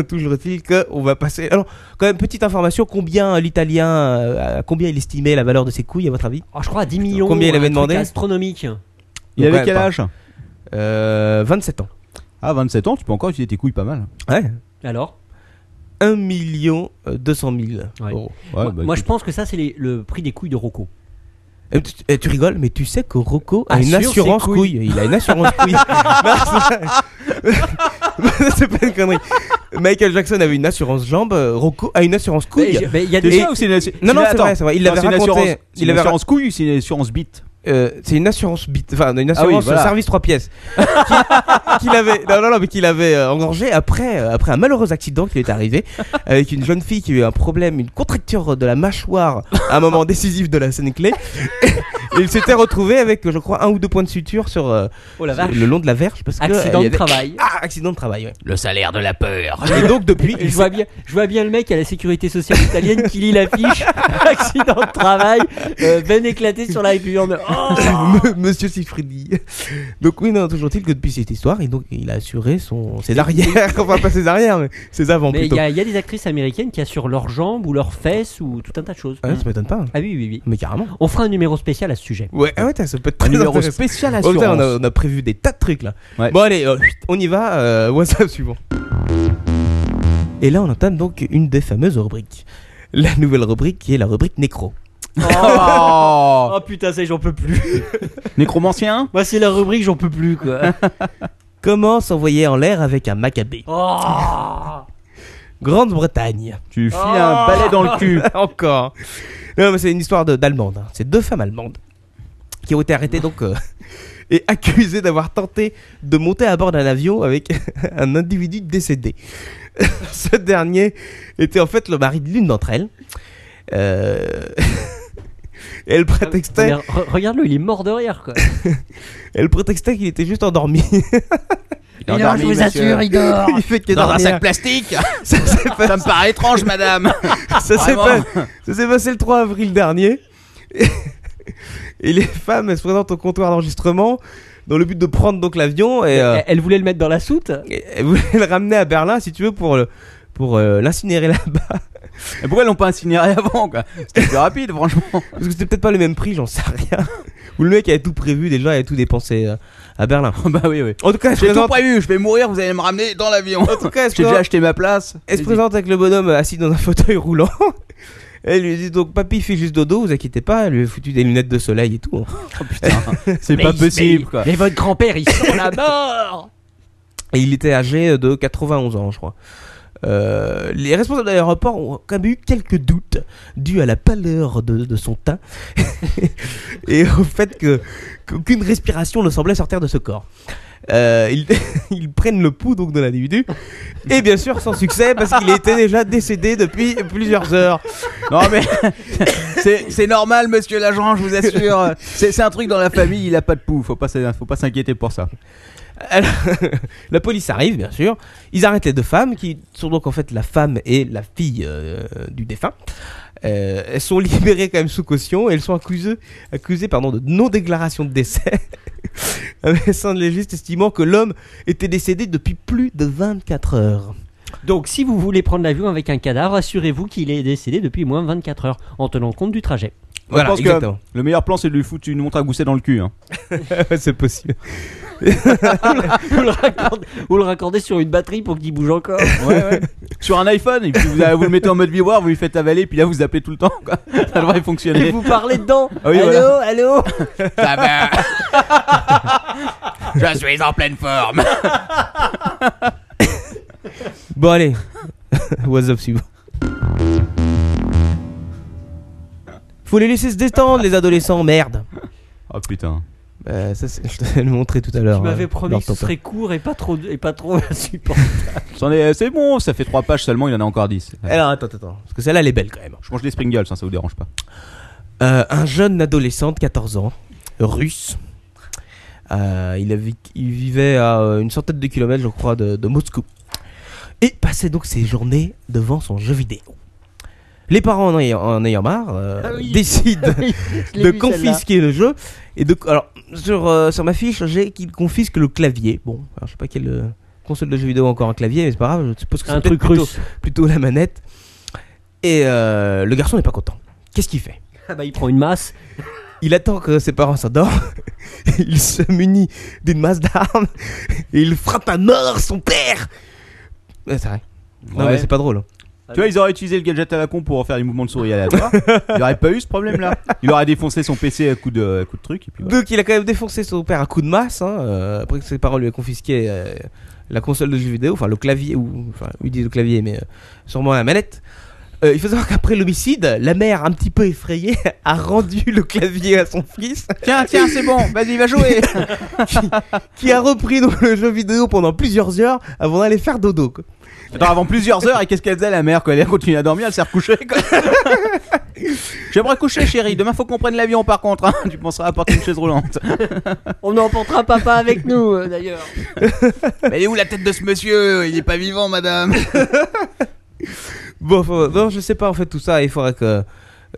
[SPEAKER 5] Toujours est-il qu'on va passer. Alors, quand même, petite information combien l'italien, euh, à combien il estimait la valeur de ses couilles, à votre avis
[SPEAKER 4] Oh, je crois à 10 millions.
[SPEAKER 5] Combien il
[SPEAKER 4] un
[SPEAKER 5] avait
[SPEAKER 4] truc
[SPEAKER 5] demandé
[SPEAKER 4] Astronomique.
[SPEAKER 3] Il
[SPEAKER 5] Donc,
[SPEAKER 3] avait
[SPEAKER 5] ouais,
[SPEAKER 3] quel
[SPEAKER 5] pas-
[SPEAKER 3] âge
[SPEAKER 5] Euh, 27 ans.
[SPEAKER 3] Ah, 27 ans, tu peux encore utiliser tes couilles pas mal.
[SPEAKER 5] Ouais.
[SPEAKER 4] Alors
[SPEAKER 5] 1 million euh, 200 000
[SPEAKER 4] Ouais.
[SPEAKER 5] euros.
[SPEAKER 3] Ouais,
[SPEAKER 4] Moi,
[SPEAKER 3] bah,
[SPEAKER 4] moi, je
[SPEAKER 3] écoute.
[SPEAKER 4] pense que ça, c'est les- le prix des couilles de Rocco.
[SPEAKER 5] Et tu, et tu rigoles, mais tu sais que Rocco a
[SPEAKER 4] Assure
[SPEAKER 5] une
[SPEAKER 4] ses
[SPEAKER 5] assurance
[SPEAKER 4] couilles.
[SPEAKER 5] Ah, couille. Il a une assurance couille. Non, c'est- c'est pas une connerie. Michael Jackson avait une assurance jambe, euh, Rocco a une assurance
[SPEAKER 4] Mais
[SPEAKER 5] couille.
[SPEAKER 4] j'ai- mais il y a
[SPEAKER 3] T'es
[SPEAKER 4] des
[SPEAKER 3] sûr ou c'est une assu-
[SPEAKER 5] Non, non,
[SPEAKER 3] Mais
[SPEAKER 5] c'est
[SPEAKER 3] attends.
[SPEAKER 5] vrai, c'est vrai. Il
[SPEAKER 3] Non,
[SPEAKER 5] l'avait
[SPEAKER 3] c'est une
[SPEAKER 5] raconté.
[SPEAKER 3] assurance-
[SPEAKER 5] Il
[SPEAKER 3] C'est une
[SPEAKER 5] l'avait rac-
[SPEAKER 3] assurance couille ou c'est une assurance bite
[SPEAKER 5] Euh, c'est une assurance bit, enfin une
[SPEAKER 3] Ah oui,
[SPEAKER 5] assurance
[SPEAKER 3] voilà.
[SPEAKER 5] service trois pièces Qui- qu'il avait, non non non, mais qu'il avait euh, engorgé après euh, après un malheureux accident qui lui est arrivé avec une jeune fille qui a eu un problème, une contracture de la mâchoire à un moment décisif de la scène clé. Et il s'était retrouvé avec, je crois, un ou deux points de suture sur euh,
[SPEAKER 4] Oh la
[SPEAKER 5] sur-
[SPEAKER 4] vache.
[SPEAKER 5] le long de la verge parce que euh,
[SPEAKER 4] Accident
[SPEAKER 5] il y
[SPEAKER 4] de
[SPEAKER 5] avait-
[SPEAKER 4] travail.
[SPEAKER 5] Ah, accident de travail. Ouais.
[SPEAKER 8] Le salaire de la peur.
[SPEAKER 5] Et donc depuis,
[SPEAKER 4] Et
[SPEAKER 5] il
[SPEAKER 4] je vois bien, je vois bien le mec à la sécurité sociale italienne qui lit l'affiche accident de travail, euh, ben éclaté sur la épuisante. Oh
[SPEAKER 5] M- Monsieur Sifridi. Donc oui, non, toujours est-il que depuis cette histoire, il, donc, il a assuré son, ses arrières, enfin pas ses arrières, mais ses avant
[SPEAKER 4] Oh, Mais il
[SPEAKER 5] plutôt.
[SPEAKER 4] y, a il y a des actrices américaines qui assurent leurs jambes ou leurs fesses ou tout un tas de choses.
[SPEAKER 3] Hmm.
[SPEAKER 5] Ah, ça m'étonne pas.
[SPEAKER 4] Ah oui, oui, oui.
[SPEAKER 5] Mais carrément.
[SPEAKER 4] On fera un numéro spécial à ce sujet.
[SPEAKER 5] Ouais, ah ouais, t'as- ça peut être
[SPEAKER 3] Un
[SPEAKER 5] très
[SPEAKER 3] numéro
[SPEAKER 5] intéressant.
[SPEAKER 3] spécial
[SPEAKER 5] Oh, putain, on, a,
[SPEAKER 3] assurance.
[SPEAKER 5] on a prévu des tas de trucs là.
[SPEAKER 3] Ouais.
[SPEAKER 5] Bon allez, euh, chut, on y va, euh, WhatsApp suivant. Et là on entame donc une des fameuses rubriques. La nouvelle rubrique qui est la rubrique nécro.
[SPEAKER 3] Oh
[SPEAKER 4] Oh putain, ça y est, j'en peux plus.
[SPEAKER 3] Nécromancien
[SPEAKER 4] Moi, c'est la rubrique, j'en peux plus quoi.
[SPEAKER 5] Comment s'envoyer en l'air avec un macabé
[SPEAKER 4] Oh
[SPEAKER 5] Grande-Bretagne.
[SPEAKER 3] Tu files un balai dans le cul.
[SPEAKER 5] Encore. Non mais c'est une histoire de- d'allemande. hein. C'est deux femmes allemandes qui ont été arrêtés donc euh, et accusés d'avoir tenté de monter à bord d'un avion avec un individu décédé. Ce dernier était en fait le mari de l'une d'entre elles. Euh, et elle prétextait
[SPEAKER 4] Mais re- Regarde-le, il est mort de rire quoi.
[SPEAKER 5] elle prétextait qu'il était juste endormi.
[SPEAKER 7] Il est endormi, monsieur.
[SPEAKER 4] dort.
[SPEAKER 5] Il fait que
[SPEAKER 7] Dans un
[SPEAKER 5] dormir.
[SPEAKER 7] sac plastique
[SPEAKER 5] Ça s'est pas-
[SPEAKER 7] Ça me paraît étrange, madame
[SPEAKER 5] ça s'est
[SPEAKER 7] Vraiment.
[SPEAKER 5] pas- ça s'est passé le 3 avril dernier. Et les femmes, elles se présentent au comptoir d'enregistrement dans le but de prendre donc l'avion et, euh,
[SPEAKER 4] Elle elle voulait le mettre dans la soute.
[SPEAKER 5] et- elles voulaient le ramener à Berlin, si tu veux, pour le- pour euh, l'incinérer là-bas.
[SPEAKER 3] Et pourquoi ils l'ont pas incinéré avant quoi C'était plus rapide, franchement.
[SPEAKER 5] Parce que c'était peut-être pas le même prix, j'en sais rien. Ou le mec avait tout prévu déjà, avait tout dépensé euh, à Berlin.
[SPEAKER 3] bah oui, oui.
[SPEAKER 5] En tout cas, elle se
[SPEAKER 3] J'ai tout
[SPEAKER 5] présente,
[SPEAKER 3] prévu, je vais mourir, vous allez me ramener dans l'avion.
[SPEAKER 5] en tout cas, elle se
[SPEAKER 3] J'ai déjà
[SPEAKER 5] présente-
[SPEAKER 3] acheté ma place.
[SPEAKER 5] elle se présente avec le bonhomme euh, assis dans un fauteuil roulant. Elle lui dit donc, papy, fait juste dodo, vous inquiétez pas, elle lui a foutu des lunettes de soleil et tout. hein.
[SPEAKER 3] Oh, putain, c'est pas possible quoi.
[SPEAKER 4] Mais votre grand-père, il sent la mort
[SPEAKER 5] Et il était âgé de 91 ans, je crois. Euh, les responsables de l'aéroport ont quand même eu quelques doutes dus à la pâleur de, de son teint et au fait que qu'aucune respiration ne semblait sortir de ce corps. Euh, ils, ils prennent le pouls donc de l'individu et bien sûr sans succès parce qu'il était déjà décédé depuis plusieurs heures.
[SPEAKER 3] Non mais c'est c'est normal monsieur l'agent, je vous assure. C'est c'est un truc dans la famille, il a pas de pouf, faut pas s'in- faut pas s'inquiéter pour ça.
[SPEAKER 5] Alors, la police arrive, bien sûr. Ils arrêtent les deux femmes, qui sont donc en fait la femme et la fille euh, du défunt. Euh, elles sont libérées quand même sous caution et elles sont accusées, accusées pardon, de non-déclaration de décès. Ah, Un médecin légiste estimant que l'homme était décédé depuis plus de 24 heures.
[SPEAKER 4] Donc, si vous voulez prendre l'avion avec un cadavre, assurez-vous qu'il est décédé depuis moins 24 heures, en tenant compte du trajet.
[SPEAKER 5] Voilà,
[SPEAKER 3] je pense
[SPEAKER 5] exactement.
[SPEAKER 3] que le meilleur plan c'est de lui foutre une montre à gousset dans le cul. hein.
[SPEAKER 5] C'est possible.
[SPEAKER 4] Vous le raccordez, vous le raccordez sur une batterie pour qu'il bouge encore.
[SPEAKER 3] Sur un iPhone, et puis vous, euh, vous le mettez en mode miroir, vous lui faites avaler, puis là vous appelez tout le temps. Quoi. Ça devrait
[SPEAKER 4] Et
[SPEAKER 3] fonctionner.
[SPEAKER 4] vous parlez dedans.
[SPEAKER 3] Ah oui,
[SPEAKER 4] allô,
[SPEAKER 3] voilà.
[SPEAKER 4] allô.
[SPEAKER 7] Ça va Je suis en pleine forme
[SPEAKER 5] Bon, allez. What's up, suivant. Faut les laisser se détendre, les adolescents, merde.
[SPEAKER 3] Oh putain.
[SPEAKER 5] Euh, ça, c'est- je te le montrer tout à l'heure.
[SPEAKER 4] Tu m'avais
[SPEAKER 5] euh,
[SPEAKER 4] promis
[SPEAKER 5] dans
[SPEAKER 4] que ce
[SPEAKER 5] ton
[SPEAKER 4] serait court et pas trop et pas trop insupportable.
[SPEAKER 3] C'en est- euh, C'est bon, ça fait 3 pages seulement, il en a encore 10.
[SPEAKER 5] Ouais. Alors attends, attends, parce que celle-là elle est belle quand même.
[SPEAKER 3] Je mange des Springles, hein, ça vous dérange pas.
[SPEAKER 5] Euh, un jeune adolescent de 14 ans, russe, euh, il, a vi- il vivait à euh, une centaine de kilomètres, je crois, de, de Moscou. Et passait donc ses journées devant son jeu vidéo. Les parents en ayant, en ayant marre euh,
[SPEAKER 4] Ah oui.
[SPEAKER 5] décident
[SPEAKER 4] Je l'ai
[SPEAKER 5] de
[SPEAKER 4] vu, celle-là.
[SPEAKER 5] confisquer le jeu. Et de, alors, sur, euh, sur ma fiche, j'ai qu'il confisque le clavier. Bon, alors, je sais pas quelle euh, console de jeu vidéo a encore un clavier, mais c'est pas grave, je suppose que c'est
[SPEAKER 4] Un
[SPEAKER 5] peut-être
[SPEAKER 4] truc
[SPEAKER 5] plutôt-
[SPEAKER 4] russe.
[SPEAKER 5] plutôt la manette. Et euh, le garçon n'est pas content. Qu'est-ce qu'il fait
[SPEAKER 4] Ah bah, il prend une masse.
[SPEAKER 5] Il attend que ses parents s'endorment. il se munit d'une masse d'armes. Et il frappe à mort son père. Ouais, c'est vrai. Non,
[SPEAKER 3] Ouais.
[SPEAKER 5] mais c'est pas drôle. hein.
[SPEAKER 3] Tu vois, ils auraient utilisé le gadget à la con pour faire des mouvements de souris aléatoires. il aurait pas eu ce problème là. Il aurait défoncé son PC à coup de, à coup de truc. Et puis voilà.
[SPEAKER 5] Donc il a quand même défoncé son père à coups de masse. hein, euh, après que ses parents lui aient confisqué euh, la console de jeux vidéo, enfin le clavier, ou enfin lui dit le clavier, mais euh, sûrement la manette. Euh, il faut savoir qu'après l'homicide, la mère, un petit peu effrayée, a rendu le clavier à son fils.
[SPEAKER 3] Tiens, tiens, c'est bon, vas-y, va jouer.
[SPEAKER 5] qui a repris donc le jeu vidéo pendant plusieurs heures avant d'aller faire dodo. quoi.
[SPEAKER 3] Attends, avant plusieurs heures, et qu'est-ce qu'elle faisait la mère quoi Elle continue à dormir, elle s'est recouchée quoi. J'aimerais coucher, chérie. Demain, faut qu'on prenne l'avion par contre. hein. Tu penseras à porter une chaise roulante.
[SPEAKER 4] On emportera papa avec nous euh, d'ailleurs.
[SPEAKER 7] Mais elle est où la tête de ce monsieur Il est pas vivant, madame
[SPEAKER 5] Bon, enfin, non, je sais pas en fait tout ça. Il faudrait que euh,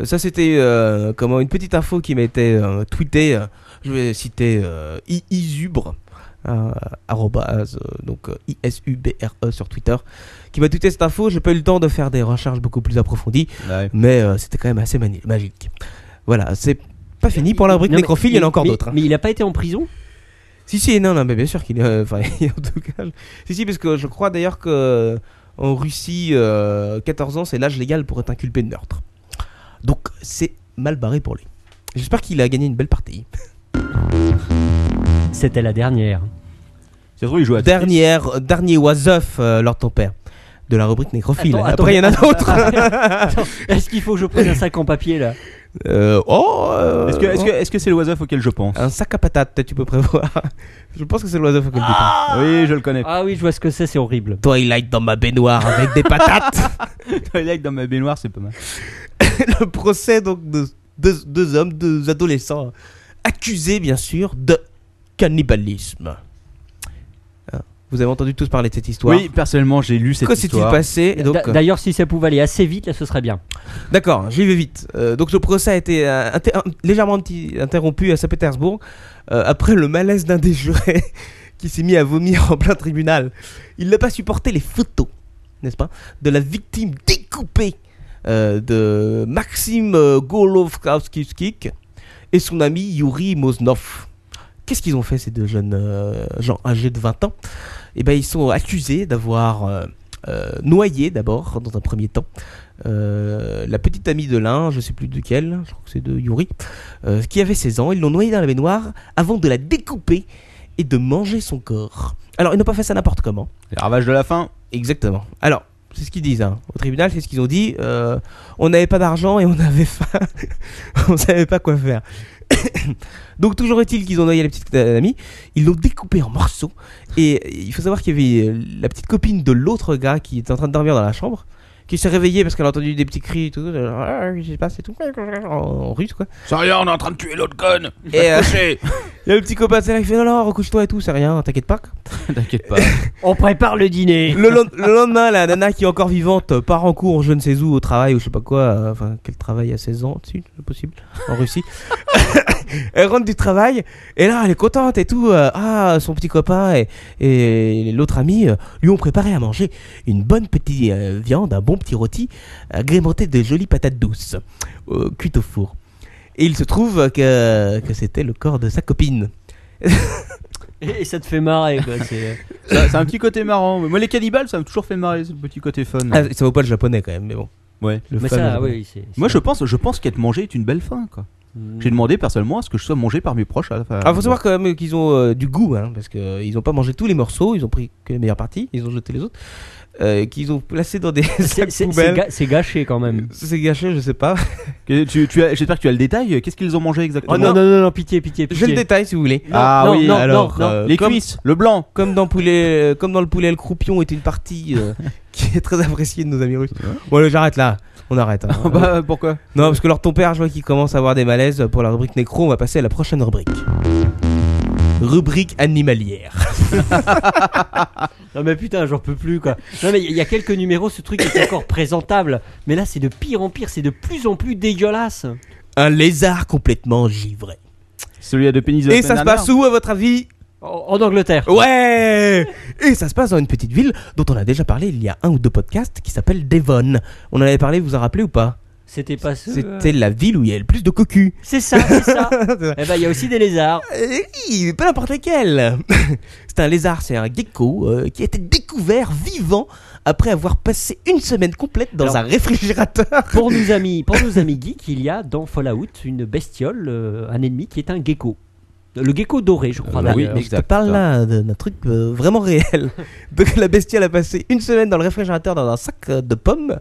[SPEAKER 5] ça c'était euh, comment une petite info qui m'a été euh, tweetée. euh, Je vais citer euh, I- Isubre. euh, arrobase, euh, donc euh, I-S-U-B-R-E sur Twitter qui m'a tweeté cette info j'ai pas eu le temps de faire des recherches beaucoup plus approfondies
[SPEAKER 3] Ouais.
[SPEAKER 5] mais euh, c'était quand même assez mani- magique voilà c'est pas fini pour la rubrique
[SPEAKER 4] Non, mais-
[SPEAKER 5] nécrophile il y en a
[SPEAKER 4] mais-
[SPEAKER 5] encore
[SPEAKER 4] mais-
[SPEAKER 5] d'autres hein.
[SPEAKER 4] Mais il a pas été en prison.
[SPEAKER 5] Si, si, non, non, mais bien sûr qu'il est. euh, Enfin, en tout cas. Si, si, parce que je crois d'ailleurs que euh, en Russie, euh, 14 ans, c'est l'âge légal pour être inculpé de meurtre. Donc, c'est mal barré pour lui. J'espère qu'il a gagné une belle partie.
[SPEAKER 4] C'était la dernière.
[SPEAKER 3] C'est trop, il joue à Tetris.
[SPEAKER 5] Dernière, euh, dernier was-off, Lord Ton Père, de la rubrique nécrophile.
[SPEAKER 4] Attends,
[SPEAKER 5] Après, il y en a
[SPEAKER 4] attends.
[SPEAKER 5] d'autres.
[SPEAKER 4] Attends, Est-ce qu'il faut que je prenne un sac en papier là
[SPEAKER 5] Euh, oh euh,
[SPEAKER 3] Est-ce que est-ce que- est-ce que c'est le oiseau auquel je pense
[SPEAKER 5] Un sac à patates, peut-être tu peux prévoir. Je pense que c'est l'oiseau auquel
[SPEAKER 3] Ah.
[SPEAKER 5] tu penses.
[SPEAKER 3] Oui, je le connais.
[SPEAKER 4] Ah oui, je vois ce que c'est, c'est horrible.
[SPEAKER 5] Twilight dans ma baignoire avec des patates.
[SPEAKER 3] Twilight dans ma baignoire, c'est pas mal.
[SPEAKER 5] le procès donc de deux, deux hommes, deux adolescents accusés bien sûr de cannibalisme. Hein, Vous avez entendu tous parler de cette histoire.
[SPEAKER 3] Oui, personnellement, j'ai lu cette
[SPEAKER 5] Que s'est-il
[SPEAKER 3] histoire.
[SPEAKER 5] passé Et donc,
[SPEAKER 4] D'a- D'ailleurs, si ça pouvait aller assez vite, là, ce serait bien.
[SPEAKER 5] D'accord, j'y vais vite. Euh, donc le procès a été euh, inter- un- légèrement inti- interrompu à Saint-Pétersbourg euh, après le malaise d'un des jurés qui s'est mis à vomir en plein tribunal. Il n'a pas supporté les photos, n'est-ce pas, de la victime découpée euh, de Maxime euh, Golovkowski et son ami Yuri Moznov. Qu'est-ce qu'ils ont fait ces deux jeunes euh, gens âgés de 20 ans Eh ben ils sont accusés d'avoir euh, euh, noyé d'abord dans un premier temps euh, la petite amie de l'un, je sais plus de quel, je crois que c'est de Yuri, euh, qui avait 16 ans. Ils l'ont noyée dans la baignoire avant de la découper et de manger son corps. Alors, ils n'ont pas fait ça n'importe comment.
[SPEAKER 3] Les ravages de la faim.
[SPEAKER 5] Exactement. Alors, c'est ce qu'ils disent hein. au tribunal, c'est ce qu'ils ont dit. euh, on n'avait pas d'argent et on avait faim. on savait pas quoi faire. Donc toujours est-il qu'ils ont noyé la petite euh, amie, ils l'ont découpée en morceaux et il faut savoir qu'il y avait euh, la petite copine de l'autre gars qui était en train de dormir dans la chambre, qui s'est réveillée parce qu'elle a entendu des petits cris et tout, genre, Ah, je sais pas, c'est tout en, en russe quoi.
[SPEAKER 7] C'est rien, on est en train de tuer l'autre conne.
[SPEAKER 5] Et euh,
[SPEAKER 7] Couché.
[SPEAKER 5] il y a le petit copain c'est là qui fait non non recouche-toi et tout, c'est rien, t'inquiète pas. quoi.
[SPEAKER 3] T'inquiète pas.
[SPEAKER 4] On prépare le dîner.
[SPEAKER 5] le, lend- le lendemain, la nana qui est encore vivante euh, part en cours, je ne sais où, au travail ou je sais pas quoi. euh, Enfin, quel travail à 16 ans, si c'est possible, en Russie. elle rentre du travail et là, elle est contente et tout. euh, ah, son petit copain et, et l'autre ami euh, lui ont préparé à manger une bonne petite euh, viande, un bon petit rôti, agrémenté de jolies patates douces, euh, cuites au four. Et il se trouve que, que c'était le corps de sa copine.
[SPEAKER 4] Et ça te fait marrer, quoi. c'est-
[SPEAKER 3] Ça- C'est un petit côté marrant. Moi, les cannibales, ça m'a toujours fait marrer, c'est le petit côté fun.
[SPEAKER 5] Ah, ça vaut pas le japonais quand même, mais bon.
[SPEAKER 3] Ouais.
[SPEAKER 5] Le
[SPEAKER 4] euh, Mais
[SPEAKER 5] fun,
[SPEAKER 4] ça,
[SPEAKER 5] le-
[SPEAKER 4] oui, c'est. c'est-
[SPEAKER 3] Moi, je pense, je pense qu'être mangé est une belle fin. Quoi.
[SPEAKER 4] Mm.
[SPEAKER 3] J'ai demandé personnellement à ce que je sois mangé par mes proches. À la fin.
[SPEAKER 5] Ah, faut savoir quand même qu'ils ont euh, du goût, hein, parce qu'ils n'ont pas mangé tous les morceaux, ils ont pris que les meilleures parties, ils ont jeté les autres, euh, qu'ils ont placé dans des
[SPEAKER 4] C'est- c'est-
[SPEAKER 5] sacs
[SPEAKER 4] C'est
[SPEAKER 5] poubelles.
[SPEAKER 4] ga- c'est gâché quand même.
[SPEAKER 5] C'est gâché, je sais pas.
[SPEAKER 3] Que tu- tu as- J'espère que tu as le détail. Qu'est-ce qu'ils ont mangé exactement
[SPEAKER 4] Oh, non, non, non, non, pitié, pitié, pitié.
[SPEAKER 5] J'ai le détail si vous voulez.
[SPEAKER 3] Ah
[SPEAKER 4] non,
[SPEAKER 3] oui,
[SPEAKER 4] non,
[SPEAKER 3] alors.
[SPEAKER 4] non, non.
[SPEAKER 3] les
[SPEAKER 5] comme,
[SPEAKER 3] cuisses, le blanc.
[SPEAKER 5] Comme dans, poulet, euh, comme dans le poulet, le croupion est une partie euh, qui est très appréciée de nos amis russes. Bon, allez, j'arrête là. On arrête. hein.
[SPEAKER 3] bah, pourquoi
[SPEAKER 5] non, parce que leur ton père, je vois qu'il commence à avoir des malaises pour la rubrique nécro. On va passer à la prochaine rubrique. Rubrique animalière.
[SPEAKER 4] Non mais putain, j'en peux plus quoi. Non mais il y a quelques numéros, ce truc est encore présentable. Mais là, c'est de pire en pire, c'est de plus en plus dégueulasse.
[SPEAKER 5] Un lézard complètement givré.
[SPEAKER 3] Celui à deux pénis
[SPEAKER 5] Et ça se passe où, à votre avis
[SPEAKER 4] En, en Angleterre.
[SPEAKER 5] Ouais Et ça se passe dans une petite ville dont on a déjà parlé il y a un ou deux podcasts qui s'appelle Devon. On en avait parlé, vous vous en rappelez ou pas
[SPEAKER 4] C'était pas ce-
[SPEAKER 5] C'était la ville où il y a le plus de cocus.
[SPEAKER 4] C'est ça, c'est ça.
[SPEAKER 5] Euh,
[SPEAKER 4] Eh ben, il y a aussi des lézards.
[SPEAKER 5] oui, pas n'importe lequel C'est un lézard, c'est un gecko euh, qui a été découvert vivant après avoir passé une semaine complète dans
[SPEAKER 4] Alors-
[SPEAKER 5] un réfrigérateur.
[SPEAKER 4] Pour nos amis, pour nos amis geeks, il y a dans Fallout une bestiole, euh, un ennemi qui est un gecko. Le gecko doré, je crois.
[SPEAKER 3] Euh,
[SPEAKER 4] d'ailleurs.
[SPEAKER 3] oui,
[SPEAKER 5] Alors, je te
[SPEAKER 3] exact,
[SPEAKER 5] parle
[SPEAKER 3] ça.
[SPEAKER 5] là d'un d'un truc euh, vraiment réel. Donc la bestiole a passé une semaine dans le réfrigérateur dans un sac euh, de pommes.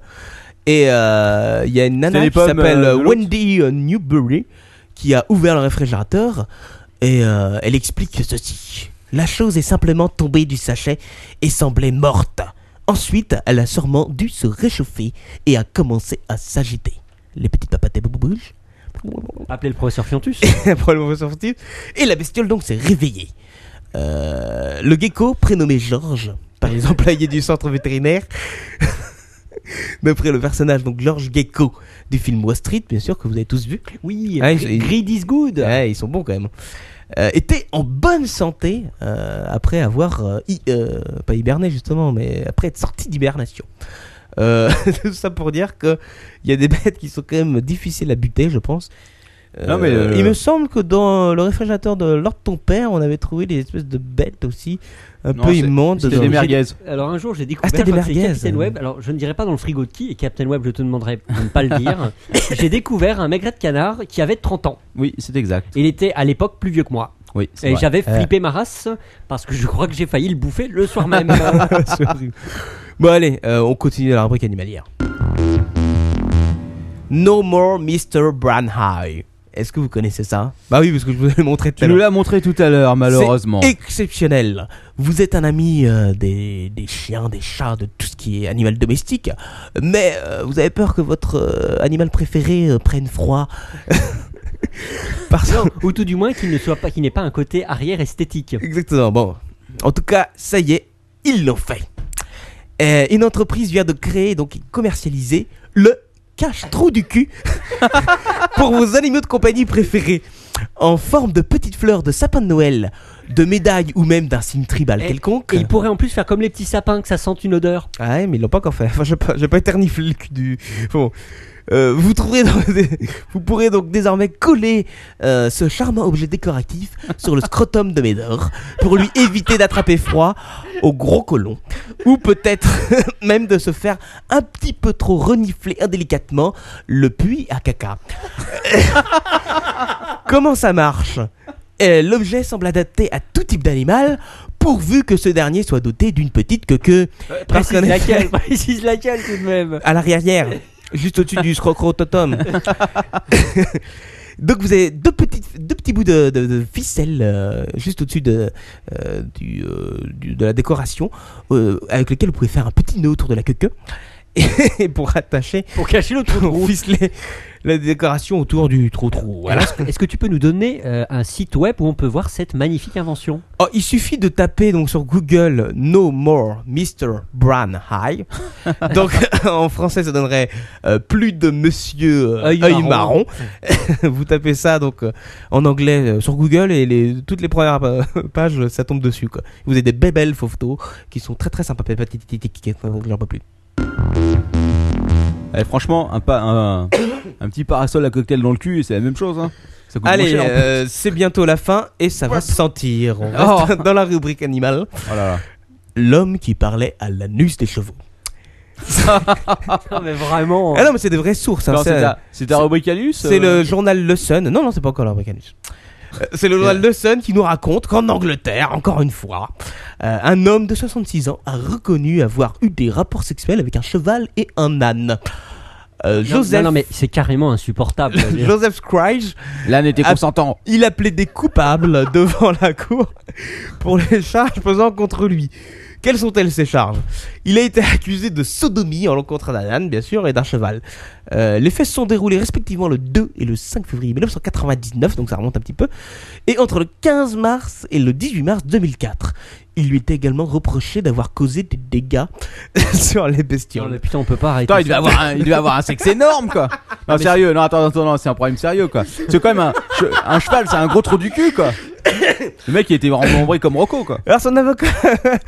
[SPEAKER 5] Et euh, il y a une
[SPEAKER 3] C'est
[SPEAKER 5] nana
[SPEAKER 3] les
[SPEAKER 5] qui
[SPEAKER 3] pommes,
[SPEAKER 5] s'appelle
[SPEAKER 3] euh,
[SPEAKER 5] euh,
[SPEAKER 3] de l'autre
[SPEAKER 5] Wendy euh, Newberry qui a ouvert le réfrigérateur et euh, elle explique ceci. La chose est simplement tombée du sachet et semblait morte. Ensuite, elle a sûrement dû se réchauffer et a commencé à s'agiter. Les petites papates boubouches.
[SPEAKER 4] Appelez le professeur Fiontus.
[SPEAKER 5] Probablement pas sorti. Et la bestiole donc s'est réveillée. Euh, le gecko, prénommé Georges, par les employés du centre vétérinaire, d'après le personnage donc George Gecko du film Wall Street, bien sûr que vous avez tous vu.
[SPEAKER 4] Oui.
[SPEAKER 5] Ouais,
[SPEAKER 4] gr-
[SPEAKER 5] il-
[SPEAKER 4] greed is good.
[SPEAKER 5] Ouais, ils sont bons quand même. Euh, était en bonne santé euh, après avoir euh, hi- euh, pas hiberné justement, mais après être sorti d'hibernation. Euh, tout ça pour dire que il y a des bêtes qui sont quand même difficiles à buter, je pense. Euh,
[SPEAKER 3] Non, mais, euh,
[SPEAKER 5] Il me semble que dans le réfrigérateur de Lord ton père, on avait trouvé des espèces de bêtes aussi un
[SPEAKER 3] Non,
[SPEAKER 5] peu
[SPEAKER 3] c'est-
[SPEAKER 5] immondes.
[SPEAKER 3] C'était des
[SPEAKER 5] dans-
[SPEAKER 3] merguez.
[SPEAKER 4] Alors un jour j'ai
[SPEAKER 5] Ah,
[SPEAKER 4] découvert
[SPEAKER 5] c'était des
[SPEAKER 4] quand c'est
[SPEAKER 5] merguez.
[SPEAKER 4] Captain Web. Alors je ne dirais pas dans le frigo de qui et Captain Web je te demanderai de ne pas le dire. j'ai découvert un maigret de canard qui avait 30 ans.
[SPEAKER 3] Oui, c'est exact.
[SPEAKER 4] Il était à l'époque plus vieux que moi.
[SPEAKER 3] Oui, c'est
[SPEAKER 4] Et
[SPEAKER 3] vrai.
[SPEAKER 4] j'avais
[SPEAKER 5] Ouais. Euh.
[SPEAKER 4] flippé ma race parce que je crois que j'ai failli le bouffer le soir même.
[SPEAKER 5] C'est horrible. bon allez, euh, on continue la rubrique animalière. No More Mr. Branhigh. Est-ce que vous connaissez ça Bah oui, parce que je vous ai montré tout
[SPEAKER 3] Tu
[SPEAKER 5] à
[SPEAKER 3] nous
[SPEAKER 5] l'heure.
[SPEAKER 3] l'as montré tout à l'heure, malheureusement.
[SPEAKER 5] C'est exceptionnel. Vous êtes un ami euh, des, des chiens, des chats, de tout ce qui est animal domestique, mais euh, vous avez peur que votre euh, animal préféré euh, prenne froid. Parce que...
[SPEAKER 4] Ou tout du moins qu'il ne soit pas, qu'il n'ait pas un côté arrière esthétique.
[SPEAKER 5] Exactement, bon. En tout cas, ça y est, ils l'ont fait. Euh, une entreprise vient de créer, donc commercialiser, le cache-trou du cul pour vos animaux de compagnie préférés. En forme de petites fleurs de sapin de Noël, de médailles ou même d'un signe tribal
[SPEAKER 4] Et-
[SPEAKER 5] quelconque.
[SPEAKER 4] Et il pourrait en plus faire comme les petits sapins que ça sente une odeur.
[SPEAKER 5] Ah ouais, mais ils l'ont pas encore fait. Enfin, j'ai pas, j'ai pas éterniflé le cul du. Bon. Euh, vous, trouverez dans- vous pourrez donc désormais coller euh, ce charmant objet décoratif sur le scrotum de Médor pour lui éviter d'attraper froid au gros colon ou peut-être même de se faire un petit peu trop renifler indélicatement le puits à caca. Comment ça marche Euh, L'objet semble adapté à tout type d'animal pourvu que ce dernier soit doté d'une petite queue Euh, Parce
[SPEAKER 4] Précise
[SPEAKER 5] qu'en effet-
[SPEAKER 4] laquelle, précise laquelle tout de même.
[SPEAKER 5] à l'arrière, juste au-dessus du scrocrototum. Donc vous avez deux, petites, deux petits bouts de, de- de ficelle euh, juste au-dessus de, euh, du, euh, du- de la décoration euh, avec lequel vous pouvez faire un petit nœud autour de la queue et pour attacher,
[SPEAKER 4] Pour cacher le trou de
[SPEAKER 5] pour
[SPEAKER 4] roue.
[SPEAKER 5] ficeler la décoration autour du trou-trou. Voilà.
[SPEAKER 4] Est-ce que- Est-ce que tu peux nous donner euh, un site web où on peut voir cette magnifique invention
[SPEAKER 5] Oh, il suffit de taper donc sur Google No More Mr. Bran High. donc en français ça donnerait euh, plus de Monsieur euh,
[SPEAKER 4] Œil
[SPEAKER 5] Œil
[SPEAKER 4] marron.
[SPEAKER 5] marron. Vous tapez ça donc euh, en anglais euh, sur Google et les, toutes les premières euh, pages euh, ça tombe dessus quoi. Vous avez des belles belles photos qui sont très très sympas. J'en peux plus.
[SPEAKER 3] Eh, franchement, un, pa- un, un petit parasol à cocktail dans le cul, c'est la même chose. Hein. Ça coûte
[SPEAKER 5] Allez,
[SPEAKER 3] moins cher.
[SPEAKER 5] euh, Oh. c'est bientôt la fin et ça va sentir. On reste dans la rubrique animale.
[SPEAKER 3] Oh là là.
[SPEAKER 5] L'homme qui parlait à l'anus des chevaux.
[SPEAKER 4] Non mais vraiment.
[SPEAKER 5] Ah non mais c'est des vraies sources. hein,
[SPEAKER 3] Non,
[SPEAKER 5] c'est-
[SPEAKER 3] c'est ta- euh, C'est ta rubrique Anus
[SPEAKER 5] C'est
[SPEAKER 3] euh,
[SPEAKER 5] le journal Le Sun. Non, non, c'est pas encore la Britannique. Euh, C'est le journal Le Sun qui nous raconte qu'en Angleterre, encore une fois, euh, un homme de 66 ans a reconnu avoir eu des rapports sexuels avec un cheval et un âne. Euh,
[SPEAKER 4] Non,
[SPEAKER 5] Joseph,
[SPEAKER 4] Non, non, mais c'est carrément insupportable.
[SPEAKER 5] Joseph Scrooge,
[SPEAKER 3] L'âne était
[SPEAKER 5] Ah.
[SPEAKER 3] consentant.
[SPEAKER 5] il a plaidé coupable devant la cour pour les charges pesant contre lui. Quelles sont-elles ces charges Il a été accusé de sodomie en l'encontre d'un âne, bien sûr, et d'un cheval. Euh, les faits se sont déroulés respectivement le 2 et le 5 février 1999, donc ça remonte un petit peu, et entre le 15 mars et le 18 mars 2004. Il lui était également reproché d'avoir causé des dégâts sur les
[SPEAKER 4] Non, mais
[SPEAKER 5] bestioles.
[SPEAKER 4] putain, on peut pas arrêter.
[SPEAKER 3] Attends, il
[SPEAKER 4] ça.
[SPEAKER 3] devait avoir un, il devait avoir un sexe énorme quoi. Non, sérieux, non, attends, attends, non, c'est un problème sérieux quoi. C'est quand même un, che- un cheval, c'est un gros trou du cul quoi. Le mec il était rembourré comme Rocco quoi.
[SPEAKER 5] Alors son avocat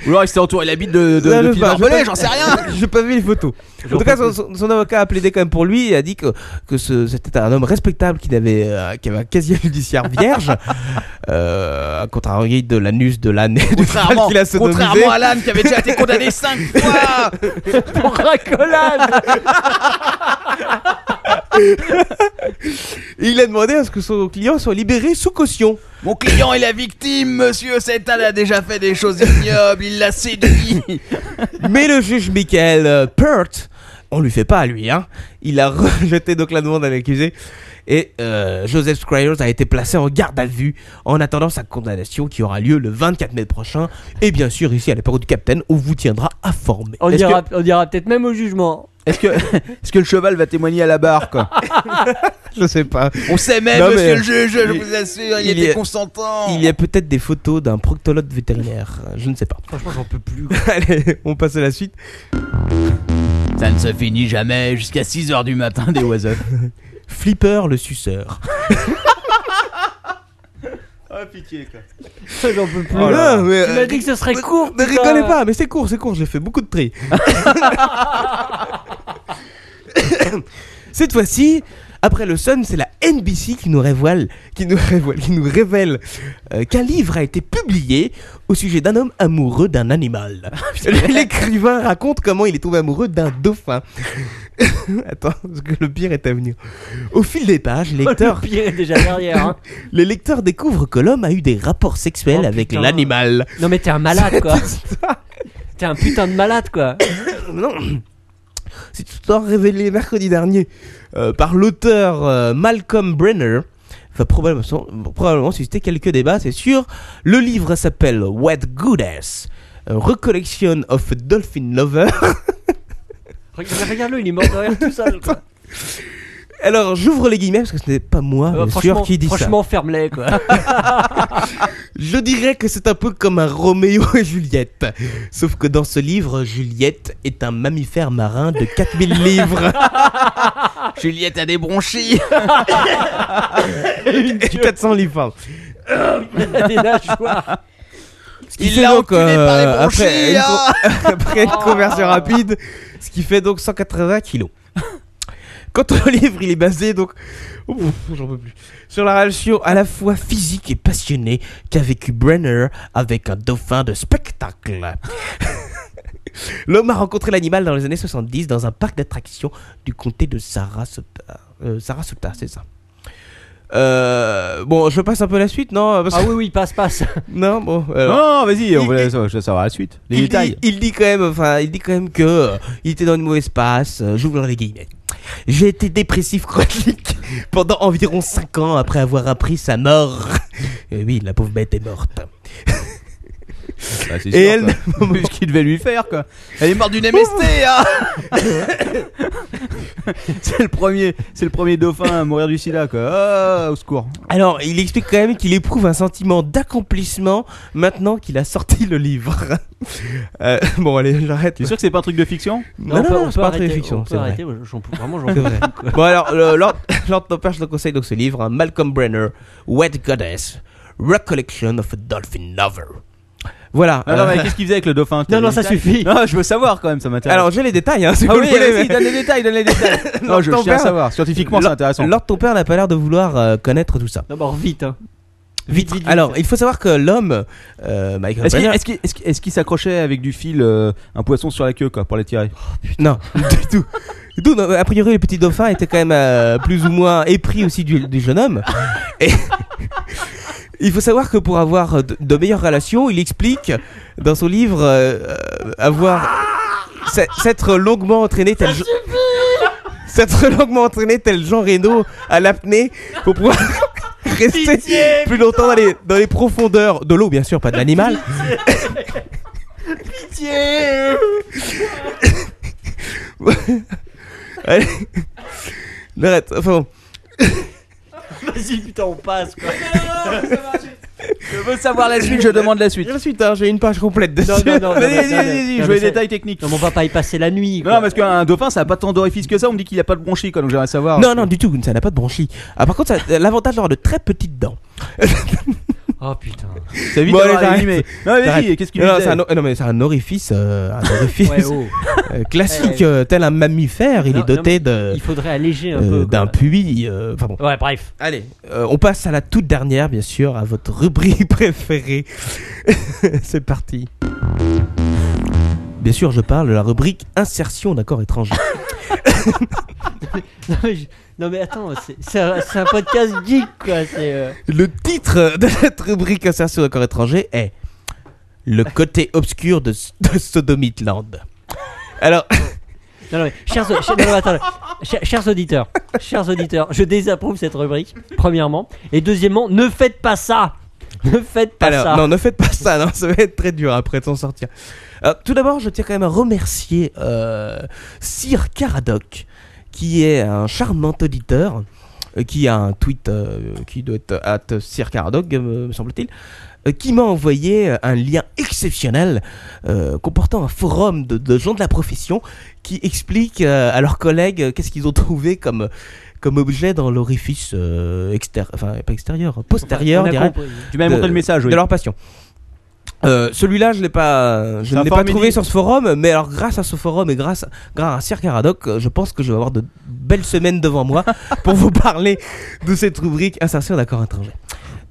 [SPEAKER 3] Ou alors il s'était entouré la bite de, de,
[SPEAKER 5] Là,
[SPEAKER 3] de
[SPEAKER 5] le
[SPEAKER 3] fils
[SPEAKER 5] bar,
[SPEAKER 3] barbelés,
[SPEAKER 5] j'ai pas-
[SPEAKER 3] j'en sais rien.
[SPEAKER 5] J'ai pas vu les photos. En tout cas, son, son- son avocat a plaidé quand même pour lui et a dit que, que ce- c'était un homme respectable qui avait, euh, qui avait un casier judiciaire vierge, euh, à contrario de l'anus de l'âne et du cheval
[SPEAKER 7] Contrairement,
[SPEAKER 5] qu'il a sodomisé.
[SPEAKER 7] contrairement à l'âne qui avait déjà été condamné 5 fois
[SPEAKER 4] Pour racolade
[SPEAKER 5] Et il a demandé à ce que son client soit libéré sous caution.
[SPEAKER 7] Mon client est la victime, monsieur. Cet âne a déjà fait des choses ignobles. Il l'a séduit.
[SPEAKER 5] Mais le juge Michael euh, Peart, on lui fait pas à lui, hein. Il a rejeté donc la demande à l'accusé. Et euh, Joseph Scryers a été placé en garde à vue en attendant sa condamnation qui aura lieu le 24 mai prochain. Et bien sûr, ici à l'époque du Capitaine, on vous tiendra informé.
[SPEAKER 4] On
[SPEAKER 5] Est-ce
[SPEAKER 4] dira, on dira peut-être même au jugement.
[SPEAKER 3] Est-ce que, est-ce que le cheval va témoigner à la barre quoi
[SPEAKER 5] que- Je sais pas.
[SPEAKER 7] On sait même,
[SPEAKER 5] Non,
[SPEAKER 7] monsieur
[SPEAKER 5] mais-
[SPEAKER 7] le juge, je
[SPEAKER 5] il-
[SPEAKER 7] vous assure, il,
[SPEAKER 5] il
[SPEAKER 7] était
[SPEAKER 5] est-
[SPEAKER 7] consentant.
[SPEAKER 5] Il y a peut-être des photos d'un proctologue vétérinaire. euh, Je ne sais pas.
[SPEAKER 4] Franchement, j'en peux plus.
[SPEAKER 5] Allez, on passe à la suite.
[SPEAKER 7] Ça ne se finit jamais jusqu'à 6h du matin des oiseaux.
[SPEAKER 5] Flipper le suceur.
[SPEAKER 4] Ça, j'en peux plus.
[SPEAKER 5] Oh là là, mais,
[SPEAKER 4] tu
[SPEAKER 5] euh,
[SPEAKER 4] m'as dit que ce serait court.
[SPEAKER 5] Ne
[SPEAKER 4] putain.
[SPEAKER 5] rigolez pas, mais c'est court, c'est court, j'ai fait beaucoup de tri. Cette fois-ci, après le Sun, c'est la NBC qui nous révèle, qui nous révèle, qui nous révèle euh, qu'un livre a été publié au sujet d'un homme amoureux d'un animal.
[SPEAKER 4] Ah,
[SPEAKER 5] L'écrivain raconte comment il est tombé amoureux d'un dauphin. Attends, parce que le pire est à venir. Au fil des pages, les
[SPEAKER 4] Oh,
[SPEAKER 5] lecteurs
[SPEAKER 4] Le pire est déjà derrière. hein.
[SPEAKER 5] les lecteurs découvrent que l'homme a eu des rapports sexuels
[SPEAKER 4] Oh,
[SPEAKER 5] avec
[SPEAKER 4] putain.
[SPEAKER 5] l'animal.
[SPEAKER 4] Non, mais t'es un malade, quoi. T'es un putain de malade, quoi.
[SPEAKER 5] Non. C'est une histoire révélée mercredi dernier euh, par l'auteur euh, Malcolm Brenner. Va probablement, probablement susciter quelques débats, c'est sûr. Le livre s'appelle Wet Good Ass, a Recollection of a Dolphin Lover.
[SPEAKER 4] Regarde- Regarde-le, il est mort derrière tout seul. quoi.
[SPEAKER 5] Alors, j'ouvre les guillemets parce que ce n'est pas moi,
[SPEAKER 4] Euh,
[SPEAKER 5] bien sûr,
[SPEAKER 4] franchement,
[SPEAKER 5] qui dit ça.
[SPEAKER 4] franchement ferme-les quoi.
[SPEAKER 5] Je dirais que c'est un peu comme un Roméo et Juliette. Sauf que dans ce livre, Juliette est un mammifère marin de 4000 livres.
[SPEAKER 7] Juliette a des bronchies.
[SPEAKER 5] Et 400 livres, pardon.
[SPEAKER 4] Des nageoires.
[SPEAKER 5] Ce
[SPEAKER 7] Il l'a enculé par
[SPEAKER 3] euh,
[SPEAKER 7] les bronchies,
[SPEAKER 5] après, une,
[SPEAKER 7] hein.
[SPEAKER 5] con- après une conversion rapide, ce qui fait donc 180 kilos. Quant au livre, il est basé donc. Ouf, J'en peux plus. Sur la relation à la fois physique et passionnée qu'a vécu Brenner avec un dauphin de spectacle. L'homme a rencontré l'animal dans les années 70 dans un parc d'attractions du comté de Sarasota. Euh, Sarasota, c'est ça. Euh, bon, je passe un peu la suite, non Parce
[SPEAKER 4] Ah
[SPEAKER 5] que-
[SPEAKER 4] oui, oui, passe, passe.
[SPEAKER 5] Non, bon.
[SPEAKER 3] Non, non,
[SPEAKER 5] alors-
[SPEAKER 3] vas-y, on
[SPEAKER 5] Il-
[SPEAKER 3] va ça- ça savoir la suite. Les
[SPEAKER 5] il
[SPEAKER 3] détails.
[SPEAKER 5] Dit, il dit quand même, enfin, il dit quand même que euh, il était dans une mauvaise passe. euh, J'ouvre les guillemets. J'ai été dépressif chronique pendant environ 5 ans après avoir appris sa mort. Et oui, la pauvre bête est morte.
[SPEAKER 3] Bah, c'est
[SPEAKER 5] Et
[SPEAKER 3] sûr,
[SPEAKER 5] elle-
[SPEAKER 3] quoi. Vu ce qu'il devait lui faire, quoi.
[SPEAKER 7] Elle est morte d'une MST, hein.
[SPEAKER 3] C'est le premier, c'est le premier dauphin à mourir du sida, quoi. Ah, au secours.
[SPEAKER 5] Alors, il explique quand même qu'il éprouve un sentiment d'accomplissement maintenant qu'il a sorti le livre. Euh, bon, allez, j'arrête.
[SPEAKER 3] T'es sûr que c'est pas un truc de fiction
[SPEAKER 5] Non, non, non, c'est pas très fiction,
[SPEAKER 4] on
[SPEAKER 5] c'est
[SPEAKER 4] peut
[SPEAKER 5] vrai.
[SPEAKER 4] arrêter, moi, j'en peux- vraiment, j'en
[SPEAKER 5] C'est
[SPEAKER 4] peux plus,
[SPEAKER 5] vrai.
[SPEAKER 4] quoi.
[SPEAKER 5] Bon alors, le- Lord, Lord Topper, je te conseille donc ce livre, hein, Malcolm Brenner, Wet Goddess, Recollection of a Dolphin Lover. Voilà.
[SPEAKER 3] Ah, Non,
[SPEAKER 5] euh,
[SPEAKER 3] mais qu'est-ce qu'il faisait avec le dauphin
[SPEAKER 4] Non, non,
[SPEAKER 3] T'as
[SPEAKER 4] ça
[SPEAKER 3] des détails
[SPEAKER 4] suffit.
[SPEAKER 3] Non, je veux savoir quand même, ça m'intéresse.
[SPEAKER 5] alors j'ai les détails, hein, si
[SPEAKER 3] ah
[SPEAKER 5] vous
[SPEAKER 3] oui,
[SPEAKER 5] le voulez,
[SPEAKER 3] vas-y,
[SPEAKER 5] mais-
[SPEAKER 3] donne les détails, donne les détails. non, je
[SPEAKER 5] Lord
[SPEAKER 3] tiens à
[SPEAKER 5] Topper-
[SPEAKER 3] savoir. Scientifiquement, c'est
[SPEAKER 5] Lord-
[SPEAKER 3] intéressant.
[SPEAKER 5] Lord Topper n'a pas l'air de vouloir euh, connaître tout ça.
[SPEAKER 4] D'abord, vite, hein. Vite, vite, vite.
[SPEAKER 5] Alors, il faut savoir que l'homme, euh, Michael
[SPEAKER 3] Est-ce qu'il,
[SPEAKER 5] Brenner,
[SPEAKER 3] est-ce qu'il- est-ce qu'il- est-ce qu'il s'accrochait avec du fil euh, un poisson sur la queue, quoi, pour les tirer
[SPEAKER 5] non, du tout. Du tout, non, a priori, le petit dauphin était quand même euh, plus ou moins épris aussi du, du jeune homme. Et il faut savoir que pour avoir de, de meilleures relations, il explique dans son livre euh, euh, avoir s'è- s'être longuement entraîné tel Jean- s'être longuement entraîné tel Jean Reno à l'apnée pour pouvoir rester plus longtemps dans les, dans les profondeurs de l'eau, bien sûr, pas de l'animal. Pitié Allez. Arrête, enfin bon.
[SPEAKER 4] Vas-y, putain, on passe, quoi.
[SPEAKER 3] Je veux savoir la suite, je demande la suite.
[SPEAKER 5] La suite, hein, j'ai une page complète dessus.
[SPEAKER 4] Non, non, non. non,
[SPEAKER 3] Vas-y,
[SPEAKER 4] non,
[SPEAKER 3] vas-y,
[SPEAKER 4] non,
[SPEAKER 3] vas-y, je veux
[SPEAKER 4] non,
[SPEAKER 3] les
[SPEAKER 4] mais c'est-
[SPEAKER 3] détails techniques.
[SPEAKER 4] Non, mais on va pas y passer la nuit,
[SPEAKER 3] Non,
[SPEAKER 4] quoi.
[SPEAKER 3] non, parce qu'un dauphin, ça a pas tant d'orifice que ça. On me dit qu'il a pas de bronchie, quoi, donc j'aimerais
[SPEAKER 4] Ah,
[SPEAKER 3] savoir.
[SPEAKER 5] Non, non, du tout, ça n'a pas de bronchie. Ah, par contre, ça- l'avantage d'avoir de très petites dents.
[SPEAKER 4] Oh, putain.
[SPEAKER 3] Ça évite
[SPEAKER 5] Bon,
[SPEAKER 3] d'avoir
[SPEAKER 5] allez,
[SPEAKER 3] à l'animer. Non, mais
[SPEAKER 5] T'arrêtes.
[SPEAKER 3] vas-y, qu'est-ce qu'il
[SPEAKER 5] Non, Euh, non,
[SPEAKER 3] faisait
[SPEAKER 5] c'est un, o- non, mais c'est un orifice, euh, un orifice
[SPEAKER 4] Ouais, oh.
[SPEAKER 5] euh, classique,
[SPEAKER 4] Ouais.
[SPEAKER 5] euh, tel un mammifère. Il
[SPEAKER 4] Non,
[SPEAKER 5] est doté de-
[SPEAKER 4] Il faudrait alléger un
[SPEAKER 5] euh,
[SPEAKER 4] peu. quoi.
[SPEAKER 5] d'un puits. euh, Enfin bon.
[SPEAKER 4] Ouais, bref.
[SPEAKER 5] Allez, euh, on passe à la toute dernière, bien sûr, à votre rubrique préférée. c'est parti. Bien sûr, je parle de la rubrique insertion d'un corps étranger.
[SPEAKER 4] Non, mais, je- non, mais attends, c'est- c'est un, c'est un podcast geek, quoi. C'est. euh,
[SPEAKER 5] Le titre de cette rubrique insertion d'un corps étranger est Le côté obscur de, de Sodomitland. Alors,
[SPEAKER 4] Non, non, mais, chers, non, non, attends, chers- chers auditeurs, chers auditeurs, je désapprouve cette rubrique, premièrement. Et deuxièmement, ne faites pas ça Ne faites pas
[SPEAKER 5] Alors,
[SPEAKER 4] ça
[SPEAKER 5] non, ne faites pas ça, non, ça va être très dur après de s'en sortir. Alors, tout d'abord, je tiens quand même à remercier euh, Sir Caradoc, qui est un charmant auditeur, euh, qui a un tweet euh, qui doit être at Sir Caradoc, euh, me semble-t-il, euh, qui m'a envoyé euh, un lien exceptionnel euh, comportant un forum de, de gens de la profession qui expliquent euh, à leurs collègues euh, qu'est-ce qu'ils ont trouvé comme comme objet dans l'orifice euh, extérieur, enfin pas extérieur, postérieur,
[SPEAKER 4] On a
[SPEAKER 5] dirais-je,
[SPEAKER 4] compris.
[SPEAKER 3] Tu m'avais
[SPEAKER 5] de-
[SPEAKER 3] montré le message, oui.
[SPEAKER 5] de leur passion. Euh, Celui-là, je l'ai pas, je
[SPEAKER 3] C'est
[SPEAKER 5] ne
[SPEAKER 3] un
[SPEAKER 5] l'ai pas
[SPEAKER 3] formidable.
[SPEAKER 5] trouvé sur ce forum, mais alors grâce à ce forum et grâce, grâce à Sir Caradoc, euh, je pense que je vais avoir de belles semaines devant moi pour vous parler de cette rubrique insertion d'accord étranger.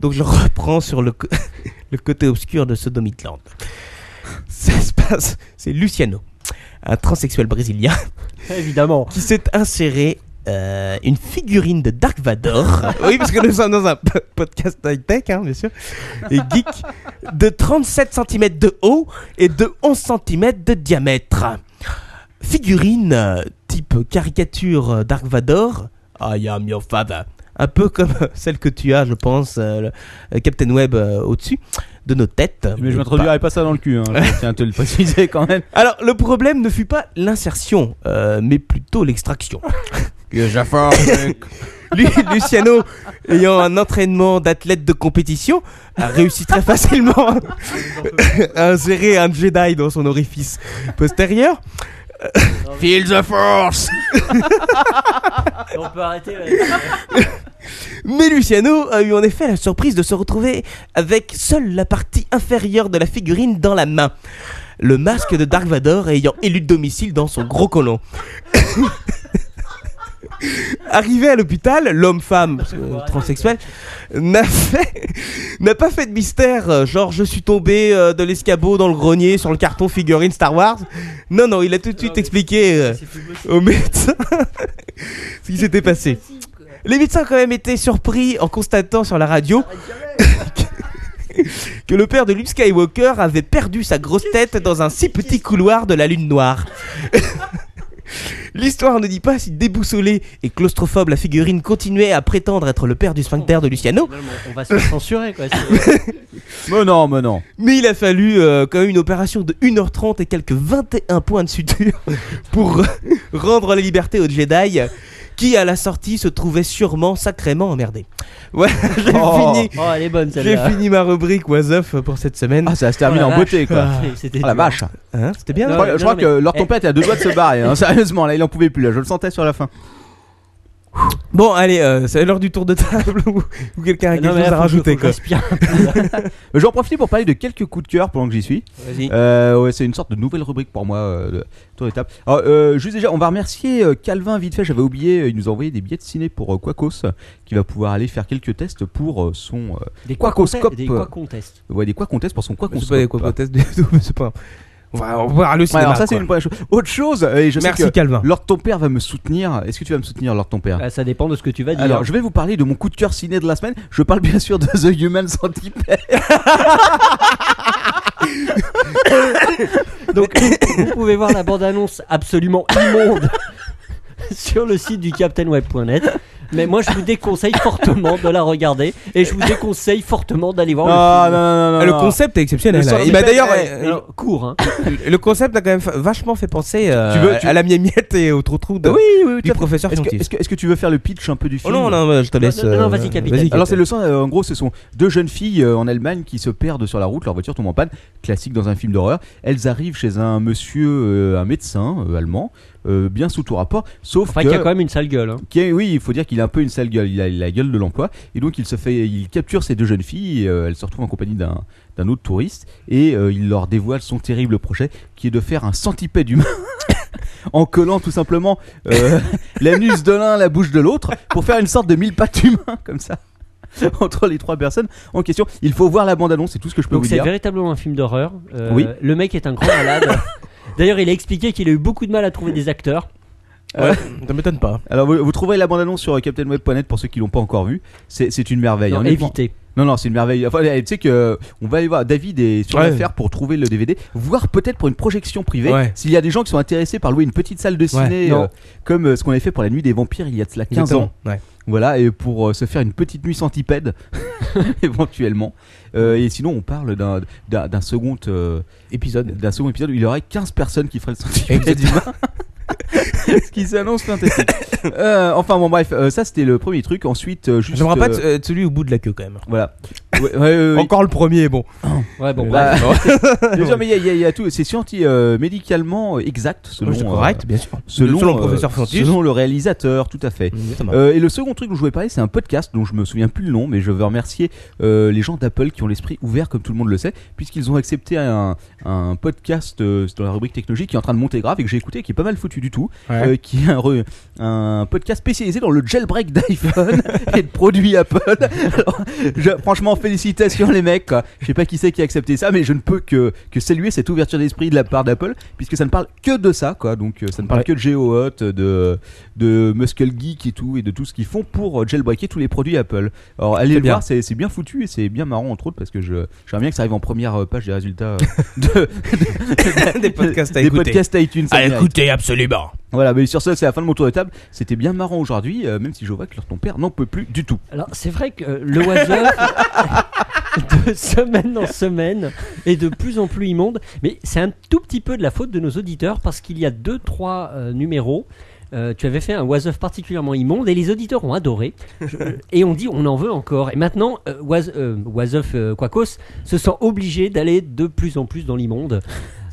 [SPEAKER 5] Donc je reprends sur le, co- le côté obscur de Sodomitland. Ça se passe, c'est Luciano, un transsexuel brésilien
[SPEAKER 4] Évidemment.
[SPEAKER 5] qui s'est inséré euh, une figurine de Dark Vador. oui, parce que nous sommes dans un po- podcast high-tech, hein, bien sûr, et geek, de 37 cm de haut et de 11 cm de diamètre. Figurine euh, type caricature euh, Dark Vador. I am your father. Un peu comme celle que tu as, je pense, euh, le- euh, Captain Web euh, au-dessus de nos têtes.
[SPEAKER 3] Mais je
[SPEAKER 5] Pas-
[SPEAKER 3] m'introduirai pas ça dans le cul, hein. je tiens à te le préciser quand même.
[SPEAKER 5] Alors, le problème ne fut pas l'insertion, euh, mais plutôt l'extraction.
[SPEAKER 7] Que
[SPEAKER 5] Lui, Luciano, ayant un entraînement d'athlète de compétition, a réussi très facilement à insérer un Jedi dans son orifice postérieur.
[SPEAKER 7] Feel the force
[SPEAKER 4] On peut arrêter.
[SPEAKER 5] Mais Luciano a eu en effet la surprise de se retrouver avec seule la partie inférieure de la figurine dans la main. Le masque de Dark Vador ayant élu de domicile dans son gros colon. Arrivé à l'hôpital, l'homme-femme parce que, euh, transsexuel n'a fait- n'a pas fait de mystère, euh, genre je suis tombé euh, de l'escabeau dans le grenier sur le carton figurine Star Wars. Non, non, il a tout de suite expliqué euh, au médecin ce qui s'était passé. Les médecins ont quand même été surpris en constatant sur la radio que le père de Luke Skywalker avait perdu sa grosse tête dans un si petit couloir de la lune noire. L'histoire ne dit pas si déboussolé et claustrophobe la figurine continuait à prétendre être le père du sphincter de Luciano,
[SPEAKER 4] On va se censurer quoi.
[SPEAKER 3] Mais non, mais non.
[SPEAKER 5] mais il a fallu euh, quand même une opération de 1h30 et quelques 21 points de suture pour rendre la liberté aux Jedi qui à la sortie se trouvait sûrement sacrément emmerdé. Voilà, j'ai
[SPEAKER 3] Oh.
[SPEAKER 5] fini.
[SPEAKER 4] Oh, elle est bonne
[SPEAKER 5] J'ai
[SPEAKER 4] celle-là.
[SPEAKER 5] fini ma rubrique Was Up pour cette semaine.
[SPEAKER 3] Ah, ça se termine
[SPEAKER 4] Oh la
[SPEAKER 3] en beauté, quoi.
[SPEAKER 5] Ah.
[SPEAKER 4] C'était
[SPEAKER 3] Ah la
[SPEAKER 4] dur.
[SPEAKER 3] vache.
[SPEAKER 5] Hein, C'était bien.
[SPEAKER 3] je
[SPEAKER 4] Non,
[SPEAKER 3] crois, je
[SPEAKER 4] non,
[SPEAKER 3] crois
[SPEAKER 4] mais-
[SPEAKER 3] que leur
[SPEAKER 4] eh.
[SPEAKER 3] tempête était à deux doigts de se barrer. hein. Sérieusement, là, il en pouvait plus. Là, je le sentais sur la fin.
[SPEAKER 5] Bon, allez, euh, c'est l'heure du tour de table où, où quelqu'un a
[SPEAKER 4] Non,
[SPEAKER 5] quelque
[SPEAKER 4] mais
[SPEAKER 5] chose
[SPEAKER 4] là,
[SPEAKER 5] à
[SPEAKER 4] faut que je- faut
[SPEAKER 5] rajouter.
[SPEAKER 4] que
[SPEAKER 5] Quoi.
[SPEAKER 4] j'aspire.
[SPEAKER 3] Je vais en profiter pour parler de quelques coups de cœur pendant que j'y suis.
[SPEAKER 5] Vas-y.
[SPEAKER 3] Euh, ouais, c'est une sorte de nouvelle rubrique pour moi, euh, de tour d'étape. Alors, euh, juste déjà, on va remercier euh, Calvin vite fait. J'avais oublié, euh, il nous a envoyé des billets de ciné pour euh, Quacos, qui va pouvoir aller faire quelques tests pour euh, son. euh,
[SPEAKER 4] Des
[SPEAKER 3] Quoi
[SPEAKER 4] quoi
[SPEAKER 3] qu'on scope.
[SPEAKER 4] Des quoi qu'on teste.
[SPEAKER 3] ouais, des Quacon tests pour son Quacon
[SPEAKER 5] C'est pas
[SPEAKER 4] hein.
[SPEAKER 5] des copotes du tout, mais c'est pas. On va, on va voir le
[SPEAKER 3] Ouais,
[SPEAKER 5] cinéma.
[SPEAKER 3] alors ça c'est
[SPEAKER 5] quoi.
[SPEAKER 3] une première chose. Autre chose, euh, et je
[SPEAKER 5] Merci
[SPEAKER 3] sais que
[SPEAKER 5] Calvin.
[SPEAKER 3] Lord ton père va me soutenir. Est-ce que tu vas me soutenir Lord ton père
[SPEAKER 4] Ah, Ça dépend de ce que tu vas dire.
[SPEAKER 3] Alors je vais vous parler de mon coup de cœur ciné de la semaine. Je parle bien sûr de The Human Centipede.
[SPEAKER 4] Donc, vous pouvez voir la bande-annonce absolument immonde sur le site du CaptainWeb.net. Mais moi, je vous déconseille fortement de la regarder et je vous déconseille fortement d'aller voir
[SPEAKER 3] Ah,
[SPEAKER 4] le film.
[SPEAKER 3] non,
[SPEAKER 5] Oh, Euh, Le concept est exceptionnel.
[SPEAKER 3] Le sort
[SPEAKER 5] Et
[SPEAKER 3] des
[SPEAKER 5] bah
[SPEAKER 3] fêtes,
[SPEAKER 5] d'ailleurs,
[SPEAKER 3] ouais.
[SPEAKER 5] euh,
[SPEAKER 4] Alors, court, hein.
[SPEAKER 5] le concept a quand même fa- vachement fait penser euh,
[SPEAKER 3] Tu veux- tu-
[SPEAKER 5] à la miette et au trou-trou de-
[SPEAKER 3] Oui, oui, oui.
[SPEAKER 5] du
[SPEAKER 3] tout à fait.
[SPEAKER 5] professeur
[SPEAKER 3] Est-ce que,
[SPEAKER 5] Fiontis.
[SPEAKER 3] est-ce que- est-ce que tu veux faire le pitch un peu du
[SPEAKER 5] Oh
[SPEAKER 3] film
[SPEAKER 5] non, non, bah, je te laisse.
[SPEAKER 4] non, non,
[SPEAKER 5] euh,
[SPEAKER 4] vas-y, capitaine.
[SPEAKER 3] Alors c'est le sens, euh, en gros ce sont deux jeunes filles euh, en Allemagne qui se perdent sur la route, leur voiture tombe en panne, classique dans un film d'horreur. Elles arrivent chez un monsieur, euh, un médecin euh, allemand, euh, bien sous tout rapport, sauf
[SPEAKER 4] Enfin,
[SPEAKER 3] que...
[SPEAKER 4] qu'il y a quand même une sale gueule. hein.
[SPEAKER 3] Qui est- oui, il faut dire qu'il a un peu une sale gueule. Il a la gueule de l'emploi. Et donc, il se fait, il capture ces deux jeunes filles. et, euh, elles se retrouvent en compagnie d'un, d'un autre touriste. Et euh, il leur dévoile son terrible projet qui est de faire un centipède humain. en collant tout simplement euh, l'anus de l'un, la bouche de l'autre. Pour faire une sorte de mille pattes humain, comme ça. Entre les trois personnes en question. Il faut voir la bande-annonce, c'est tout ce que je peux
[SPEAKER 4] Donc,
[SPEAKER 3] vous
[SPEAKER 4] c'est
[SPEAKER 3] dire.
[SPEAKER 4] véritablement un film d'horreur. Euh,
[SPEAKER 3] Oui.
[SPEAKER 4] Le mec est un grand malade. D'ailleurs, il a expliqué qu'il a eu beaucoup de mal à trouver des acteurs.
[SPEAKER 5] Ça m'étonne pas.
[SPEAKER 3] Alors, vous, vous trouverez la bande-annonce sur euh, captainweb.net pour ceux qui l'ont pas encore vue. C'est, c'est une merveille.
[SPEAKER 4] Non,
[SPEAKER 3] hein. Honnêtement,
[SPEAKER 4] évitez.
[SPEAKER 3] Non, non, c'est une merveille. Enfin, tu sais que euh, on va aller voir. David est sur
[SPEAKER 5] Ouais.
[SPEAKER 3] l'affaire pour trouver le DVD, voire peut-être pour une projection privée.
[SPEAKER 5] Ouais.
[SPEAKER 3] S'il y a des gens qui sont intéressés par louer une petite salle de ciné,
[SPEAKER 5] Ouais, non.
[SPEAKER 3] euh, comme euh, ce qu'on avait fait pour la nuit des vampires il y a de cela 15 ans.
[SPEAKER 5] Ouais.
[SPEAKER 3] Voilà, et pour euh, se faire une petite nuit centipède, éventuellement. Euh, et sinon, on parle d'un- d'un d'un second, euh,
[SPEAKER 5] Épisode.
[SPEAKER 3] d'un second épisode où il y aurait 15 personnes qui feraient le centipède humain. ce qui s'annonce fantastique. Euh, enfin, bon, bref, euh, ça c'était le premier truc. Ensuite, euh, juste.
[SPEAKER 5] Je me rappelle
[SPEAKER 3] euh,
[SPEAKER 5] euh, de celui au bout de la queue quand même.
[SPEAKER 3] voilà. Ouais, ouais, ouais, ouais.
[SPEAKER 5] Encore le premier, bon.
[SPEAKER 4] Ouais, bon, bref.
[SPEAKER 3] Bah, bien sûr, mais il y a- il y, a- il y a tout. C'est scienti euh, médicalement exact selon.
[SPEAKER 5] C'est
[SPEAKER 3] euh,
[SPEAKER 5] correct, bien sûr.
[SPEAKER 3] selon,
[SPEAKER 5] Selon le
[SPEAKER 3] euh,
[SPEAKER 5] professeur Mm. Fiontis.
[SPEAKER 3] selon le réalisateur, tout à fait.
[SPEAKER 5] Exactement.
[SPEAKER 3] Euh, et le second truc dont je voulais parler, c'est un podcast dont je me souviens plus le nom, mais je veux remercier euh, les gens d'Apple qui ont l'esprit ouvert, comme tout le monde le sait, puisqu'ils ont accepté un, un podcast euh, dans la rubrique technologie qui est en train de monter grave et que j'ai écouté, qui est pas mal foutu du tout,
[SPEAKER 5] Ouais.
[SPEAKER 3] euh, qui est un, re- un podcast spécialisé dans le jailbreak d'iPhone et de produits Apple. Alors, je- franchement, félicitations les mecs. quoi. Je sais pas qui c'est qui a accepté ça, mais je ne peux que, que saluer cette ouverture d'esprit de la part d'Apple, puisque ça ne parle que de ça, quoi. Donc euh, ça ne parle
[SPEAKER 5] Ouais.
[SPEAKER 3] que de GeoHot, de de Muscle Geek et tout, et de tout ce qu'ils font pour euh, jailbreaker tous les produits Apple. Alors allez
[SPEAKER 5] C'est
[SPEAKER 3] le
[SPEAKER 5] bien.
[SPEAKER 3] voir, c'est c'est bien foutu et c'est bien marrant entre autres parce que je j'aimerais bien que ça arrive en première euh, page des résultats euh, de,
[SPEAKER 5] Des podcasts à
[SPEAKER 3] des
[SPEAKER 5] écouter.
[SPEAKER 3] podcasts iTunes. ça
[SPEAKER 8] À
[SPEAKER 3] mérite.
[SPEAKER 8] écouter absolument.
[SPEAKER 3] Voilà, mais sur ça, c'est la fin de mon tour de table. C'était bien marrant aujourd'hui, euh, même si je vois que leur ton père n'en peut plus du tout.
[SPEAKER 4] Alors, c'est vrai que euh, le was-of, de semaine en semaine, est de plus en plus immonde. Mais c'est un tout petit peu de la faute de nos auditeurs parce qu'il y a deux, trois euh, numéros. euh, tu avais fait un was of particulièrement immonde et les auditeurs ont adoré. Je- euh, et on dit on en veut encore. Et maintenant, euh, was, euh, was of euh, Quacos se sent obligé d'aller de plus en plus dans l'immonde.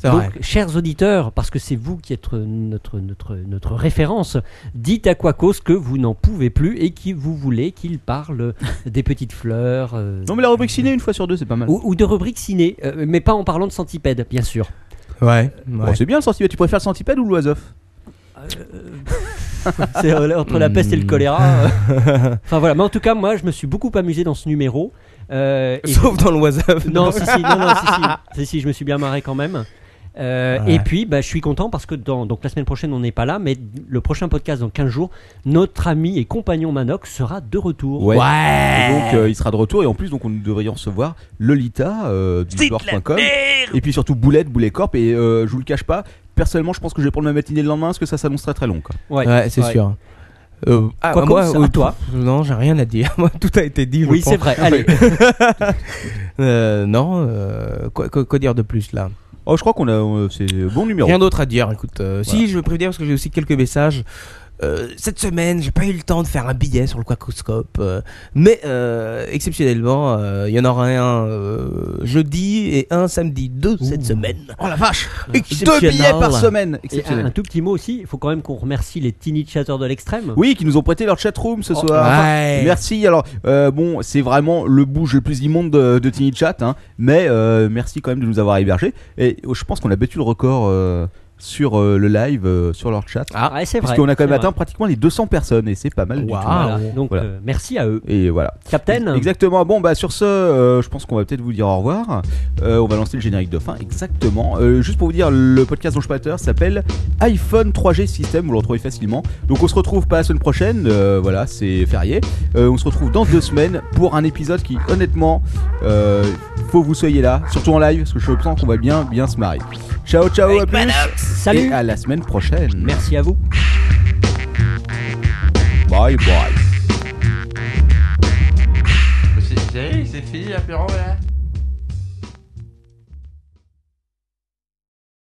[SPEAKER 5] C'est
[SPEAKER 4] Donc,
[SPEAKER 5] vrai.
[SPEAKER 4] chers auditeurs, parce que c'est vous qui êtes notre, notre, notre référence, dites à Quacos que vous n'en pouvez plus et que vous voulez qu'il parle des petites fleurs. euh,
[SPEAKER 3] Non, mais la rubrique ciné, une fois sur deux, c'est pas mal.
[SPEAKER 4] ou, ou de rubriques ciné, euh, mais pas en parlant de centipède, bien sûr.
[SPEAKER 5] Ouais.
[SPEAKER 3] Bon, c'est bien le centipède. Tu préfères le centipède ou l'oiseuf
[SPEAKER 4] C'est euh, entre la peste et
[SPEAKER 5] Hmm.
[SPEAKER 4] le choléra. euh. Enfin voilà, mais en tout cas, moi, je me suis beaucoup amusé dans ce numéro. euh, et-
[SPEAKER 5] Sauf dans le WhatsApp.
[SPEAKER 4] Non, si, si, non, non, si, si. Si, si, je me suis bien marré quand même. Euh,
[SPEAKER 5] Ouais.
[SPEAKER 4] Et puis, bah, je suis content parce que dans, donc, la semaine prochaine, on n'est pas là, mais le prochain podcast dans 15 jours, notre ami et compagnon Manoc sera de retour.
[SPEAKER 3] Et donc, euh, il sera de retour. Et en plus, donc, on devrait recevoir Lolita euh, du joueur.com. Et puis surtout Boulette, Boulet Corp. Et euh, je vous le cache pas, personnellement, je pense que je vais prendre ma matinée le lendemain parce que ça s'annonce très très long. quoi.
[SPEAKER 4] Ouais.
[SPEAKER 5] Ouais, c'est
[SPEAKER 4] Ouais.
[SPEAKER 5] sûr. Euh, ah,
[SPEAKER 4] Quoi
[SPEAKER 5] moi,
[SPEAKER 4] qu'on-
[SPEAKER 5] euh,
[SPEAKER 4] à toi.
[SPEAKER 5] pff, Non, j'ai rien à dire. Moi, tout a été dit. je
[SPEAKER 4] Oui, c'est
[SPEAKER 5] pense.
[SPEAKER 4] vrai. Allez,
[SPEAKER 5] Euh, non, euh, quoi, quoi- quoi dire de plus là
[SPEAKER 3] Oh, je crois qu'on a. euh, c'est bon numéro.
[SPEAKER 5] Rien d'autre à dire. Écoute, euh, si je veux prévenir parce que j'ai aussi quelques messages. Euh, cette semaine, j'ai pas eu le temps de faire un billet sur le Quacoscope, euh, mais euh, exceptionnellement, euh, il y en aura un euh, jeudi et un samedi, deux cette semaine.
[SPEAKER 7] Oh la vache
[SPEAKER 3] Deux billets par semaine.
[SPEAKER 4] Et un,
[SPEAKER 3] Exceptionnel.
[SPEAKER 4] un tout petit mot aussi, il faut quand même qu'on remercie les Tiny Chatters de l'extrême.
[SPEAKER 3] Oui, qui nous ont prêté leur chatroom ce
[SPEAKER 4] Oh,
[SPEAKER 3] soir.
[SPEAKER 5] ouais.
[SPEAKER 3] Merci. Alors, euh, bon, c'est vraiment le bouge le plus immonde de, de Tiny Chat, hein, mais euh, merci quand même de nous avoir hébergés. Et euh, je pense qu'on a battu le record euh, sur euh, le live, euh, sur leur chat.
[SPEAKER 4] Ah, ouais, c'est vrai.
[SPEAKER 3] Parce qu'on a quand même
[SPEAKER 4] c'est
[SPEAKER 3] atteint
[SPEAKER 4] vrai.
[SPEAKER 3] pratiquement les 200 personnes et c'est pas mal du
[SPEAKER 5] Waouh.
[SPEAKER 3] tout.
[SPEAKER 4] Voilà. Donc,
[SPEAKER 3] Voilà.
[SPEAKER 4] euh, merci à eux.
[SPEAKER 3] Et voilà.
[SPEAKER 4] Captain
[SPEAKER 3] Exactement. Bon, bah sur ce, euh, je pense qu'on va peut-être vous dire au revoir. Euh, on va lancer le générique de fin. Exactement. Euh, juste pour vous dire, le podcast dont je parle tout à l'heure s'appelle iPhone 3G System. Vous le retrouvez facilement. Donc on se retrouve pas la semaine prochaine. euh, voilà, c'est férié. Euh, on se retrouve dans deux semaines pour un épisode qui, honnêtement, euh, faut que vous soyez là, surtout en live, parce que je pense qu'on va bien, bien se marrer. Ciao, ciao, à plus.
[SPEAKER 4] Salut.
[SPEAKER 3] Et à la semaine prochaine.
[SPEAKER 4] Merci à vous.
[SPEAKER 3] Bye bye.
[SPEAKER 2] C'est c'est fini l'apéro là